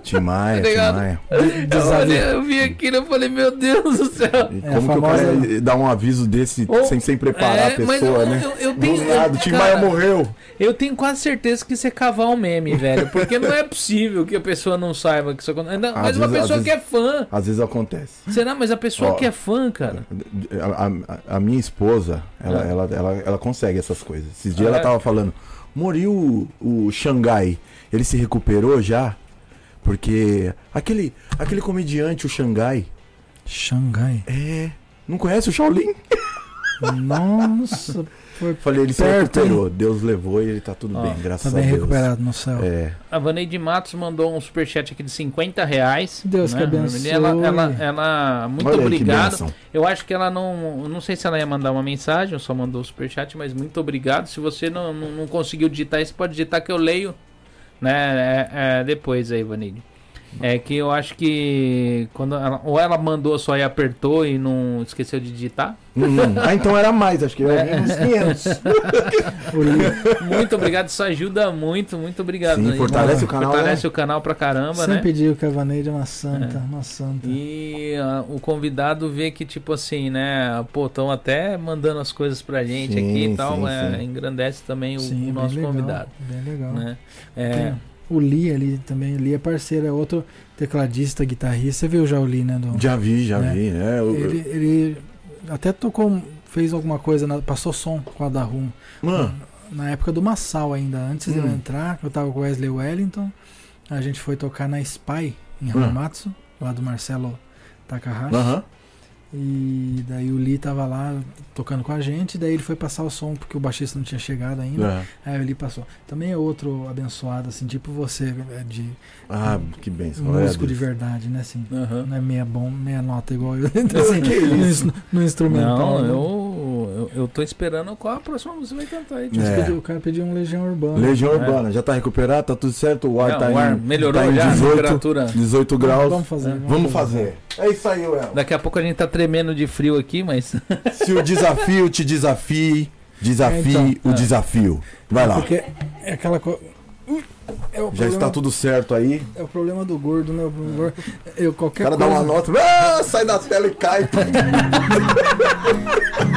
[SPEAKER 4] Tim Maia, Tim
[SPEAKER 2] Obrigado.
[SPEAKER 4] Maia.
[SPEAKER 2] Eu, olhei,
[SPEAKER 3] Desabia.
[SPEAKER 2] eu vi aquilo e falei: Meu Deus do céu!
[SPEAKER 4] E como
[SPEAKER 3] É,
[SPEAKER 4] que o
[SPEAKER 3] famosa-
[SPEAKER 4] cara dá um aviso desse
[SPEAKER 2] Ou-
[SPEAKER 4] sem, sem preparar a
[SPEAKER 2] É, mas
[SPEAKER 4] pessoa,
[SPEAKER 2] eu,
[SPEAKER 4] né?
[SPEAKER 2] eu, eu tenho.
[SPEAKER 4] Do nada, o Tim Maia
[SPEAKER 2] cara,
[SPEAKER 4] morreu.
[SPEAKER 2] eu tenho quase certeza que você cavar um meme, velho. Porque não é possível que a pessoa não saiba que isso acontece. Ainda-
[SPEAKER 4] Às
[SPEAKER 2] Mas uma
[SPEAKER 4] vezes-
[SPEAKER 2] pessoa
[SPEAKER 4] às
[SPEAKER 2] que é fã.
[SPEAKER 4] Às vezes acontece.
[SPEAKER 2] Será? Mas a pessoa
[SPEAKER 4] Ó.
[SPEAKER 2] que é fã, cara.
[SPEAKER 4] A, a- a minha esposa, ela,
[SPEAKER 2] Ah.
[SPEAKER 4] ela, ela, ela consegue essas coisas. Esses dias
[SPEAKER 2] Ah,
[SPEAKER 4] ela
[SPEAKER 2] é?
[SPEAKER 4] tava falando, Moriu o, o Xangai, ele se recuperou já? Porque aquele, aquele comediante, o Xangai,
[SPEAKER 3] Xangai.
[SPEAKER 4] é. Não conhece o Shaolin?
[SPEAKER 3] Nossa, foi
[SPEAKER 4] Falei, ele se
[SPEAKER 3] Certo,
[SPEAKER 4] recuperou. Deus levou e ele tá tudo
[SPEAKER 2] Ó,
[SPEAKER 4] bem, graças
[SPEAKER 3] Tá
[SPEAKER 4] a
[SPEAKER 3] bem
[SPEAKER 4] Deus.
[SPEAKER 3] recuperado no céu.
[SPEAKER 4] É.
[SPEAKER 2] A Vaneide Matos mandou um superchat aqui de 50 reais. né?
[SPEAKER 3] Deus que abençoe.
[SPEAKER 2] Ela, ela, ela- muito
[SPEAKER 4] Olha aí que
[SPEAKER 2] obrigado.
[SPEAKER 4] bênção.
[SPEAKER 2] Eu acho que ela não. eu Não sei se ela ia mandar uma mensagem, só mandou o superchat, mas muito obrigado. Se você não, não, não conseguiu digitar isso, pode digitar que eu leio né, é- é, depois aí, Vaneide. É que eu acho que. Quando ela- ou ela mandou só e apertou e não esqueceu de digitar.
[SPEAKER 4] Hum, Ah, então era mais, acho que
[SPEAKER 3] É.
[SPEAKER 4] era uns 500. É.
[SPEAKER 3] O li-
[SPEAKER 2] Muito obrigado, isso ajuda muito, muito obrigado.
[SPEAKER 4] Sim,
[SPEAKER 2] aí.
[SPEAKER 4] fortalece o canal,
[SPEAKER 2] Fortalece
[SPEAKER 4] né?
[SPEAKER 2] o canal pra caramba, né?
[SPEAKER 3] Sempre digo que a Vaneide é uma santa, uma santa.
[SPEAKER 2] E ah, o convidado vê que, tipo assim, né? Pô, estão até mandando as coisas pra gente
[SPEAKER 4] Sim,
[SPEAKER 2] aqui e tal.
[SPEAKER 4] sim,
[SPEAKER 2] é,
[SPEAKER 4] sim.
[SPEAKER 2] Engrandece também o,
[SPEAKER 3] Sim,
[SPEAKER 2] o
[SPEAKER 3] bem
[SPEAKER 2] nosso
[SPEAKER 3] legal,
[SPEAKER 2] convidado.
[SPEAKER 3] Bem legal.
[SPEAKER 2] Né? É,
[SPEAKER 3] Tem O Lee ali também, o Lee é parceiro, é outro tecladista, guitarrista. Você viu já o Lee, né? Do...
[SPEAKER 4] Já vi, já
[SPEAKER 3] Né?
[SPEAKER 4] vi, né? Eu-
[SPEAKER 3] Ele, ele até tocou, fez alguma coisa, na- passou som com a Darum.
[SPEAKER 4] Mano,
[SPEAKER 3] Na época do Massal ainda, antes de eu
[SPEAKER 4] Hum.
[SPEAKER 3] entrar, eu tava com o Wesley Wellington. A gente foi tocar na Spy, em
[SPEAKER 4] Hum.
[SPEAKER 3] Hamamatsu, lá do Marcelo Takahashi.
[SPEAKER 4] aham.
[SPEAKER 3] E daí o Lee tava lá tocando com a gente, daí ele foi passar o som porque o baixista não tinha chegado ainda.
[SPEAKER 4] É.
[SPEAKER 3] Aí o Lee passou. Também é outro abençoado, assim, tipo você, é de
[SPEAKER 4] Ah, que bênção.
[SPEAKER 3] um
[SPEAKER 4] glória a
[SPEAKER 3] músico de
[SPEAKER 4] Deus.
[SPEAKER 3] verdade, né? Assim,
[SPEAKER 2] aham.
[SPEAKER 3] não é meia bom, meia nota igual eu. Então, assim, no, ins- no instrumental.
[SPEAKER 2] Não,
[SPEAKER 3] né?
[SPEAKER 2] eu, eu, eu tô esperando qual a próxima música que vai cantar aí. tipo.
[SPEAKER 3] Mas
[SPEAKER 4] É.
[SPEAKER 3] pediu- o cara pediu um Legião Urbana.
[SPEAKER 4] Legião
[SPEAKER 2] É.
[SPEAKER 4] Urbana, já tá recuperado, tá tudo certo, o ar
[SPEAKER 2] Não,
[SPEAKER 4] tá
[SPEAKER 2] o ar
[SPEAKER 4] em,
[SPEAKER 2] melhorou
[SPEAKER 4] tá em
[SPEAKER 2] já, a
[SPEAKER 4] 18,
[SPEAKER 2] temperatura.
[SPEAKER 4] 18 graus.
[SPEAKER 3] Vamos fazer.
[SPEAKER 4] Vamos fazer. É isso aí, Well.
[SPEAKER 2] Daqui a pouco a gente tá tremendo de frio aqui, mas.
[SPEAKER 4] Se o desafio te desafie, desafie
[SPEAKER 3] Né? É,
[SPEAKER 4] o desafio. Vai lá.
[SPEAKER 3] Porque é aquela coisa. É o,
[SPEAKER 4] Já
[SPEAKER 3] problema,
[SPEAKER 4] está tudo certo aí.
[SPEAKER 3] é o problema do gordo, né? O problema do gordo. Eu,
[SPEAKER 4] O
[SPEAKER 3] qualquer
[SPEAKER 4] cara dá
[SPEAKER 3] coisa.
[SPEAKER 4] uma nota, ah, sai da tela e cai.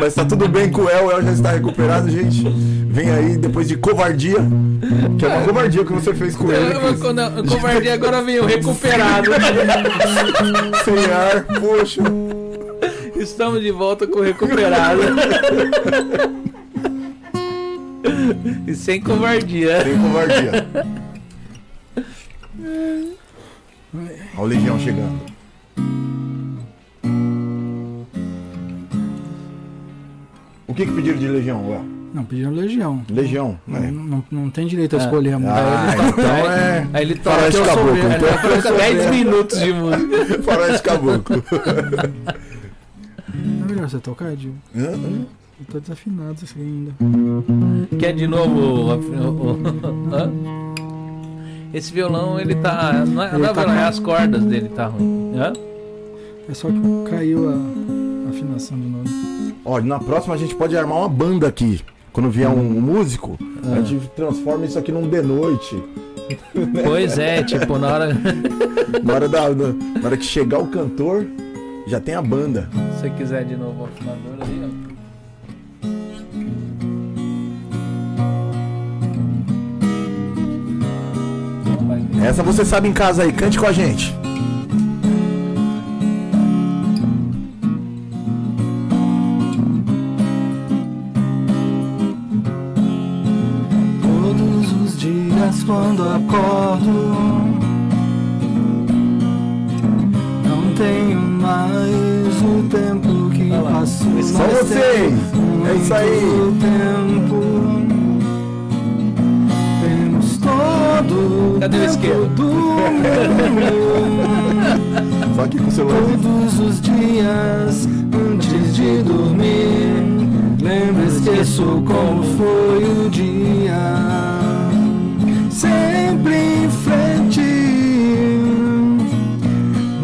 [SPEAKER 4] Mas tá tudo bem com o El, o El já está recuperado, gente. Vem aí depois de covardia. Que é uma covardia que você fez com ele.
[SPEAKER 2] Eu- Quando eu covardia, agora vem o recuperado.
[SPEAKER 4] Sem ar, poxa.
[SPEAKER 2] Estamos de volta com o recuperado. e sem covardia.
[SPEAKER 4] Tem covardia. Olha o Legião chegando. O que, que pediram de Legião, Léo?
[SPEAKER 3] Não, pediram Legião.
[SPEAKER 4] Legião,
[SPEAKER 3] Não,
[SPEAKER 4] né?
[SPEAKER 3] não, não tem direito a
[SPEAKER 2] É.
[SPEAKER 3] escolher a música.
[SPEAKER 4] Ah, então é.
[SPEAKER 2] Aí ele
[SPEAKER 4] Fala
[SPEAKER 2] toca,
[SPEAKER 4] de
[SPEAKER 2] eu sou é,
[SPEAKER 4] caboclo,
[SPEAKER 2] verde,
[SPEAKER 4] então.
[SPEAKER 2] ele toca 10 minutos de música.
[SPEAKER 4] Faroeste Caboclo.
[SPEAKER 3] Não é melhor você tocar, Edil?
[SPEAKER 4] Hã?
[SPEAKER 3] Eu tô desafinado isso aqui ainda.
[SPEAKER 2] Quer de novo o- o- o- hã? Esse violão, ele tá. Não é, não é
[SPEAKER 3] Ele tá
[SPEAKER 2] violão, é
[SPEAKER 3] com-
[SPEAKER 2] as cordas dele, tá ruim. Hã?
[SPEAKER 3] É só que caiu a a afinação de novo.
[SPEAKER 4] Ó, na próxima a gente pode armar uma banda aqui. Quando vier um
[SPEAKER 2] Hum.
[SPEAKER 4] músico,
[SPEAKER 2] Ah.
[SPEAKER 4] a gente transforma isso aqui num de noite.
[SPEAKER 2] Pois é, tipo, na hora. Se
[SPEAKER 4] Na hora, da, da- na hora que chegar o cantor, já tem a banda.
[SPEAKER 2] você quiser de novo o afinador ali, ó. Vai.
[SPEAKER 4] Essa você sabe em casa aí, cante com a gente.
[SPEAKER 3] Todos os dias quando acordo Não tenho mais o tempo que
[SPEAKER 2] Olha lá.
[SPEAKER 3] passou
[SPEAKER 4] Só
[SPEAKER 3] mas
[SPEAKER 4] vocês!
[SPEAKER 3] temos
[SPEAKER 4] É isso aí!
[SPEAKER 3] muito tempo Temos todo
[SPEAKER 2] Cadê o
[SPEAKER 3] tempo
[SPEAKER 2] isqueiro?
[SPEAKER 3] do mundo
[SPEAKER 4] Só aqui com o celular.
[SPEAKER 3] Todos os dias antes de dormir, lembro e esqueço como foi o dia. Sempre em frente,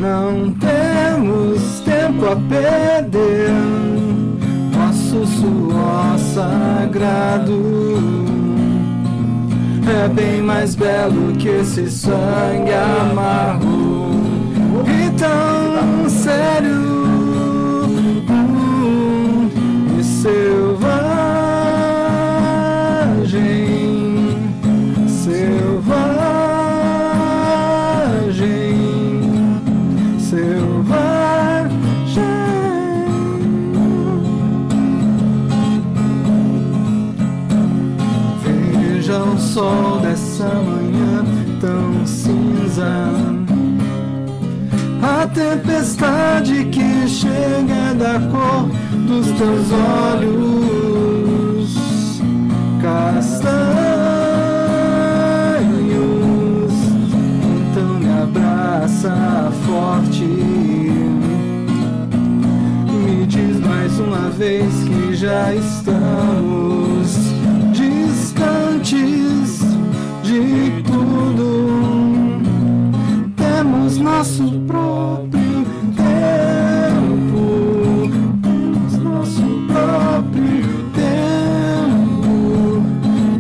[SPEAKER 3] não temos tempo a perder. Nosso suor sagrado é bem mais belo que esse sangue amargo e tão Então, sério. hum, E selvagem, selvagem, selvagem. Veja o sol dessa manhã tão cinza. A tempestade que chega é da cor dos teus olhos castanhos. Então me abraça forte. Me diz mais uma vez que já estamos distantes de tudo. Temos nosso próprio tempo. Temos nosso próprio tempo.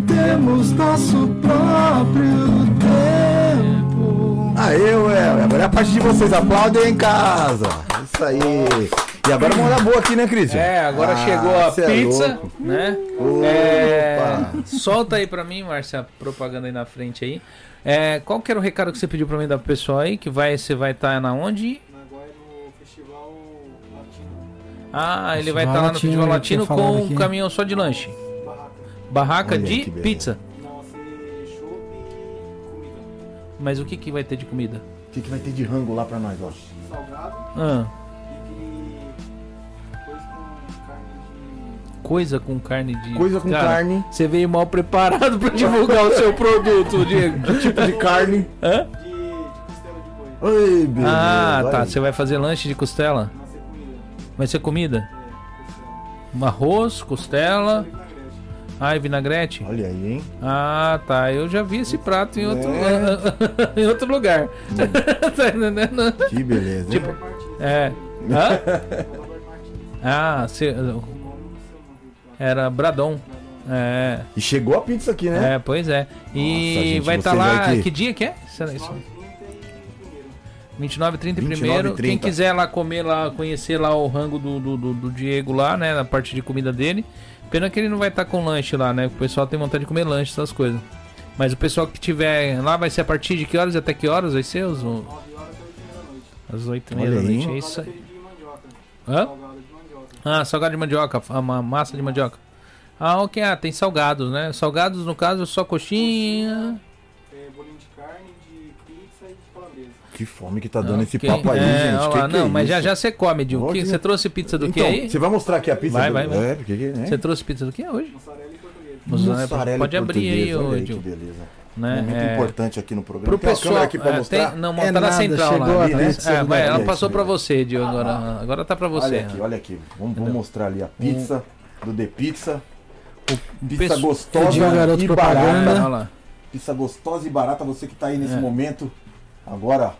[SPEAKER 3] Temos nosso próprio tempo.
[SPEAKER 4] Aê, ué, agora é a parte de vocês. Aplaudem em casa. Isso aí. E agora vamos dar boa aqui, né, Cristian?
[SPEAKER 2] É, agora
[SPEAKER 4] Ah,
[SPEAKER 2] chegou a
[SPEAKER 4] cê é
[SPEAKER 2] pizza,
[SPEAKER 4] louco.
[SPEAKER 2] né?
[SPEAKER 4] Opa.
[SPEAKER 2] É, solta aí pra mim, Márcia, a propaganda aí na frente aí. É, qual que era o recado que você pediu pra mim da pessoa aí? Que vai, você vai estar na onde? Ah, ele vai estar lá no
[SPEAKER 3] Latino,
[SPEAKER 2] Festival
[SPEAKER 3] ele
[SPEAKER 2] Latino
[SPEAKER 3] tinha falado
[SPEAKER 2] com um
[SPEAKER 3] aqui.
[SPEAKER 2] caminhão só de lanche. Barraca
[SPEAKER 4] Olha
[SPEAKER 2] de
[SPEAKER 4] que beleza.
[SPEAKER 2] pizza. Mas o que, que vai ter de comida?
[SPEAKER 4] O que, que vai ter de rango lá pra nós, ó?
[SPEAKER 2] Ah, coisa com carne de.
[SPEAKER 4] Coisa com
[SPEAKER 2] Cara,
[SPEAKER 4] carne.
[SPEAKER 2] Você veio mal preparado pra divulgar o seu produto, Diego.
[SPEAKER 4] Tipo de carne.
[SPEAKER 2] Hã?
[SPEAKER 4] Oi, beleza.
[SPEAKER 2] Ah,
[SPEAKER 4] olha
[SPEAKER 2] tá.
[SPEAKER 4] aí.
[SPEAKER 2] Você vai fazer lanche de costela? Vai ser comida? Um Arroz, costela. Ah, e vinagrete?
[SPEAKER 4] Olha aí, hein?
[SPEAKER 2] Ah, tá. Eu já vi esse prato em outro, em outro lugar. Tá entendendo?
[SPEAKER 4] Que beleza. hein?
[SPEAKER 2] Tipo- é. Hã? Ah, você- era Bradon. É,
[SPEAKER 4] E chegou a pizza aqui, né?
[SPEAKER 2] é, pois é. E
[SPEAKER 4] Nossa, gente,
[SPEAKER 2] vai estar
[SPEAKER 4] vocês
[SPEAKER 2] lá.
[SPEAKER 4] aqui.
[SPEAKER 2] Que dia que é? Será isso? 29 30 primeiro.
[SPEAKER 4] 29,
[SPEAKER 2] Quem
[SPEAKER 4] 30.
[SPEAKER 2] quiser lá comer lá, conhecer lá o rango do, do, do- do Diego lá, né? Na parte de comida dele. Pena que ele não vai estar com lanche lá, né? O pessoal tem vontade de comer lanche, essas coisas. Mas o pessoal que tiver lá vai ser a partir de que horas e até que horas vai ser? Os... Às 8 h
[SPEAKER 4] Olha
[SPEAKER 2] da
[SPEAKER 4] aí.
[SPEAKER 2] noite. É isso aí. Hã? Ah, salgado de mandioca, a ma- massa de mandioca. Ah, ok, ah, tem salgados, né? Salgados, no caso, só coxinha.
[SPEAKER 4] que fome que tá
[SPEAKER 2] Não,
[SPEAKER 4] dando esse
[SPEAKER 2] que-
[SPEAKER 4] papo aí,
[SPEAKER 2] é,
[SPEAKER 4] gente.
[SPEAKER 2] olha
[SPEAKER 4] Que
[SPEAKER 2] lá,
[SPEAKER 4] que
[SPEAKER 2] não,
[SPEAKER 4] é
[SPEAKER 2] mas já
[SPEAKER 4] isso?
[SPEAKER 2] já você come, Dil.
[SPEAKER 4] Olha.
[SPEAKER 2] Que- Você trouxe pizza do que
[SPEAKER 4] Então,
[SPEAKER 2] aí?
[SPEAKER 4] você vai mostrar aqui a pizza?
[SPEAKER 2] Vai,
[SPEAKER 4] do-
[SPEAKER 2] vai, vai.
[SPEAKER 4] É, porque, né?
[SPEAKER 2] Você trouxe pizza do que é hoje?
[SPEAKER 4] Mussarela
[SPEAKER 2] Mussarela, Pode abrir aí,
[SPEAKER 4] portuguesa, olha
[SPEAKER 2] ô
[SPEAKER 4] que
[SPEAKER 2] Dil.
[SPEAKER 4] beleza.
[SPEAKER 2] Né?
[SPEAKER 4] Momento
[SPEAKER 2] É,
[SPEAKER 4] importante aqui no programa.
[SPEAKER 2] Pro
[SPEAKER 4] tem uma
[SPEAKER 2] pessoal.
[SPEAKER 4] câmera aqui pra
[SPEAKER 2] é,
[SPEAKER 4] mostrar?
[SPEAKER 2] tem- não,
[SPEAKER 3] É
[SPEAKER 2] tá na
[SPEAKER 3] nada,
[SPEAKER 2] central lá.
[SPEAKER 3] chegou
[SPEAKER 4] a
[SPEAKER 2] né?
[SPEAKER 4] pizza
[SPEAKER 2] É,
[SPEAKER 4] do
[SPEAKER 2] vai, ela
[SPEAKER 4] Nordeste,
[SPEAKER 2] passou pra
[SPEAKER 4] né?
[SPEAKER 2] você, Dil, agora. Agora tá pra você. Um
[SPEAKER 4] Olha aqui, olha aqui. Vamos, vamos mostrar ali a pizza do The Pizza. Pizza
[SPEAKER 2] pessoal-
[SPEAKER 3] Eu digo,
[SPEAKER 4] gostosa
[SPEAKER 3] garoto
[SPEAKER 4] e
[SPEAKER 3] propaganda.
[SPEAKER 2] Olha
[SPEAKER 4] barata.
[SPEAKER 2] lá.
[SPEAKER 4] Pizza gostosa e barata. Você que tá aí nesse
[SPEAKER 2] É.
[SPEAKER 4] momento, agora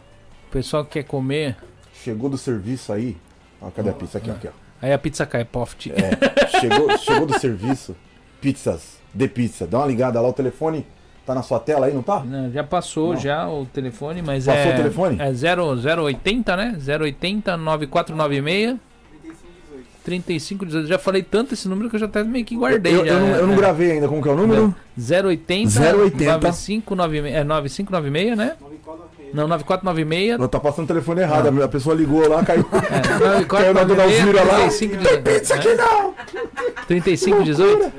[SPEAKER 2] O pessoal que quer comer,
[SPEAKER 4] chegou do serviço aí. Ó, cadê a
[SPEAKER 2] é.
[SPEAKER 4] pizza aqui? aqui ó.
[SPEAKER 2] aí a pizza cai, poft.
[SPEAKER 4] É. Chegou, chegou do serviço. Pizzas, The Pizza. Dá uma ligada lá, o telefone tá na sua tela aí, não tá?
[SPEAKER 2] Não, né? já passou
[SPEAKER 4] Não.
[SPEAKER 2] já o telefone, mas é.
[SPEAKER 4] Passou o telefone?
[SPEAKER 2] É 0, 080, né? 080 9496 3518. Já falei tanto esse número que eu já até meio que guardei.
[SPEAKER 4] Eu, eu
[SPEAKER 2] já,
[SPEAKER 4] não, eu não
[SPEAKER 2] né?
[SPEAKER 4] gravei ainda, como que é o número?
[SPEAKER 2] 080
[SPEAKER 4] 080.
[SPEAKER 2] 9596, é 9596, né? Não, 9496.
[SPEAKER 4] Ela tá passando o telefone errado, a pessoa ligou lá, caiu.
[SPEAKER 2] É,
[SPEAKER 4] Caiu na dona
[SPEAKER 2] 9496,
[SPEAKER 4] Alzira
[SPEAKER 2] 3518.
[SPEAKER 4] lá. Pizza aqui não!
[SPEAKER 2] 3518?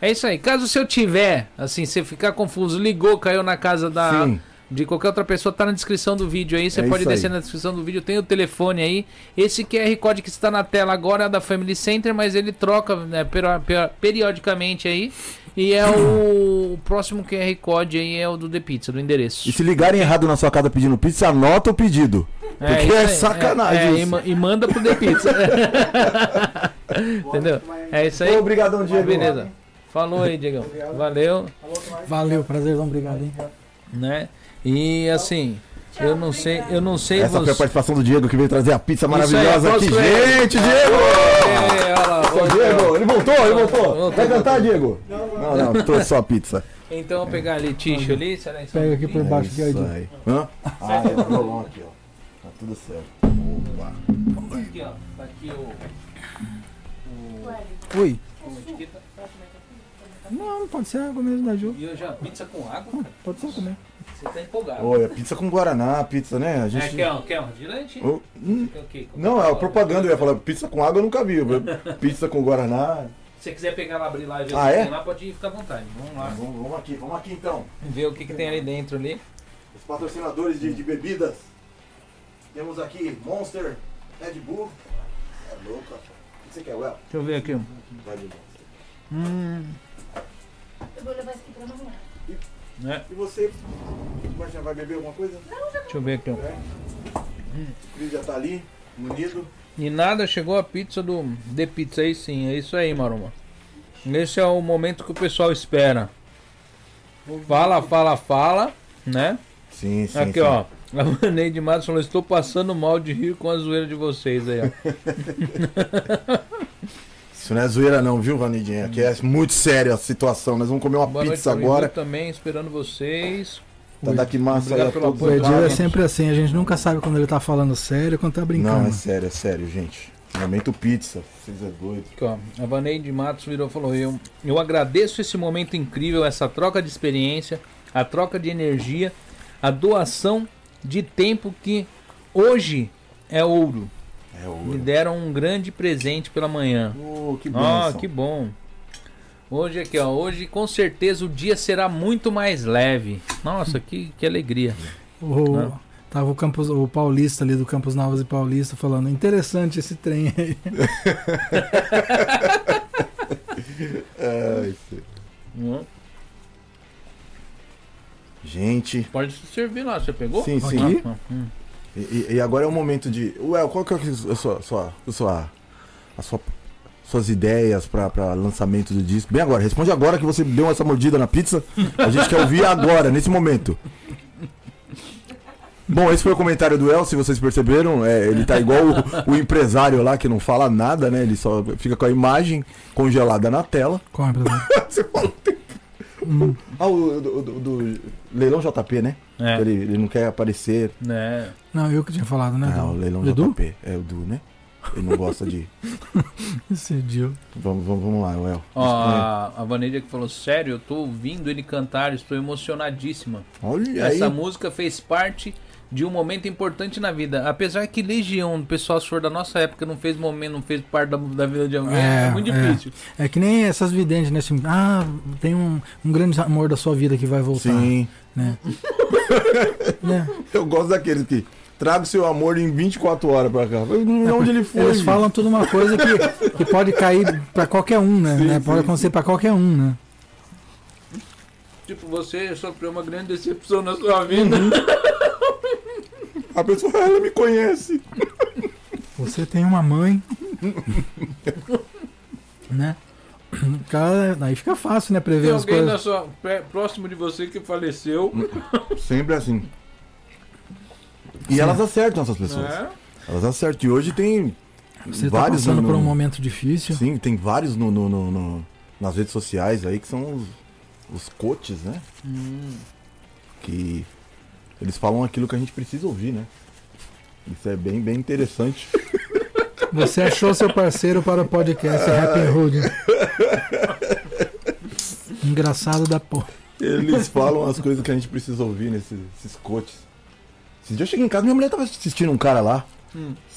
[SPEAKER 2] É isso aí. Caso o seu tiver, assim, você ficar confuso, ligou, caiu na casa da
[SPEAKER 4] Sim.
[SPEAKER 2] de qualquer outra pessoa, tá na descrição do vídeo aí. Você
[SPEAKER 4] É
[SPEAKER 2] pode
[SPEAKER 4] isso aí.
[SPEAKER 2] descer na descrição do vídeo, tem o telefone aí. Esse QR Code que está na tela agora é da Family Center, mas ele troca né, pero- pero- periodicamente aí. E é o, o próximo QR Code aí, é o do The Pizza, do endereço.
[SPEAKER 4] E se ligarem errado na sua casa pedindo pizza, anota o pedido. porque
[SPEAKER 2] isso
[SPEAKER 4] é
[SPEAKER 2] aí,
[SPEAKER 4] sacanagem
[SPEAKER 2] é, e,
[SPEAKER 4] isso.
[SPEAKER 2] ma- e manda pro The Pizza. Entendeu? É isso aí.
[SPEAKER 4] Obrigadão, Diego.
[SPEAKER 2] Beleza. Falou aí, Diegão. Valeu,
[SPEAKER 3] Valeu, prazerzão, obrigado, hein?
[SPEAKER 2] né? E assim, eu não sei, eu não sei
[SPEAKER 4] Essa foi a
[SPEAKER 2] você.
[SPEAKER 4] participação do Diego que veio trazer a pizza
[SPEAKER 2] aí,
[SPEAKER 4] maravilhosa aqui.
[SPEAKER 2] aplausos pra ele.
[SPEAKER 4] Gente, Diego!
[SPEAKER 2] É, olha lá,
[SPEAKER 4] Ô,
[SPEAKER 2] olha lá.
[SPEAKER 4] Diego, ele voltou, ele voltou.
[SPEAKER 2] Voltou.
[SPEAKER 4] Vai cantar, Diego? Não, não, trouxe só a pizza.
[SPEAKER 2] Então eu vou pegar ali ticho ali, será isso?
[SPEAKER 3] Pega aqui por baixo, que é o
[SPEAKER 4] Isso
[SPEAKER 3] Edinho.
[SPEAKER 4] aí. Hã? Ah, é o violão aqui, ó. Tá tudo certo. Opa.
[SPEAKER 2] Aqui, ó. Tá aqui o
[SPEAKER 3] Ui.
[SPEAKER 2] o etiqueta.
[SPEAKER 3] Não, não pode ser água mesmo da Ju.
[SPEAKER 2] E eu já pizza com água,
[SPEAKER 4] Ah,
[SPEAKER 2] cara.
[SPEAKER 3] Pode ser também.
[SPEAKER 2] Você tá empolgado.
[SPEAKER 4] Olha, é pizza com Guaraná, pizza, né? A
[SPEAKER 2] É,
[SPEAKER 4] gente.
[SPEAKER 2] quer um, quer um refrigerante?
[SPEAKER 4] Ô, hum,
[SPEAKER 2] Quer o quê?
[SPEAKER 4] Não, é a propaganda, eu ia falar, pizza com água eu nunca vi. mas Pizza com Guaraná.
[SPEAKER 2] Se você quiser pegar lá, abrir lá e ver
[SPEAKER 4] Ah,
[SPEAKER 2] o que
[SPEAKER 4] é?
[SPEAKER 2] tem lá, pode ir, fica à vontade. Vamos lá.
[SPEAKER 4] Vamos, vamos aqui, vamos aqui então.
[SPEAKER 2] Ver o que, que tem ali dentro ali.
[SPEAKER 4] Os patrocinadores de, de bebidas. Temos aqui Monster, Red Bull. É louco, rapaz. O que você quer, Well?
[SPEAKER 2] Deixa eu ver aqui.
[SPEAKER 4] Vai de Monster.
[SPEAKER 2] Hum,
[SPEAKER 5] Eu vou levar isso aqui pra mamãe.
[SPEAKER 2] né?
[SPEAKER 4] E você, Martina, vai beber alguma coisa?
[SPEAKER 2] Deixa eu ver aqui. ó.
[SPEAKER 4] O Cris já tá ali, unido.
[SPEAKER 2] E nada, chegou a pizza do The Pizza aí sim. É isso aí, Maroma. Esse é o momento que o pessoal espera. Fala, fala, fala, né?
[SPEAKER 4] Sim, sim.
[SPEAKER 2] Aqui, ó. A Vaneide Matos falou: Estou passando mal de rir com a zoeira de vocês aí, ó.
[SPEAKER 4] Isso não é zoeira não, viu, Vanidinha? Aqui é muito séria a situação. Nós vamos comer uma
[SPEAKER 2] Boa
[SPEAKER 4] pizza
[SPEAKER 2] noite, Will
[SPEAKER 4] agora.
[SPEAKER 2] também, esperando vocês.
[SPEAKER 4] Tá daqui massa aí
[SPEAKER 2] Obrigado
[SPEAKER 4] a
[SPEAKER 2] pelo
[SPEAKER 4] todos.
[SPEAKER 3] O
[SPEAKER 2] apoio.
[SPEAKER 3] Edinho é
[SPEAKER 2] Claro.
[SPEAKER 3] sempre assim, a gente nunca sabe quando ele tá falando sério, quando tá brincando.
[SPEAKER 4] Não, é sério, é sério, gente. Momento pizza. Vocês é doido.
[SPEAKER 2] Aqui, ó. A Vaneide Matos virou e falou: eu, eu agradeço esse momento incrível, essa troca de experiência, a troca de energia, a doação de tempo que hoje é ouro.
[SPEAKER 4] É
[SPEAKER 2] Me
[SPEAKER 4] ouro.
[SPEAKER 2] deram um grande presente pela manhã.
[SPEAKER 4] Oh, que
[SPEAKER 2] Ó,
[SPEAKER 4] bênção.
[SPEAKER 2] que bom. Hoje aqui, ó. Hoje com certeza o dia será muito mais leve. Nossa, que, que alegria.
[SPEAKER 3] O,
[SPEAKER 2] Não.
[SPEAKER 3] Tava o, Campos, o Paulista ali do Campos Novas e Paulista falando, interessante esse trem aí.
[SPEAKER 4] Ai, cê-
[SPEAKER 2] Hum.
[SPEAKER 4] gente.
[SPEAKER 2] Pode se servir lá, você pegou?
[SPEAKER 4] Sim, sim.
[SPEAKER 3] Aqui?
[SPEAKER 2] Hum.
[SPEAKER 4] E, e- e agora é o momento de. Ué, qual que é a sua. sua, a sua, a sua suas ideias pra, pra lançamento do disco. Bem agora, responde agora que você deu essa mordida na pizza. A gente quer ouvir agora, nesse momento. Bom, esse foi o comentário do El, se vocês perceberam. É, ele tá igual o, o empresário lá que não fala nada, né? Ele só fica com a imagem congelada na tela.
[SPEAKER 3] Corre, pra
[SPEAKER 4] Você fala o tempo. Ah, o do, do- do leilão JP, né?
[SPEAKER 2] É,
[SPEAKER 4] Ele, ele não quer aparecer.
[SPEAKER 2] né?
[SPEAKER 3] Não, eu que tinha falado, né?
[SPEAKER 4] Ah, o
[SPEAKER 3] Edu?
[SPEAKER 4] leilão
[SPEAKER 3] Edu?
[SPEAKER 4] JP. É o Du, né? Ele não gosta de. tá.
[SPEAKER 3] Esse Edil.
[SPEAKER 4] Vamos, vamos, vamos lá, Well.
[SPEAKER 2] Ó, a a Vaneide que falou, sério, eu tô ouvindo ele cantar, estou emocionadíssima.
[SPEAKER 4] Olha aí.
[SPEAKER 2] Essa música fez parte de um momento importante na vida. Apesar que Legião, o pessoal se for da nossa época, não fez momento, não fez parte da, da vida de alguém, é,
[SPEAKER 3] É,
[SPEAKER 2] muito
[SPEAKER 3] é.
[SPEAKER 2] difícil.
[SPEAKER 3] É que nem essas videntes, né? Assim, ah, tem um, um grande amor da sua vida que vai voltar.
[SPEAKER 4] Sim.
[SPEAKER 3] Né? né?
[SPEAKER 4] Eu gosto daqueles que traga o seu amor em 24 horas pra cá. Eu não sei onde ele foi.
[SPEAKER 3] Eles
[SPEAKER 4] gente.
[SPEAKER 3] falam tudo uma coisa que, que pode cair pra qualquer um, né?
[SPEAKER 4] Sim,
[SPEAKER 3] né? Pode
[SPEAKER 4] sim.
[SPEAKER 3] acontecer pra qualquer um, né?
[SPEAKER 2] Tipo, você sofreu uma grande decepção na sua vida.
[SPEAKER 4] A pessoa, "Ah, ela me conhece.
[SPEAKER 3] Você tem uma mãe. né? Cara, aí fica fácil, né?
[SPEAKER 2] Tem
[SPEAKER 3] Prever as
[SPEAKER 2] alguém na
[SPEAKER 3] coisas.
[SPEAKER 2] sua, pé- próximo de você que faleceu.
[SPEAKER 4] Sempre assim. E elas acertam essas pessoas.
[SPEAKER 3] É.
[SPEAKER 2] né?
[SPEAKER 4] Elas acertam. E hoje tem.
[SPEAKER 3] Você tá
[SPEAKER 4] vários
[SPEAKER 3] passando
[SPEAKER 4] no-
[SPEAKER 3] por um momento difícil.
[SPEAKER 4] Sim, tem vários no, no- no- no- nas redes sociais aí que são os, os coaches, né?
[SPEAKER 3] Hum.
[SPEAKER 4] Que eles falam aquilo que a gente precisa ouvir, né? Isso é bem, bem interessante.
[SPEAKER 3] Você achou seu parceiro para o podcast Happy Hood. Engraçado da porra.
[SPEAKER 4] Eles falam as coisas que a gente precisa ouvir nesses esses coaches. Esse dia eu cheguei em casa, minha mulher tava assistindo um cara lá.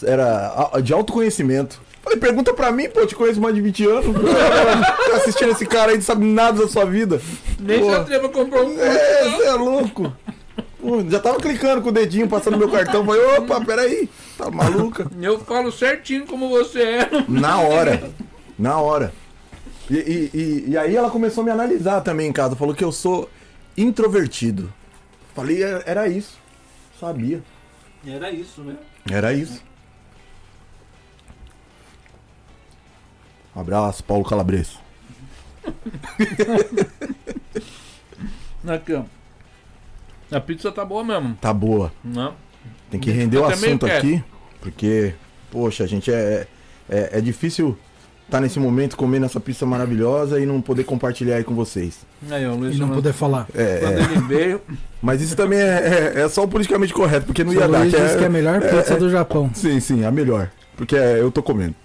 [SPEAKER 4] Era a- de autoconhecimento. Falei, pergunta pra mim, pô, eu te conheço mais de 20 anos. tá assistindo esse cara aí, não sabe nada da sua vida.
[SPEAKER 2] Nem
[SPEAKER 4] Pô.
[SPEAKER 2] se atreva a comprar um curso.
[SPEAKER 4] É, você é louco. Pô, já tava clicando com o dedinho, passando meu cartão. Falei, opa, peraí, tá maluca?
[SPEAKER 2] Eu falo certinho como você é.
[SPEAKER 4] Na hora. Na hora. E, e- e- e aí ela começou a me analisar também em casa. Falou que eu sou introvertido. Falei, "É- era isso. Sabia.
[SPEAKER 6] Era isso, né?
[SPEAKER 4] Era isso. Abraço, Paulo Calabres.
[SPEAKER 2] Né, Aqui, ó. A pizza tá boa mesmo,
[SPEAKER 4] Tá boa.
[SPEAKER 2] né?
[SPEAKER 4] Tem que render o
[SPEAKER 2] Eu também
[SPEAKER 4] assunto
[SPEAKER 2] quero.
[SPEAKER 4] aqui, porque, poxa, a gente é, é, é difícil estar nesse momento comendo essa pizza maravilhosa e não poder compartilhar aí com vocês.
[SPEAKER 2] Aí, ó, o Luiz
[SPEAKER 3] E não
[SPEAKER 2] Fernando, tá
[SPEAKER 3] poder falar.
[SPEAKER 4] É,
[SPEAKER 2] quando
[SPEAKER 4] é.
[SPEAKER 2] ele veio,
[SPEAKER 4] mas isso também é, é, é só o politicamente correto, porque não
[SPEAKER 3] O
[SPEAKER 4] ia dar.
[SPEAKER 3] Luiz
[SPEAKER 4] que é-
[SPEAKER 3] disse que é a melhor pizza do Japão.
[SPEAKER 4] Sim, sim, a melhor. Porque é, eu tô comendo.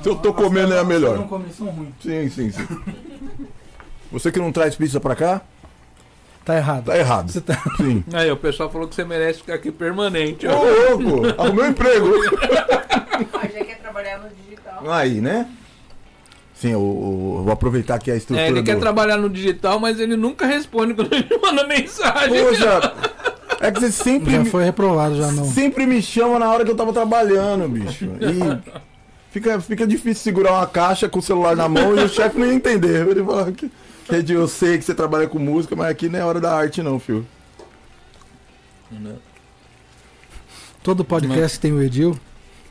[SPEAKER 4] Se eu tô comendo é a melhor. Sim, sim, sim. Você que não traz pizza pra cá,
[SPEAKER 3] Tá errado.
[SPEAKER 4] tá errado.
[SPEAKER 3] Você tá-
[SPEAKER 4] Sim.
[SPEAKER 2] aí ó, o pessoal falou que você merece ficar aqui permanente,
[SPEAKER 3] É,
[SPEAKER 2] ó. É,
[SPEAKER 4] Ô, louco! Arrumei um emprego!
[SPEAKER 5] Mas já quer trabalhar no digital.
[SPEAKER 4] Aí, né? Sim, eu, eu- eu vou aproveitar aqui a estrutura
[SPEAKER 2] É, ele quer
[SPEAKER 4] do...
[SPEAKER 2] trabalhar no digital, mas ele nunca responde quando ele manda mensagem.
[SPEAKER 4] Poxa, é que você sempre,
[SPEAKER 3] Já
[SPEAKER 4] me-
[SPEAKER 3] foi reprovado, já não.
[SPEAKER 4] sempre me chama na hora que eu tava trabalhando, bicho. E fica, fica difícil segurar uma caixa com o celular na mão e o chefe não ia entender. Ele fala que... Rede, eu sei que você trabalha com música, mas aqui não é hora da arte não, filho.
[SPEAKER 3] Todo podcast tem o Edil.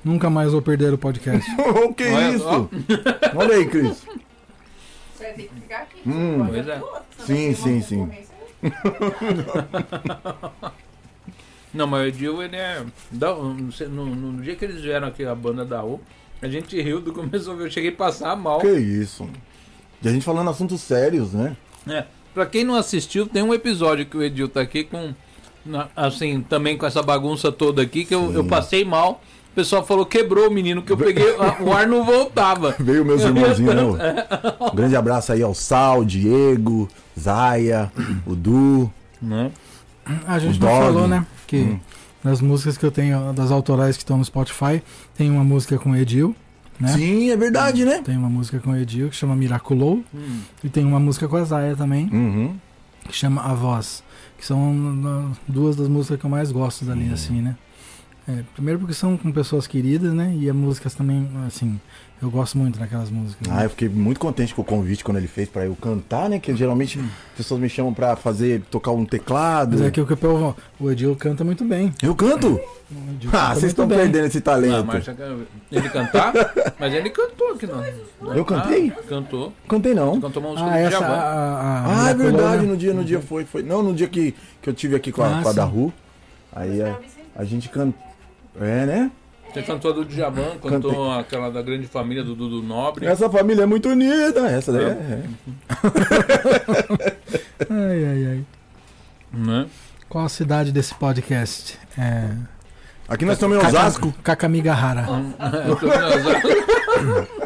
[SPEAKER 3] Nunca mais vou perder o podcast.
[SPEAKER 4] o que é
[SPEAKER 2] Olha
[SPEAKER 4] isso?
[SPEAKER 2] só.
[SPEAKER 4] Olha aí, Cris.
[SPEAKER 5] Você vai ter que ficar aqui.
[SPEAKER 4] Hum.
[SPEAKER 5] Você
[SPEAKER 2] Pois é.
[SPEAKER 5] pode fazer tudo.
[SPEAKER 4] Sim,
[SPEAKER 5] Você não tem
[SPEAKER 4] sim,
[SPEAKER 5] uma concorrência. né?
[SPEAKER 2] Não, mas o Edil, ele é. dá um- cê- No, no dia que eles vieram aqui, a banda da U, a gente riu do começo ao fim, eu cheguei a passar mal.
[SPEAKER 4] Que é isso? E a gente falando assuntos sérios, né?
[SPEAKER 2] É, pra quem não assistiu, tem um episódio que o Edil tá aqui com. na- Assim, também com essa bagunça toda aqui, que eu,
[SPEAKER 4] Sim.
[SPEAKER 2] eu passei mal. O pessoal falou, quebrou o menino, que eu peguei, a- o ar não voltava.
[SPEAKER 4] Veio meus irmãozinhos, né? ô? Um grande abraço aí ao Sal, Diego, Zaya, o Du.
[SPEAKER 2] Né?
[SPEAKER 3] A
[SPEAKER 4] Hum.
[SPEAKER 3] gente
[SPEAKER 4] O
[SPEAKER 3] não
[SPEAKER 4] Dog.
[SPEAKER 3] falou, né? Que
[SPEAKER 4] Hum.
[SPEAKER 3] das músicas que eu tenho, das autorais que estão no Spotify, tem uma música com o Edil. Né?
[SPEAKER 4] Sim, é verdade, né?
[SPEAKER 3] Tem uma música com o Edil que chama Miraculou.
[SPEAKER 2] Hum,
[SPEAKER 3] E tem uma música com a Zaya também,
[SPEAKER 4] Uhum.
[SPEAKER 3] que chama A Voz. Que são uh, duas das músicas que eu mais gosto dali,
[SPEAKER 4] Uhum.
[SPEAKER 3] assim, né? É, primeiro porque são com pessoas queridas, né? E as músicas também, assim, eu gosto muito daquelas músicas. né?
[SPEAKER 4] Ah, eu fiquei muito contente com o convite quando ele fez pra eu cantar, né? Que geralmente as pessoas me chamam pra fazer, tocar um teclado.
[SPEAKER 3] Mas é que o campeão, o Edil canta muito bem.
[SPEAKER 4] Eu canto?
[SPEAKER 3] O Edil
[SPEAKER 4] Ah,
[SPEAKER 3] canta
[SPEAKER 4] vocês
[SPEAKER 3] muito
[SPEAKER 4] estão
[SPEAKER 3] bem.
[SPEAKER 4] perdendo esse
[SPEAKER 2] Ah,
[SPEAKER 4] talento.
[SPEAKER 2] mas ele cantar? Mas ele cantou aqui, não.
[SPEAKER 4] Eu cantei?
[SPEAKER 2] Ah, cantou.
[SPEAKER 4] Cantei não.
[SPEAKER 2] Cantou uma música
[SPEAKER 3] Ah,
[SPEAKER 2] do
[SPEAKER 3] essa.
[SPEAKER 2] Djavan.
[SPEAKER 3] a- a-
[SPEAKER 4] Ah,
[SPEAKER 3] a
[SPEAKER 4] é
[SPEAKER 3] Miraculou,
[SPEAKER 4] verdade,
[SPEAKER 3] né?
[SPEAKER 4] no dia, no dia foi, foi. Não, no dia que, que eu tive aqui com a,
[SPEAKER 3] Ah,
[SPEAKER 4] com a
[SPEAKER 3] sim.
[SPEAKER 4] Daru. Aí a, a gente canta. É, né?
[SPEAKER 2] Você cantou a do Djavan, cantou aquela da grande família do Dudu Nobre.
[SPEAKER 4] Essa família é muito unida. Essa daí é. é.
[SPEAKER 3] Ai, ai, ai.
[SPEAKER 2] Né?
[SPEAKER 3] Qual a cidade desse podcast? É.
[SPEAKER 2] Tá
[SPEAKER 4] Aqui nós estamos em Osasco.
[SPEAKER 3] Kakamigahara.
[SPEAKER 2] Eu tô vendo as-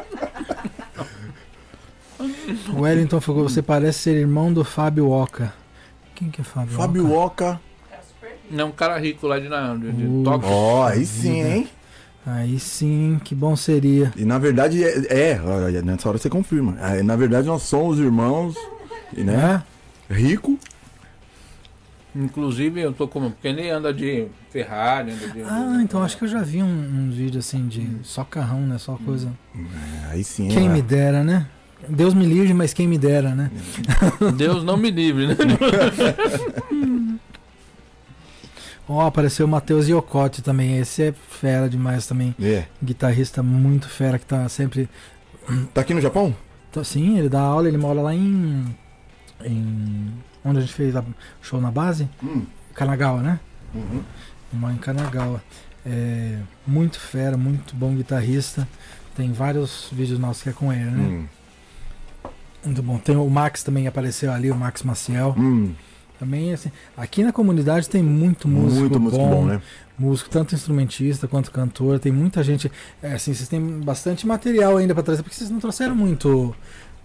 [SPEAKER 3] O Wellington falou: você parece ser irmão do Fábio Oca. Quem que é Fábio?
[SPEAKER 4] Fábio
[SPEAKER 3] Oca?
[SPEAKER 4] Oca.
[SPEAKER 5] Tá super rico.
[SPEAKER 2] É um cara rico lá de, na- de, de
[SPEAKER 3] Uh.
[SPEAKER 2] Tóquio.
[SPEAKER 4] Ó, aí sim, hein?
[SPEAKER 3] Aí sim, que bom seria.
[SPEAKER 4] E na verdade, é, é, olha, nessa hora você confirma. Ah, Na verdade, nós somos irmãos, e, né?
[SPEAKER 3] Né?
[SPEAKER 4] Rico.
[SPEAKER 2] Inclusive, eu tô como. Porque ele anda de Ferrari, anda de.
[SPEAKER 3] Ah, então acho que eu já vi um, um vídeo assim de só carrão, né? Só coisa.
[SPEAKER 4] Aí sim,
[SPEAKER 3] Quem
[SPEAKER 4] né?
[SPEAKER 3] me dera, né? Deus me livre, mas quem me dera, né?
[SPEAKER 2] Deus não me livre, né?
[SPEAKER 3] Ó, apareceu o Matheus Iocote também. Esse é fera demais também.
[SPEAKER 4] É.
[SPEAKER 3] Guitarrista muito fera que tá sempre.
[SPEAKER 4] Tá aqui no Japão?
[SPEAKER 3] Tá- Sim, ele dá aula, ele mora lá em. em onde a gente fez a- show na base?
[SPEAKER 4] Hum,
[SPEAKER 3] Kanagawa, né?
[SPEAKER 4] Uhum.
[SPEAKER 3] Ele mora em Kanagawa. É, muito fera, muito bom guitarrista. Tem vários vídeos nossos que é com ele, né?
[SPEAKER 4] Hum.
[SPEAKER 3] Muito bom. Tem o Max também apareceu ali, o Max Maciel.
[SPEAKER 4] Hum.
[SPEAKER 3] Também assim, aqui na comunidade tem muito músico
[SPEAKER 4] Muito músico bom, né?
[SPEAKER 3] Músico tanto instrumentista quanto cantor, tem muita gente, é, assim, vocês têm bastante material ainda pra trazer, porque vocês não trouxeram muito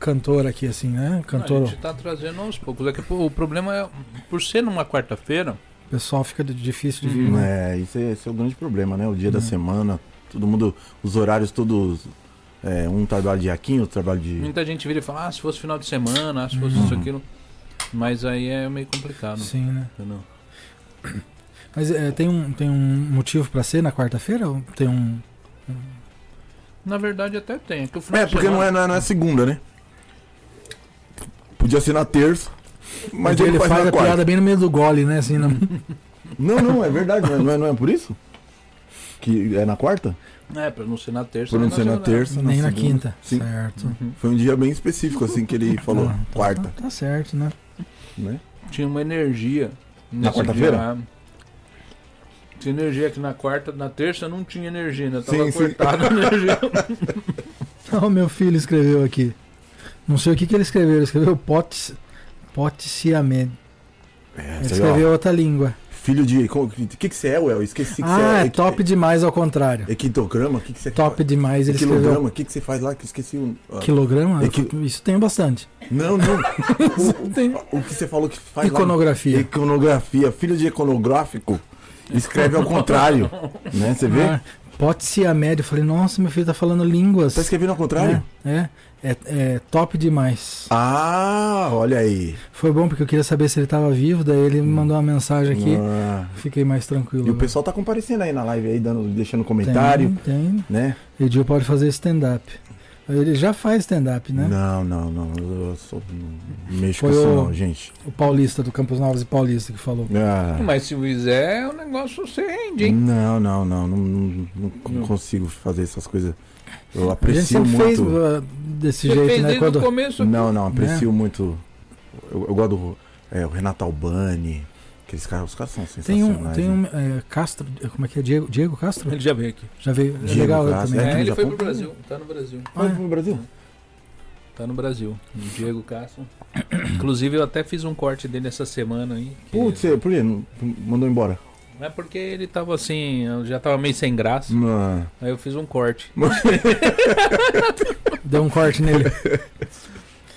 [SPEAKER 3] cantor aqui assim, né? Cantor,
[SPEAKER 2] A gente tá trazendo aos poucos. É que, pô, o problema é, por ser numa quarta-feira,
[SPEAKER 3] o pessoal fica de- difícil de vir, né?
[SPEAKER 4] É, isso é, esse é o grande problema, né? O dia da semana, todo mundo, os horários todos. é, um trabalho de aqui, outro trabalho de.
[SPEAKER 2] muita gente vira e fala, ah, se fosse final de semana, ah, se fosse
[SPEAKER 3] Uhum.
[SPEAKER 2] isso, aquilo. Mas aí é meio complicado.
[SPEAKER 3] Sim, né?
[SPEAKER 4] Hum.
[SPEAKER 2] entendeu?
[SPEAKER 3] Mas é, tem um tem um motivo pra ser na quarta-feira? Ou Tem um
[SPEAKER 2] Na verdade, até tem. É, que o final
[SPEAKER 4] É,
[SPEAKER 2] de
[SPEAKER 4] porque não
[SPEAKER 2] semana-
[SPEAKER 4] é, não, é, não é segunda, né? Podia ser na terça, mas
[SPEAKER 3] Porque
[SPEAKER 4] ele, faz,
[SPEAKER 3] a
[SPEAKER 4] na quarta.
[SPEAKER 3] piada bem no meio do gole, né? Assim, não...
[SPEAKER 4] Não, não, é verdade, não é- não é, não é por isso? Que é na quarta?
[SPEAKER 2] É, pra não ser na Uhum. terça.
[SPEAKER 4] Por não
[SPEAKER 2] nem
[SPEAKER 4] ser na terça,
[SPEAKER 3] nem na
[SPEAKER 4] segunda.
[SPEAKER 3] quinta.
[SPEAKER 4] Sim.
[SPEAKER 3] Certo.
[SPEAKER 4] Foi um dia bem específico, assim, que ele falou,
[SPEAKER 3] Ah,
[SPEAKER 4] quarta,
[SPEAKER 3] Tá, tá certo, né?
[SPEAKER 4] né?
[SPEAKER 2] Tinha uma energia. nesse
[SPEAKER 4] quarta-feira?
[SPEAKER 2] dia lá. Tinha energia que na quarta, na terça não tinha energia, né? Tava
[SPEAKER 4] Sim, sim.
[SPEAKER 2] cortada a energia.
[SPEAKER 3] Ah, O meu filho escreveu aqui. Não sei o que, que ele escreveu. Ele escreveu potes, poticiamento.
[SPEAKER 4] É,
[SPEAKER 3] Ele
[SPEAKER 4] sei lá,
[SPEAKER 3] escreveu outra língua.
[SPEAKER 4] filho de... O que, que que você é, Well? Esqueci que você
[SPEAKER 3] ah, é,
[SPEAKER 4] é.
[SPEAKER 3] top demais ao contrário.
[SPEAKER 4] É quintograma? O que, que você
[SPEAKER 3] top demais.
[SPEAKER 4] É
[SPEAKER 3] Ele escreveu
[SPEAKER 4] quilograma? O que, que você faz lá? Que esqueci o... ah,
[SPEAKER 3] quilograma.
[SPEAKER 4] É que-
[SPEAKER 3] Isso tem bastante.
[SPEAKER 4] Não, não.
[SPEAKER 3] Tem.
[SPEAKER 4] o que você falou que faz lá...
[SPEAKER 3] Iconografia.
[SPEAKER 4] Iconografia. Filho de iconográfico. Escreve ao contrário, né? Você vê?
[SPEAKER 3] Ah, poticiamed. Eu falei, nossa, meu filho tá falando línguas.
[SPEAKER 4] Tá escrevendo ao contrário?
[SPEAKER 3] É, é, é, é top demais.
[SPEAKER 4] Ah, olha aí.
[SPEAKER 3] Foi bom porque eu queria saber se ele tava vivo. Daí ele me mandou uma mensagem aqui.
[SPEAKER 4] Ah.
[SPEAKER 3] Fiquei mais tranquilo.
[SPEAKER 4] E o
[SPEAKER 3] agora.
[SPEAKER 4] pessoal tá comparecendo aí na live aí, dando, deixando
[SPEAKER 3] Tem,
[SPEAKER 4] comentário,
[SPEAKER 3] tem.
[SPEAKER 4] né?
[SPEAKER 3] Edil pode fazer stand-up. Ele já faz stand-up, né?
[SPEAKER 4] Não, não, não. Eu eu sou, não mexo
[SPEAKER 3] Foi
[SPEAKER 4] com isso,
[SPEAKER 3] o-
[SPEAKER 4] não, gente.
[SPEAKER 3] O paulista do Campos Novos e Paulista que falou.
[SPEAKER 4] Ah,
[SPEAKER 2] Mas se fizer, o negócio você rende, hein?
[SPEAKER 4] não, não, não, não, não- não consigo fazer essas coisas. Eu
[SPEAKER 3] A gente
[SPEAKER 4] aprecio
[SPEAKER 3] sempre fez né?
[SPEAKER 4] muito.
[SPEAKER 3] uh, desse
[SPEAKER 2] Você fez
[SPEAKER 3] jeito, né?
[SPEAKER 2] desde o
[SPEAKER 3] Quando...
[SPEAKER 2] começo.
[SPEAKER 4] Não, não, aprecio muito. Eu, eu gosto do é, o Renato Albani. Aqueles caras, os caras são
[SPEAKER 3] Tem
[SPEAKER 4] sensacionais. né?
[SPEAKER 3] um, tem um é, Castro, como é que é? Diego, Diego Castro?
[SPEAKER 2] Ele já veio aqui.
[SPEAKER 3] Já veio, é
[SPEAKER 4] Diego
[SPEAKER 3] legal ele
[SPEAKER 4] Castro,
[SPEAKER 3] também.
[SPEAKER 4] É,
[SPEAKER 2] É,
[SPEAKER 4] no
[SPEAKER 2] ele foi
[SPEAKER 4] Japão
[SPEAKER 2] pro
[SPEAKER 4] também.
[SPEAKER 2] Brasil. Tá no Brasil.
[SPEAKER 3] Ah, é?
[SPEAKER 4] no Brasil?
[SPEAKER 2] Tá no Brasil. O Diego Castro. Inclusive, eu até fiz um corte dele essa semana aí. que-
[SPEAKER 4] Putz, você- por quê? Não- Mandou embora.
[SPEAKER 2] É porque ele tava assim, eu já tava meio sem
[SPEAKER 4] Hum.
[SPEAKER 2] graça.
[SPEAKER 4] Não.
[SPEAKER 2] Aí eu fiz um corte.
[SPEAKER 3] Deu um corte nele.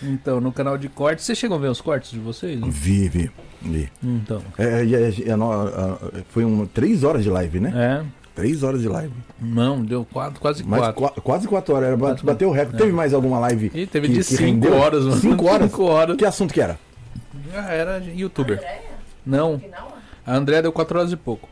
[SPEAKER 2] Então, no canal de corte, vocês chegam a ver os cortes de vocês?
[SPEAKER 4] Hum. Vive. vi.
[SPEAKER 2] Então.
[SPEAKER 4] É, e a- e a no- a- foi um, três horas de live, né?
[SPEAKER 2] É.
[SPEAKER 4] Três horas de live.
[SPEAKER 2] Não, deu quatro, quase
[SPEAKER 4] Mais
[SPEAKER 2] quatro.
[SPEAKER 4] qua- quase quatro horas. Era bate- bateu o recorde. Teve mais alguma live?
[SPEAKER 2] Ih, teve
[SPEAKER 4] que-
[SPEAKER 2] de
[SPEAKER 4] que
[SPEAKER 2] cinco
[SPEAKER 4] rendeu?
[SPEAKER 2] horas, mano.
[SPEAKER 4] Cinco horas?
[SPEAKER 2] Cinco horas.
[SPEAKER 4] Que assunto que era?
[SPEAKER 2] Ah, era youtuber.
[SPEAKER 5] Andréia?
[SPEAKER 2] Não,
[SPEAKER 5] Final?
[SPEAKER 2] a André deu quatro horas e pouco.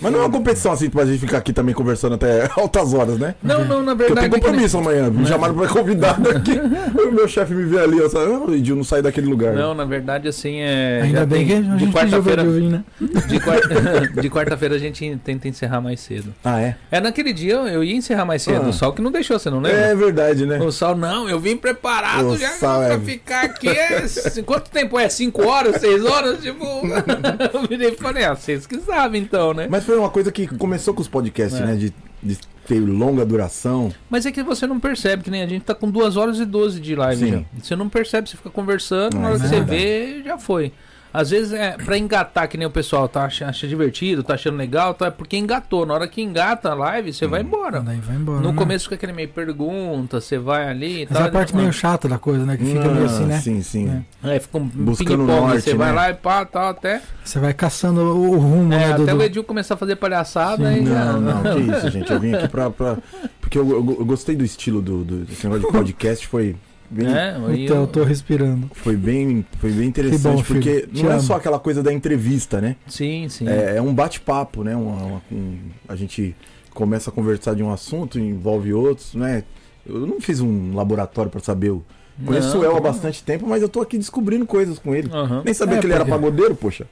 [SPEAKER 4] Mas não é uma competição assim pra gente ficar aqui também conversando até altas horas, né?
[SPEAKER 2] Não, não, é na
[SPEAKER 4] Porque eu
[SPEAKER 2] verdade. né?
[SPEAKER 4] tenho compromisso amanhã. Me chamaram pra convidado aqui. o meu chefe me vê ali. Eu sabe, "Ah, o Edil não sai daquele lugar.
[SPEAKER 2] Não, na verdade, assim, é.
[SPEAKER 3] Ainda
[SPEAKER 2] já
[SPEAKER 3] bem que
[SPEAKER 2] tem-
[SPEAKER 3] a
[SPEAKER 2] de
[SPEAKER 3] gente pediu pra
[SPEAKER 2] quarta-feira.
[SPEAKER 3] ele vir, né?
[SPEAKER 2] De quarta- de quarta-feira a gente tenta encerrar mais cedo.
[SPEAKER 4] Ah, é?
[SPEAKER 2] É, naquele dia eu ia encerrar mais cedo,
[SPEAKER 4] Ah.
[SPEAKER 2] o Sal que não deixou, você não lembra?
[SPEAKER 4] É verdade, né?
[SPEAKER 2] O Sal, não, eu vim preparado
[SPEAKER 4] O
[SPEAKER 2] já
[SPEAKER 4] Sal
[SPEAKER 2] pra
[SPEAKER 4] é-
[SPEAKER 2] ficar aqui. É... c- Quanto tempo é? Cinco horas? seis horas? Tipo, eu virei e falei, ah, vocês que sabem então, né?
[SPEAKER 4] Mas foi uma coisa que começou com os podcasts,
[SPEAKER 2] É.
[SPEAKER 4] né? De, de ter longa duração.
[SPEAKER 2] Mas é que você não percebe, que nem a gente tá com 2 horas e 12 de live
[SPEAKER 4] Sim.
[SPEAKER 2] já. Você não percebe, você fica conversando, na hora
[SPEAKER 4] Mas
[SPEAKER 2] que
[SPEAKER 3] é
[SPEAKER 2] você
[SPEAKER 4] verdade.
[SPEAKER 2] vê, já foi. Às vezes é pra engatar, que nem o pessoal tá acha, acha divertido, tá achando legal, tá, é porque engatou. Na hora que engata a live,
[SPEAKER 4] Hum,
[SPEAKER 2] você vai embora.
[SPEAKER 3] Daí vai embora.
[SPEAKER 2] No
[SPEAKER 3] né?
[SPEAKER 2] começo Ah. fica aquele meio pergunta, você vai ali e
[SPEAKER 3] Essa é
[SPEAKER 2] tal.
[SPEAKER 3] a parte meio chata da coisa, né? Que fica meio assim, né?
[SPEAKER 4] Ah, Sim, sim.
[SPEAKER 3] É.
[SPEAKER 2] É, fica um
[SPEAKER 4] Buscando o
[SPEAKER 2] ping-pong,
[SPEAKER 4] norte,
[SPEAKER 2] você vai
[SPEAKER 4] né?
[SPEAKER 2] lá e pá, tal, até.
[SPEAKER 3] Você vai caçando o o rumo,
[SPEAKER 2] É,
[SPEAKER 3] né? do-
[SPEAKER 2] até
[SPEAKER 3] do-
[SPEAKER 2] o Edil começar a fazer palhaçada
[SPEAKER 3] Sim.
[SPEAKER 2] e já-
[SPEAKER 4] Não, não, que isso, gente. Eu vim aqui pra. pra- Porque eu, eu- eu gostei do estilo do, do desse negócio de podcast, foi bem,
[SPEAKER 2] É, aí
[SPEAKER 3] Então,
[SPEAKER 2] eu-
[SPEAKER 3] eu tô respirando.
[SPEAKER 4] foi bem, foi bem interessante,
[SPEAKER 3] bom, filho.
[SPEAKER 4] porque
[SPEAKER 3] Te
[SPEAKER 4] não é
[SPEAKER 3] amo.
[SPEAKER 4] só aquela coisa da entrevista, né?
[SPEAKER 2] Sim, sim.
[SPEAKER 4] É, é um bate-papo, né? Uma- uma- um- a gente começa a conversar de um assunto, envolve outros, né? Eu não fiz um laboratório pra saber. Eu conheço
[SPEAKER 2] Não,
[SPEAKER 4] o El há
[SPEAKER 2] não.
[SPEAKER 4] bastante tempo, mas eu tô aqui descobrindo coisas com ele.
[SPEAKER 2] Aham.
[SPEAKER 4] Nem sabia
[SPEAKER 3] É,
[SPEAKER 4] que ele era
[SPEAKER 3] porque-
[SPEAKER 4] pagodeiro, poxa.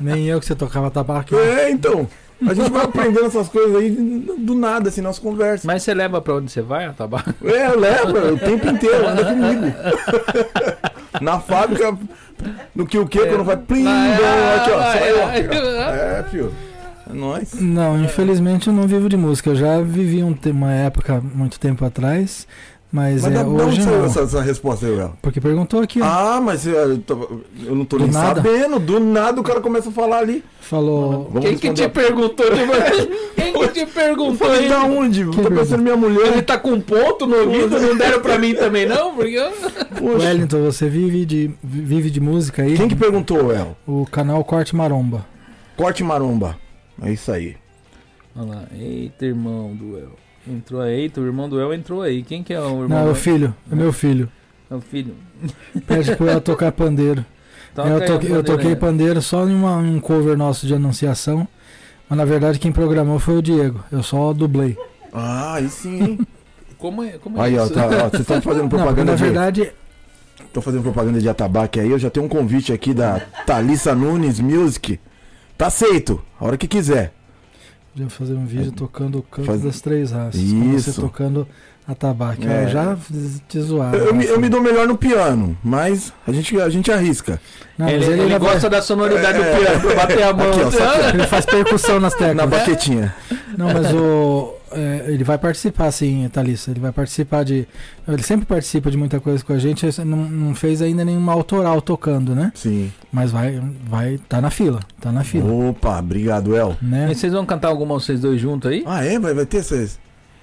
[SPEAKER 3] Nem eu que você tocava tabaco.
[SPEAKER 4] É, então. A gente vai aprendendo essas coisas aí do nada, assim, nas conversas.
[SPEAKER 2] Mas você leva pra onde você vai, a tabaco?
[SPEAKER 4] É, leva o tempo inteiro, anda comigo. Na fábrica, no que o que, quando vai plim, bom, aqui, ó, só eu, ó. É, fio. É nóis.
[SPEAKER 3] Não, infelizmente eu não vivo de música. Eu já vivi um te- uma época, muito tempo atrás, mas,
[SPEAKER 4] Mas
[SPEAKER 3] é,
[SPEAKER 4] da de onde
[SPEAKER 3] hoje
[SPEAKER 4] saiu
[SPEAKER 3] não.
[SPEAKER 4] essa, essa resposta aí, Léo?
[SPEAKER 3] Porque perguntou aqui, ó.
[SPEAKER 4] Ah, mas eu, eu tô- eu não tô
[SPEAKER 3] Do
[SPEAKER 4] nem
[SPEAKER 3] nada.
[SPEAKER 4] sabendo. Do nada o cara começa a falar ali.
[SPEAKER 3] falou...
[SPEAKER 4] Vamos
[SPEAKER 2] Quem que te
[SPEAKER 4] responder
[SPEAKER 2] perguntou? de- Quem que te
[SPEAKER 4] Eu
[SPEAKER 2] perguntou?
[SPEAKER 4] falei,
[SPEAKER 2] aí?
[SPEAKER 4] da tá onde?
[SPEAKER 3] Que
[SPEAKER 4] tô pensando em minha mulher.
[SPEAKER 2] Ele tá com ponto no ouvido, não deram pra mim também, não? Porque eu...
[SPEAKER 4] Poxa.
[SPEAKER 3] Wellington, você vive de, vive de música aí?
[SPEAKER 4] Quem que perguntou, Léo?
[SPEAKER 3] O canal Corte Maromba.
[SPEAKER 4] Corte maromba. É isso aí.
[SPEAKER 2] Olha lá, eita, irmão do El. Entrou aí, eita, o irmão do El entrou aí. Quem que é o irmão
[SPEAKER 3] Não, é
[SPEAKER 2] do
[SPEAKER 3] o
[SPEAKER 2] El?
[SPEAKER 3] filho, é meu filho.
[SPEAKER 2] É o filho.
[SPEAKER 3] Pede pra eu tocar pandeiro. É,
[SPEAKER 2] Toca
[SPEAKER 3] eu,
[SPEAKER 2] aí a
[SPEAKER 3] toquei- eu
[SPEAKER 2] bandeira
[SPEAKER 3] toquei
[SPEAKER 2] aí.
[SPEAKER 3] pandeiro só em uma- um cover nosso de anunciação. Mas na verdade quem programou foi o Diego. Eu só dublei.
[SPEAKER 4] Ah, aí sim, hein?
[SPEAKER 2] Como é, como é
[SPEAKER 4] Aí, ó,
[SPEAKER 2] isso?
[SPEAKER 4] tá, ó, vocês estão fazendo
[SPEAKER 3] Não, porque
[SPEAKER 4] propaganda
[SPEAKER 3] na
[SPEAKER 4] de-
[SPEAKER 3] verdade,
[SPEAKER 4] Tô fazendo propaganda de atabaque aí, eu já tenho um convite aqui da Thalissa Nunes Music. Tá aceito, a hora que quiser.
[SPEAKER 3] podia fazer um vídeo tocando o canto
[SPEAKER 4] É. Faz-
[SPEAKER 3] das três raças. com Você
[SPEAKER 4] Isso.
[SPEAKER 3] tocando atabaque.
[SPEAKER 4] É.
[SPEAKER 3] Eu já te zoaram.
[SPEAKER 4] Eu, eu me,
[SPEAKER 3] né?
[SPEAKER 4] eu me dou melhor no piano, mas a gente, a gente arrisca.
[SPEAKER 3] Não, mas
[SPEAKER 2] Ele,
[SPEAKER 3] ele,
[SPEAKER 2] ele
[SPEAKER 3] ainda
[SPEAKER 2] gosta
[SPEAKER 3] vai-
[SPEAKER 2] da sonoridade do
[SPEAKER 4] É.
[SPEAKER 2] piano pra bater a mão.
[SPEAKER 4] Aqui, ó, só aqui,
[SPEAKER 3] ele faz percussão nas
[SPEAKER 4] Na
[SPEAKER 3] teclas.
[SPEAKER 4] baquetinha.
[SPEAKER 3] Não, mas o. é, ele vai participar, sim, Thalissa. Ele vai participar de. Ele sempre participa de muita coisa com a gente. esse Não, não fez ainda nenhuma autoral tocando, né?
[SPEAKER 4] Sim.
[SPEAKER 3] Mas vai. vai tá na fila. Tá na fila.
[SPEAKER 4] Opa, obrigado, El.
[SPEAKER 3] Né?
[SPEAKER 2] E vocês vão cantar alguma vocês dois juntos aí?
[SPEAKER 4] Ah, é? Vai, vai ter essas.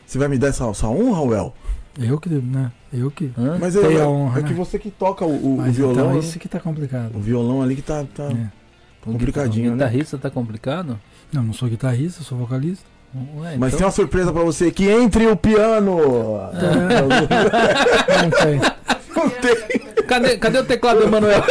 [SPEAKER 4] Você vai me dar essa, essa honra, El?
[SPEAKER 3] Eu que. Né? Eu que.
[SPEAKER 2] Hã?
[SPEAKER 4] Mas é,
[SPEAKER 3] Tem a
[SPEAKER 4] é-
[SPEAKER 3] honra,
[SPEAKER 4] é que
[SPEAKER 3] né?
[SPEAKER 4] você que toca o, o
[SPEAKER 3] Mas
[SPEAKER 4] violão.
[SPEAKER 3] então
[SPEAKER 4] né?
[SPEAKER 3] isso que tá complicado.
[SPEAKER 4] O violão ali que tá, tá
[SPEAKER 3] É.
[SPEAKER 4] complicadinho,
[SPEAKER 2] o
[SPEAKER 4] né?
[SPEAKER 2] guitarrista tá complicado?
[SPEAKER 3] Não, não sou guitarrista, sou vocalista.
[SPEAKER 2] Ué,
[SPEAKER 4] Mas tem
[SPEAKER 2] então...
[SPEAKER 4] uma surpresa pra você aqui entre o piano.
[SPEAKER 3] É. Não tem.
[SPEAKER 4] Não tem. um-
[SPEAKER 2] cadê, cadê o teclado do Manuel?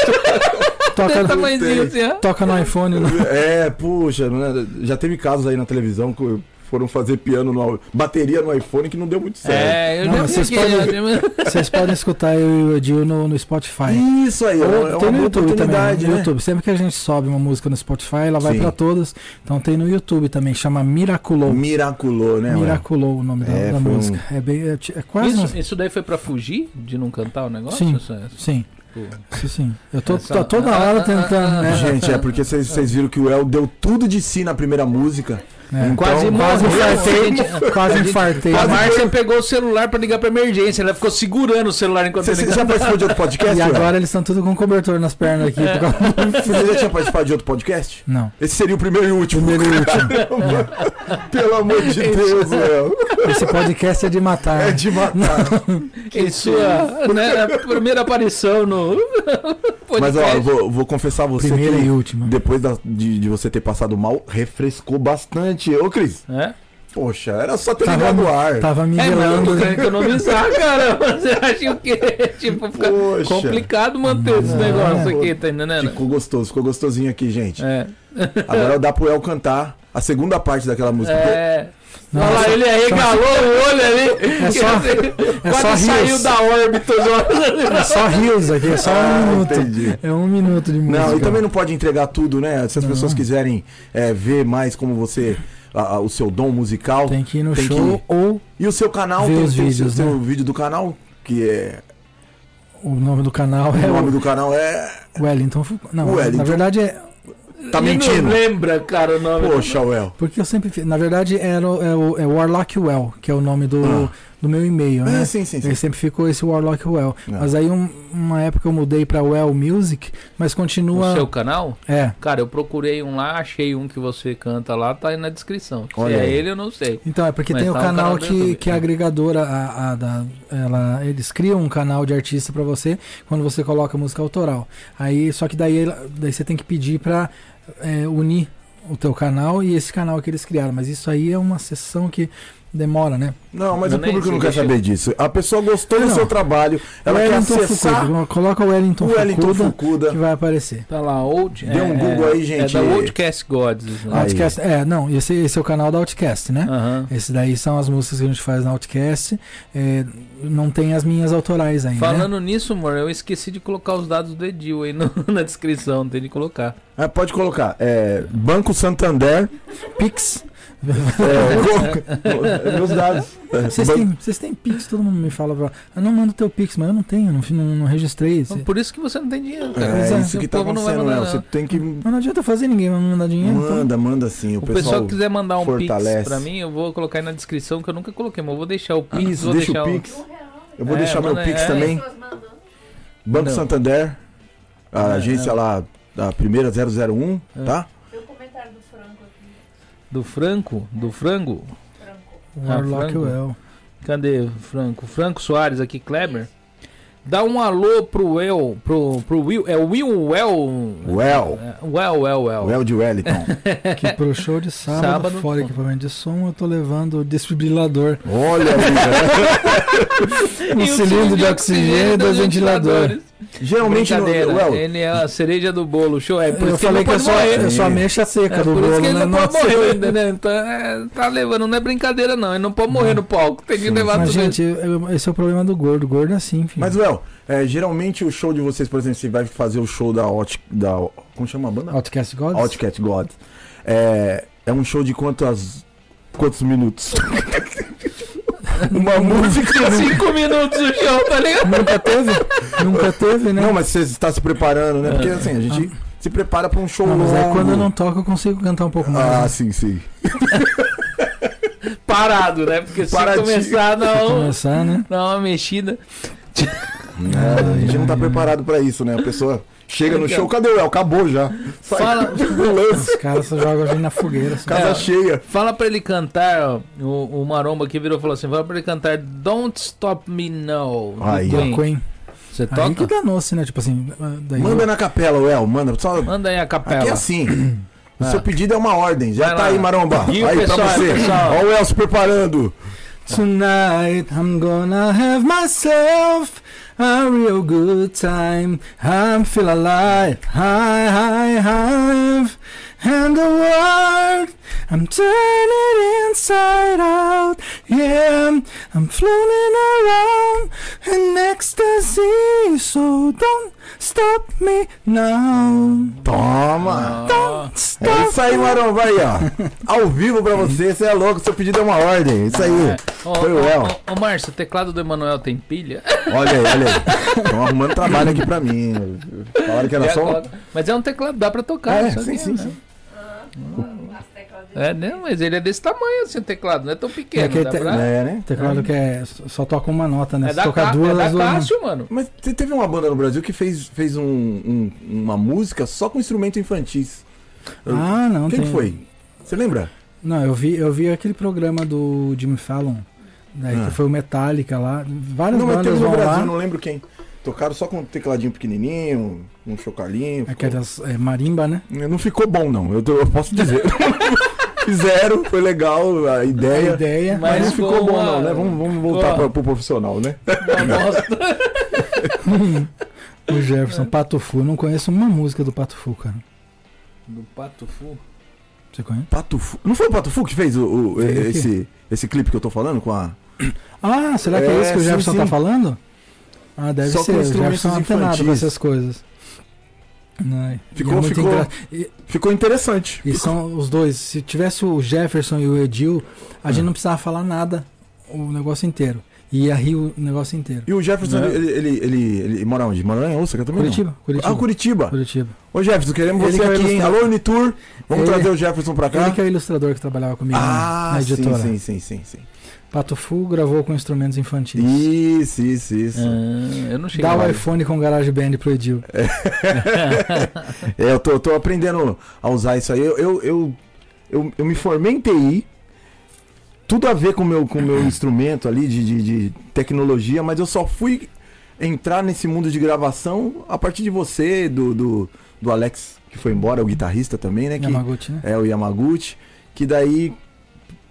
[SPEAKER 3] Toca,
[SPEAKER 2] Tem tamanhozinho assim, ó.
[SPEAKER 3] toca no iPhone. né?
[SPEAKER 4] É, puxa, né? já teve casos aí na televisão que foram fazer piano, no, bateria no iPhone que não deu muito certo.
[SPEAKER 2] É, eu
[SPEAKER 3] Não,
[SPEAKER 2] já
[SPEAKER 3] mas
[SPEAKER 2] vi
[SPEAKER 3] vocês
[SPEAKER 2] que...
[SPEAKER 3] podem- Vocês podem escutar eu e o Edil no, no Spotify.
[SPEAKER 4] Isso aí, é
[SPEAKER 3] Ou-
[SPEAKER 4] uma, é uma
[SPEAKER 3] tem no
[SPEAKER 4] boa
[SPEAKER 3] YouTube também,
[SPEAKER 4] oportunidade,
[SPEAKER 3] no
[SPEAKER 4] né?
[SPEAKER 3] YouTube. Sempre que a gente sobe uma música no Spotify, ela vai
[SPEAKER 4] Sim.
[SPEAKER 3] pra todas. Então tem no YouTube também, chama Miraculou.
[SPEAKER 4] Miraculou, né? mano?
[SPEAKER 3] é Miraculou o nome da-
[SPEAKER 4] É,
[SPEAKER 3] da,
[SPEAKER 4] foi um-
[SPEAKER 3] música. É bem, é, ti- é quase um-
[SPEAKER 2] Isso, isso daí foi pra fugir de não cantar o negócio?
[SPEAKER 3] Sim.
[SPEAKER 2] Isso é-
[SPEAKER 3] um- Sim,
[SPEAKER 2] tipo-
[SPEAKER 3] isso sim. Eu tô,
[SPEAKER 2] Essa-
[SPEAKER 3] tô toda hora tentando, né?
[SPEAKER 4] Gente, é porque vocês vocês viram que o El deu tudo de si na primeira música.
[SPEAKER 3] É.
[SPEAKER 4] Então,
[SPEAKER 2] Quase
[SPEAKER 3] Quase
[SPEAKER 2] morreu.
[SPEAKER 3] infartei,
[SPEAKER 2] gente.
[SPEAKER 3] quase infartei. né?
[SPEAKER 4] um
[SPEAKER 2] A Márcia pegou o celular pra ligar pra emergência. Ela ficou segurando o celular enquanto
[SPEAKER 4] Você
[SPEAKER 2] ele
[SPEAKER 4] você já participou de outro podcast?
[SPEAKER 3] E
[SPEAKER 4] El?
[SPEAKER 3] agora eles estão tudo com cobertor nas pernas
[SPEAKER 2] É.
[SPEAKER 3] aqui. por causa-
[SPEAKER 4] Você já tinha participado de outro podcast?
[SPEAKER 3] Não.
[SPEAKER 4] Esse seria o primeiro e último. Primeiro e último. Pelo amor de Deus, El.
[SPEAKER 3] Esse podcast é de matar.
[SPEAKER 4] É de matar.
[SPEAKER 2] Em sua né, primeira aparição no podcast.
[SPEAKER 4] Mas ó, eu vou, vou confessar a você
[SPEAKER 3] né? Primeira
[SPEAKER 4] que
[SPEAKER 3] e última.
[SPEAKER 4] depois da- de, de você ter passado mal, refrescou bastante. Ô, Cris,
[SPEAKER 2] É?
[SPEAKER 4] poxa, era só ter
[SPEAKER 3] Tava
[SPEAKER 4] ligado
[SPEAKER 3] no-
[SPEAKER 4] o ar.
[SPEAKER 3] Tava me
[SPEAKER 2] É, mas eu
[SPEAKER 3] velando.
[SPEAKER 2] tô
[SPEAKER 4] né?
[SPEAKER 2] querendo economizar, cara. Você acha o quê? Tipo, fica
[SPEAKER 4] Poxa. é
[SPEAKER 2] complicado manter esse
[SPEAKER 3] Não,
[SPEAKER 2] negócio
[SPEAKER 4] pô.
[SPEAKER 2] aqui, tá entendendo?
[SPEAKER 4] Ficou gostoso, ficou gostosinho aqui, gente.
[SPEAKER 2] É.
[SPEAKER 4] Agora dá pro El cantar a segunda parte daquela música.
[SPEAKER 2] É.
[SPEAKER 3] Não,
[SPEAKER 2] Olha lá,
[SPEAKER 3] é
[SPEAKER 2] ele arregalou o olho ali.
[SPEAKER 3] É só-
[SPEAKER 2] Quase
[SPEAKER 3] é só
[SPEAKER 2] saiu
[SPEAKER 3] rios.
[SPEAKER 2] da órbita. os olhos.
[SPEAKER 3] É só rios aqui, é só
[SPEAKER 4] Ah,
[SPEAKER 3] um minuto.
[SPEAKER 4] entendi.
[SPEAKER 3] É um minuto de música.
[SPEAKER 4] Não, e também não pode entregar tudo, né? Se as pessoas quiserem é, ver mais como você. a- a- o seu dom musical.
[SPEAKER 3] Tem que ir no
[SPEAKER 4] Tem que
[SPEAKER 3] show
[SPEAKER 4] ir.
[SPEAKER 3] ou
[SPEAKER 4] E o seu canal
[SPEAKER 3] Ver
[SPEAKER 4] tem,
[SPEAKER 3] os
[SPEAKER 4] tem o seu-
[SPEAKER 3] vídeos,
[SPEAKER 4] seu
[SPEAKER 3] né?
[SPEAKER 4] vídeo do canal, que é.
[SPEAKER 3] o nome do canal é
[SPEAKER 4] o nome
[SPEAKER 3] o
[SPEAKER 4] do canal é.
[SPEAKER 3] Wellington. Fu- Não,
[SPEAKER 4] Wellington.
[SPEAKER 3] na verdade é.
[SPEAKER 4] Tá
[SPEAKER 2] Ele
[SPEAKER 4] mentindo.
[SPEAKER 2] Não lembra, cara, o nome.
[SPEAKER 4] Poxa, El.
[SPEAKER 3] Porque eu sempre. fi- Na verdade era, é o- é, o, é Warlock Well, que é o nome do, do meu e-mail, né?
[SPEAKER 4] Ah. É, sim, sim, É. sim.
[SPEAKER 3] Ele sempre ficou esse Warlock Well.
[SPEAKER 4] Não.
[SPEAKER 3] Mas aí, um- uma época eu mudei pra Well Music, mas
[SPEAKER 2] No
[SPEAKER 3] continua.
[SPEAKER 2] seu canal?
[SPEAKER 3] É.
[SPEAKER 2] Cara, eu procurei um lá, achei um que você canta lá, tá aí na descrição. Se
[SPEAKER 4] Olha
[SPEAKER 2] é
[SPEAKER 4] aí.
[SPEAKER 2] ele, eu não sei.
[SPEAKER 3] Então, é porque
[SPEAKER 2] Mas
[SPEAKER 3] tem o
[SPEAKER 2] tá um
[SPEAKER 3] canal
[SPEAKER 2] canal dentro
[SPEAKER 3] que,
[SPEAKER 2] do-
[SPEAKER 3] que a agregadora, a, a da, ela, eles criam um canal de artista pra você quando você coloca música autoral. Aí, só que daí, ela- daí você tem que pedir pra é, unir o teu canal e esse canal que eles criaram. Mas isso aí é uma sessão que demora, né?
[SPEAKER 4] Não, mas
[SPEAKER 2] Eu
[SPEAKER 4] o
[SPEAKER 2] nem
[SPEAKER 4] público
[SPEAKER 2] sei,
[SPEAKER 4] não quer
[SPEAKER 2] deixa eu-
[SPEAKER 4] saber disso. A pessoa
[SPEAKER 2] Ah,
[SPEAKER 4] gostou do
[SPEAKER 3] Não.
[SPEAKER 4] seu trabalho, ela quer acessar
[SPEAKER 3] Fukuda. Coloca o Wellington,
[SPEAKER 4] o Wellington
[SPEAKER 3] Fukuda,
[SPEAKER 4] Fucuda.
[SPEAKER 3] que vai aparecer.
[SPEAKER 2] Tá lá, Old.
[SPEAKER 4] Dê um Google aí, gente. Ah,
[SPEAKER 2] É da Oldcast Gods. Né?
[SPEAKER 4] Aí.
[SPEAKER 3] Outcast, é, não, esse, esse é o canal da Outcast,
[SPEAKER 4] é?
[SPEAKER 3] né?
[SPEAKER 2] Aham.
[SPEAKER 3] Esse daí são as músicas que a gente faz na Outcast. É, não tem as minhas autorais ainda. né?
[SPEAKER 2] Falando nisso, amor, eu esqueci de colocar os dados do Edil aí no- na descrição, tem de colocar.
[SPEAKER 4] É, pode colocar. É, Banco Santander.
[SPEAKER 3] Pix.
[SPEAKER 4] É, co- meus dados.
[SPEAKER 2] É,
[SPEAKER 3] Vocês têm, vocês têm Pix, todo mundo me fala. Pra... Eu não mando teu Pix, mas eu não tenho, não, fi- não, não registrei. Esse...
[SPEAKER 2] Então, Por isso que você não tem dinheiro, cara.
[SPEAKER 4] É,
[SPEAKER 2] Porque
[SPEAKER 4] isso
[SPEAKER 2] o
[SPEAKER 4] que tá
[SPEAKER 2] povo não vai
[SPEAKER 4] acontecendo,
[SPEAKER 2] mandar,
[SPEAKER 4] Léo.
[SPEAKER 2] não.
[SPEAKER 4] Você tem que.
[SPEAKER 3] Mas não adianta fazer ninguém vai me mandar dinheiro. então.
[SPEAKER 4] Manda, manda sim. O,
[SPEAKER 2] O pessoal,
[SPEAKER 4] pessoal.
[SPEAKER 2] que quiser mandar um
[SPEAKER 4] fortalece.
[SPEAKER 2] Pix pra mim, eu vou colocar aí na descrição, que eu nunca coloquei, mas eu vou deixar o Pix,
[SPEAKER 4] Isso,
[SPEAKER 2] vou
[SPEAKER 4] deixa
[SPEAKER 2] deixar
[SPEAKER 4] o
[SPEAKER 2] o-
[SPEAKER 4] Pix.
[SPEAKER 5] Um real,
[SPEAKER 4] Eu vou
[SPEAKER 2] É,
[SPEAKER 4] deixar meu
[SPEAKER 2] manda-
[SPEAKER 4] Pix
[SPEAKER 2] é.
[SPEAKER 4] também.
[SPEAKER 5] pessoas mandando.
[SPEAKER 4] Banco
[SPEAKER 2] Não.
[SPEAKER 4] Santander. A
[SPEAKER 2] É,
[SPEAKER 4] agência lá, da primeira 001,
[SPEAKER 2] É.
[SPEAKER 4] tá?
[SPEAKER 5] Tem o comentário do Franco aqui.
[SPEAKER 2] do Franco, do Frango.
[SPEAKER 5] Franco.
[SPEAKER 3] Warlock
[SPEAKER 2] Ah,
[SPEAKER 3] é
[SPEAKER 2] Frango.
[SPEAKER 3] Well.
[SPEAKER 2] Cadê o Franco? Franco Soares aqui, Kleber. Dá um alô pro Will, pro, pro Will, é o Will Well.
[SPEAKER 4] Well.
[SPEAKER 2] É, Well, well, well.
[SPEAKER 4] Well de Wellington.
[SPEAKER 3] Que pro show de sábado,
[SPEAKER 2] Sábado.
[SPEAKER 3] fora equipamento de som, eu tô levando o desfibrilador.
[SPEAKER 4] Olha aí. né?
[SPEAKER 2] E
[SPEAKER 3] Um
[SPEAKER 2] o
[SPEAKER 3] cilindro de oxigênio e dois ventiladores.
[SPEAKER 4] Geralmente no
[SPEAKER 2] Brincadeira,
[SPEAKER 4] Well.
[SPEAKER 2] ele é a cereja do bolo, show. É por
[SPEAKER 3] eu
[SPEAKER 2] isso que
[SPEAKER 3] falei
[SPEAKER 2] ele
[SPEAKER 3] que
[SPEAKER 2] não pode
[SPEAKER 3] eu só,
[SPEAKER 2] morrer.
[SPEAKER 3] eu só
[SPEAKER 4] Sim.
[SPEAKER 3] mexo a seca
[SPEAKER 2] É
[SPEAKER 3] do
[SPEAKER 2] por isso
[SPEAKER 3] bolo,
[SPEAKER 2] que ele
[SPEAKER 3] né?
[SPEAKER 2] não pode
[SPEAKER 3] Nossa,
[SPEAKER 2] morrer ainda, né? Então, é, tá levando, não é brincadeira não. Ele não pode morrer no palco, tem que levar
[SPEAKER 3] Mas,
[SPEAKER 2] tudo
[SPEAKER 3] gente, eu- eu- esse é o problema do gordo. O gordo é assim, filho.
[SPEAKER 4] Mas, Well, é, geralmente o show de vocês, por exemplo, você vai fazer o show da Hot. Da, como chama a banda?
[SPEAKER 3] Outcast Gods?
[SPEAKER 4] Outcat God. É, é um show de quantas. Quantos minutos? Uma música. assim,
[SPEAKER 2] isso. Cinco minutos o show, tá ligado?
[SPEAKER 3] Nunca teve? Nunca teve, né?
[SPEAKER 4] Não, mas você está se preparando, né? Porque assim, a gente se prepara pra um show
[SPEAKER 3] É. Ah. Não, mas
[SPEAKER 4] longo.
[SPEAKER 3] aí quando eu não toco, eu consigo cantar um pouco mais.
[SPEAKER 4] Ah,
[SPEAKER 3] né?
[SPEAKER 4] sim, sim.
[SPEAKER 2] Parado, né? Porque se
[SPEAKER 4] Paradinho.
[SPEAKER 2] começar,
[SPEAKER 3] Pra
[SPEAKER 2] não,
[SPEAKER 3] começar, né?
[SPEAKER 2] dá uma mexida.
[SPEAKER 4] É, a gente não tá preparado pra isso, né? A pessoa chega no show, cadê o El? Acabou já. Sai
[SPEAKER 2] Fala-
[SPEAKER 4] do lance,
[SPEAKER 3] Os caras só jogam a gente na fogueira. só.
[SPEAKER 4] casa
[SPEAKER 2] É.
[SPEAKER 4] cheia.
[SPEAKER 2] Fala pra ele cantar, ó, o, o Maromba aqui virou e falou assim, fala pra ele cantar Don't Stop Me Now. do
[SPEAKER 4] Aí, ó.
[SPEAKER 2] Queen.
[SPEAKER 3] Queen.
[SPEAKER 2] Você
[SPEAKER 3] Aí que
[SPEAKER 2] toca?
[SPEAKER 3] danou-se, né? Tipo assim, daí
[SPEAKER 4] Manda na capela, o El, manda. Só...
[SPEAKER 2] Manda aí a capela.
[SPEAKER 4] Aqui é assim. O
[SPEAKER 2] Ah.
[SPEAKER 4] seu pedido é uma ordem. Já
[SPEAKER 2] Vai
[SPEAKER 4] tá
[SPEAKER 2] lá.
[SPEAKER 4] aí, Maromba.
[SPEAKER 2] E o
[SPEAKER 4] aí pra
[SPEAKER 2] pessoal,
[SPEAKER 4] você.
[SPEAKER 2] o pessoal?
[SPEAKER 4] Ó o El se preparando.
[SPEAKER 3] Tonight I'm gonna have myself a real good time. I'm feel alive, high, high, high, and the world I'm turning inside out. Yeah, I'm floating around in ecstasy, so don't stop me now.
[SPEAKER 2] Ah.
[SPEAKER 4] Toma.
[SPEAKER 2] Ó,
[SPEAKER 4] É
[SPEAKER 3] Stop.
[SPEAKER 4] isso aí, Maromba. Aí, ó. Ao vivo pra você. Você é louco. Seu pedido é uma ordem. Isso aí.
[SPEAKER 2] ó,
[SPEAKER 4] Foi o El.
[SPEAKER 2] ó, Ô, Márcio, o teclado do Emanuel tem pilha?
[SPEAKER 4] Olha aí, olha aí. Estão arrumando trabalho aqui pra mim. Falaram que era
[SPEAKER 2] E
[SPEAKER 4] só.
[SPEAKER 2] agora? Mas é um teclado, dá pra tocar.
[SPEAKER 4] É,
[SPEAKER 2] só
[SPEAKER 4] sim,
[SPEAKER 2] que,
[SPEAKER 4] sim,
[SPEAKER 2] né?
[SPEAKER 4] sim.
[SPEAKER 5] As teclas dele.
[SPEAKER 2] É, né? Mas ele é desse tamanho, assim, o teclado. Não é tão pequeno,
[SPEAKER 3] É que
[SPEAKER 2] dá
[SPEAKER 3] te-
[SPEAKER 2] pra...
[SPEAKER 4] É, né?
[SPEAKER 3] Teclado que é só toca uma nota, né?
[SPEAKER 2] É
[SPEAKER 3] Se
[SPEAKER 2] da,
[SPEAKER 3] tocar
[SPEAKER 2] Ca-
[SPEAKER 3] duas,
[SPEAKER 2] é da
[SPEAKER 3] elas duas não-
[SPEAKER 2] Cássio, mano.
[SPEAKER 4] Mas te- teve uma banda no Brasil que fez, fez um- um- uma música só com instrumento infantis.
[SPEAKER 3] Ah, não.
[SPEAKER 4] Quem
[SPEAKER 3] tem-
[SPEAKER 4] que foi? Você lembra?
[SPEAKER 3] Não, eu vi, eu vi aquele programa do Jimmy Fallon, né,
[SPEAKER 4] Ah.
[SPEAKER 3] que foi o Metallica lá. Várias
[SPEAKER 4] Não, mas teve
[SPEAKER 3] bandas
[SPEAKER 4] no
[SPEAKER 3] vão
[SPEAKER 4] Brasil,
[SPEAKER 3] lá.
[SPEAKER 4] não lembro quem. Tocaram só com um tecladinho pequenininho, um chocalinho. ficou-
[SPEAKER 3] Aquelas é, marimba, né?
[SPEAKER 4] Não ficou bom, não. Eu, tô- eu posso dizer. Fizeram, foi legal a
[SPEAKER 3] A
[SPEAKER 4] ideia.
[SPEAKER 3] É ideia.
[SPEAKER 2] Mas-
[SPEAKER 4] Mas não ficou
[SPEAKER 2] ficou
[SPEAKER 4] bom,
[SPEAKER 2] uma-
[SPEAKER 4] não, né? Vamos, vamos voltar
[SPEAKER 2] ficou-
[SPEAKER 4] pra, pro profissional, né?
[SPEAKER 3] É.
[SPEAKER 2] Uma bosta.
[SPEAKER 3] O Jefferson, Pato Fu. Não conheço uma música do Pato Fu, cara.
[SPEAKER 2] Do Pato Fu.
[SPEAKER 3] Você conhece?
[SPEAKER 4] Patufu. Não foi o Patufu que fez o, o-
[SPEAKER 3] Fez o quê?
[SPEAKER 4] esse, esse clipe que eu tô falando com a.
[SPEAKER 3] Ah, será que é,
[SPEAKER 4] É,
[SPEAKER 3] isso que o
[SPEAKER 4] sim,
[SPEAKER 3] Jefferson
[SPEAKER 4] sim.
[SPEAKER 3] tá falando? Ah, deve
[SPEAKER 4] Só com
[SPEAKER 3] ser. O Jefferson
[SPEAKER 4] instrumentos
[SPEAKER 3] é antenado com
[SPEAKER 4] infantis.
[SPEAKER 3] essas coisas. Ai,
[SPEAKER 4] Ficou-
[SPEAKER 3] e é muito
[SPEAKER 4] ficou-
[SPEAKER 3] E,
[SPEAKER 4] Ficou interessante.
[SPEAKER 3] e são os dois.
[SPEAKER 4] É.
[SPEAKER 3] Se tivesse o Jefferson e o Edil, a gente não precisava falar nada o negócio inteiro. Ia rir o negócio inteiro.
[SPEAKER 4] E o Jefferson,
[SPEAKER 3] Não.
[SPEAKER 4] ele, ele, ele, ele mora onde? Mora em Osaka também? não?
[SPEAKER 3] Curitiba, Curitiba.
[SPEAKER 4] Ah, Curitiba.
[SPEAKER 3] Curitiba.
[SPEAKER 4] Ô Jefferson, queremos
[SPEAKER 3] Ele
[SPEAKER 4] você
[SPEAKER 3] que é o
[SPEAKER 4] aqui, hein?
[SPEAKER 3] ilustrador.
[SPEAKER 4] Alô, Unitur. Vamos
[SPEAKER 3] Ele-
[SPEAKER 4] trazer o Jefferson pra cá.
[SPEAKER 3] Ele que é o ilustrador que trabalhava comigo na-
[SPEAKER 4] Ah,
[SPEAKER 3] né, na
[SPEAKER 4] sim,
[SPEAKER 3] editora.
[SPEAKER 4] sim, sim, sim, sim.
[SPEAKER 3] Pato Fu gravou com instrumentos infantis.
[SPEAKER 4] Isso, isso, isso.
[SPEAKER 2] Ah, eu não cheguei
[SPEAKER 3] Dá um
[SPEAKER 2] lá.
[SPEAKER 3] o iPhone com GarageBand pro Edil.
[SPEAKER 4] É, eu tô, eu tô aprendendo a usar isso aí. Eu, eu, eu, eu, eu me formei em TI. Tudo a ver com o meu, com o meu instrumento ali de, de, de tecnologia, mas eu só fui entrar nesse mundo de gravação a partir de você, do, do, do Alex, que foi embora, o guitarrista também, né? Que,
[SPEAKER 3] Yamaguchi, né?
[SPEAKER 4] é, o Yamaguchi. Que daí,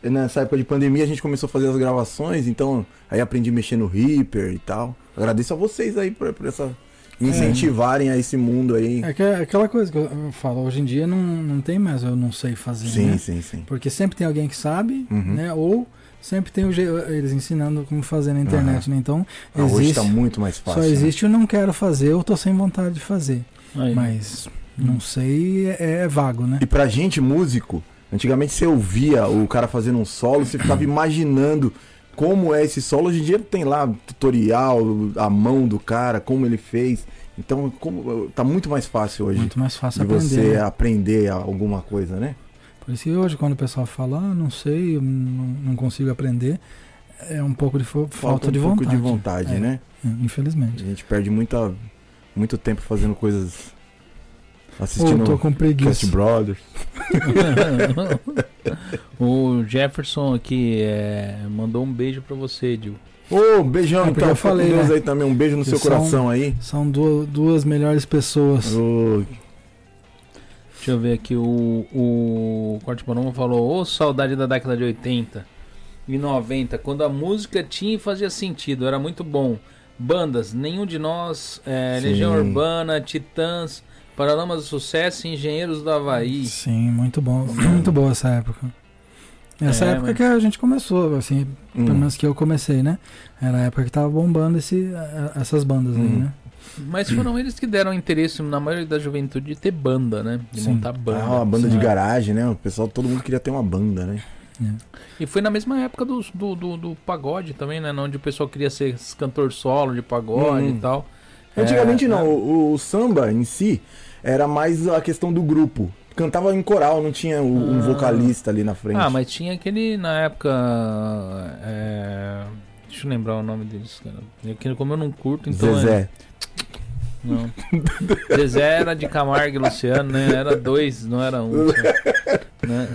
[SPEAKER 4] nessa época de pandemia, a gente começou a fazer as gravações, então aí aprendi a mexer no Reaper e tal. Agradeço a vocês aí por, por essa. Me incentivarem a esse mundo aí.
[SPEAKER 3] É que- é aquela coisa que eu eu falo, hoje em dia não, não tem mais, eu não sei fazer.
[SPEAKER 4] Sim,
[SPEAKER 3] né?
[SPEAKER 4] sim, sim.
[SPEAKER 3] Porque sempre tem alguém que sabe,
[SPEAKER 4] Uhum.
[SPEAKER 3] né? Ou sempre tem o je- eles ensinando como fazer na internet, né? Então,
[SPEAKER 4] Ah, hoje
[SPEAKER 3] existe.
[SPEAKER 4] tá muito mais
[SPEAKER 3] só
[SPEAKER 4] fácil. né?
[SPEAKER 3] existe o não quero fazer, eu tô sem vontade de fazer.
[SPEAKER 2] Aí.
[SPEAKER 3] Mas não sei é, é vago, né?
[SPEAKER 4] E pra gente, músico, antigamente você ouvia o cara fazendo um solo, você ficava
[SPEAKER 3] Uhum.
[SPEAKER 4] imaginando como é esse solo. Hoje em dia tem lá tutorial, a mão do cara, como ele fez. Então, como, tá muito mais fácil hoje
[SPEAKER 3] Muito mais fácil
[SPEAKER 4] de você
[SPEAKER 3] aprender. né?
[SPEAKER 4] aprender alguma coisa, né?
[SPEAKER 3] Por isso que hoje, quando o pessoal fala, ah, não sei, eu não, não consigo aprender, é um pouco de fo- falta
[SPEAKER 4] um
[SPEAKER 3] de
[SPEAKER 4] pouco
[SPEAKER 3] vontade.
[SPEAKER 4] de vontade,
[SPEAKER 3] É,
[SPEAKER 4] né?
[SPEAKER 3] é, Infelizmente.
[SPEAKER 4] A gente perde muita, muito tempo fazendo coisas.
[SPEAKER 3] Ou eu
[SPEAKER 4] Assistindo
[SPEAKER 3] tô com
[SPEAKER 4] Cast
[SPEAKER 3] preguiça.
[SPEAKER 4] Brothers.
[SPEAKER 2] o Jefferson aqui é, mandou um beijo pra você, Dil.
[SPEAKER 4] Ô, beijão,
[SPEAKER 3] É, porque
[SPEAKER 4] então.
[SPEAKER 3] eu
[SPEAKER 4] fica com
[SPEAKER 3] falei,
[SPEAKER 4] Deus
[SPEAKER 3] né?
[SPEAKER 4] aí também. Um beijo no
[SPEAKER 3] Que
[SPEAKER 4] seu
[SPEAKER 3] são-
[SPEAKER 4] coração aí.
[SPEAKER 3] São du- duas melhores pessoas.
[SPEAKER 4] Ô,
[SPEAKER 2] Deixa eu ver aqui, o, o Corte Paloma falou, ô saudade da década de 80 e 90, quando a música tinha e fazia sentido, era muito bom. Bandas, nenhum de nós, é,
[SPEAKER 4] Sim.
[SPEAKER 2] Legião Urbana, Titãs, Paralamas do Sucesso e Engenheiros do Havaí.
[SPEAKER 3] Sim, muito bom. Muito boa essa época. Essa
[SPEAKER 2] É,
[SPEAKER 3] época
[SPEAKER 2] mas-
[SPEAKER 3] que a gente começou, assim,
[SPEAKER 4] hum.
[SPEAKER 3] pelo menos que eu comecei, né? Era a época que tava bombando esse, a- a- essas bandas aí,
[SPEAKER 4] Hum.
[SPEAKER 3] né?
[SPEAKER 2] Mas foram eles que deram interesse na maioria da juventude de ter banda, né? De
[SPEAKER 3] Sim.
[SPEAKER 2] montar banda.
[SPEAKER 4] Ah, uma banda de
[SPEAKER 2] Sim.
[SPEAKER 4] garagem, né? O pessoal, todo mundo queria ter uma banda, né?
[SPEAKER 3] É.
[SPEAKER 2] E foi na mesma época dos- do, do, do pagode também, né? Onde o pessoal queria ser esse cantor solo de pagode
[SPEAKER 4] Uhum.
[SPEAKER 2] e tal.
[SPEAKER 4] Antigamente
[SPEAKER 2] É,
[SPEAKER 4] não,
[SPEAKER 3] né?
[SPEAKER 4] o, o samba em si era mais a questão do grupo. Cantava em coral, não tinha o- um
[SPEAKER 2] Ah.
[SPEAKER 4] vocalista ali na frente.
[SPEAKER 2] Ah, mas tinha aquele na época. é, Deixa eu lembrar o nome deles, cara. É que Como eu não curto, então. É...
[SPEAKER 4] Zezé.
[SPEAKER 2] Não. Zezé era de Camargo e Luciano, né? Era dois, não era um. só. Né?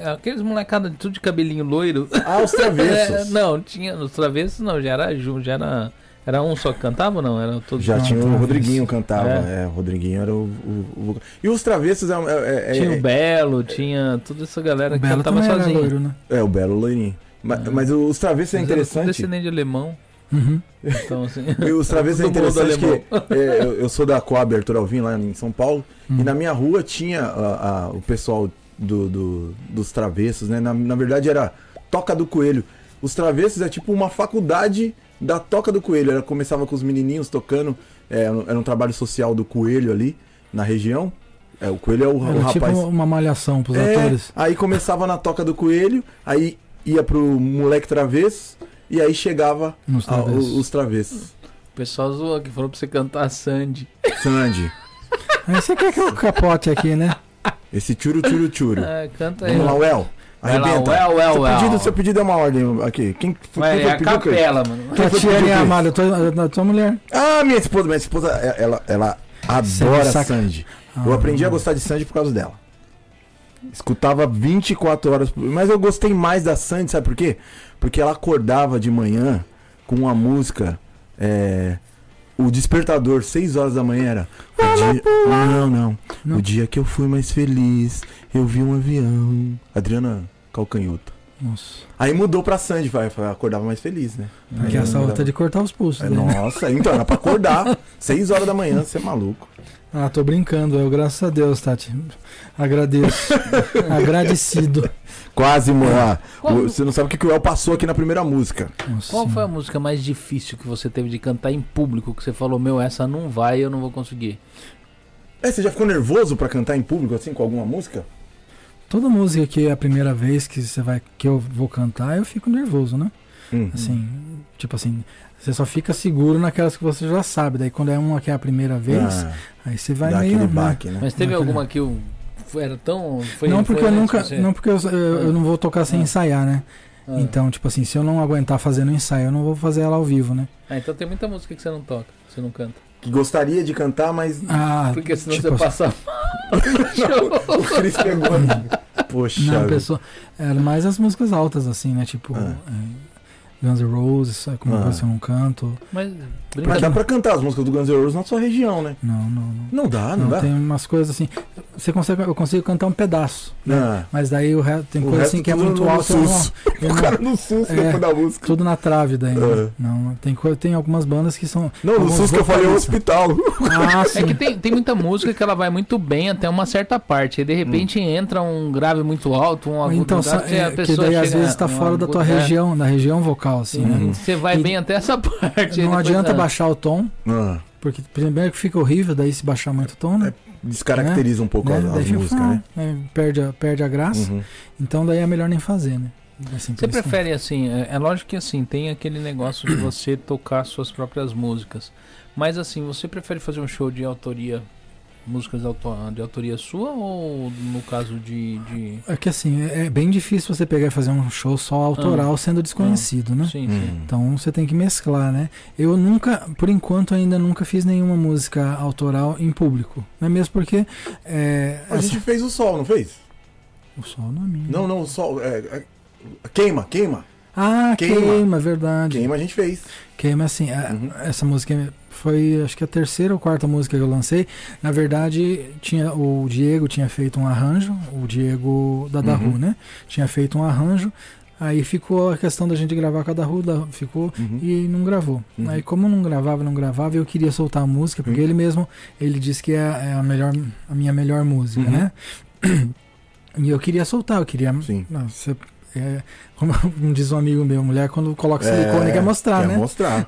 [SPEAKER 2] É, Aqueles molecada de tudo de cabelinho loiro.
[SPEAKER 4] Ah, os travessos.
[SPEAKER 2] É, não, tinha. Os travessos não, já era. ju- Já era, era um só que cantava ou não? Era todos
[SPEAKER 4] Já
[SPEAKER 3] Não,
[SPEAKER 4] tinha o
[SPEAKER 3] Travessos.
[SPEAKER 4] Rodriguinho cantava. É.
[SPEAKER 2] É.
[SPEAKER 4] o Rodriguinho era o, o- o- E os travessos é, é- é-
[SPEAKER 2] Tinha
[SPEAKER 4] é-
[SPEAKER 2] o Belo, tinha toda essa galera
[SPEAKER 3] O
[SPEAKER 2] que
[SPEAKER 3] Belo
[SPEAKER 2] cantava
[SPEAKER 3] também era
[SPEAKER 2] sozinho.
[SPEAKER 3] loiro, né?
[SPEAKER 4] é, o Belo Loirinho. Mas,
[SPEAKER 2] Ah.
[SPEAKER 4] mas os travessos é
[SPEAKER 2] Mas era tudo
[SPEAKER 4] interessante.
[SPEAKER 2] Descendente de alemão.
[SPEAKER 3] Uhum.
[SPEAKER 2] Então, assim.
[SPEAKER 4] E os travessos é
[SPEAKER 2] Todo mundo
[SPEAKER 4] interessante que é, eu, eu sou da Coab Arthur Alvim, lá em São Paulo,
[SPEAKER 3] Hum.
[SPEAKER 4] e na minha rua tinha a- a- o pessoal do- do- dos travessos, né? Na, na verdade era Toca do Coelho. Os travessos é tipo uma faculdade da Toca do Coelho. Ela começava com os menininhos tocando, é, era um- era um trabalho social do Coelho ali, na região. É, o Coelho é o, o
[SPEAKER 3] Era tipo
[SPEAKER 4] rapaz...
[SPEAKER 3] uma malhação pros
[SPEAKER 4] É,
[SPEAKER 3] atores.
[SPEAKER 4] aí começava na Toca do Coelho, aí ia pro Moleque Travesso, e aí chegava
[SPEAKER 3] Nos
[SPEAKER 4] a- o-
[SPEAKER 3] travessos.
[SPEAKER 4] Ah, os travessos.
[SPEAKER 2] O pessoal zoou que falou pra você cantar Sandy.
[SPEAKER 4] Sandy.
[SPEAKER 3] Aí você quer que eu capote aqui, né?
[SPEAKER 4] Esse tiro, tiro, tiro.
[SPEAKER 2] É, canta aí.
[SPEAKER 4] Vamos lá, Well.
[SPEAKER 2] Vai lá,
[SPEAKER 4] Arrebenta.
[SPEAKER 2] well, well,
[SPEAKER 4] seu,
[SPEAKER 2] well.
[SPEAKER 4] pedido, seu pedido é uma ordem aqui. Quem, quem
[SPEAKER 2] Vai, é
[SPEAKER 4] foi
[SPEAKER 2] a
[SPEAKER 4] que pediu, Cris?
[SPEAKER 2] capela, mano.
[SPEAKER 4] Quem foi que pediu,
[SPEAKER 3] Tatiana e
[SPEAKER 4] Cris?
[SPEAKER 3] Amália, tua, da tua mulher.
[SPEAKER 4] Ah, minha esposa. Minha esposa, é- ela, ela adora
[SPEAKER 3] saca-
[SPEAKER 4] Sandy.
[SPEAKER 3] Ah,
[SPEAKER 4] Eu aprendi a gostar de Sandy por causa dela. Escutava 24 horas. por- Mas eu gostei mais da Sandy, sabe por quê? Porque ela acordava de manhã com uma música. é, o despertador, 6 horas da manhã era. O dia... Não, não,
[SPEAKER 3] Não.
[SPEAKER 4] O dia que eu fui mais feliz, eu vi um avião. Adriana Calcanhoto.
[SPEAKER 3] Nossa.
[SPEAKER 4] Aí mudou pra Sandy, vai, vai, acordava mais feliz, né?
[SPEAKER 3] Porque
[SPEAKER 4] Aí
[SPEAKER 3] essa
[SPEAKER 4] mudava.
[SPEAKER 3] outra é de cortar os pulsos.
[SPEAKER 4] É,
[SPEAKER 3] né?
[SPEAKER 4] Nossa, então era pra acordar. 6 horas da manhã, você é maluco.
[SPEAKER 3] Ah, tô brincando, eu, graças a Deus, Tati. Agradeço. Agradecido.
[SPEAKER 4] Quase
[SPEAKER 3] É.
[SPEAKER 4] morar.
[SPEAKER 2] Qual-
[SPEAKER 4] Você não sabe o que que o El passou aqui na primeira música.
[SPEAKER 3] Nossa
[SPEAKER 2] Qual foi a
[SPEAKER 3] senhora.
[SPEAKER 2] música mais difícil que você teve de cantar em público? Que você falou, meu, essa não vai, eu não vou conseguir.
[SPEAKER 4] É, você já ficou nervoso pra cantar em público, assim, com alguma música?
[SPEAKER 3] Toda música que é a primeira vez que você vai que eu vou cantar, eu fico nervoso, né?
[SPEAKER 4] Hum.
[SPEAKER 3] Assim, tipo assim, você só fica seguro naquelas que você já sabe. Daí quando é uma que é a primeira vez,
[SPEAKER 4] Ah,
[SPEAKER 3] aí você vai
[SPEAKER 4] dá
[SPEAKER 3] meio.
[SPEAKER 4] aquele
[SPEAKER 3] né?
[SPEAKER 4] baque, né?
[SPEAKER 2] Mas teve
[SPEAKER 3] Não,
[SPEAKER 2] alguma que o. foi- Era tão. Foi,
[SPEAKER 3] não porque
[SPEAKER 2] foi
[SPEAKER 3] eu
[SPEAKER 2] antes
[SPEAKER 3] nunca.
[SPEAKER 2] que você-
[SPEAKER 3] Não porque eu, eu- eu não vou tocar sem
[SPEAKER 2] Ah.
[SPEAKER 3] ensaiar, né?
[SPEAKER 2] Ah.
[SPEAKER 3] Então, tipo assim, se eu não aguentar fazendo ensaio, eu não vou fazer ela ao vivo, né?
[SPEAKER 2] Ah, então tem muita música que você não toca, que você não canta.
[SPEAKER 4] Que gostaria de cantar, mas
[SPEAKER 3] Ah,
[SPEAKER 2] Porque senão
[SPEAKER 3] tipo
[SPEAKER 2] você
[SPEAKER 3] assim,
[SPEAKER 2] passa
[SPEAKER 4] o Cris pegou. a- Poxa.
[SPEAKER 3] Não,
[SPEAKER 4] vida.
[SPEAKER 3] pessoa. Era mais as músicas altas, assim, né? Tipo.
[SPEAKER 4] Ah.
[SPEAKER 3] é, Guns N' Roses, é como
[SPEAKER 4] Ah.
[SPEAKER 3] você não canto.
[SPEAKER 2] Mas
[SPEAKER 4] Mas dá
[SPEAKER 2] brincadeira.
[SPEAKER 4] pra cantar as músicas do Guns N' Roses na sua região, né?
[SPEAKER 3] Não, não, não.
[SPEAKER 4] Não dá, Ah, não,
[SPEAKER 3] não,
[SPEAKER 4] dá.
[SPEAKER 3] tem umas coisas assim. Você consegue, eu consigo cantar um pedaço, né?
[SPEAKER 4] Ah,
[SPEAKER 3] Mas daí o resto, tem
[SPEAKER 4] o
[SPEAKER 3] coisa
[SPEAKER 4] resto
[SPEAKER 3] assim que é
[SPEAKER 4] tudo
[SPEAKER 3] muito
[SPEAKER 4] no
[SPEAKER 3] alto. eu
[SPEAKER 4] sus.
[SPEAKER 3] não- eu
[SPEAKER 4] O
[SPEAKER 3] não-
[SPEAKER 4] cara no SUS
[SPEAKER 3] É.
[SPEAKER 4] depois da música.
[SPEAKER 3] tudo na trave daí. né?
[SPEAKER 4] É.
[SPEAKER 3] Não, tem, co- tem algumas bandas que são.
[SPEAKER 4] Não, no
[SPEAKER 3] alguns
[SPEAKER 4] SUS que eu falei é o
[SPEAKER 3] vocalistas.
[SPEAKER 4] hospital.
[SPEAKER 3] Ah,
[SPEAKER 2] É que
[SPEAKER 3] sim.
[SPEAKER 2] tem, tem muita música que ela vai muito bem até uma certa parte. Aí de repente entra um grave muito alto, um agudo
[SPEAKER 3] Então,
[SPEAKER 2] muito alto,
[SPEAKER 3] sa-
[SPEAKER 2] e
[SPEAKER 3] é, que daí às
[SPEAKER 2] chega
[SPEAKER 3] vezes tá
[SPEAKER 2] num Uhum.
[SPEAKER 3] fora da
[SPEAKER 2] agudo-
[SPEAKER 3] tua
[SPEAKER 2] é,
[SPEAKER 3] região, da região vocal, assim,
[SPEAKER 4] Uhum.
[SPEAKER 3] né?
[SPEAKER 2] Você vai
[SPEAKER 3] E-
[SPEAKER 2] bem até essa parte. aí
[SPEAKER 3] Não
[SPEAKER 2] depois,
[SPEAKER 3] adianta
[SPEAKER 2] ah,
[SPEAKER 3] baixar o tom,
[SPEAKER 4] Ah,
[SPEAKER 3] porque primeiro que fica horrível, daí se baixar muito o tom, né?
[SPEAKER 4] descaracteriza um É pouco
[SPEAKER 3] Né?
[SPEAKER 4] as,
[SPEAKER 3] Daí
[SPEAKER 4] as
[SPEAKER 3] fica,
[SPEAKER 4] músicas,
[SPEAKER 3] ah,
[SPEAKER 4] né?
[SPEAKER 3] né? Perde, a, perde a graça.
[SPEAKER 4] Uhum.
[SPEAKER 3] Então daí é melhor nem fazer, né? Assim,
[SPEAKER 2] Você
[SPEAKER 3] por isso-
[SPEAKER 2] prefere assim, é, é lógico que assim, tem aquele negócio de você tocar suas próprias músicas. Mas assim, você prefere fazer um show de autoria, músicas de, auto- de autoria sua ou no caso de. de-
[SPEAKER 3] É que assim, é é bem difícil você pegar e fazer um show só autoral sendo desconhecido, né?
[SPEAKER 2] Ah. Sim, sim.
[SPEAKER 4] Hum.
[SPEAKER 3] Então você tem que mesclar, né? Eu nunca, por enquanto ainda nunca fiz nenhuma música autoral em público, né? Mesmo porque é,
[SPEAKER 4] A gente fez o sol, não fez?
[SPEAKER 3] o sol não é minha.
[SPEAKER 4] Não, não, o sol. é, é, queima, queima.
[SPEAKER 3] Ah,
[SPEAKER 4] Queima.
[SPEAKER 3] queima, verdade.
[SPEAKER 4] Queima a gente fez.
[SPEAKER 3] Queima assim, a-
[SPEAKER 4] Uhum.
[SPEAKER 3] essa música foi acho que a terceira ou quarta música que eu lancei. Na verdade, tinha o Diego tinha feito um arranjo, o Diego da Daru,
[SPEAKER 4] Uhum.
[SPEAKER 3] né? Tinha feito um arranjo. Aí ficou a questão da gente gravar com a Daru, da- ficou
[SPEAKER 4] Uhum.
[SPEAKER 3] e não gravou.
[SPEAKER 4] Uhum.
[SPEAKER 3] Aí como não gravava, não gravava, eu queria soltar a música, porque
[SPEAKER 4] Uhum.
[SPEAKER 3] ele mesmo, ele disse que é, é a melhor a minha melhor música,
[SPEAKER 4] Uhum.
[SPEAKER 3] né? E eu queria soltar, eu queria
[SPEAKER 4] Sim.
[SPEAKER 3] não, você- é, como diz um amigo meu, mulher quando coloca silicone
[SPEAKER 4] É,
[SPEAKER 3] quer mostrar,
[SPEAKER 4] quer
[SPEAKER 3] né?
[SPEAKER 4] mostrar.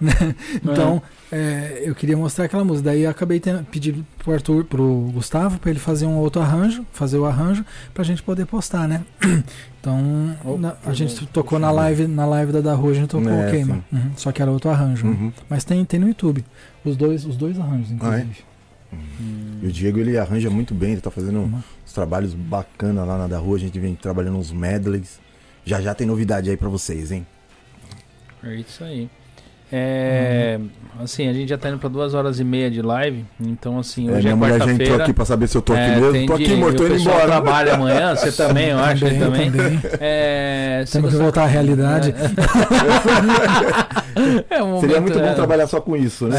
[SPEAKER 3] Então, é, eu queria mostrar aquela música. Daí eu acabei tendo, pedindo pro Arthur, pro Gustavo, pra ele fazer um outro arranjo, fazer o arranjo, pra gente poder postar, né? Então,
[SPEAKER 2] Oh,
[SPEAKER 3] na- a
[SPEAKER 2] foi
[SPEAKER 3] gente tocou na live, na live da Daru, a gente tocou
[SPEAKER 4] É,
[SPEAKER 3] o queima.
[SPEAKER 4] sim.
[SPEAKER 3] Uhum, só que era outro arranjo. né?
[SPEAKER 4] Uhum.
[SPEAKER 3] Mas tem, tem no YouTube. Os dois, os dois arranjos, inclusive.
[SPEAKER 2] É,
[SPEAKER 4] E o Diego ele arranja muito bem, ele tá fazendo
[SPEAKER 3] Uhum.
[SPEAKER 4] uns trabalhos bacanas lá na da rua, a gente vem trabalhando uns medleys. Já já tem novidade aí pra vocês, hein?
[SPEAKER 2] É isso aí. É, Assim, a gente já tá indo pra duas horas e meia de live. Então, assim,
[SPEAKER 4] É,
[SPEAKER 2] hoje é,
[SPEAKER 4] minha mulher já entrou
[SPEAKER 2] quarta-feira.
[SPEAKER 4] aqui pra saber se eu tô aqui
[SPEAKER 2] É,
[SPEAKER 4] mesmo.
[SPEAKER 2] tem
[SPEAKER 4] Tô aqui,
[SPEAKER 2] de-
[SPEAKER 4] morto,
[SPEAKER 2] e
[SPEAKER 4] tô
[SPEAKER 2] o
[SPEAKER 4] indo
[SPEAKER 2] pessoal tá
[SPEAKER 4] embora.
[SPEAKER 2] trabalha amanhã, você também, eu acho, ele também. É,
[SPEAKER 3] Temos que
[SPEAKER 2] segunda-
[SPEAKER 3] voltar à realidade.
[SPEAKER 2] É um momento,
[SPEAKER 4] Seria muito
[SPEAKER 2] é,
[SPEAKER 4] bom trabalhar só com isso, né?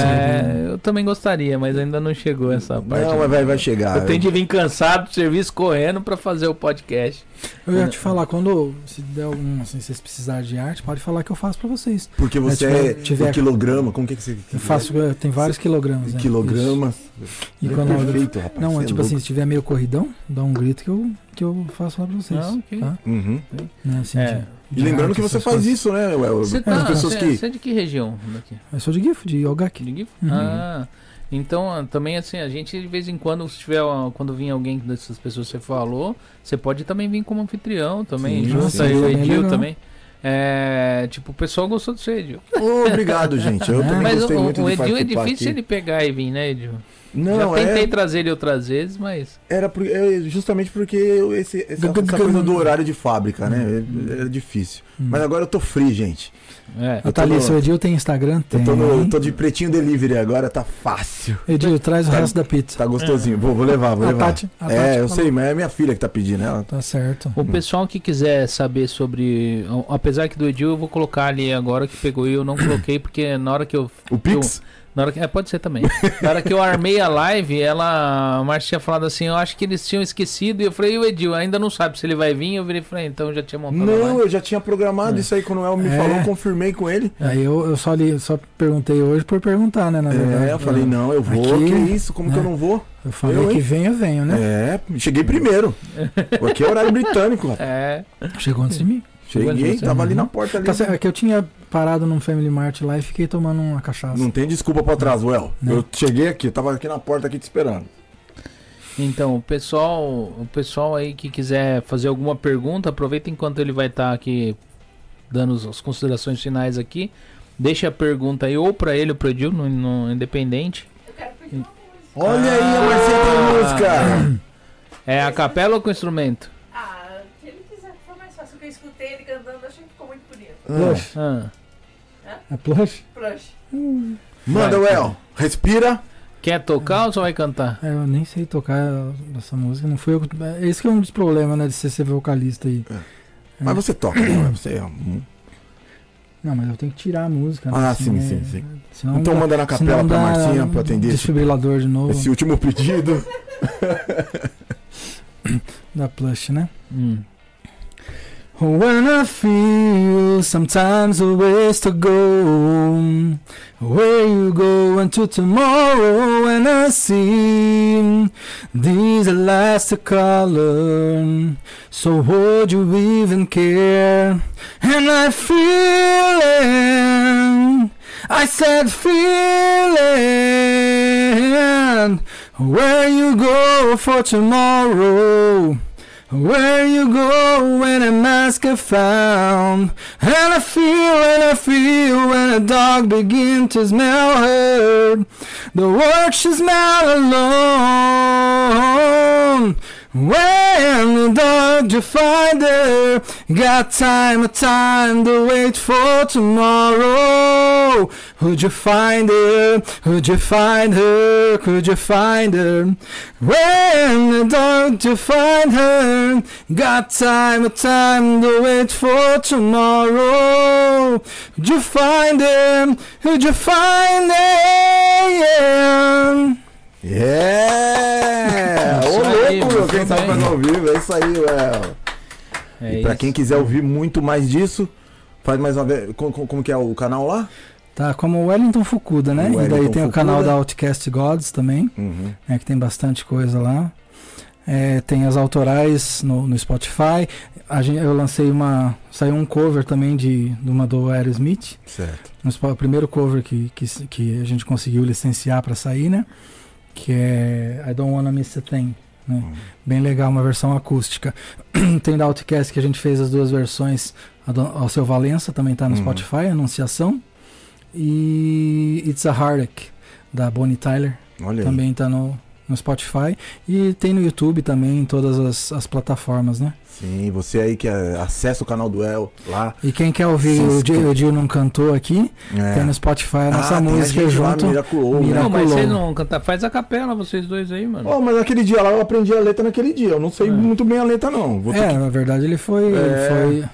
[SPEAKER 2] É, eu também gostaria, mas ainda não chegou essa parte. né?
[SPEAKER 4] Não, mas vai, vai chegar.
[SPEAKER 2] Eu tenho de vir cansado do serviço correndo pra fazer o podcast.
[SPEAKER 3] Eu ia te falar, quando se der algum, assim, se vocês precisarem de arte, pode falar que eu faço pra vocês.
[SPEAKER 4] Porque você
[SPEAKER 3] tiver-
[SPEAKER 4] é,
[SPEAKER 3] tiver-
[SPEAKER 4] do quilograma, como que é que você...
[SPEAKER 3] Eu faço, eu- tem vários quilogramas, né?
[SPEAKER 4] Quilogramas.
[SPEAKER 3] Isso. E quando eu-
[SPEAKER 4] É Perfeito, rapaz.
[SPEAKER 3] não,
[SPEAKER 4] você
[SPEAKER 3] é
[SPEAKER 4] é
[SPEAKER 3] tipo
[SPEAKER 4] louco.
[SPEAKER 3] assim, se tiver meio corridão, dá um grito que eu, que eu faço lá pra vocês.
[SPEAKER 2] Ah, ok.
[SPEAKER 3] tá?
[SPEAKER 4] Uhum.
[SPEAKER 3] Né, assim,
[SPEAKER 2] É.
[SPEAKER 3] de-
[SPEAKER 4] E
[SPEAKER 3] de
[SPEAKER 4] lembrando
[SPEAKER 3] arte,
[SPEAKER 4] que você
[SPEAKER 3] essas
[SPEAKER 4] faz
[SPEAKER 3] coisas.
[SPEAKER 4] isso, né? Ué,
[SPEAKER 2] Você
[SPEAKER 4] as
[SPEAKER 2] tá,
[SPEAKER 4] pessoas
[SPEAKER 2] você,
[SPEAKER 4] que...
[SPEAKER 2] você é de que região daqui?
[SPEAKER 3] Eu sou de GIF, de Ogaki.
[SPEAKER 2] De Gif?
[SPEAKER 3] Uhum.
[SPEAKER 2] Ah, então ah, também assim, a gente de vez em quando, se tiver ah, quando vir alguém dessas pessoas que você falou, você pode também vir como anfitrião também,
[SPEAKER 4] Sim,
[SPEAKER 2] junto
[SPEAKER 3] sim,
[SPEAKER 2] aí o
[SPEAKER 3] também é
[SPEAKER 2] Edil
[SPEAKER 3] legal.
[SPEAKER 2] também. É, tipo, o pessoal gostou do seu Edil.
[SPEAKER 4] Ô, obrigado, gente. Eu também
[SPEAKER 2] Ah, mas
[SPEAKER 4] gostei
[SPEAKER 2] o,
[SPEAKER 4] muito
[SPEAKER 2] o
[SPEAKER 4] de
[SPEAKER 2] Edil é
[SPEAKER 4] participar
[SPEAKER 2] difícil
[SPEAKER 4] aqui.
[SPEAKER 2] ele pegar e vir, né, Edil?
[SPEAKER 4] Não,
[SPEAKER 2] Já tentei
[SPEAKER 4] é,
[SPEAKER 2] trazer ele outras vezes, mas.
[SPEAKER 4] era por- é justamente porque eu- esse, essa, essa coisa do horário de fábrica, né? É- Era difícil. Mas agora eu tô free, gente.
[SPEAKER 2] É.
[SPEAKER 4] Eu tô
[SPEAKER 3] Thalissa,
[SPEAKER 4] no-
[SPEAKER 3] o Edil tem Instagram? Tem.
[SPEAKER 4] Eu tô, no- eu tô de pretinho delivery agora, tá fácil.
[SPEAKER 3] Edil, traz o
[SPEAKER 4] Tá-
[SPEAKER 3] resto da pizza.
[SPEAKER 4] Tá gostosinho. Vou, vou levar, vou
[SPEAKER 3] A
[SPEAKER 4] levar.
[SPEAKER 3] Tati- a
[SPEAKER 4] é,
[SPEAKER 3] Tati
[SPEAKER 4] eu
[SPEAKER 3] falou.
[SPEAKER 4] sei, mas é minha filha que tá pedindo. Ela
[SPEAKER 3] Tá certo.
[SPEAKER 2] O pessoal que quiser saber sobre. a- Apesar que do Edil eu vou colocar ali agora que pegou e eu não coloquei, porque na hora que eu.
[SPEAKER 4] O Pix?
[SPEAKER 2] Na hora que, é, pode ser também. Na hora que eu armei a live, ela. A Márcia tinha falado assim, eu acho que eles tinham esquecido. E eu falei, e o Edil, ainda não sabe se ele vai vir. Eu virei e falei, então eu já tinha montado a
[SPEAKER 4] Não,
[SPEAKER 2] live.
[SPEAKER 4] eu já tinha programado isso aí quando o El me
[SPEAKER 3] É.
[SPEAKER 4] falou, eu confirmei com ele.
[SPEAKER 3] Aí eu, eu só, li, eu só perguntei hoje por perguntar, né? Na verdade.
[SPEAKER 4] É, eu falei, não, eu vou.
[SPEAKER 3] Aqui,
[SPEAKER 4] que isso? Como que eu
[SPEAKER 3] né?
[SPEAKER 4] não vou?
[SPEAKER 3] Eu falei
[SPEAKER 4] eu,
[SPEAKER 3] que
[SPEAKER 4] hein?
[SPEAKER 3] venha, eu venho, né?
[SPEAKER 4] É, cheguei primeiro. Aqui é horário britânico, rapaz.
[SPEAKER 2] É.
[SPEAKER 3] Chegou antes de mim.
[SPEAKER 4] Cheguei, tava ali na porta ali.
[SPEAKER 3] Tá certo, é que eu tinha parado num Family Mart lá e fiquei tomando uma cachaça.
[SPEAKER 4] Não tem desculpa pra trás, Well.
[SPEAKER 3] Não.
[SPEAKER 4] Eu cheguei aqui, eu tava aqui na porta aqui te esperando.
[SPEAKER 2] Então, o pessoal, o pessoal aí que quiser fazer alguma pergunta, aproveita enquanto ele vai estar tá aqui dando as- as considerações finais aqui. Deixa a pergunta aí, ou pra ele ou pro Edil, no, no Independente.
[SPEAKER 5] Eu quero pedir uma música.
[SPEAKER 4] Olha aí a Marcela tem música!
[SPEAKER 2] É a capela ou com instrumento?
[SPEAKER 5] Ah, se ele quiser, foi mais fácil. que eu escutei ele cantando, achei que ficou muito bonito.
[SPEAKER 4] Ah,
[SPEAKER 2] Ah.
[SPEAKER 3] É plush?
[SPEAKER 5] Plush.
[SPEAKER 4] Manda, Well, respira.
[SPEAKER 2] Quer tocar ou só vai cantar?
[SPEAKER 3] É, eu nem sei tocar essa música. Não fui eu. que- é, Esse que é um dos problemas, né? De você ser vocalista aí.
[SPEAKER 4] É. Mas você toca, não é? Você é um-
[SPEAKER 3] Não, mas eu tenho que tirar a música. né?
[SPEAKER 4] Ah,
[SPEAKER 3] senão
[SPEAKER 4] sim,
[SPEAKER 3] é-
[SPEAKER 4] sim, sim.
[SPEAKER 3] senão
[SPEAKER 4] Então
[SPEAKER 3] dá-
[SPEAKER 4] manda na capela
[SPEAKER 3] senão
[SPEAKER 4] pra
[SPEAKER 3] dá
[SPEAKER 4] Marcinha pra atender esse,
[SPEAKER 3] Desfibrilador de novo.
[SPEAKER 4] esse último pedido.
[SPEAKER 3] Da plush, né?
[SPEAKER 2] Hum.
[SPEAKER 3] When I feel sometimes a ways to go, where you go until tomorrow, and I see these elastic color, so would you even care? And I feel it, I said feel it, where you go for tomorrow. Where you go when a mask I found And I feel and I feel when a dog begin to smell her The world she smell alone When the dog you find her Got time, a time to wait for tomorrow Would you find her? Would you find her? Could you find her? When the dog you find her? Got time, a time to wait for tomorrow. Would you find him? Would you find him?
[SPEAKER 4] Yeah! Ô
[SPEAKER 2] Isso aí,
[SPEAKER 4] louco, meu, quem
[SPEAKER 2] muito
[SPEAKER 4] sabe
[SPEAKER 2] bem.
[SPEAKER 4] faz ao vivo, é isso aí, Well.
[SPEAKER 2] É
[SPEAKER 4] e pra
[SPEAKER 2] isso.
[SPEAKER 4] quem quiser ouvir muito mais disso, faz mais uma vez. Como, como- como que é o canal lá?
[SPEAKER 3] Tá, como o Wellington Fukuda, né?
[SPEAKER 4] O
[SPEAKER 3] e daí
[SPEAKER 4] Wellington
[SPEAKER 3] tem o canal
[SPEAKER 4] Fukuda.
[SPEAKER 3] da Outcast Gods também.
[SPEAKER 4] Uhum.
[SPEAKER 3] né, que tem bastante coisa lá. É, tem as autorais no, no Spotify. A gen- eu lancei uma. Saiu um cover também de, de uma do Aerosmith.
[SPEAKER 4] Certo.
[SPEAKER 3] Um spo- O primeiro cover que, que, s- que a gente conseguiu licenciar para sair, né? Que é I Don't Wanna Miss a Thing. né?
[SPEAKER 4] Uhum.
[SPEAKER 3] Bem legal, uma versão acústica. tem da Outcast que a gente fez as duas versões. A do, ao seu Valença também tá no
[SPEAKER 4] Uhum.
[SPEAKER 3] Spotify, Anunciação. E It's a Heartache, da Bonnie Tyler.
[SPEAKER 4] Olha aí.
[SPEAKER 3] Também tá no, no Spotify. E tem no YouTube também, em todas as, as plataformas, né?
[SPEAKER 4] Sim, você aí que é, acessa o canal do El lá.
[SPEAKER 3] E quem quer ouvir
[SPEAKER 4] Sim,
[SPEAKER 3] o
[SPEAKER 4] sim.
[SPEAKER 3] Dio, o Dio Não Cantou aqui,
[SPEAKER 4] É.
[SPEAKER 3] tem no Spotify a nossa
[SPEAKER 4] Ah, tem a
[SPEAKER 3] música
[SPEAKER 4] gente lá,
[SPEAKER 3] junto.
[SPEAKER 4] Miraculou,
[SPEAKER 3] Mira-
[SPEAKER 4] né?
[SPEAKER 2] Não, mas
[SPEAKER 3] Miraculou.
[SPEAKER 2] vocês não vão cantar. Faz a capela, vocês dois aí, mano.
[SPEAKER 4] Ó, mas naquele dia lá eu aprendi a letra naquele dia. Eu não sei
[SPEAKER 2] É.
[SPEAKER 4] muito bem a letra, não. Vou ter
[SPEAKER 3] É, na verdade ele foi.
[SPEAKER 4] É. Ah.
[SPEAKER 3] Ele foi...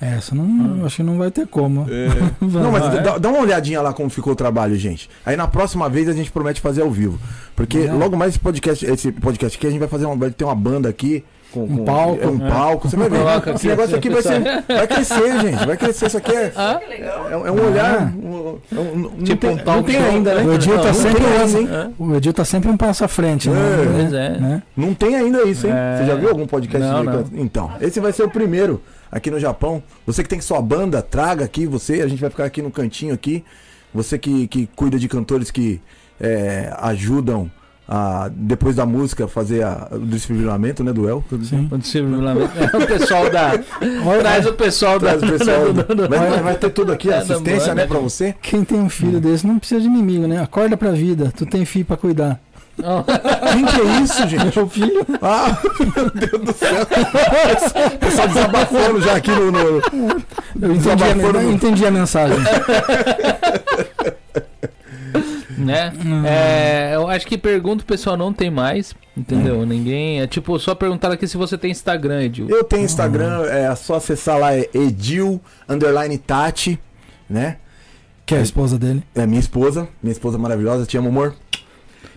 [SPEAKER 3] Essa não. Acho que não vai ter como.
[SPEAKER 4] que- Não, mas dá, dá uma olhadinha lá como ficou o trabalho, gente. Aí na próxima vez a gente promete fazer ao vivo. Porque
[SPEAKER 3] É.
[SPEAKER 4] logo mais esse podcast, esse podcast aqui, a gente vai fazer uma. Vai ter uma banda aqui. Com,
[SPEAKER 3] Um
[SPEAKER 4] com-
[SPEAKER 3] palco.
[SPEAKER 4] é, um palco. Você vai ver.
[SPEAKER 2] Coloca
[SPEAKER 4] esse
[SPEAKER 2] aqui,
[SPEAKER 4] negócio aqui vai, ser, vai crescer, gente. Vai crescer. Isso aqui é,
[SPEAKER 5] Que legal.
[SPEAKER 4] é, é um olhar.
[SPEAKER 3] Ah.
[SPEAKER 4] um- é um- não
[SPEAKER 2] Tipo
[SPEAKER 4] tem-
[SPEAKER 2] um
[SPEAKER 4] não
[SPEAKER 2] talk
[SPEAKER 4] tem
[SPEAKER 2] show.
[SPEAKER 4] ainda, né?
[SPEAKER 3] O Edil
[SPEAKER 4] Não,
[SPEAKER 3] tá
[SPEAKER 4] não
[SPEAKER 3] sempre
[SPEAKER 4] tem ainda, hein?
[SPEAKER 2] Hã?
[SPEAKER 3] O Edil tá sempre um passo à frente, né?
[SPEAKER 4] É,
[SPEAKER 3] Né?
[SPEAKER 2] pois é.
[SPEAKER 3] Né?
[SPEAKER 4] Não tem ainda isso, hein?
[SPEAKER 2] É.
[SPEAKER 4] Você já viu algum podcast
[SPEAKER 2] Não,
[SPEAKER 4] de
[SPEAKER 2] não.
[SPEAKER 4] canto? Então, esse vai ser o primeiro aqui no Japão. Você que tem sua banda, traga aqui você. A gente vai ficar aqui no cantinho aqui. Você que, que cuida de cantores que é, ajudam a, depois da música fazer a, o desfibrilamento, né, do El.
[SPEAKER 3] Sim.
[SPEAKER 2] O desfibrilamento. É o pessoal da. Traz o pessoal da.
[SPEAKER 4] Traz o pessoal. Vai, vai- vai ter tudo aqui,
[SPEAKER 2] É,
[SPEAKER 4] assistência,
[SPEAKER 2] da
[SPEAKER 4] né,
[SPEAKER 2] banda.
[SPEAKER 4] pra você.
[SPEAKER 3] Quem tem um
[SPEAKER 4] É.
[SPEAKER 3] filho desse não precisa de inimigo, né? Acorda pra vida, tu tem filho pra cuidar.
[SPEAKER 2] Não,
[SPEAKER 4] Quem que é isso, gente?
[SPEAKER 3] Meu filho?
[SPEAKER 4] Ah, meu Deus do céu. O pessoal desabafando já aqui no- no,
[SPEAKER 3] Eu entendi a,
[SPEAKER 4] Desabafou no-
[SPEAKER 3] entendi a mensagem.
[SPEAKER 2] né? É, eu acho que pergunta o pessoal não tem mais, entendeu? Ninguém. É tipo, só perguntaram aqui se você tem Instagram, Edil.
[SPEAKER 4] Eu tenho Instagram, é só acessar lá, é Edil Underline Tati, né?
[SPEAKER 3] Que é a esposa dele.
[SPEAKER 4] É minha esposa, minha esposa maravilhosa, te amo, amor.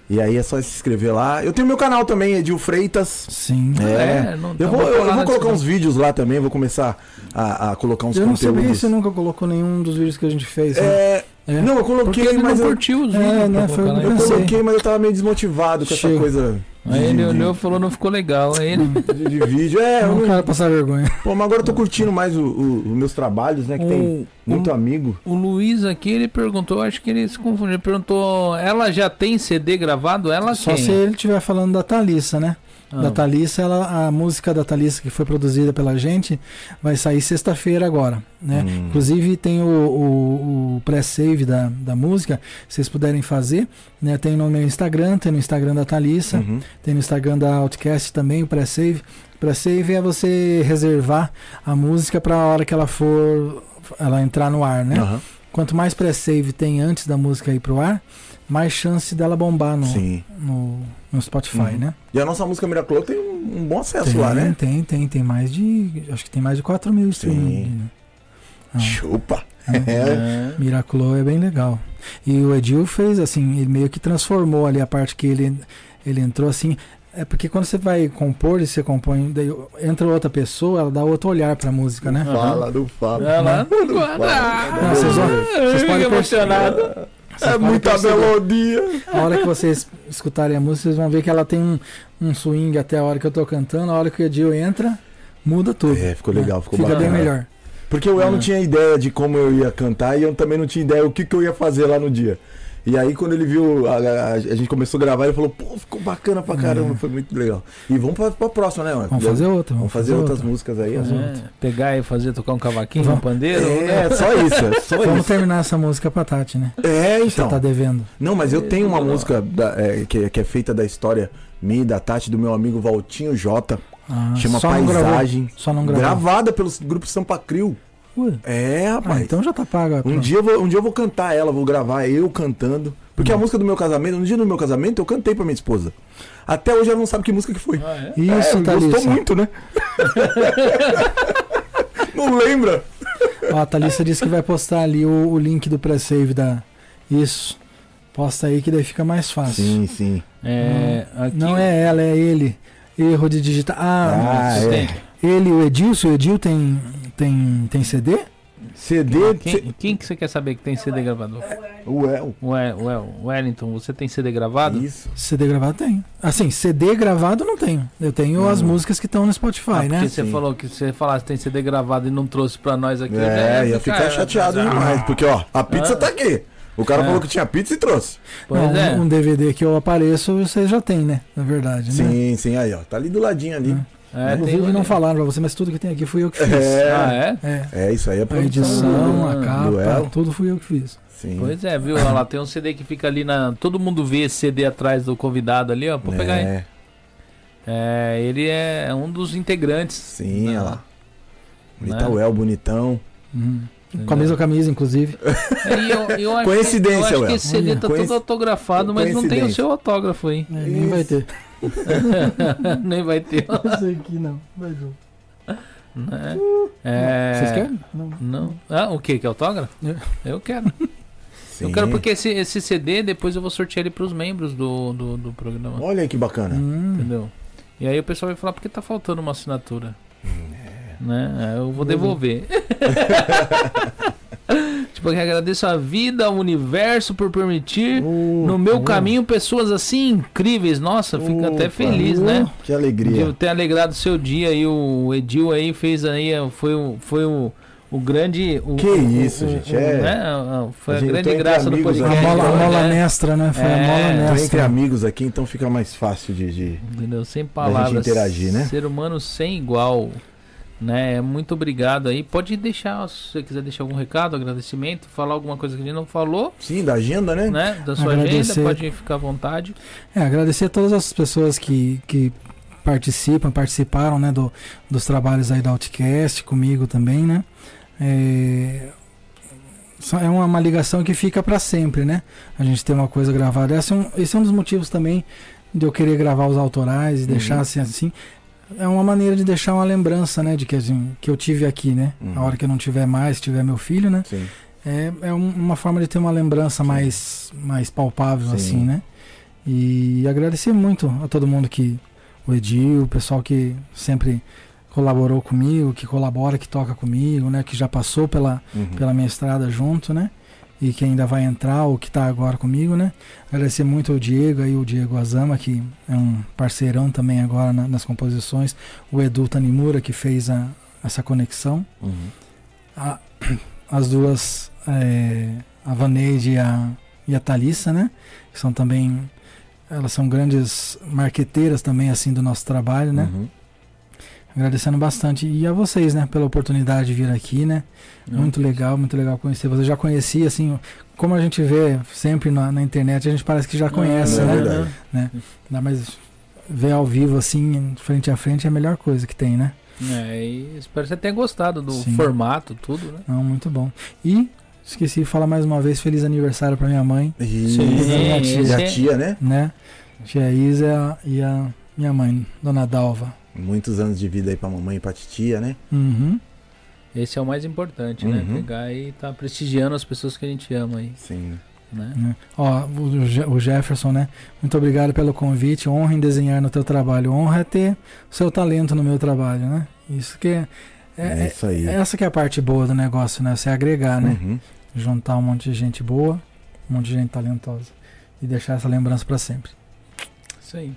[SPEAKER 4] E aí é só se inscrever lá. Eu tenho meu canal também, Edil Freitas.
[SPEAKER 3] Sim.
[SPEAKER 4] É,
[SPEAKER 2] não tá
[SPEAKER 4] eu vou, eu- eu
[SPEAKER 2] lá
[SPEAKER 4] vou
[SPEAKER 2] na
[SPEAKER 4] colocar
[SPEAKER 2] descrição.
[SPEAKER 4] uns vídeos lá também, vou começar a, a colocar uns
[SPEAKER 3] Eu não sei por que
[SPEAKER 4] conteúdos.
[SPEAKER 3] você nunca colocou nenhum dos vídeos que a gente fez. né?
[SPEAKER 4] É,
[SPEAKER 3] É.
[SPEAKER 4] Não, eu
[SPEAKER 2] Porque
[SPEAKER 4] coloquei,
[SPEAKER 2] ele não
[SPEAKER 4] mas eu,
[SPEAKER 2] curtiu os
[SPEAKER 3] É,
[SPEAKER 2] vídeos.
[SPEAKER 3] né,
[SPEAKER 2] pra
[SPEAKER 3] foi-
[SPEAKER 2] colocar lá.
[SPEAKER 4] eu
[SPEAKER 3] pensei.
[SPEAKER 4] coloquei, mas eu tava meio desmotivado com
[SPEAKER 3] Chega.
[SPEAKER 4] essa coisa
[SPEAKER 2] Aí ele olhou e falou, não ficou legal. Aí ele.
[SPEAKER 4] de, de vídeo. É, eu
[SPEAKER 3] não
[SPEAKER 4] não,
[SPEAKER 3] quero um passar vergonha.
[SPEAKER 4] pô, mas agora eu tô curtindo mais o- o- os meus trabalhos, né? Que tem
[SPEAKER 2] O-
[SPEAKER 4] muito amigo.
[SPEAKER 2] O Luiz aqui, ele perguntou, acho que ele se confundiu, ele perguntou, ela já tem Ah. CD gravado? Ela
[SPEAKER 3] Só
[SPEAKER 2] quem?
[SPEAKER 4] é?
[SPEAKER 3] se ele estiver falando da Thalissa, né?
[SPEAKER 4] Ah.
[SPEAKER 3] da Thalissa, ela, a música da Thalissa que foi produzida pela gente vai sair sexta-feira agora, né?
[SPEAKER 4] Hum.
[SPEAKER 3] Inclusive tem o, o- o pré-save da, da música, se vocês puderem fazer, né? Tem no meu Instagram, tem no Instagram da Thalissa,
[SPEAKER 4] Uhum.
[SPEAKER 3] tem no Instagram da Outcast também o pré-save. Pré-save é você reservar a música para a hora que ela for ela entrar no ar, né?
[SPEAKER 4] Aham.
[SPEAKER 3] Quanto mais pré-save tem antes da música ir pro ar, mais chance dela bombar no,
[SPEAKER 4] Sim.
[SPEAKER 3] no, no Spotify,
[SPEAKER 4] Uhum.
[SPEAKER 3] né?
[SPEAKER 4] E a nossa música Miraculoso tem um, um bom acesso
[SPEAKER 3] Tem,
[SPEAKER 4] lá, né?
[SPEAKER 3] tem, tem, tem mais de. Acho que tem mais de 4 mil streaming.
[SPEAKER 4] Sim.
[SPEAKER 3] Né? Ah,
[SPEAKER 4] Chupa!
[SPEAKER 3] ah,
[SPEAKER 4] É.
[SPEAKER 2] É.
[SPEAKER 3] Miraculo é bem legal. E o Edil fez assim, ele meio que transformou ali a parte que ele, ele entrou assim. É porque quando você vai compor e você compõe, daí entra outra pessoa, ela dá outro olhar pra música, né?
[SPEAKER 4] Fala, não fala.
[SPEAKER 2] Olha lá.
[SPEAKER 4] Não,
[SPEAKER 3] Não, vocês, olham- vocês
[SPEAKER 2] Eu
[SPEAKER 3] podem
[SPEAKER 2] fiquei
[SPEAKER 3] perce-
[SPEAKER 2] emocionado.
[SPEAKER 3] vocês
[SPEAKER 4] É
[SPEAKER 3] podem
[SPEAKER 4] muita
[SPEAKER 3] perceber.
[SPEAKER 4] melodia!
[SPEAKER 3] A hora que vocês escutarem a música, vocês vão ver que ela tem um, um swing até a hora que eu tô cantando. A hora que o Edil entra, muda tudo. Né?
[SPEAKER 4] É, ficou legal, ficou
[SPEAKER 3] Fica bem
[SPEAKER 4] bacana.
[SPEAKER 3] melhor. É.
[SPEAKER 4] Porque o El não tinha ideia de como eu ia cantar e eu também não tinha ideia o que, que eu ia fazer lá no dia. E aí quando ele viu, a, a- a gente começou a gravar, ele falou, pô, ficou bacana pra caramba, foi muito legal. E vamos pra, pra próxima, né, mano?
[SPEAKER 3] É. Vamos fazer outra.
[SPEAKER 4] Vamos fazer outras músicas aí.
[SPEAKER 3] Fazer
[SPEAKER 4] né?
[SPEAKER 2] É, pegar e fazer tocar um cavaquinho, um
[SPEAKER 3] Vamos.
[SPEAKER 2] pandeiro.
[SPEAKER 4] É, só isso, é só
[SPEAKER 3] Vamos
[SPEAKER 4] isso.
[SPEAKER 3] terminar essa música pra Tati, né?
[SPEAKER 4] É,
[SPEAKER 3] Você
[SPEAKER 4] então.
[SPEAKER 3] tá devendo.
[SPEAKER 4] Não, mas eu tenho uma música da- é, que, que é feita da história minha e da Tati, do meu amigo Valtinho Jota,
[SPEAKER 3] Ah,
[SPEAKER 4] chama
[SPEAKER 3] só Não gravou.
[SPEAKER 4] Paisagem,
[SPEAKER 3] Só não gravou.
[SPEAKER 4] gravada pelo grupo Sampa Crio.
[SPEAKER 3] Ué.
[SPEAKER 4] É,
[SPEAKER 3] Ah,
[SPEAKER 4] rapaz.
[SPEAKER 3] então já tá pago.
[SPEAKER 4] Um dia, eu vou, um dia eu vou cantar ela, vou gravar eu cantando. Porque a música do meu casamento, no dia do meu casamento, eu cantei pra minha esposa. Até hoje ela não sabe que música que foi.
[SPEAKER 2] Ah, é?
[SPEAKER 3] Isso,
[SPEAKER 4] é,
[SPEAKER 3] Thalissa.
[SPEAKER 4] Gostou muito, né? não lembra?
[SPEAKER 3] Ó, a Thalissa disse que vai postar ali o, o link do pré-save da. Isso. Posta aí que daí fica mais fácil.
[SPEAKER 4] sim.
[SPEAKER 2] É, aqui-
[SPEAKER 3] Não é ela, é ele. Erro de digitar. Ah,
[SPEAKER 4] Ah,
[SPEAKER 2] Isso
[SPEAKER 4] é.
[SPEAKER 2] tem.
[SPEAKER 3] ele, o Edilson, o Edil tem, tem, tem CD?
[SPEAKER 4] CD. C...
[SPEAKER 2] Quem, quem que você quer saber que tem CD gravado?
[SPEAKER 4] Ué, o-
[SPEAKER 2] Ué, ué, Wellington, você tem CD gravado?
[SPEAKER 4] isso.
[SPEAKER 3] CD gravado tem. Assim, CD gravado não tenho. Eu tenho as músicas que estão no Spotify,
[SPEAKER 2] Uhum. Ah, porque
[SPEAKER 3] né?
[SPEAKER 2] você
[SPEAKER 4] Sim.
[SPEAKER 2] falou que você falasse que tem CD gravado e não trouxe pra nós aqui.
[SPEAKER 4] É,
[SPEAKER 2] né?
[SPEAKER 4] ia ficar
[SPEAKER 2] Cara,
[SPEAKER 4] chateado
[SPEAKER 2] mas-
[SPEAKER 4] demais. Porque, ó, a pizza tá aqui. O cara
[SPEAKER 2] É.
[SPEAKER 4] falou que tinha pizza e trouxe.
[SPEAKER 2] Pois
[SPEAKER 3] Não,
[SPEAKER 2] é.
[SPEAKER 3] Um DVD que eu apareço, vocês já tem, né? Na verdade, né?
[SPEAKER 4] Sim, sim, aí, ó. Tá ali do ladinho ali.
[SPEAKER 2] é tem-
[SPEAKER 3] Inclusive não falaram pra você, mas tudo que tem aqui fui eu que fiz.
[SPEAKER 2] Ah, é? Então,
[SPEAKER 3] É.
[SPEAKER 4] É, isso aí é
[SPEAKER 3] A
[SPEAKER 4] produção.
[SPEAKER 3] edição, a
[SPEAKER 2] Hum,
[SPEAKER 3] capa,
[SPEAKER 4] duelo.
[SPEAKER 3] tudo fui eu que fiz.
[SPEAKER 4] Sim.
[SPEAKER 2] Pois é, viu? Olha lá, tem um CD que fica ali na. Todo mundo vê esse CD atrás do convidado ali, ó. Pô, pegar aí.
[SPEAKER 4] é,
[SPEAKER 2] É, ele é um dos integrantes.
[SPEAKER 4] sim,
[SPEAKER 2] Não.
[SPEAKER 4] olha lá. tá
[SPEAKER 2] Né?
[SPEAKER 4] Bonitão, El, bonitão.
[SPEAKER 3] Hum.
[SPEAKER 2] entendeu?
[SPEAKER 3] Com a mesma camisa, inclusive.
[SPEAKER 2] E eu- eu acho que-
[SPEAKER 4] Coincidência,
[SPEAKER 2] Eu acho que
[SPEAKER 4] Léo.
[SPEAKER 2] esse CD tá
[SPEAKER 4] Coinci-
[SPEAKER 2] todo autografado, mas não tem o
[SPEAKER 4] Coincidência.
[SPEAKER 2] seu autógrafo aí.
[SPEAKER 3] É, nem
[SPEAKER 2] Nem vai
[SPEAKER 3] vai ter.
[SPEAKER 2] ter.
[SPEAKER 6] Isso aqui não, vai Ju.
[SPEAKER 2] Né? É...
[SPEAKER 3] Vocês querem? É.
[SPEAKER 6] Não.
[SPEAKER 2] Não. Ah, o que? Que autógrafo? Eu quero.
[SPEAKER 4] Sim.
[SPEAKER 2] Eu quero porque esse, esse CD depois eu vou sortear ele pros membros do, do, do programa.
[SPEAKER 4] Olha aí que bacana.
[SPEAKER 3] Hum.
[SPEAKER 2] Entendeu? E aí o pessoal vai falar, porque tá faltando uma assinatura?
[SPEAKER 4] É.
[SPEAKER 2] Né? Aí Eu vou devolver. tipo, eu agradeço a vida, ao universo por permitir
[SPEAKER 4] Uh,
[SPEAKER 2] Hum. no meu
[SPEAKER 4] uh,
[SPEAKER 2] caminho pessoas assim incríveis. Nossa, fico até
[SPEAKER 4] Opa.
[SPEAKER 2] feliz, né?
[SPEAKER 4] Que
[SPEAKER 2] De
[SPEAKER 4] alegria.
[SPEAKER 2] ter alegrado seu dia aí, o Edil aí fez aí, eh, foi o, foi o, o grande. O,
[SPEAKER 4] Que
[SPEAKER 2] o-
[SPEAKER 4] isso,
[SPEAKER 2] o-
[SPEAKER 4] gente,
[SPEAKER 2] o-
[SPEAKER 4] é.
[SPEAKER 2] né? Foi a,
[SPEAKER 4] A gente tá
[SPEAKER 2] grande
[SPEAKER 4] entre
[SPEAKER 2] graça do
[SPEAKER 4] amigos
[SPEAKER 3] A
[SPEAKER 4] aqui.
[SPEAKER 2] podcast.
[SPEAKER 3] mola, a
[SPEAKER 2] hoje,
[SPEAKER 3] mola
[SPEAKER 2] né?
[SPEAKER 3] mestra, né? Foi a
[SPEAKER 2] É,
[SPEAKER 3] mola
[SPEAKER 4] Tô entre
[SPEAKER 3] mestra.
[SPEAKER 4] amigos aqui, então fica mais fácil de. de-
[SPEAKER 2] Entendeu? Sem
[SPEAKER 4] gente
[SPEAKER 2] palavras.
[SPEAKER 4] interagir, né?
[SPEAKER 2] Ser humano sem igual. Né? Muito obrigado aí. Pode deixar, se você quiser deixar algum recado, agradecimento, falar alguma coisa que a gente não falou,
[SPEAKER 4] Sim, da agenda, né?
[SPEAKER 2] né? Da sua
[SPEAKER 3] Agradecer.
[SPEAKER 2] agenda, pode ficar à vontade.
[SPEAKER 3] É, agradecer a todas as pessoas que, que participam, participaram, né, do, dos trabalhos aí da Outcast, comigo também, né? É, só- é uma, uma ligação que fica para sempre, né? A gente tem uma coisa gravada. Esse é, um, esse é um dos motivos também de eu querer gravar os autorais e deixar assim, assim. É uma maneira de deixar uma lembrança, né, de que, assim, que eu tive aqui, né?
[SPEAKER 4] Uhum.
[SPEAKER 3] A hora que eu não tiver mais, se tiver meu filho, né?
[SPEAKER 4] Sim.
[SPEAKER 3] É, é um- uma forma de ter uma lembrança mais, mais palpável,
[SPEAKER 4] Sim.
[SPEAKER 3] assim, né? E agradecer muito a todo mundo que. O Edil, o pessoal que sempre colaborou comigo, que colabora, que toca comigo, né? Que já passou pela,
[SPEAKER 4] Uhum.
[SPEAKER 3] pela minha estrada junto, né? E que ainda vai entrar ou que tá agora comigo, né? Agradecer muito ao Diego aí, o Diego Azama, que é um parceirão também agora na- nas composições. O Edu Tanimura, que fez a- essa conexão
[SPEAKER 4] Uhum.
[SPEAKER 3] a- as duas, é, a Vaneide e a, e a Thalissa, né? Que são também Elas são grandes marqueteiras também, assim, do nosso trabalho, né?
[SPEAKER 4] Uhum.
[SPEAKER 3] Agradecendo bastante. E a vocês, né, pela oportunidade de vir aqui, né? Muito legal, muito legal conhecer vocês. Eu já conheci, assim, como a gente vê sempre na, na internet, a gente parece
[SPEAKER 2] Ah,
[SPEAKER 3] que já conhece,
[SPEAKER 4] é
[SPEAKER 3] né?
[SPEAKER 4] verdade.
[SPEAKER 3] Ainda mais ver ao vivo, assim, frente a frente é a melhor coisa que tem, né?
[SPEAKER 2] É, e espero que você tenha gostado do
[SPEAKER 3] Sim.
[SPEAKER 2] formato, tudo, né?
[SPEAKER 3] Não, muito bom. E esqueci de falar mais uma vez, feliz aniversário pra minha mãe,
[SPEAKER 4] E... e a
[SPEAKER 2] esse- é-
[SPEAKER 4] tia, né?
[SPEAKER 3] né? Tia Isa e a- e a minha mãe, Dona Dalva.
[SPEAKER 4] Muitos anos de vida aí pra mamãe e pra titia, né?
[SPEAKER 3] Uhum.
[SPEAKER 2] Esse é o mais importante, né?
[SPEAKER 4] Uhum.
[SPEAKER 2] Pegar e tá prestigiando as pessoas que a gente ama aí,
[SPEAKER 4] Sim.
[SPEAKER 2] né?
[SPEAKER 3] né? Ó, o Je- o Jefferson, né? Muito obrigado pelo convite. Honra em desenhar no teu trabalho. Honra é ter o seu talento no meu trabalho, né? Isso que é. é-
[SPEAKER 4] É,
[SPEAKER 3] é-
[SPEAKER 4] isso aí.
[SPEAKER 3] essa que é a parte boa do negócio, né? Você agregar, né?
[SPEAKER 4] Uhum.
[SPEAKER 3] Juntar um monte de gente boa, um monte de gente talentosa. E deixar essa lembrança pra sempre.
[SPEAKER 2] Isso aí.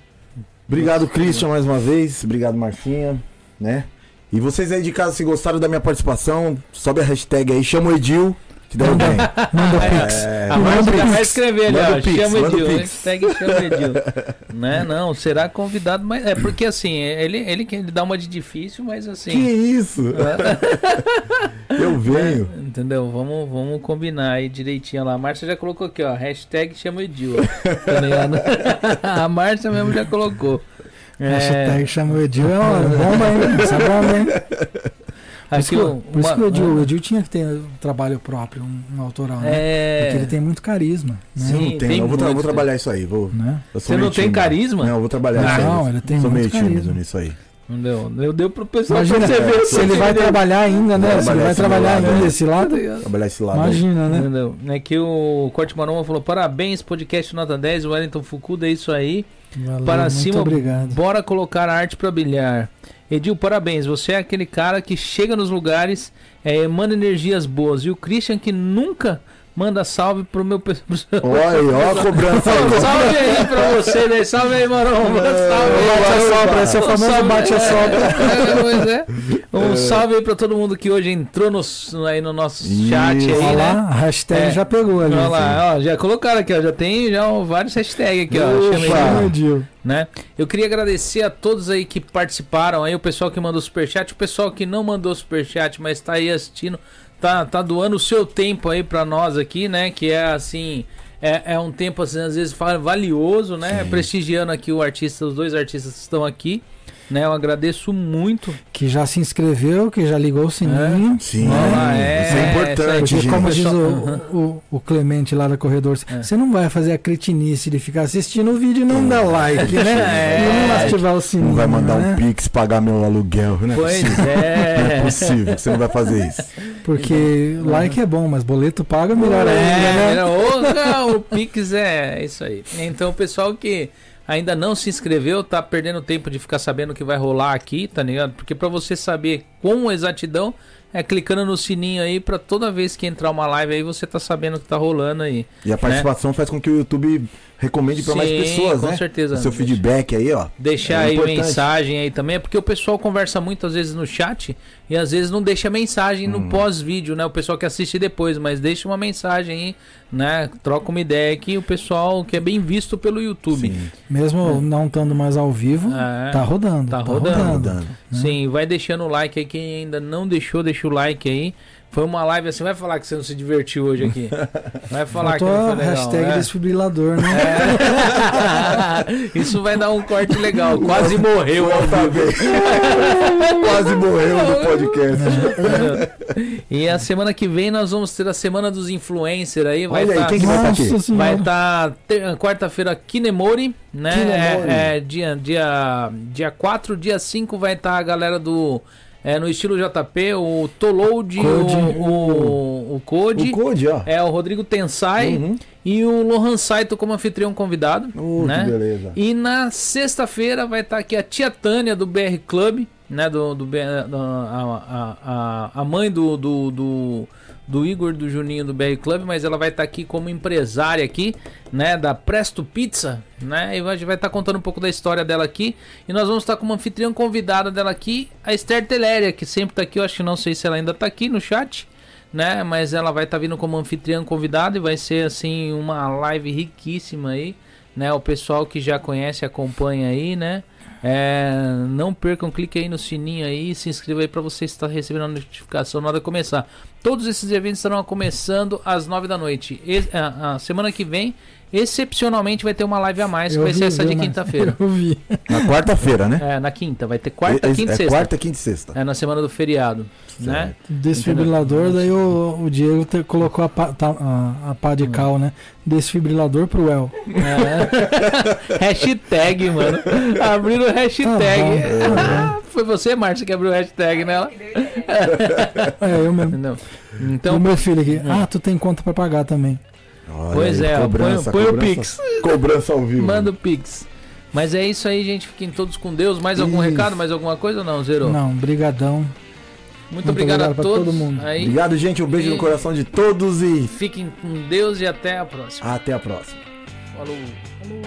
[SPEAKER 4] Obrigado, Christian, mais uma vez. Obrigado, Marcinha, né? E vocês aí de casa, se gostaram da minha participação, sobe a hashtag aí, chama o Edil, que deu bem.
[SPEAKER 3] Manda pix.
[SPEAKER 4] É,
[SPEAKER 2] A Márcia
[SPEAKER 3] manda o
[SPEAKER 2] já Ah, vai
[SPEAKER 3] Pix,
[SPEAKER 2] escrever ali,
[SPEAKER 4] manda
[SPEAKER 2] ó.
[SPEAKER 4] o Pix,
[SPEAKER 2] chama
[SPEAKER 4] manda o
[SPEAKER 2] Edil.
[SPEAKER 4] Pix.
[SPEAKER 2] Hashtag chama Edil. né? Não, será convidado, mas. É porque assim, ele, ele, ele dá uma de difícil, mas
[SPEAKER 4] que
[SPEAKER 2] assim.
[SPEAKER 4] isso? Eu venho.
[SPEAKER 2] Entendeu? Vamos, vamos combinar aí direitinho lá. A Márcia já colocou aqui, ó. Hashtag chama Edil. ó. Tá ligado? a Márcia mesmo já colocou.
[SPEAKER 3] Hashtag tá chama o Edil. É uma bomba, hein? Essa é bomba, hein? Por isso
[SPEAKER 2] aqui
[SPEAKER 3] que,
[SPEAKER 2] o-
[SPEAKER 3] por isso
[SPEAKER 2] uma-
[SPEAKER 3] que o, Edil, o Edil tinha que ter um trabalho próprio, um, um autoral, né?
[SPEAKER 2] É.
[SPEAKER 3] Porque ele tem muito carisma. Né?
[SPEAKER 2] Sim,
[SPEAKER 4] Não tem,
[SPEAKER 2] tem
[SPEAKER 4] eu vou, tra-
[SPEAKER 2] muito, né?
[SPEAKER 4] vou trabalhar isso aí. Vou,
[SPEAKER 3] Né?
[SPEAKER 4] eu sou
[SPEAKER 2] Você
[SPEAKER 4] meio
[SPEAKER 2] não tem
[SPEAKER 4] tímido.
[SPEAKER 2] carisma?
[SPEAKER 4] um Não, eu vou trabalhar
[SPEAKER 3] Ah,
[SPEAKER 4] isso aí.
[SPEAKER 3] não, ele tem
[SPEAKER 4] Sou meio né?
[SPEAKER 3] muito
[SPEAKER 4] tímido
[SPEAKER 3] carisma.
[SPEAKER 4] nisso aí.
[SPEAKER 2] Não deu. Deu, deu pro pessoal
[SPEAKER 3] Imagina,
[SPEAKER 2] perceber.
[SPEAKER 3] se ele vai trabalhar ainda, né?
[SPEAKER 4] Vai
[SPEAKER 3] Se ele vai trabalhar
[SPEAKER 4] trabalhar esse
[SPEAKER 3] ainda
[SPEAKER 4] lado, né?
[SPEAKER 3] desse lado,
[SPEAKER 4] Trabalhar esse lado. aí.
[SPEAKER 3] imagina, né?
[SPEAKER 2] Entendeu? É que o Corte Maroma falou: parabéns, podcast nota 10, Wellington Fukuda, é isso aí.
[SPEAKER 3] Valeu,
[SPEAKER 2] Para
[SPEAKER 3] muito
[SPEAKER 2] cima,
[SPEAKER 3] obrigado.
[SPEAKER 2] Bora colocar a arte pra brilhar. Edil, parabéns, você é aquele cara que chega nos lugares, é, emana energias boas. E o Christian que nunca manda salve pro meu. pe- pro seu-
[SPEAKER 4] Olha aí, ó a cobrança aí.
[SPEAKER 2] salve aí pra você, né? Salve aí, Maroma. Salve aí.
[SPEAKER 4] Bate a sobra,
[SPEAKER 3] esse é o famoso bate a sobra.
[SPEAKER 2] Um É, pois é. Um salve aí pra todo mundo que hoje entrou no, aí no nosso
[SPEAKER 4] Isso.
[SPEAKER 2] chat aí,
[SPEAKER 3] Olha
[SPEAKER 2] né?
[SPEAKER 3] lá, a hashtag
[SPEAKER 2] É.
[SPEAKER 3] já pegou ali.
[SPEAKER 2] Olha lá, ó, já colocaram aqui, ó, já tem já ó, vários hashtags aqui, ó,
[SPEAKER 4] Opa!
[SPEAKER 2] chama aí,
[SPEAKER 3] Chama o Edil.
[SPEAKER 2] né? Eu queria agradecer a todos aí que participaram, aí o pessoal que mandou superchat, o pessoal que não mandou superchat, mas tá aí assistindo, tá, tá doando o seu tempo aí pra nós aqui, né? Que é assim, é, é um tempo assim, às vezes fa- valioso, né? Prestigiando aqui o artista, os dois artistas que estão aqui, né? Eu agradeço muito.
[SPEAKER 3] Que já se inscreveu, que já ligou o sininho.
[SPEAKER 4] Sim,
[SPEAKER 2] Olha lá, é,
[SPEAKER 4] isso é importante,
[SPEAKER 2] isso aí.
[SPEAKER 3] Porque,
[SPEAKER 4] gente.
[SPEAKER 3] como assim? diz
[SPEAKER 2] Pessoal-
[SPEAKER 3] o, o, o Clemente lá da Corredor,
[SPEAKER 2] É.
[SPEAKER 3] você não vai fazer a cretinice de ficar assistindo o vídeo e não dar like,
[SPEAKER 2] É.
[SPEAKER 3] né? E não ativar o sininho.
[SPEAKER 4] Não vai mandar
[SPEAKER 3] né?
[SPEAKER 4] um pix pagar meu aluguel, né?
[SPEAKER 2] Pois
[SPEAKER 4] Não é
[SPEAKER 2] é.
[SPEAKER 4] possível que você não vai fazer isso.
[SPEAKER 3] Porque like é bom, mas boleto paga é melhor ainda, né?
[SPEAKER 2] É, era outra, o Pix é isso aí. Então, o pessoal que ainda não se inscreveu, tá perdendo tempo de ficar sabendo o que vai rolar aqui, tá ligado? Porque pra você saber com exatidão, é clicando no sininho aí pra toda vez que entrar uma live aí, você tá sabendo o que tá rolando aí.
[SPEAKER 4] E a participação faz com que o YouTube recomende pra mais
[SPEAKER 2] Sim,
[SPEAKER 4] pessoas,
[SPEAKER 2] com
[SPEAKER 4] né?
[SPEAKER 2] certeza.
[SPEAKER 4] O seu feedback aí, ó.
[SPEAKER 2] Deixar
[SPEAKER 4] É
[SPEAKER 2] aí
[SPEAKER 4] importante.
[SPEAKER 2] mensagem aí também, é porque o pessoal conversa muitas vezes no chat e às vezes não deixa mensagem no pós-vídeo, né? O pessoal que assiste depois, mas deixa uma mensagem aí, né? Troca uma ideia aqui, o pessoal que é bem visto pelo YouTube.
[SPEAKER 4] Sim,
[SPEAKER 3] Mesmo não estando mais ao vivo,
[SPEAKER 2] É.
[SPEAKER 3] tá rodando.
[SPEAKER 2] Tá
[SPEAKER 3] Tá,
[SPEAKER 2] rodando.
[SPEAKER 3] rodando.
[SPEAKER 4] tá mudando.
[SPEAKER 2] Sim, vai deixando o like aí. Quem ainda não deixou, deixa o like aí. Foi uma live assim, vai falar que você não se divertiu hoje aqui. Vai falar que
[SPEAKER 3] Faltou
[SPEAKER 2] não foi
[SPEAKER 3] a
[SPEAKER 2] legal.
[SPEAKER 3] hashtag
[SPEAKER 2] né?
[SPEAKER 3] desfibrilador, né?
[SPEAKER 2] É. Isso vai dar um corte legal. Quase morreu ao
[SPEAKER 4] Tá
[SPEAKER 2] vivo.
[SPEAKER 4] bem. Quase morreu no podcast.
[SPEAKER 2] Né? É. E a semana que vem nós vamos ter a semana dos influencers aí. Vai
[SPEAKER 4] Olha aí,
[SPEAKER 2] tá-
[SPEAKER 4] quem que vai estar aqui?
[SPEAKER 2] Vai tá, estar quarta-feira Kinemori, né?
[SPEAKER 4] Kinemori.
[SPEAKER 2] É, é, dia, dia, dia 4, dia 5 vai estar a galera do. é, no estilo JP, o Toload,
[SPEAKER 3] Code.
[SPEAKER 2] o, o, o Code,
[SPEAKER 4] O Code, ó.
[SPEAKER 2] é, o Rodrigo Tensai
[SPEAKER 4] Uhum.
[SPEAKER 2] e o Lohan Saito como anfitrião convidado.
[SPEAKER 4] Oh,
[SPEAKER 2] né?
[SPEAKER 4] que beleza.
[SPEAKER 2] E na sexta-feira vai estar aqui a tia Tânia do BR Club, né? Do, do, B- da- a, a- a- a mãe do, do, do, do Igor do Juninho do BR Club, mas ela vai estar aqui como empresária aqui, né? Da Presto Pizza, né? E a gente vai estar contando um pouco da história dela aqui. E nós vamos estar com uma anfitriã convidada dela aqui, a Esther Teléria, que sempre tá aqui, eu acho que não sei se ela ainda tá aqui no chat né? Mas ela vai estar vindo como anfitriã convidada e vai ser assim uma live riquíssima aí, né? O pessoal que já conhece, acompanha aí, né? É, não percam, clique aí no sininho aí, se inscreva aí para você estar recebendo a notificação na hora de começar. Todos esses eventos estarão começando às 9 da noite. E- a, a semana que vem, excepcionalmente, vai ter uma live a mais, que
[SPEAKER 3] Eu
[SPEAKER 2] vai
[SPEAKER 3] vi,
[SPEAKER 2] ser essa
[SPEAKER 3] viu,
[SPEAKER 2] de
[SPEAKER 3] Marcos?
[SPEAKER 2] quinta-feira.
[SPEAKER 3] Eu vi.
[SPEAKER 4] Na quarta-feira, né?
[SPEAKER 2] É, na quinta, vai ter quarta,
[SPEAKER 4] É- é-
[SPEAKER 2] quinta e
[SPEAKER 4] é
[SPEAKER 2] sexta.
[SPEAKER 4] quarta, quinta e sexta.
[SPEAKER 2] É na semana do feriado, né?
[SPEAKER 3] Desfibrilador, daí o, o Diego te- colocou a pá, tá- a, a pá de cal, né? Desfibrilador pro El.
[SPEAKER 2] É. hashtag, mano. Abriram o
[SPEAKER 3] Tá
[SPEAKER 2] hashtag. Ah, Foi você, Márcio, que abriu o hashtag nela.
[SPEAKER 5] Que deu ideia.
[SPEAKER 3] É, eu mesmo.
[SPEAKER 2] Entendeu?
[SPEAKER 3] E o
[SPEAKER 2] Então,
[SPEAKER 3] meu filho aqui. Ah, tu tem conta pra pagar também.
[SPEAKER 4] Olha
[SPEAKER 2] pois
[SPEAKER 4] aí,
[SPEAKER 2] é, ó,
[SPEAKER 4] cobrança,
[SPEAKER 2] põe, põe o
[SPEAKER 4] cobrança-
[SPEAKER 2] Pix.
[SPEAKER 4] Cobrança ao vivo.
[SPEAKER 2] Manda o Pix. Mas é isso aí, gente. Fiquem todos com Deus. Mais algum
[SPEAKER 3] Isso.
[SPEAKER 2] recado? Mais alguma coisa ou não, Zerou?
[SPEAKER 3] Não, brigadão.
[SPEAKER 2] Muito,
[SPEAKER 3] Muito
[SPEAKER 2] obrigado,
[SPEAKER 3] obrigado
[SPEAKER 2] a
[SPEAKER 3] pra
[SPEAKER 2] todos.
[SPEAKER 3] todo mundo.
[SPEAKER 2] Aí,
[SPEAKER 4] Obrigado, gente. Um beijo
[SPEAKER 2] E-
[SPEAKER 4] no coração de todos e
[SPEAKER 2] fiquem com Deus e até a próxima.
[SPEAKER 4] até a próxima.
[SPEAKER 2] Falou.